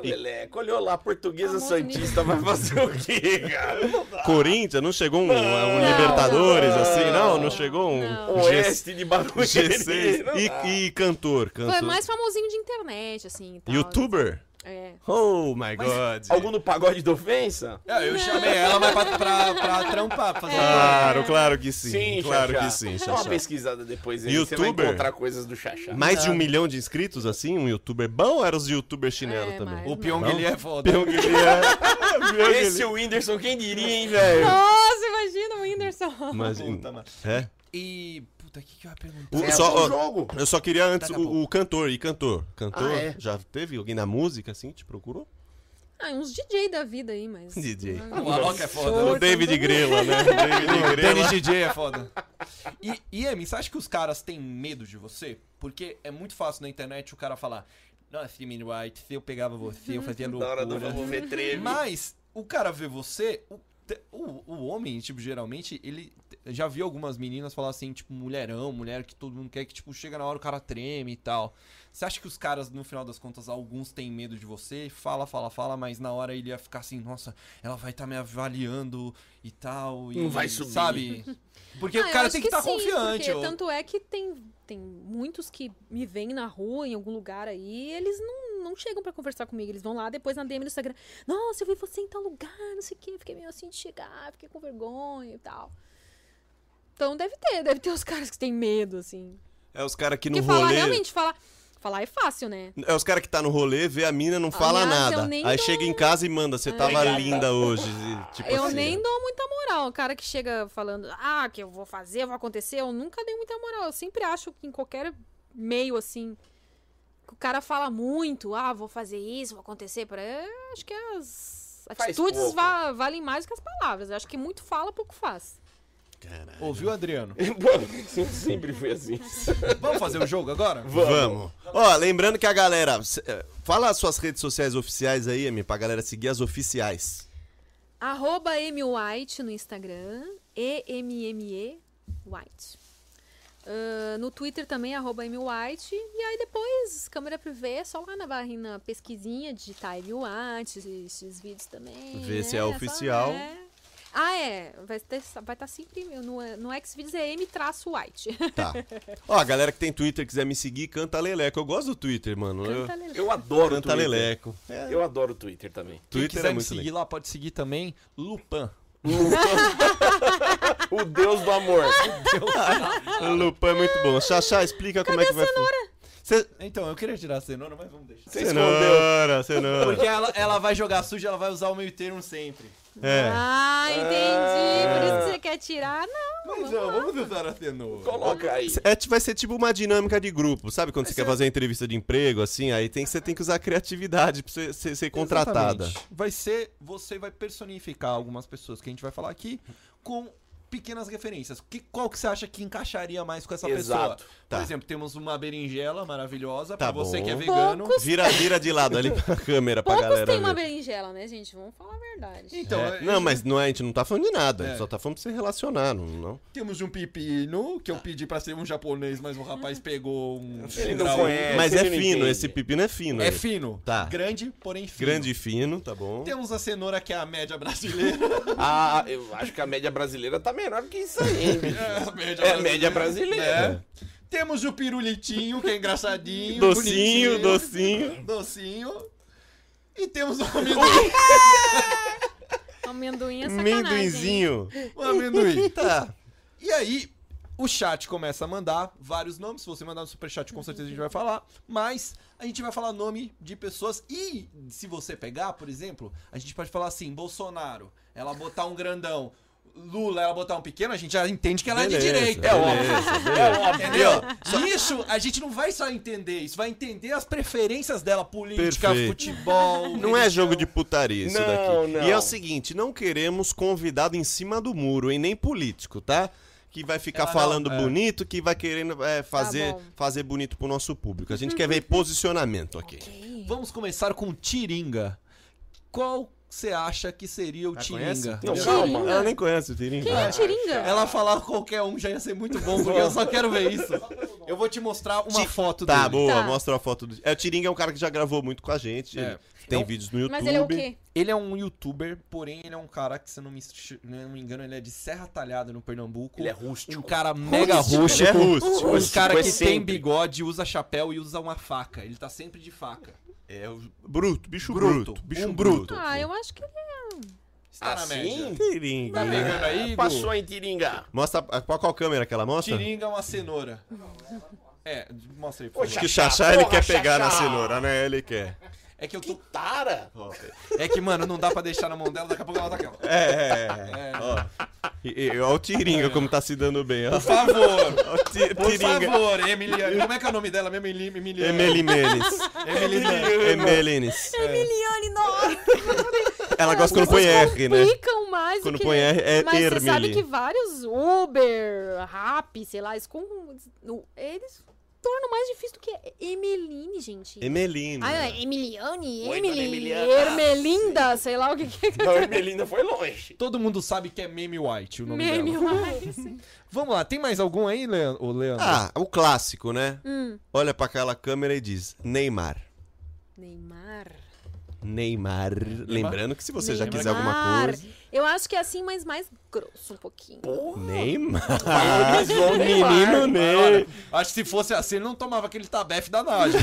Speaker 3: Leleco, é olhou lá, portuguesa
Speaker 1: Famoso
Speaker 3: santista vai fazer o quê, cara?
Speaker 2: Corinthians? Não chegou um, um
Speaker 1: Não,
Speaker 2: Libertadores,
Speaker 3: não.
Speaker 2: assim? Não, não chegou um
Speaker 1: Não.
Speaker 2: G,
Speaker 3: Oeste de barulho.
Speaker 2: G6. E, e cantor, cantor.
Speaker 1: foi mais famosinho de internet, assim. e Tal.
Speaker 2: Youtuber?
Speaker 1: É.
Speaker 2: Oh my god.
Speaker 3: Algum do pagode da ofensa?
Speaker 4: É, eu chamei ela, mas pra, pra, pra trampar,
Speaker 1: É.
Speaker 4: pra fazer
Speaker 2: Claro, claro que sim. claro
Speaker 3: Xaxá.
Speaker 2: que sim,
Speaker 3: Dá uma
Speaker 2: Xaxá.
Speaker 3: pesquisada depois aí, você vai
Speaker 2: Youtuber?
Speaker 3: encontrar coisas do Xaxá.
Speaker 2: Mais de um milhão de inscritos, assim? Um youtuber bom ou era os youtubers chinelo
Speaker 1: É,
Speaker 2: também?
Speaker 1: mas-
Speaker 4: O Pyong,
Speaker 2: Não. é-
Speaker 4: ele é foda.
Speaker 3: Esse o Whindersson, quem diria, hein, velho?
Speaker 1: Nossa, imagina o Whindersson.
Speaker 2: Mas,
Speaker 4: Puta, mano.
Speaker 2: é.
Speaker 4: E... Puta, o que, que eu ia perguntar?
Speaker 2: O-
Speaker 3: É
Speaker 2: só,
Speaker 3: um
Speaker 2: ó,
Speaker 3: jogo.
Speaker 2: eu só queria
Speaker 1: Tá,
Speaker 2: antes
Speaker 4: Daqui a
Speaker 2: o,
Speaker 4: pouco.
Speaker 2: o cantor. E cantor? Cantor?
Speaker 3: Ah, é?
Speaker 2: Já teve alguém na música assim? Te procurou?
Speaker 1: Ah, uns DJ da vida aí, mas.
Speaker 2: DJ.
Speaker 4: O Alok é foda.
Speaker 2: O David Grela, né? David Grela.
Speaker 4: Dennis DJ é foda. E, e Amy, você acha que os caras têm medo de você? Porque é muito fácil na internet o cara falar: Nossa, Jimmy White, se eu pegava você, eu fazia
Speaker 3: Na hora do
Speaker 4: loucura.
Speaker 3: vamos ver treme.
Speaker 4: Mas o cara vê você, o, te- o, o homem, tipo, geralmente, ele te- já vi algumas meninas falar assim, tipo, mulherão, mulher que todo mundo quer, que, tipo, chega na hora o cara treme e tal. Você acha que os caras, no final das contas, alguns têm medo de você? Fala, fala, fala, mas na hora ele ia ficar assim, nossa, ela vai estar tá me avaliando e tal. E,
Speaker 3: Não vai subir.
Speaker 4: Sabe? Porque
Speaker 1: Ah,
Speaker 4: o
Speaker 1: eu
Speaker 4: cara
Speaker 1: acho
Speaker 4: tem que estar
Speaker 1: sim,
Speaker 4: confiante.
Speaker 1: porque
Speaker 4: ô.
Speaker 1: Tanto é que tem, tem muitos que me veem na rua, em algum lugar aí, e eles não, não chegam pra conversar comigo. Eles vão lá depois na DM do Instagram. Nossa, eu vi você em tal lugar, não sei o quê. Fiquei meio assim de chegar, fiquei com vergonha e tal. Então deve ter, deve ter os caras que têm medo, assim.
Speaker 2: É os caras que no
Speaker 1: Porque falar,
Speaker 2: rolê.
Speaker 1: realmente, falar, falar é fácil, né?
Speaker 2: É os caras que tá no rolê, vê a mina, não fala
Speaker 1: Aliás, eu
Speaker 2: nada.
Speaker 1: nem
Speaker 2: Aí
Speaker 1: dou- É.
Speaker 2: chega em casa e manda, você tava
Speaker 3: Obrigada.
Speaker 2: linda hoje. e, tipo
Speaker 1: eu
Speaker 2: assim,
Speaker 1: nem dou muita moral. O cara que chega falando, ah, que eu vou fazer, vou acontecer, eu nunca dei muita moral. Eu sempre acho que em qualquer meio assim, que o cara fala muito, ah, vou fazer isso, vou acontecer, pra... eu acho que as
Speaker 3: Faz
Speaker 1: atitudes
Speaker 3: pouco.
Speaker 1: va- valem mais do que as palavras. Eu acho que muito fala, pouco faz.
Speaker 2: Caralho.
Speaker 4: Ouviu, Adriano?
Speaker 3: eu sempre fui assim.
Speaker 4: Vamos fazer o jogo agora?
Speaker 2: Vamos. Ó, lembrando que a galera. cê, eh, Fala as suas redes sociais oficiais aí, Emi, pra galera seguir as oficiais.
Speaker 1: Arroba Amy White no Instagram, E-M-M-E White. Ah, no Twitter também, arroba Amy White. E aí depois, câmera privê, só lá na barrinha na pesquisinha, digitar Amy White, esses vídeos também.
Speaker 2: Ver se
Speaker 1: né?
Speaker 2: é
Speaker 1: Só-
Speaker 2: oficial.
Speaker 1: é. Ah, é. Vai estar vai tá sempre no, no Xvideos é M-White.
Speaker 2: Tá. Ó, a galera que tem Twitter quiser me seguir, canta Leleco. Eu gosto do Twitter, mano. Eu-
Speaker 1: Canta lelé.
Speaker 3: Eu adoro o
Speaker 2: Canta
Speaker 3: Twitter.
Speaker 2: Leleco. É,
Speaker 3: Eu adoro o Twitter também.
Speaker 4: Quem
Speaker 2: Twitter
Speaker 4: quiser
Speaker 2: é
Speaker 4: me
Speaker 2: muito
Speaker 4: seguir
Speaker 2: legal.
Speaker 4: lá, pode seguir também Lupan.
Speaker 3: o Deus do amor.
Speaker 2: Lupan é muito bom. Xaxá, explica como é que vai funcionar. Cê...
Speaker 4: Então, eu queria tirar a cenoura, mas vamos deixar.
Speaker 3: Você escondeu.
Speaker 2: Cenoura, cenoura.
Speaker 4: Porque ela, ela vai jogar suja, ela vai usar o meio termo sempre.
Speaker 2: É.
Speaker 1: Ah, entendi. Por isso que você quer tirar? Não.
Speaker 4: Mas ó, vamos usar a cenoura.
Speaker 3: Coloca aí.
Speaker 2: É, ti- vai ser tipo uma dinâmica de grupo, sabe? Quando você quer fazer uma entrevista de emprego, assim, aí tem, você tem que usar a criatividade pra você ser, ser contratada.
Speaker 4: Exatamente. Vai ser, você vai personificar algumas pessoas que a gente vai falar aqui com pequenas referências. Que, qual que você acha que encaixaria mais com essa
Speaker 3: Exato.
Speaker 4: pessoa?
Speaker 2: Tá.
Speaker 4: Por exemplo, temos uma berinjela maravilhosa
Speaker 2: Tá
Speaker 4: pra você
Speaker 2: bom.
Speaker 4: que é vegano.
Speaker 1: Poucos-
Speaker 2: Vira, vira de lado ali pra câmera, pra
Speaker 1: Poucos
Speaker 2: galera
Speaker 1: têm uma
Speaker 2: ver.
Speaker 1: berinjela, né, gente? Vamos falar a verdade.
Speaker 4: Então,
Speaker 2: É.
Speaker 4: é,
Speaker 2: Não, mas não é, a gente não tá falando de nada, a
Speaker 4: É.
Speaker 2: gente só tá falando pra você relacionar, não. não.
Speaker 4: temos um pepino, que eu pedi pra ser um japonês, mas o rapaz pegou um...
Speaker 3: Ele não
Speaker 4: um-
Speaker 3: conhece.
Speaker 2: mas é
Speaker 3: ele não
Speaker 2: fino,
Speaker 3: entende.
Speaker 2: esse pepino é fino.
Speaker 4: É
Speaker 2: aí.
Speaker 4: fino.
Speaker 2: Tá.
Speaker 4: Grande, porém fino.
Speaker 2: Grande e fino, tá bom.
Speaker 4: Temos a cenoura que é a média brasileira.
Speaker 3: Ah, eu acho que a média brasileira tá menor que isso aí, hein, bicho?
Speaker 4: a média
Speaker 3: É a média brasileira.
Speaker 4: É. Temos o pirulitinho, que é engraçadinho.
Speaker 2: Docinho,
Speaker 4: bonitinho,
Speaker 2: docinho.
Speaker 4: Docinho. E temos o amendoim.
Speaker 1: Amendoim é sacanagem. hein?
Speaker 2: um Amendoinzinho.
Speaker 4: o amendoim.
Speaker 2: Tá.
Speaker 4: E aí, o chat começa a mandar vários nomes. Se você mandar no superchat, com certeza a gente vai falar. Mas a gente vai falar nome de pessoas. E se você pegar, por exemplo, a gente pode falar assim: Bolsonaro, ela botar um grandão. Lula, ela botar um pequeno, a gente já entende que ela é de direita.
Speaker 2: É
Speaker 4: Entendeu? Isso a gente não vai só entender, isso vai entender as preferências dela, política,
Speaker 2: Perfeito.
Speaker 4: futebol.
Speaker 2: Não é jogo de putaria isso
Speaker 3: Não,
Speaker 2: daqui.
Speaker 3: não.
Speaker 2: E é o seguinte, não queremos convidado em cima do muro, e nem político, tá? Que vai
Speaker 1: Ah,
Speaker 2: ficar
Speaker 4: Ela não-
Speaker 2: falando
Speaker 4: é.
Speaker 2: bonito, que vai querendo é, fazer,
Speaker 1: Tá bom.
Speaker 2: fazer bonito pro nosso público. A gente quer ver posicionamento aqui.
Speaker 1: Ok.
Speaker 4: Vamos começar com Tiringa. Qual você acha que seria o Tiringa?
Speaker 3: Não,
Speaker 4: Ela-
Speaker 3: calma.
Speaker 2: Ela nem conhece o Tirinho.
Speaker 1: tá Quem é Tiringa?
Speaker 4: Ela falar qualquer um já ia ser muito bom, porque eu só quero ver isso. Eu vou te mostrar uma foto
Speaker 2: Tá,
Speaker 4: dele.
Speaker 2: boa,
Speaker 1: Tá.
Speaker 2: mostra a foto do. É, o Tiringa é um cara que já gravou muito com a gente.
Speaker 4: É.
Speaker 2: ele Tem
Speaker 4: É um-
Speaker 2: vídeos no YouTube.
Speaker 1: Mas ele é o quê?
Speaker 4: Ele é um youtuber, porém ele é um cara que, se eu não me, enx- não me engano, ele é de Serra Talhada, no Pernambuco.
Speaker 3: Ele é rústico.
Speaker 4: Um cara mega
Speaker 2: Ele
Speaker 4: rústico.
Speaker 2: é rústico.
Speaker 4: Um cara
Speaker 3: é
Speaker 4: que tem
Speaker 3: sempre.
Speaker 4: bigode, usa chapéu e usa uma faca. Ele tá sempre de faca.
Speaker 2: É o bruto, bicho
Speaker 4: Bruto.
Speaker 2: bruto. bicho
Speaker 4: Um
Speaker 2: bruto.
Speaker 1: Ah, eu acho que ele é.
Speaker 4: Está na média.
Speaker 3: Assim?
Speaker 4: Tá
Speaker 2: Tiringa.
Speaker 4: pegando aí, Gu?
Speaker 3: Passou em Tiringa.
Speaker 2: Mostra a- qual, qual câmera que ela mostra?
Speaker 4: Tiringa é uma cenoura. É, mostra aí, por
Speaker 3: Poxa.
Speaker 2: Acho que
Speaker 4: favor.
Speaker 2: o Xaxá ele
Speaker 3: Porra,
Speaker 2: quer pegar na
Speaker 3: Xaxá.
Speaker 2: cenoura, né? Ele quer.
Speaker 4: É que eu
Speaker 3: Que
Speaker 4: tô...
Speaker 3: tara!
Speaker 4: É que, mano, não dá pra deixar na mão dela, daqui a pouco ela tá aqui, ó.
Speaker 2: É.
Speaker 4: É,
Speaker 2: E, e, ó o Tiringa como tá se dando bem, ó.
Speaker 4: Por favor,
Speaker 2: Ó o ti-
Speaker 4: por
Speaker 2: Tiringa.
Speaker 4: favor, Emily... Como é que é o nome dela mesmo? Emily... Emily...
Speaker 2: Emily Menes.
Speaker 4: Emily...
Speaker 2: Emelines.
Speaker 1: Emiliane, é nossa!
Speaker 2: Ela gosta quando põe R, né?
Speaker 1: Complicam mais
Speaker 2: Quando
Speaker 1: o que...
Speaker 2: põe R, é
Speaker 1: Mas você sabe
Speaker 2: Ermeli.
Speaker 1: que vários Uber, Rap, sei lá, eles, com... eles torno mais difícil do que Emeline, gente.
Speaker 2: Emeline.
Speaker 1: Ah, é Emiliane,
Speaker 3: Oi,
Speaker 1: Emily,
Speaker 3: dona Emiliana.
Speaker 1: Ermelinda, sei lá o que que é.
Speaker 3: Não, Ermelinda foi longe.
Speaker 6: Todo mundo sabe que é Meme White o nome
Speaker 1: Meme
Speaker 6: dela.
Speaker 1: mais.
Speaker 6: Vamos lá, tem mais algum aí, Lean- ô, Leandro?
Speaker 2: Ah, o clássico, né?
Speaker 1: Hum.
Speaker 2: Olha pra aquela câmera e diz: Neymar.
Speaker 1: Neymar.
Speaker 2: Neymar. Lembrando que se você já
Speaker 1: Neymar.
Speaker 2: quiser alguma coisa.
Speaker 1: Eu acho que é assim, mas mais grosso um pouquinho.
Speaker 2: Neymar.
Speaker 3: Valorizou o
Speaker 2: Menino
Speaker 3: menino.
Speaker 2: Ney.
Speaker 6: Acho que se fosse assim, ele não tomava aquele tabef da Nádia.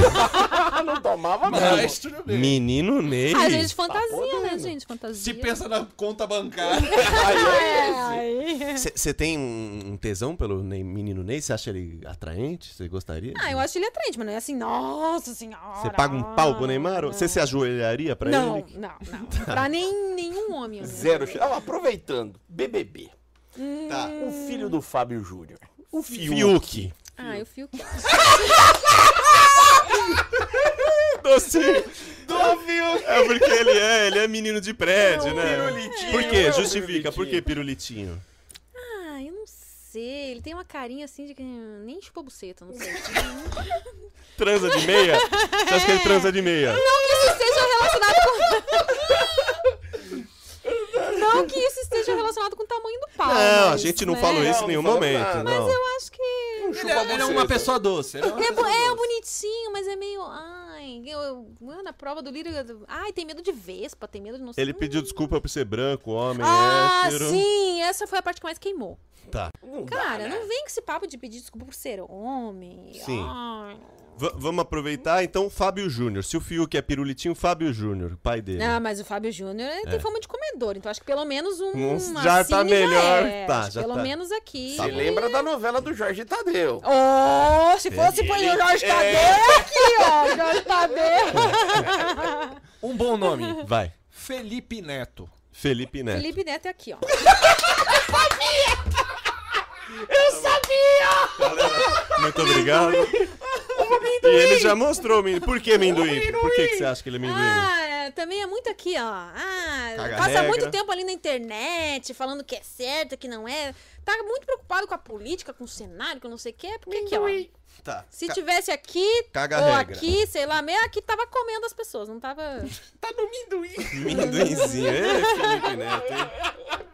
Speaker 3: Ah, Não tomava mesmo.
Speaker 6: Mas tudo bem.
Speaker 2: Menino Ney.
Speaker 1: Ah, gente, fantasia, né,
Speaker 3: podendo.
Speaker 1: gente? Fantasia.
Speaker 6: Se pensa na conta bancária.
Speaker 1: É, aí-
Speaker 2: Você tem um um tesão pelo Ney- menino Ney? Você acha ele atraente? Você gostaria?
Speaker 1: Ah, eu acho ele atraente, mas não é assim, nossa senhora.
Speaker 2: Você paga um pau pro Neymar? Você se Tá. ajoelharia pra
Speaker 1: não,
Speaker 2: ele?
Speaker 1: Não, não. Pra nem, nenhum homem. né?
Speaker 3: Zero. chance. Ah, aproveitando, BBB.
Speaker 2: Tá.
Speaker 3: O filho do Fábio Júnior. O Fiuk.
Speaker 2: Fiuk.
Speaker 1: Ah, eu fio
Speaker 2: Doce. Do Fiuk. É porque ele é, ele é menino de prédio, né?
Speaker 3: pirulitinho,
Speaker 2: Por quê?
Speaker 3: é um
Speaker 2: Justifica. Por que
Speaker 3: pirulitinho.
Speaker 2: pirulitinho?
Speaker 1: Ah, eu não sei. Ele tem uma carinha assim de que nem chupou buceta, não sei.
Speaker 2: Transa de meia? Você acha que ele transa de meia?
Speaker 1: isso esteja relacionado com. não que isso esteja relacionado com o tamanho do pau.
Speaker 2: Não, a
Speaker 1: mas,
Speaker 2: gente não
Speaker 1: né?
Speaker 2: falou isso
Speaker 3: Não,
Speaker 2: em nenhum
Speaker 3: não falou
Speaker 2: momento.
Speaker 3: nada.
Speaker 2: não.
Speaker 1: Eu acho que.
Speaker 6: Ele é, ele é uma pessoa doce. ele é uma
Speaker 1: É,
Speaker 6: pessoa
Speaker 1: bo- é
Speaker 6: doce.
Speaker 1: bonitinho, mas é meio. Ai, eu, eu- ah, na prova do líder. eu- Ai, tem medo de vespa, tem medo de não sei.
Speaker 2: Ele pediu desculpa por ser branco, homem,
Speaker 1: Ah,
Speaker 2: hétero.
Speaker 1: sim, essa foi a parte que mais queimou.
Speaker 3: Não dá,
Speaker 1: Cara,
Speaker 3: né?
Speaker 1: não vem com esse papo de pedir desculpa por ser homem.
Speaker 2: Sim.
Speaker 1: Ai.
Speaker 2: V- vamos aproveitar, então, Fábio Júnior. Se o Fiuk é pirulitinho, Fábio Júnior, pai dele.
Speaker 1: Ah, mas o Fábio Júnior ele tem fama de comedor, então acho que pelo menos um.
Speaker 2: É. Uns
Speaker 1: um
Speaker 2: já
Speaker 1: assim
Speaker 2: tá melhor.
Speaker 1: Já é.
Speaker 2: Tá,
Speaker 1: Acho que
Speaker 2: já
Speaker 1: pelo
Speaker 2: tá.
Speaker 1: menos aqui.
Speaker 3: Você lembra da novela do Jorge Tadeu?
Speaker 1: Oh, se fosse por
Speaker 2: é.
Speaker 1: o Jorge Tadeu aqui, ó. Jorge Tadeu.
Speaker 6: Um bom nome.
Speaker 2: Vai.
Speaker 6: Felipe Neto.
Speaker 2: Felipe Neto.
Speaker 1: Felipe Neto é aqui, ó.
Speaker 2: Muito obrigado.
Speaker 1: Um
Speaker 2: E ele já mostrou o amendoim. Por que amendoim? Por que, que você acha que ele é amendoim?
Speaker 1: Ah, também é muito aqui, ó. Ah,
Speaker 2: Caga
Speaker 1: passa
Speaker 2: regra.
Speaker 1: muito tempo ali na internet falando que é certo, que não é. Tá muito preocupado com a política, com o cenário, com não sei o que. Porque aqui, ó.
Speaker 2: tá.
Speaker 1: Se tivesse aqui
Speaker 2: Caga
Speaker 1: ou
Speaker 2: regra.
Speaker 1: aqui, sei lá, meio aqui tava comendo as pessoas, não tava.
Speaker 3: Tá no Minduí.
Speaker 2: Amendoinzinho. Ê, Felipe Neto. hein?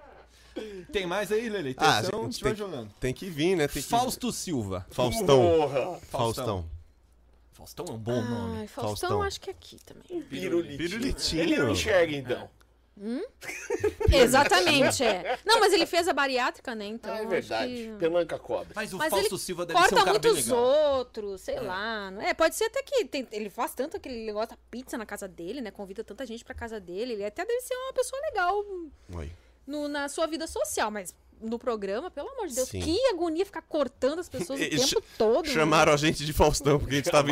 Speaker 6: Tem mais aí, Lele?
Speaker 2: Ah, gente,
Speaker 6: Atenção, a gente vai
Speaker 2: tem-
Speaker 6: jogando.
Speaker 2: Tem que vir, né? Tem que...
Speaker 6: Fausto Silva.
Speaker 2: Faustão.
Speaker 3: Porra.
Speaker 2: Faustão.
Speaker 6: Faustão é um bom nome.
Speaker 4: né?
Speaker 1: Ai, Faustão,
Speaker 2: Faustão.
Speaker 1: acho que é aqui também.
Speaker 3: Pirulitinho.
Speaker 2: Pirulitinho.
Speaker 3: Ele não enxerga, então.
Speaker 1: Exatamente, é. Não, mas ele fez a bariátrica, né? Então.
Speaker 3: Ah, é
Speaker 1: acho
Speaker 3: verdade.
Speaker 1: que-
Speaker 3: Pelanca cobra.
Speaker 6: Mas o
Speaker 1: Mas
Speaker 6: Fausto
Speaker 1: ele
Speaker 6: Silva deve ser
Speaker 1: Corta
Speaker 6: um cara bem
Speaker 1: muitos
Speaker 6: legal.
Speaker 1: outros, sei lá. não É, pode ser até que tem- ele faz tanto aquele negócio da pizza na casa dele, né? Convida tanta gente pra casa dele. Ele até deve ser uma pessoa legal
Speaker 2: Oi.
Speaker 1: no- na sua vida social, mas no programa, pelo amor de Deus,
Speaker 2: Sim.
Speaker 1: que agonia ficar cortando as pessoas o
Speaker 2: E- e
Speaker 1: tempo todo. né?
Speaker 2: Chamaram a gente de Faustão porque a gente tava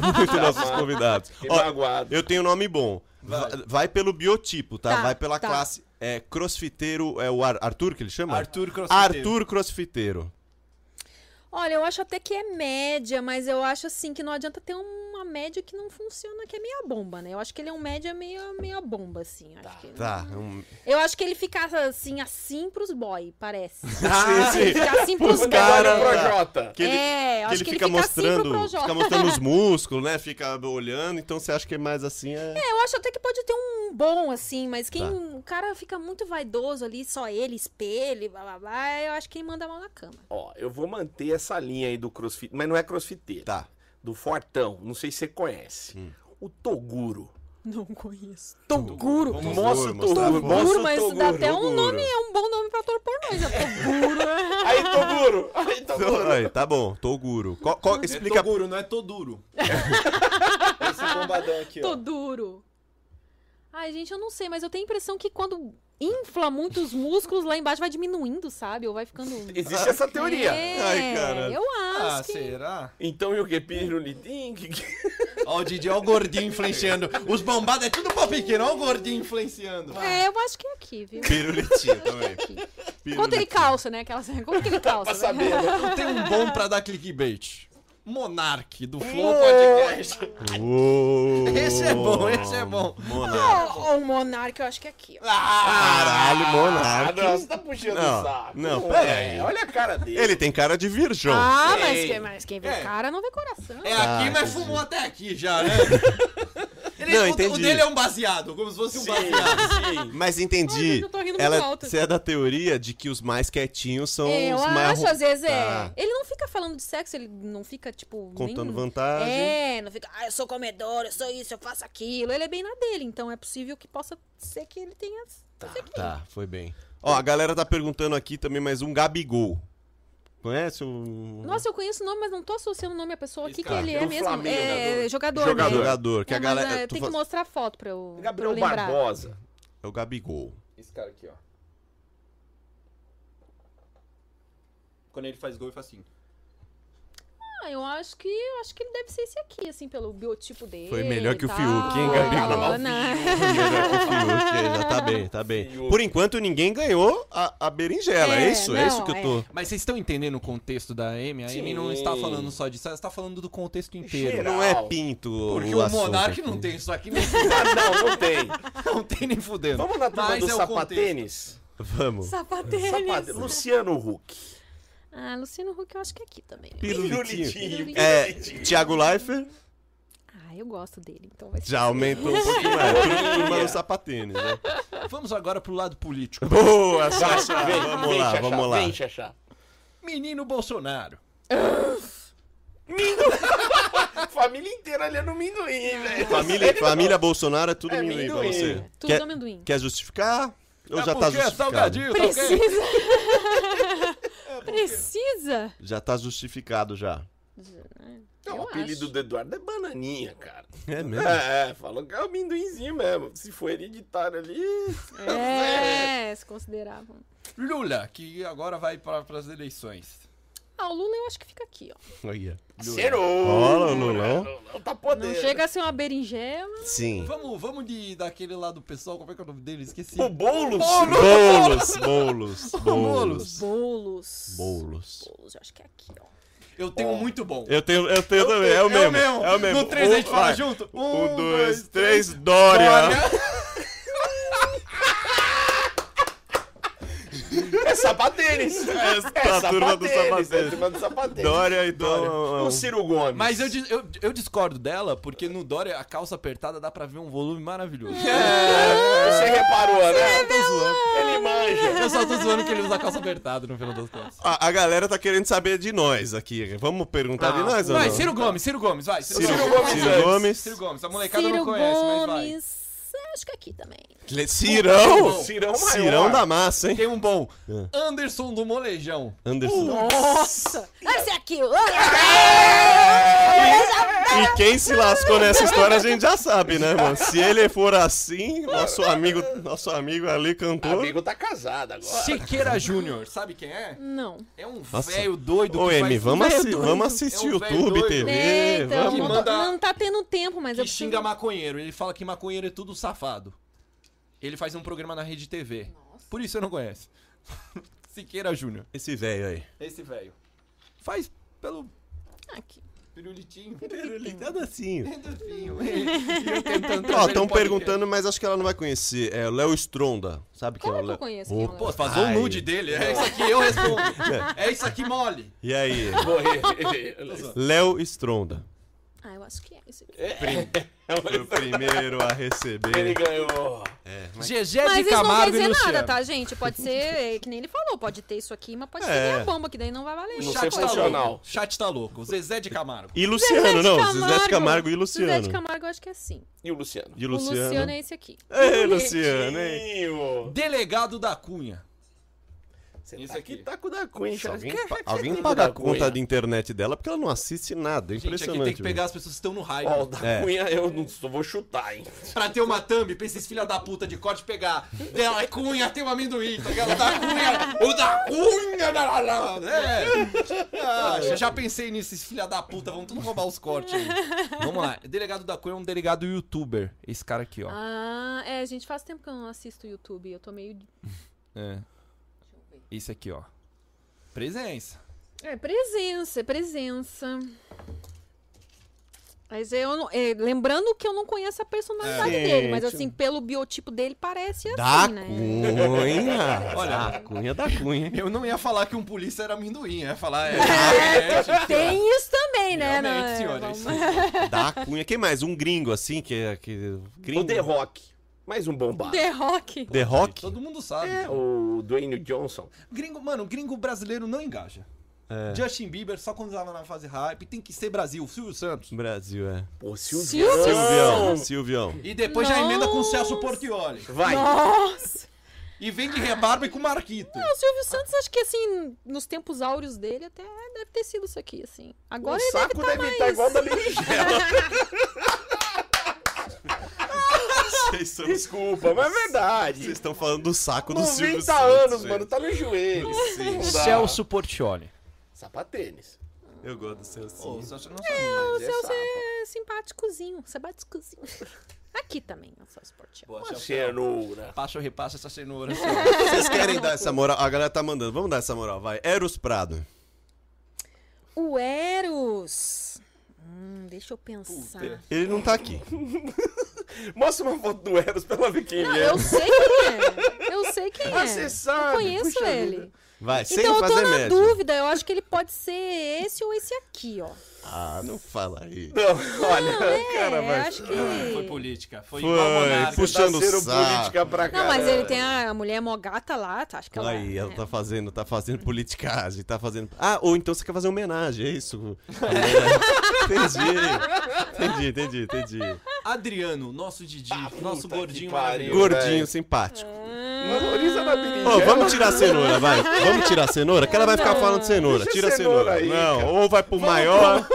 Speaker 2: muito nossos convidados.
Speaker 3: Fiquei
Speaker 2: Ó,
Speaker 3: magoado.
Speaker 2: Eu tenho um nome bom. Va- Vai, pelo biotipo, tá?
Speaker 1: Tá,
Speaker 2: vai pela
Speaker 1: tá.
Speaker 2: classe. É crossfiteiro. É o Ar- Arthur que ele chama?
Speaker 6: Arthur Crossfiteiro.
Speaker 2: Arthur crossfiteiro.
Speaker 1: Olha, eu acho até que é média, mas eu acho assim que não adianta ter uma média que não funciona, que é meia bomba, né? Eu acho que ele é um média meia, meia bomba, assim. Acho que...
Speaker 2: Tá. Um...
Speaker 1: Eu acho que ele fica assim, assim pros boy, parece.
Speaker 2: Ah, sim, sim.
Speaker 1: Fica assim pros
Speaker 2: Os
Speaker 1: boy.
Speaker 2: cara- Tá.
Speaker 3: Olha o Projota.
Speaker 2: Que ele,
Speaker 1: é,
Speaker 2: que
Speaker 1: acho
Speaker 2: ele
Speaker 1: que
Speaker 2: fica
Speaker 1: ele fica assim pro
Speaker 2: mostrando.
Speaker 1: Projota.
Speaker 2: fica mostrando os músculos, né? Fica olhando. Então você acha que é mais assim. É...
Speaker 1: Eu acho até que pode ter um bom, assim, mas quem.
Speaker 2: Tá.
Speaker 1: O cara fica muito vaidoso ali, só ele, espelho, blá blá blá. Eu acho que ele manda mal na cama.
Speaker 3: Ó, eu vou manter essa linha aí do crossfit, mas não é crossfiteiro.
Speaker 2: Tá. Hum.
Speaker 3: Do Fortão, não sei se você conhece. O Toguro.
Speaker 1: Não conheço.
Speaker 3: Toguro?
Speaker 2: Vamos
Speaker 3: Mostra o
Speaker 2: mostrar, mostrar
Speaker 3: Toguro.
Speaker 2: a foto.
Speaker 3: mostra
Speaker 1: Toguro,
Speaker 3: o
Speaker 1: mas
Speaker 3: Toguro.
Speaker 1: dá até um
Speaker 2: Toguro.
Speaker 1: nome, é um bom nome pra ator pornô, já. Toguro.
Speaker 3: Aí, Toguro! Aí, Toguro!
Speaker 2: Aí, tá bom, Toguro. Qual, qual,
Speaker 6: Explica...
Speaker 2: explica.
Speaker 6: Toguro, não é Toduro.
Speaker 5: Esse bombadão aqui, ó.
Speaker 1: Toduro. Ai, gente, eu não sei, mas eu tenho a impressão que quando infla muito os músculos, lá embaixo vai diminuindo, sabe? Ou vai ficando.
Speaker 3: Existe essa teoria.
Speaker 1: É,
Speaker 2: Ai, cara.
Speaker 1: Eu acho.
Speaker 6: Ah,
Speaker 1: que...
Speaker 6: será?
Speaker 3: Então, e o que? Pirulitinho? Que- que-
Speaker 6: Ó o Didi, ó o gordinho influenciando. Os bombados é tudo pau pequeno, ó o gordinho influenciando.
Speaker 1: É, eu acho que é aqui, viu?
Speaker 2: Pirulitinho também.
Speaker 1: Aqui. Quanto
Speaker 2: Pirulitinho.
Speaker 3: tá
Speaker 1: ele calça, né? Aquelas... Como que ele calça?
Speaker 3: Pra
Speaker 1: né?
Speaker 3: saber, né?
Speaker 6: Tem um bom pra dar clickbait.
Speaker 4: Monark do Flow Podcast.
Speaker 2: Uou.
Speaker 4: Esse é bom, esse é bom.
Speaker 2: Monark.
Speaker 1: Ó, o Monark, eu acho que é aqui, ó.
Speaker 2: Caralho,
Speaker 3: Ah,
Speaker 2: Monark.
Speaker 3: não, você tá puxando
Speaker 2: Não,
Speaker 3: o saco.
Speaker 2: não,
Speaker 3: Pô,
Speaker 2: pera
Speaker 3: é,
Speaker 2: aí.
Speaker 3: Olha a cara dele.
Speaker 2: Ele tem cara de virgem.
Speaker 1: Ah, mas
Speaker 3: Ei.
Speaker 1: quem, mas quem vê
Speaker 4: É.
Speaker 1: cara não vê coração.
Speaker 4: É aqui, mas fumou até aqui já, né? Ele-
Speaker 2: Não,
Speaker 4: o- O
Speaker 2: entendi.
Speaker 4: dele é um baseado, como se fosse um baseado.
Speaker 3: Sim, sim.
Speaker 2: Mas
Speaker 1: Ai,
Speaker 2: entendi.
Speaker 1: eu tô rindo muito
Speaker 2: Ela, um
Speaker 1: alto. É,
Speaker 2: você é da teoria de que os mais quietinhos são
Speaker 1: Eu
Speaker 2: os mais.
Speaker 1: acho, às vezes é.
Speaker 2: Tá.
Speaker 1: Ele não fica falando de sexo, ele não fica, tipo.
Speaker 2: Contando
Speaker 1: nem...
Speaker 2: vantagem.
Speaker 1: É, não fica, ah, eu sou comedor, eu sou isso, eu faço aquilo. Ele é bem na dele, então é possível que possa ser que ele tenha.
Speaker 2: Tá, foi bem. Ó, a galera tá perguntando aqui também mais um Gabigol. Conhece o.
Speaker 1: Nossa, eu conheço o nome, mas não tô associando o nome à pessoa. O que, que
Speaker 3: cara,
Speaker 1: ele
Speaker 3: do
Speaker 1: é mesmo?
Speaker 3: um Flamengo,
Speaker 1: é jogador.
Speaker 2: jogador.
Speaker 1: né?
Speaker 2: que a
Speaker 1: Não, mas,
Speaker 2: galera.
Speaker 1: ah,
Speaker 2: tu
Speaker 1: tem
Speaker 2: fa-
Speaker 1: que mostrar a foto pra eu, pra eu
Speaker 3: Gabriel
Speaker 1: lembrar.
Speaker 3: Barbosa.
Speaker 2: É o Gabigol.
Speaker 4: Esse cara aqui, ó. Quando ele faz gol, ele faz assim.
Speaker 1: Ah, eu acho que eu acho que ele deve ser esse aqui, assim, pelo biotipo dele.
Speaker 2: Foi melhor que o
Speaker 1: e tal.
Speaker 2: Fiuk, hein, Gabigol?
Speaker 1: Falou, né?
Speaker 2: Melhor que o Fiuk, aí já tá bem, tá bem.
Speaker 3: Fiuk.
Speaker 2: Por enquanto, ninguém ganhou a, a berinjela. É,
Speaker 1: É,
Speaker 2: isso? é isso
Speaker 1: não,
Speaker 2: que eu tô.
Speaker 4: Mas vocês estão entendendo o contexto da Amy? A Amy
Speaker 3: Sim.
Speaker 4: não está falando só disso, ela está falando do contexto inteiro.
Speaker 3: Cheira.
Speaker 2: Não é pinto.
Speaker 4: Porque
Speaker 2: o
Speaker 4: o,
Speaker 2: assunto
Speaker 4: Monark
Speaker 2: aqui.
Speaker 4: não tem isso aqui,
Speaker 3: Ah, não, não tem.
Speaker 4: não tem nem fudendo.
Speaker 3: Vamos na turma
Speaker 4: Mas
Speaker 3: do
Speaker 4: é o
Speaker 3: sapatênis?
Speaker 2: Vamos.
Speaker 3: Sapate-
Speaker 1: Sapatênis.
Speaker 3: Luciano Huck.
Speaker 1: Ah, Luciano Huck eu acho que é aqui também. né?
Speaker 2: Pirulitinho.
Speaker 1: Pirulitinho.
Speaker 2: É, Thiago Leifert
Speaker 1: Ah, eu gosto dele, então vai ser.
Speaker 2: já aumentou um pouquinho mais. Turma do sapatênis, né?
Speaker 4: Vamos agora pro lado político.
Speaker 2: Boa, Sasha.
Speaker 3: Vai, vem,
Speaker 2: Vamos
Speaker 3: vem,
Speaker 2: lá,
Speaker 3: Xaxá,
Speaker 2: vamos lá.
Speaker 3: Vem, Xaxá.
Speaker 4: Menino Bolsonaro.
Speaker 3: Família inteira olhando minduim, velho.
Speaker 2: Família, família Bolsonaro é tudo
Speaker 3: É
Speaker 2: amendoim pra
Speaker 3: amendoim.
Speaker 2: você.
Speaker 3: É
Speaker 1: Tudo
Speaker 2: Quer,
Speaker 1: amendoim.
Speaker 2: quer justificar? Ou
Speaker 4: É
Speaker 2: já tá
Speaker 4: porque é
Speaker 2: justificado?
Speaker 4: salgadinho, tá ok?
Speaker 1: Precisa.
Speaker 3: É,
Speaker 1: Precisa.
Speaker 2: Já tá justificado já.
Speaker 1: Eu
Speaker 3: Então,
Speaker 4: É um
Speaker 3: o apelido
Speaker 1: acho.
Speaker 3: do Eduardo é bananinha, cara.
Speaker 2: É mesmo?
Speaker 3: É, é, falou que é um amendoinzinho mesmo. Se for hereditário ali.
Speaker 1: É, se consideravam.
Speaker 4: Lula, que agora vai para as eleições.
Speaker 1: Ah, o Lula eu acho que fica aqui, ó.
Speaker 2: Olha.
Speaker 3: Cheirou!
Speaker 2: Olha o Lulão.
Speaker 3: Tá
Speaker 1: Não
Speaker 3: podendo.
Speaker 1: chega a ser uma berinjela.
Speaker 2: Sim.
Speaker 4: Vamos, vamos de, daquele lá do pessoal, como é que é o nome dele? Esqueci.
Speaker 3: O Boulos?
Speaker 2: Bolos, bolos,
Speaker 4: Bolos.
Speaker 2: bolos.
Speaker 1: Bolos.
Speaker 2: Bolos.
Speaker 1: Bolos, eu acho que é aqui, ó.
Speaker 4: Eu tenho um muito bom.
Speaker 2: Eu tenho, eu tenho também, é o mesmo. É o mesmo.
Speaker 4: No 3 a gente
Speaker 2: Um,
Speaker 4: fala
Speaker 2: vai.
Speaker 4: junto.
Speaker 2: Um, dois, três, Dória.
Speaker 3: É sapatênis! É,
Speaker 2: a turma do sapatênis.
Speaker 3: É a turma do sapatênis.
Speaker 2: Dória e é um, Dória.
Speaker 3: O Ciro Gomes.
Speaker 4: Mas eu, dis- eu, eu discordo dela, porque no Dória a calça apertada dá pra ver um volume maravilhoso.
Speaker 3: É, Você reparou, né?
Speaker 4: tô zoando.
Speaker 3: Ele manja.
Speaker 4: Eu só tô zoando que ele usa calça apertada no final das contas.
Speaker 2: A, a galera tá querendo saber de nós aqui. Vamos perguntar de nós, ou
Speaker 4: Vai,
Speaker 2: não?
Speaker 4: Ciro Gomes, Ciro Gomes, vai.
Speaker 2: Ciro,
Speaker 3: Ciro Gomes
Speaker 2: Ciro
Speaker 3: antes.
Speaker 2: Gomes.
Speaker 4: Ciro Gomes, a molecada
Speaker 1: Ciro
Speaker 4: não conhece, mas vai.
Speaker 1: Gomes. Acho que é aqui também.
Speaker 2: Le- Cirão.
Speaker 3: Cirão maior.
Speaker 2: Cirão da massa, hein?
Speaker 4: Tem um bom.
Speaker 2: É.
Speaker 4: Anderson do Molejão.
Speaker 2: Anderson.
Speaker 1: Nossa! Esse é aqui! ó.
Speaker 2: E quem se lascou nessa história a gente já sabe, né, mano? Se ele for assim, nosso amigo, nosso amigo ali cantou.
Speaker 3: Amigo tá casado agora.
Speaker 4: Chequeira Júnior, sabe quem é?
Speaker 1: Não.
Speaker 4: É um
Speaker 2: Nossa.
Speaker 4: velho doido
Speaker 2: Ô,
Speaker 4: que faz-
Speaker 2: Emi, vamos,
Speaker 1: velho
Speaker 2: assi-
Speaker 1: doido.
Speaker 2: vamos assistir
Speaker 4: É um velho
Speaker 2: YouTube,
Speaker 4: doido.
Speaker 2: TV.
Speaker 1: É, então,
Speaker 4: Que
Speaker 1: não,
Speaker 2: vamos.
Speaker 1: tô-
Speaker 4: manda-
Speaker 1: não tá tendo tempo, mas eu
Speaker 4: que
Speaker 1: preciso-
Speaker 4: xinga maconheiro. Ele fala que maconheiro é tudo safado. Ele faz um programa na rede TV. Por isso eu não conheço. Siqueira Júnior.
Speaker 2: Esse velho aí.
Speaker 4: Esse velho. Faz pelo
Speaker 1: Ah, Aqui.
Speaker 4: pirulitinho.
Speaker 2: Nada assim.
Speaker 4: Pirulitinho. E eu tentando
Speaker 2: Ó,
Speaker 4: trazer
Speaker 2: estão
Speaker 4: um podcast.
Speaker 2: perguntando, mas acho que ela não vai conhecer. É o Léo Stronda. Sabe quem
Speaker 1: Como é
Speaker 2: é o
Speaker 1: que eu
Speaker 2: Léo?
Speaker 1: conheço quem é o
Speaker 2: Opa.
Speaker 1: Léo?
Speaker 4: Pô, faz um
Speaker 2: Ai.
Speaker 4: nude dele. É isso aqui, eu respondo. É isso aqui, mole.
Speaker 2: E aí?
Speaker 3: Morrer.
Speaker 2: Léo Stronda.
Speaker 1: Ah, eu acho que é isso aqui.
Speaker 2: Foi o primeiro a
Speaker 3: Ele
Speaker 2: receber.
Speaker 3: ganhou.
Speaker 4: Gegé de
Speaker 1: Mas isso não quer
Speaker 4: Camargo e
Speaker 1: dizer
Speaker 4: Luciano.
Speaker 1: nada, tá, gente? Pode ser, é, que nem ele falou, pode ter isso aqui, mas pode
Speaker 2: É.
Speaker 1: ser ter a bomba, que daí não vai valer.
Speaker 3: Não
Speaker 1: muita
Speaker 3: sei
Speaker 4: Chat tá
Speaker 1: coisa.
Speaker 3: funcionar.
Speaker 4: louco. Chat tá louco. Zezé de Camargo.
Speaker 2: E Luciano, não. Zezé de
Speaker 1: Camargo.
Speaker 2: Camargo e
Speaker 1: Zé de
Speaker 2: Luciano.
Speaker 1: Camargo, eu acho que é assim.
Speaker 3: E o Luciano?
Speaker 2: E
Speaker 1: O
Speaker 2: Luciano.
Speaker 1: Luciano é esse aqui.
Speaker 2: Ei, Luciano, hein?
Speaker 3: Bonitinho.
Speaker 4: Delegado da Cunha.
Speaker 3: Você
Speaker 4: Isso
Speaker 3: tá
Speaker 4: aqui.
Speaker 3: aqui tá com o da Cunha.
Speaker 2: Nossa,
Speaker 3: cara.
Speaker 2: alguém,
Speaker 4: é
Speaker 3: Que-
Speaker 2: pa-
Speaker 3: que-
Speaker 2: alguém
Speaker 3: que-
Speaker 2: paga a
Speaker 3: da Cunha?
Speaker 2: conta de internet dela porque ela não assiste nada. É
Speaker 4: Gente, aqui tem
Speaker 2: impressionante.
Speaker 4: que
Speaker 2: velho.
Speaker 4: pegar as pessoas que estão no hype.
Speaker 3: Ó, o da
Speaker 2: É.
Speaker 3: Cunha eu não sou- vou chutar, hein?
Speaker 4: Pra ter uma thumb, pra esses filha da puta de corte pegar. Dela é cunha, tem um amendoim, tá ligado? Da cunha, o da cunha, lá, lá, lá, é. Ah, já- já pensei nisso, esses filha da puta, vão tudo roubar os cortes. aí. Vamos lá, delegado da cunha é um delegado youtuber, esse cara aqui, ó.
Speaker 1: Ah, é, gente, faz tempo que eu não assisto YouTube. Eu tô meio.
Speaker 4: É. Esse aqui, ó. Presença.
Speaker 1: É presença, é presença. Mas eu não, é, lembrando que eu não conheço a personalidade
Speaker 2: É.
Speaker 1: dele, mas
Speaker 2: Gente.
Speaker 1: assim, pelo biotipo dele parece assim,
Speaker 2: Da
Speaker 1: né?
Speaker 2: cunha. Olha, da cunha, da cunha.
Speaker 4: Eu não ia falar que um polícia era amendoim, eu ia falar. É,
Speaker 1: Tem isso também, né?
Speaker 4: Realmente,
Speaker 1: não é?
Speaker 4: senhores.
Speaker 1: Vamos-
Speaker 2: Da cunha. Quem mais? Um gringo, assim, que é... Que, gringo?
Speaker 3: O The Rock. Mais um bombado.
Speaker 1: The Rock.
Speaker 2: The Rock?
Speaker 4: Todo mundo sabe.
Speaker 3: É, o Dwayne Johnson.
Speaker 4: Gringo, mano, gringo brasileiro não engaja.
Speaker 3: É.
Speaker 4: Justin Bieber só quando tava na fase hype, tem que ser Brasil, Silvio Santos.
Speaker 2: Brasil, é.
Speaker 3: Pô,
Speaker 1: Silvio
Speaker 3: Silvião.
Speaker 2: Silvião, Silvião.
Speaker 4: E depois já emenda com o Celso Portioli.
Speaker 3: Vai.
Speaker 1: Nossa!
Speaker 4: E vem de rebarba e com Marquito.
Speaker 1: O Silvio Santos, acho que assim, nos tempos áureos dele, até deve ter sido isso aqui, assim. Agora
Speaker 3: o
Speaker 1: ele deve
Speaker 3: saco
Speaker 1: estar
Speaker 3: deve
Speaker 1: mais...
Speaker 3: estar igual da berinjela.
Speaker 2: Vocês são- vocês
Speaker 3: Desculpa, mas é verdade.
Speaker 2: estão falando do saco do Silvio
Speaker 3: 90
Speaker 2: Santos.
Speaker 3: anos,
Speaker 2: velho.
Speaker 3: mano, tá no joelho. Não dá.
Speaker 8: Celso Portioli.
Speaker 3: Sapatênis.
Speaker 2: Eu gosto do Celso.
Speaker 4: Pô, o Celso não sabe.
Speaker 1: O
Speaker 3: Mas é
Speaker 1: Celso
Speaker 3: sapo.
Speaker 1: é simpáticozinho, simpáticozinho. Aqui também, o Celso Portioli.
Speaker 4: Boa,
Speaker 3: Uma
Speaker 4: Celso.
Speaker 3: cenoura.
Speaker 4: Passa ou repassa essa cenoura.
Speaker 2: Vocês querem dar essa moral? A galera tá mandando. Vamos dar essa moral, vai. Eros Prado.
Speaker 1: O Eros. Hum, deixa eu pensar.
Speaker 2: Ele não tá aqui.
Speaker 3: Mostra uma foto do Eros pra ela ver quem
Speaker 1: Não,
Speaker 3: ele é.
Speaker 1: eu sei quem é. Eu sei quem é.
Speaker 3: Ah, você sabe,
Speaker 1: Eu conheço
Speaker 3: puxa
Speaker 1: ele.
Speaker 3: vida.
Speaker 2: Vai, sem
Speaker 1: Então eu tô
Speaker 2: fazer
Speaker 1: na
Speaker 2: média.
Speaker 1: dúvida, eu acho que ele pode ser esse ou esse aqui, ó.
Speaker 2: Ah, não fala aí.
Speaker 3: Não, olha, cara,
Speaker 1: É,
Speaker 3: mas...
Speaker 1: acho que.
Speaker 4: Foi política. Foi,
Speaker 2: Foi,
Speaker 4: uma
Speaker 2: puxa- puxando o
Speaker 3: Tá sendo
Speaker 2: saco.
Speaker 3: política pra cá.
Speaker 1: Não, mas ele tem a, a mulher mogata lá, tá? Acho que ela.
Speaker 2: Aí, ela
Speaker 1: é.
Speaker 2: tá fazendo, tá fazendo politicagem, tá fazendo. Ah, ou então você quer fazer homenagem, é isso? entendi. Entendi, entendi, entendi.
Speaker 4: Adriano, nosso Didi, nosso
Speaker 3: Ah, puta que
Speaker 4: gordinho
Speaker 3: pariu.
Speaker 4: maravilhoso.
Speaker 2: Gordinho, simpático.
Speaker 3: Valoriza na
Speaker 2: Ô,
Speaker 4: É.
Speaker 3: berinjela.
Speaker 2: vamos tirar a cenoura, vai. Vamos tirar a cenoura, que ela vai ficar falando cenoura.
Speaker 3: Deixa a
Speaker 2: Tira a
Speaker 3: cenoura
Speaker 2: cenoura.
Speaker 3: aí,
Speaker 2: Não,
Speaker 3: cara.
Speaker 2: ou vai pro maior.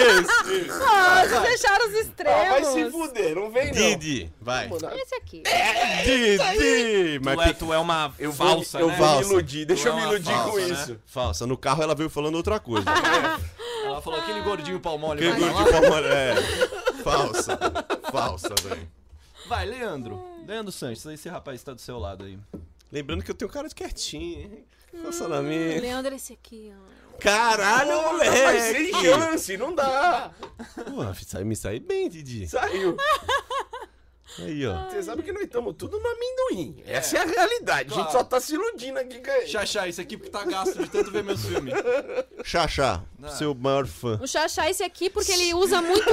Speaker 2: Isso.
Speaker 1: Ah, vocês deixaram os extremos.
Speaker 3: Ah, vai se fuder, não vem não.
Speaker 2: Didi, vai.
Speaker 1: Esse aqui.
Speaker 2: Didi! Mas
Speaker 4: É Tu é,
Speaker 2: pe-
Speaker 4: tu é uma
Speaker 3: Eu vou,
Speaker 4: falsa,
Speaker 3: eu
Speaker 4: né?
Speaker 2: vou-
Speaker 3: vou me
Speaker 2: Falsa.
Speaker 3: iludir, deixa
Speaker 4: Tu
Speaker 3: eu
Speaker 4: é
Speaker 3: me
Speaker 4: uma
Speaker 3: iludir com
Speaker 4: falsa, né?
Speaker 3: isso.
Speaker 2: Falsa, no carro ela veio falando outra coisa.
Speaker 4: Ela falou aquele gordinho palmole.
Speaker 2: Aquele
Speaker 4: Vai,
Speaker 2: gordinho
Speaker 4: lá.
Speaker 2: palmo- é. Falsa. Falsa, velho.
Speaker 4: vai, Leandro. Leandro Sanches, esse rapaz tá do seu lado aí.
Speaker 2: Lembrando que eu tenho cara de quietinho, hein?
Speaker 1: Hum,
Speaker 2: Falsa na
Speaker 3: É.
Speaker 2: minha.
Speaker 1: Leandro, esse aqui, ó.
Speaker 2: Caralho,
Speaker 3: Mas sem
Speaker 2: moleque!
Speaker 3: chance, não dá.
Speaker 2: Pô, sai- me sai bem, Didi.
Speaker 3: Saiu.
Speaker 2: Aí, ó.
Speaker 3: Você sabe que nós estamos tudo no amendoim. Essa é, a realidade. A gente
Speaker 4: Claro.
Speaker 3: só tá se iludindo aqui. Cara.
Speaker 4: Xaxá, esse aqui porque tá gasto de tanto ver meus filmes.
Speaker 2: Xaxá,
Speaker 4: Ah.
Speaker 2: seu maior fã.
Speaker 1: O Xaxá, esse aqui, porque ele usa muito.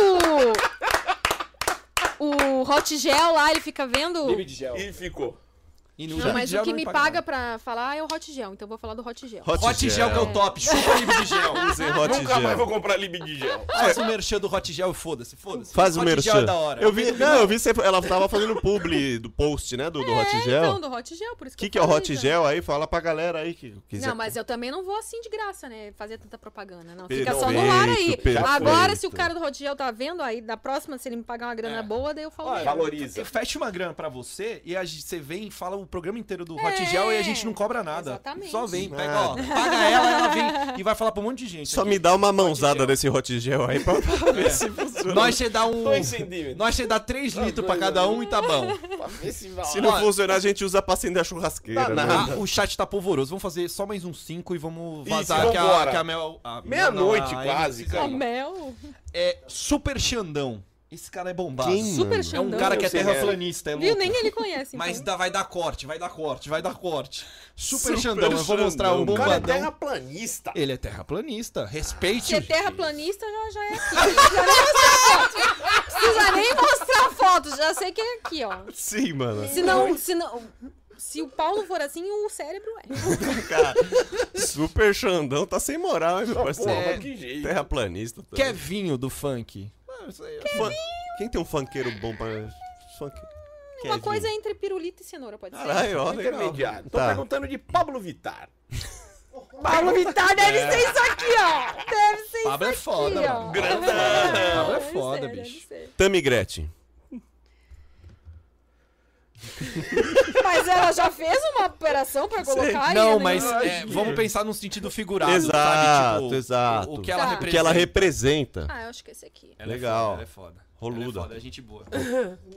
Speaker 1: o hot gel lá, ele fica vendo.
Speaker 8: Livre de gel.
Speaker 3: E ficou.
Speaker 4: E
Speaker 1: Não, mas o que me
Speaker 4: um paga
Speaker 1: paga pra falar é o hot gel, então eu vou falar do hot gel.
Speaker 2: Hot,
Speaker 4: Hot gel que é o top, chupa livro de gel.
Speaker 2: Usem hot
Speaker 3: Nunca
Speaker 2: gel.
Speaker 3: mais vou comprar Libre de gel.
Speaker 4: Faz o merchan do hot gel e foda-se, foda-se.
Speaker 2: Faz o
Speaker 4: hot
Speaker 2: merchan.
Speaker 4: Gel é da hora.
Speaker 2: Eu vi, não, eu vi sempre, ela tava fazendo publi do post, né, do, do hot gel.
Speaker 1: Então,
Speaker 2: O
Speaker 1: do hot gel, por isso que eu
Speaker 2: que que é o
Speaker 1: falei,
Speaker 2: hot
Speaker 1: né?
Speaker 2: gel aí? Fala pra galera aí que é quiser.
Speaker 1: Não, mas eu também não vou assim de graça, né? Fazer tanta propaganda. Não, fica
Speaker 2: Perfeito,
Speaker 1: só no ar aí.
Speaker 2: perfeito.
Speaker 1: Agora, se o cara do Hot Gel tá vendo, aí na próxima, se ele me pagar uma grana boa, daí eu falo.
Speaker 4: Olha,
Speaker 1: mesmo.
Speaker 3: Valoriza.
Speaker 4: Fecha uma grana pra você e a gente- você vem e fala o programa inteiro do
Speaker 1: É,
Speaker 4: Hot Gel e a gente não cobra nada.
Speaker 1: exatamente.
Speaker 4: Só vem, pega, ó, paga ela, ela vem e vai falar pra um monte de gente.
Speaker 2: Só
Speaker 4: aqui.
Speaker 2: me dá uma mãozada
Speaker 4: gel.
Speaker 2: desse hot gel aí pra pra ver se funciona.
Speaker 4: Nós você dá um.
Speaker 3: Dois centímetros.
Speaker 4: Nós você dá 3 litros pra cada um e tá bom.
Speaker 3: Pra ver se vai.
Speaker 2: Se não
Speaker 4: Olha-
Speaker 2: funcionar, a gente usa pra acender a churrasqueira. né?
Speaker 4: Ah, o chat tá polvoroso. Vamos fazer só mais uns 5 e vamos
Speaker 3: Isso,
Speaker 4: vazar que, a,
Speaker 3: vambora.
Speaker 4: que a Mel. a Mel não,
Speaker 3: Meia-noite
Speaker 4: a Amy
Speaker 3: quase,
Speaker 4: precisa
Speaker 1: O
Speaker 4: ir.
Speaker 1: mel.
Speaker 4: É Super Xandão. Esse cara é bombado.
Speaker 2: Quem, mano?
Speaker 1: Super
Speaker 4: É um
Speaker 1: Xandão.
Speaker 4: cara que é
Speaker 3: Eu sei,
Speaker 4: terraplanista, é louco.
Speaker 1: Viu? Nem ele conhece. Então.
Speaker 4: Mas dá, vai dar corte, vai dar corte, vai dar corte. Super,
Speaker 2: Super
Speaker 4: Xandão, eu vou mostrar
Speaker 2: Xandão.
Speaker 4: um
Speaker 2: O
Speaker 3: O cara é
Speaker 4: bombadão.
Speaker 3: terraplanista.
Speaker 4: Ele é terraplanista. Respeite.
Speaker 1: Se é terraplanista, já, já é aqui. Já nem mostrar foto. Precisa nem mostrar foto. Já sei que é aqui, ó.
Speaker 2: Sim, mano.
Speaker 1: Se não. Se, não, se o Paulo for assim, o cérebro é.
Speaker 2: Super Xandão tá sem moral, hein, meu
Speaker 3: Porra,
Speaker 2: parceiro.
Speaker 3: mas que jeito.
Speaker 2: Terraplanista. também.
Speaker 4: Kevinho do funk.
Speaker 2: Fun- Quem tem um funkeiro bom pra. Funk...
Speaker 4: é
Speaker 1: Uma coisa é entre pirulita e cenoura, pode ser.
Speaker 2: Caralho, ó, legal.
Speaker 3: é Intermediário. Então um- Tô
Speaker 2: Tá.
Speaker 3: perguntando de Pablo Vittar.
Speaker 1: Paulo Vittar deve ser isso aqui, ó. Deve ser isso
Speaker 4: Pablo é foda,
Speaker 1: aqui, ó.
Speaker 4: mano. Pablo é
Speaker 1: Deve
Speaker 4: foda,
Speaker 1: ser, deve
Speaker 4: bicho.
Speaker 1: ser.
Speaker 2: Tami Gretchen.
Speaker 1: Mas ela já fez uma operação pra colocar ele,
Speaker 4: Não,
Speaker 1: né?
Speaker 4: mas
Speaker 1: Ah,
Speaker 4: é, vamos pensar num sentido figurado.
Speaker 2: Exato,
Speaker 4: sabe? Tipo,
Speaker 2: exato.
Speaker 4: O, o que ela
Speaker 1: Tá.
Speaker 2: Que
Speaker 4: representa.
Speaker 2: ela representa.
Speaker 1: Ah, eu acho que esse aqui.
Speaker 4: Ela é
Speaker 2: Legal.
Speaker 4: foda, ela é foda.
Speaker 2: Roluda.
Speaker 4: Ela é foda, é gente boa.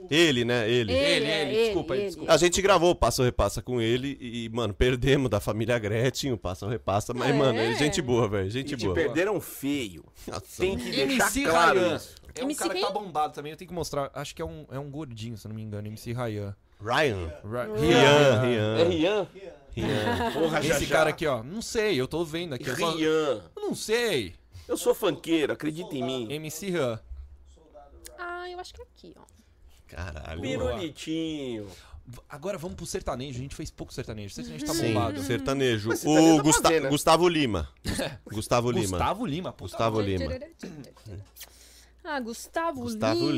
Speaker 2: Ele, né? Ele.
Speaker 4: Ele, ele,
Speaker 1: é
Speaker 4: desculpa, desculpa.
Speaker 2: A gente gravou o Passa ou Repassa com ele e, mano, perdemos da família Gretchen o Passa ou Repassa, mas,
Speaker 1: É.
Speaker 2: mano, ele é gente boa, velho. Gente
Speaker 3: E te
Speaker 2: boa.
Speaker 3: perderam feio.
Speaker 2: Nossa,
Speaker 3: Tem que deixar
Speaker 4: MC
Speaker 3: claro
Speaker 4: Ryan.
Speaker 3: isso.
Speaker 4: É um
Speaker 1: MC
Speaker 4: cara que tá
Speaker 1: quem?
Speaker 4: bombado também, eu tenho que mostrar. Acho que é um, é um gordinho, se eu não me engano, MC Ryan.
Speaker 2: Ryan.
Speaker 4: Ra-
Speaker 2: Rian,
Speaker 3: É
Speaker 2: Rian.
Speaker 3: Rian?
Speaker 2: Rian.
Speaker 3: Porra, já,
Speaker 4: Esse
Speaker 3: já.
Speaker 4: cara aqui, ó. Não sei, eu tô vendo aqui. Eu, só-
Speaker 3: Rian.
Speaker 4: eu não sei.
Speaker 3: Eu sou funkeiro, acredita em mim.
Speaker 4: MC Ran.
Speaker 1: Ah, eu acho que é aqui, ó.
Speaker 2: Caralho. mano.
Speaker 3: Pirulitinho.
Speaker 4: V- Agora vamos pro sertanejo. A gente fez pouco sertanejo. O sertanejo tá
Speaker 2: Sim,
Speaker 4: bombado.
Speaker 2: sertanejo.
Speaker 3: Mas sertanejo
Speaker 2: O
Speaker 3: dá pra
Speaker 2: Gusta-
Speaker 3: ver, né?
Speaker 2: Gustavo Lima. Gustavo Lima.
Speaker 4: Gustavo Lima, pô.
Speaker 2: Gustavo Lima.
Speaker 1: Ah, Gustavo,
Speaker 2: Gustavo Lima.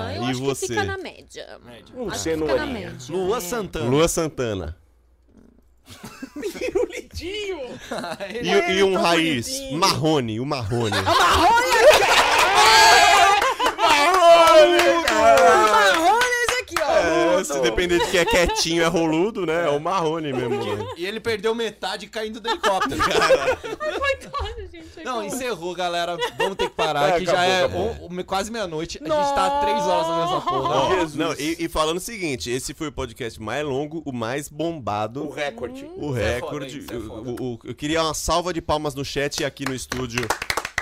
Speaker 1: Lima. Eu
Speaker 2: E
Speaker 1: acho
Speaker 2: você?
Speaker 1: que fica na média.
Speaker 4: Média.
Speaker 1: Acho
Speaker 3: Você
Speaker 1: que
Speaker 3: não
Speaker 1: fica na
Speaker 3: é.
Speaker 1: média.
Speaker 4: Lua
Speaker 1: é.
Speaker 4: Santana.
Speaker 2: Lua Santana.
Speaker 3: é
Speaker 2: E, e um raiz. Marrone, o Marrone.
Speaker 1: Tá
Speaker 2: É, se depender de quem é quietinho, é roludo, né? É o Marrone mesmo. né?
Speaker 4: E ele perdeu metade caindo do helicóptero.
Speaker 1: Coitado, gente.
Speaker 4: Não,
Speaker 1: é que
Speaker 4: encerrou, galera. Vamos ter que parar,
Speaker 3: É,
Speaker 4: que já
Speaker 3: acabou,
Speaker 4: é
Speaker 3: acabou.
Speaker 4: um- um- quase meia-noite. A gente tá há três horas na mesma porra.
Speaker 2: Ó, não, e, e falando o seguinte, esse foi o podcast mais longo, o mais bombado,
Speaker 3: O recorde.
Speaker 2: o
Speaker 4: é
Speaker 2: recorde.
Speaker 4: foda, hein? Isso é
Speaker 2: o-
Speaker 4: foda.
Speaker 2: o- o- eu queria uma salva de palmas no chat e aqui no estúdio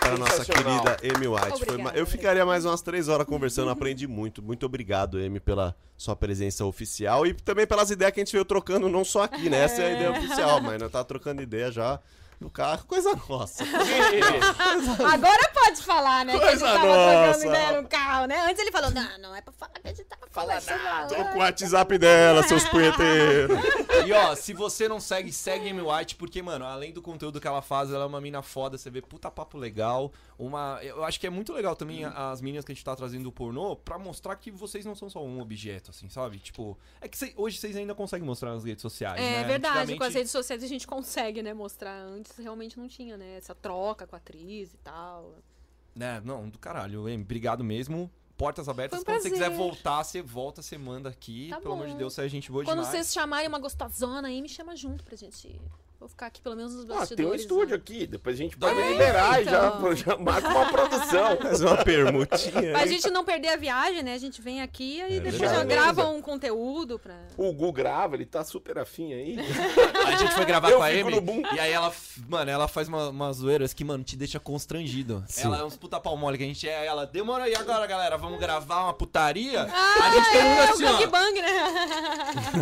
Speaker 2: para a nossa
Speaker 3: Sensacional.
Speaker 2: querida Amy White. Foi
Speaker 1: Obrigada,
Speaker 2: ma- eu ficaria mais umas três horas conversando, aprendi muito. Muito obrigado, Amy, pela sua presença oficial e também pelas ideias que a gente veio trocando, não só aqui, né? Essa é a ideia oficial, mas nós tá trocando ideia já no carro, coisa nossa.
Speaker 1: Ah, Agora pode falar, né? que
Speaker 2: Coisa
Speaker 1: ele tava
Speaker 2: nossa.
Speaker 1: trocando ideia no carro, né? Antes ele falou, não, não é pra falar que a gente tava falando.
Speaker 2: Tô
Speaker 1: É.
Speaker 2: com o WhatsApp dela, seus punheteiros.
Speaker 4: E ó, se você não segue, segue Amy White, porque, mano, além do conteúdo que ela faz, ela é uma mina foda, você vê puta papo legal. Uma. Eu acho que é muito legal também
Speaker 1: Uhum.
Speaker 4: a- as meninas que a gente tá trazendo do pornô pra mostrar que vocês não são só um objeto, assim, sabe? Tipo, é que cê- hoje vocês ainda conseguem mostrar nas redes sociais.
Speaker 1: É
Speaker 4: né?
Speaker 1: verdade, com as
Speaker 4: Antigamente-
Speaker 1: redes sociais a gente consegue, né, mostrar. Antes realmente não tinha, né, essa troca com a atriz e tal.
Speaker 4: Né, não, do caralho, hein? Obrigado mesmo. Portas
Speaker 1: Foi
Speaker 4: abertas.
Speaker 1: um
Speaker 4: Quando você quiser
Speaker 1: prazer.
Speaker 4: voltar, você volta, você manda aqui.
Speaker 1: Tá
Speaker 4: Pelo amor de
Speaker 1: bom.
Speaker 4: Deus, você é gente boa
Speaker 1: Quando
Speaker 4: demais.
Speaker 1: vocês chamarem uma gostosona aí, me chama junto pra gente ir. Vou ficar aqui pelo menos nos
Speaker 3: Ah, tem um
Speaker 1: bastidores.
Speaker 3: estúdio
Speaker 1: né?
Speaker 3: aqui, depois a gente pode liberar e já,
Speaker 1: então.
Speaker 3: já marca uma produção.
Speaker 2: Faz uma permutinha.
Speaker 1: Pra
Speaker 2: aí.
Speaker 1: gente não perder a viagem, né? A gente vem aqui e depois
Speaker 2: É verdade.
Speaker 1: já grava um conteúdo pra.
Speaker 3: O Gu grava, ele tá super afim aí.
Speaker 4: A gente foi gravar
Speaker 3: Eu
Speaker 4: com a
Speaker 3: fico
Speaker 4: Amy.
Speaker 3: no boom.
Speaker 4: E aí ela, f- mano, ela faz uma- umas zoeiras que, mano, te deixa constrangido. Ela é uns puta pau mole que a gente é. aí Ela, demora aí agora, galera. Vamos gravar uma putaria? a gente todo mundo
Speaker 1: É o
Speaker 4: assim,
Speaker 1: Gang
Speaker 4: ó.
Speaker 1: Bang, né?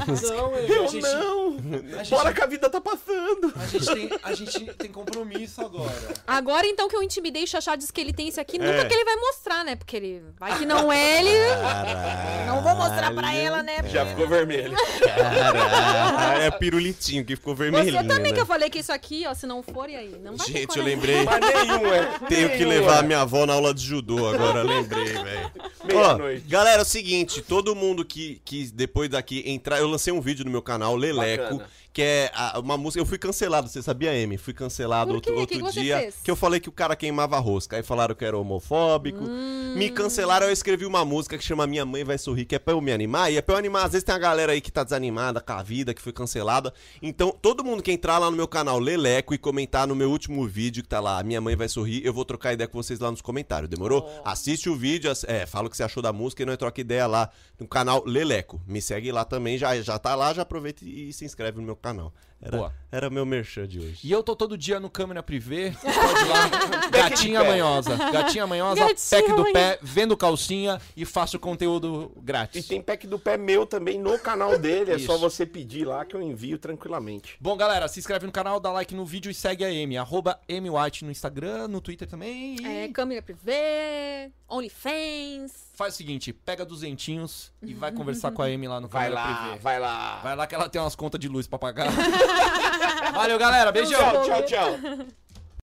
Speaker 4: Não,
Speaker 3: Eu
Speaker 4: a gente,
Speaker 3: não!
Speaker 4: A gente,
Speaker 3: Bora que a vida tá passando!
Speaker 4: a gente tem, a gente tem compromisso agora.
Speaker 1: Agora então que eu intimidei, o Xaxá diz que ele tem esse aqui,
Speaker 2: É.
Speaker 1: nunca que ele vai mostrar, né? Porque ele. Vai que não é, ele.
Speaker 2: É. Caralho.
Speaker 1: Não vou mostrar pra ela, né?
Speaker 3: Já ficou vermelho.
Speaker 2: Caralho. É pirulitinho que ficou
Speaker 1: Você
Speaker 2: vermelhinho.
Speaker 1: também que
Speaker 2: né?
Speaker 1: eu falei que isso aqui, ó, se não for, e aí? Não vai ter
Speaker 2: Gente, eu
Speaker 1: coragem.
Speaker 2: lembrei.
Speaker 3: Mas nenhum é.
Speaker 2: Tenho que
Speaker 3: Nenhum
Speaker 2: levar
Speaker 3: é.
Speaker 2: a minha avó na aula de judô agora, lembrei, velho. Ó,
Speaker 3: Meia-noite.
Speaker 2: galera, é o seguinte, todo mundo que, que depois daqui entrar, eu lancei um vídeo no meu canal, Leleco,
Speaker 3: Bacana.
Speaker 2: que é a- uma música, eu fui cancelado, você sabia, Amy? Fui cancelado
Speaker 1: Por quê?
Speaker 2: outro,
Speaker 1: Que
Speaker 2: outro
Speaker 1: que você
Speaker 2: dia,
Speaker 1: fez?
Speaker 2: que eu falei que o cara queimava rosca, aí falaram que eu era homofóbico, me cancelaram, eu escrevi uma música que chama Minha Mãe Vai Sorrir, que é pra eu me animar, e é pra eu animar, às vezes tem a galera aí que tá desanimada com a vida, que foi cancelada, então todo mundo que entrar lá no meu canal, Leleco, e comentar no meu último vídeo, que tá lá, Minha Mãe Vai Sorrir, eu vou trocar ideia com vocês lá nos comentários, demorou? Assiste o vídeo, ass- é, fala o que você achou da música e nós troca ideia lá no canal Leleco. Me segue lá também, já, já tá lá, já aproveita e, e se inscreve no meu canal. Era,
Speaker 4: Boa.
Speaker 2: era meu merchan de hoje.
Speaker 4: E eu tô todo dia no câmera privê. Pode ir lá. Gatinha
Speaker 3: pé.
Speaker 4: manhosa. Gatinha manhosa,
Speaker 1: Gatinha
Speaker 4: pack do
Speaker 1: manhosa.
Speaker 4: pé, vendo calcinha e faço conteúdo
Speaker 3: E
Speaker 4: grátis.
Speaker 3: tem pack do pé meu também no canal dele. É só
Speaker 4: Isso.
Speaker 3: você pedir lá que eu envio tranquilamente.
Speaker 4: Bom, galera, se inscreve no canal, dá like no vídeo e segue a Amy. Arroba Amy White no Instagram, no Twitter também. E
Speaker 1: É, câmera privê, OnlyFans.
Speaker 4: faz o seguinte, pega duzentinhos e vai conversar com a Amy lá no
Speaker 3: Vai
Speaker 4: canal
Speaker 3: lá, vai lá.
Speaker 4: Vai lá que ela tem umas contas de luz pra pagar. Valeu, galera. Beijão.
Speaker 3: Tchau, tchau, tchau.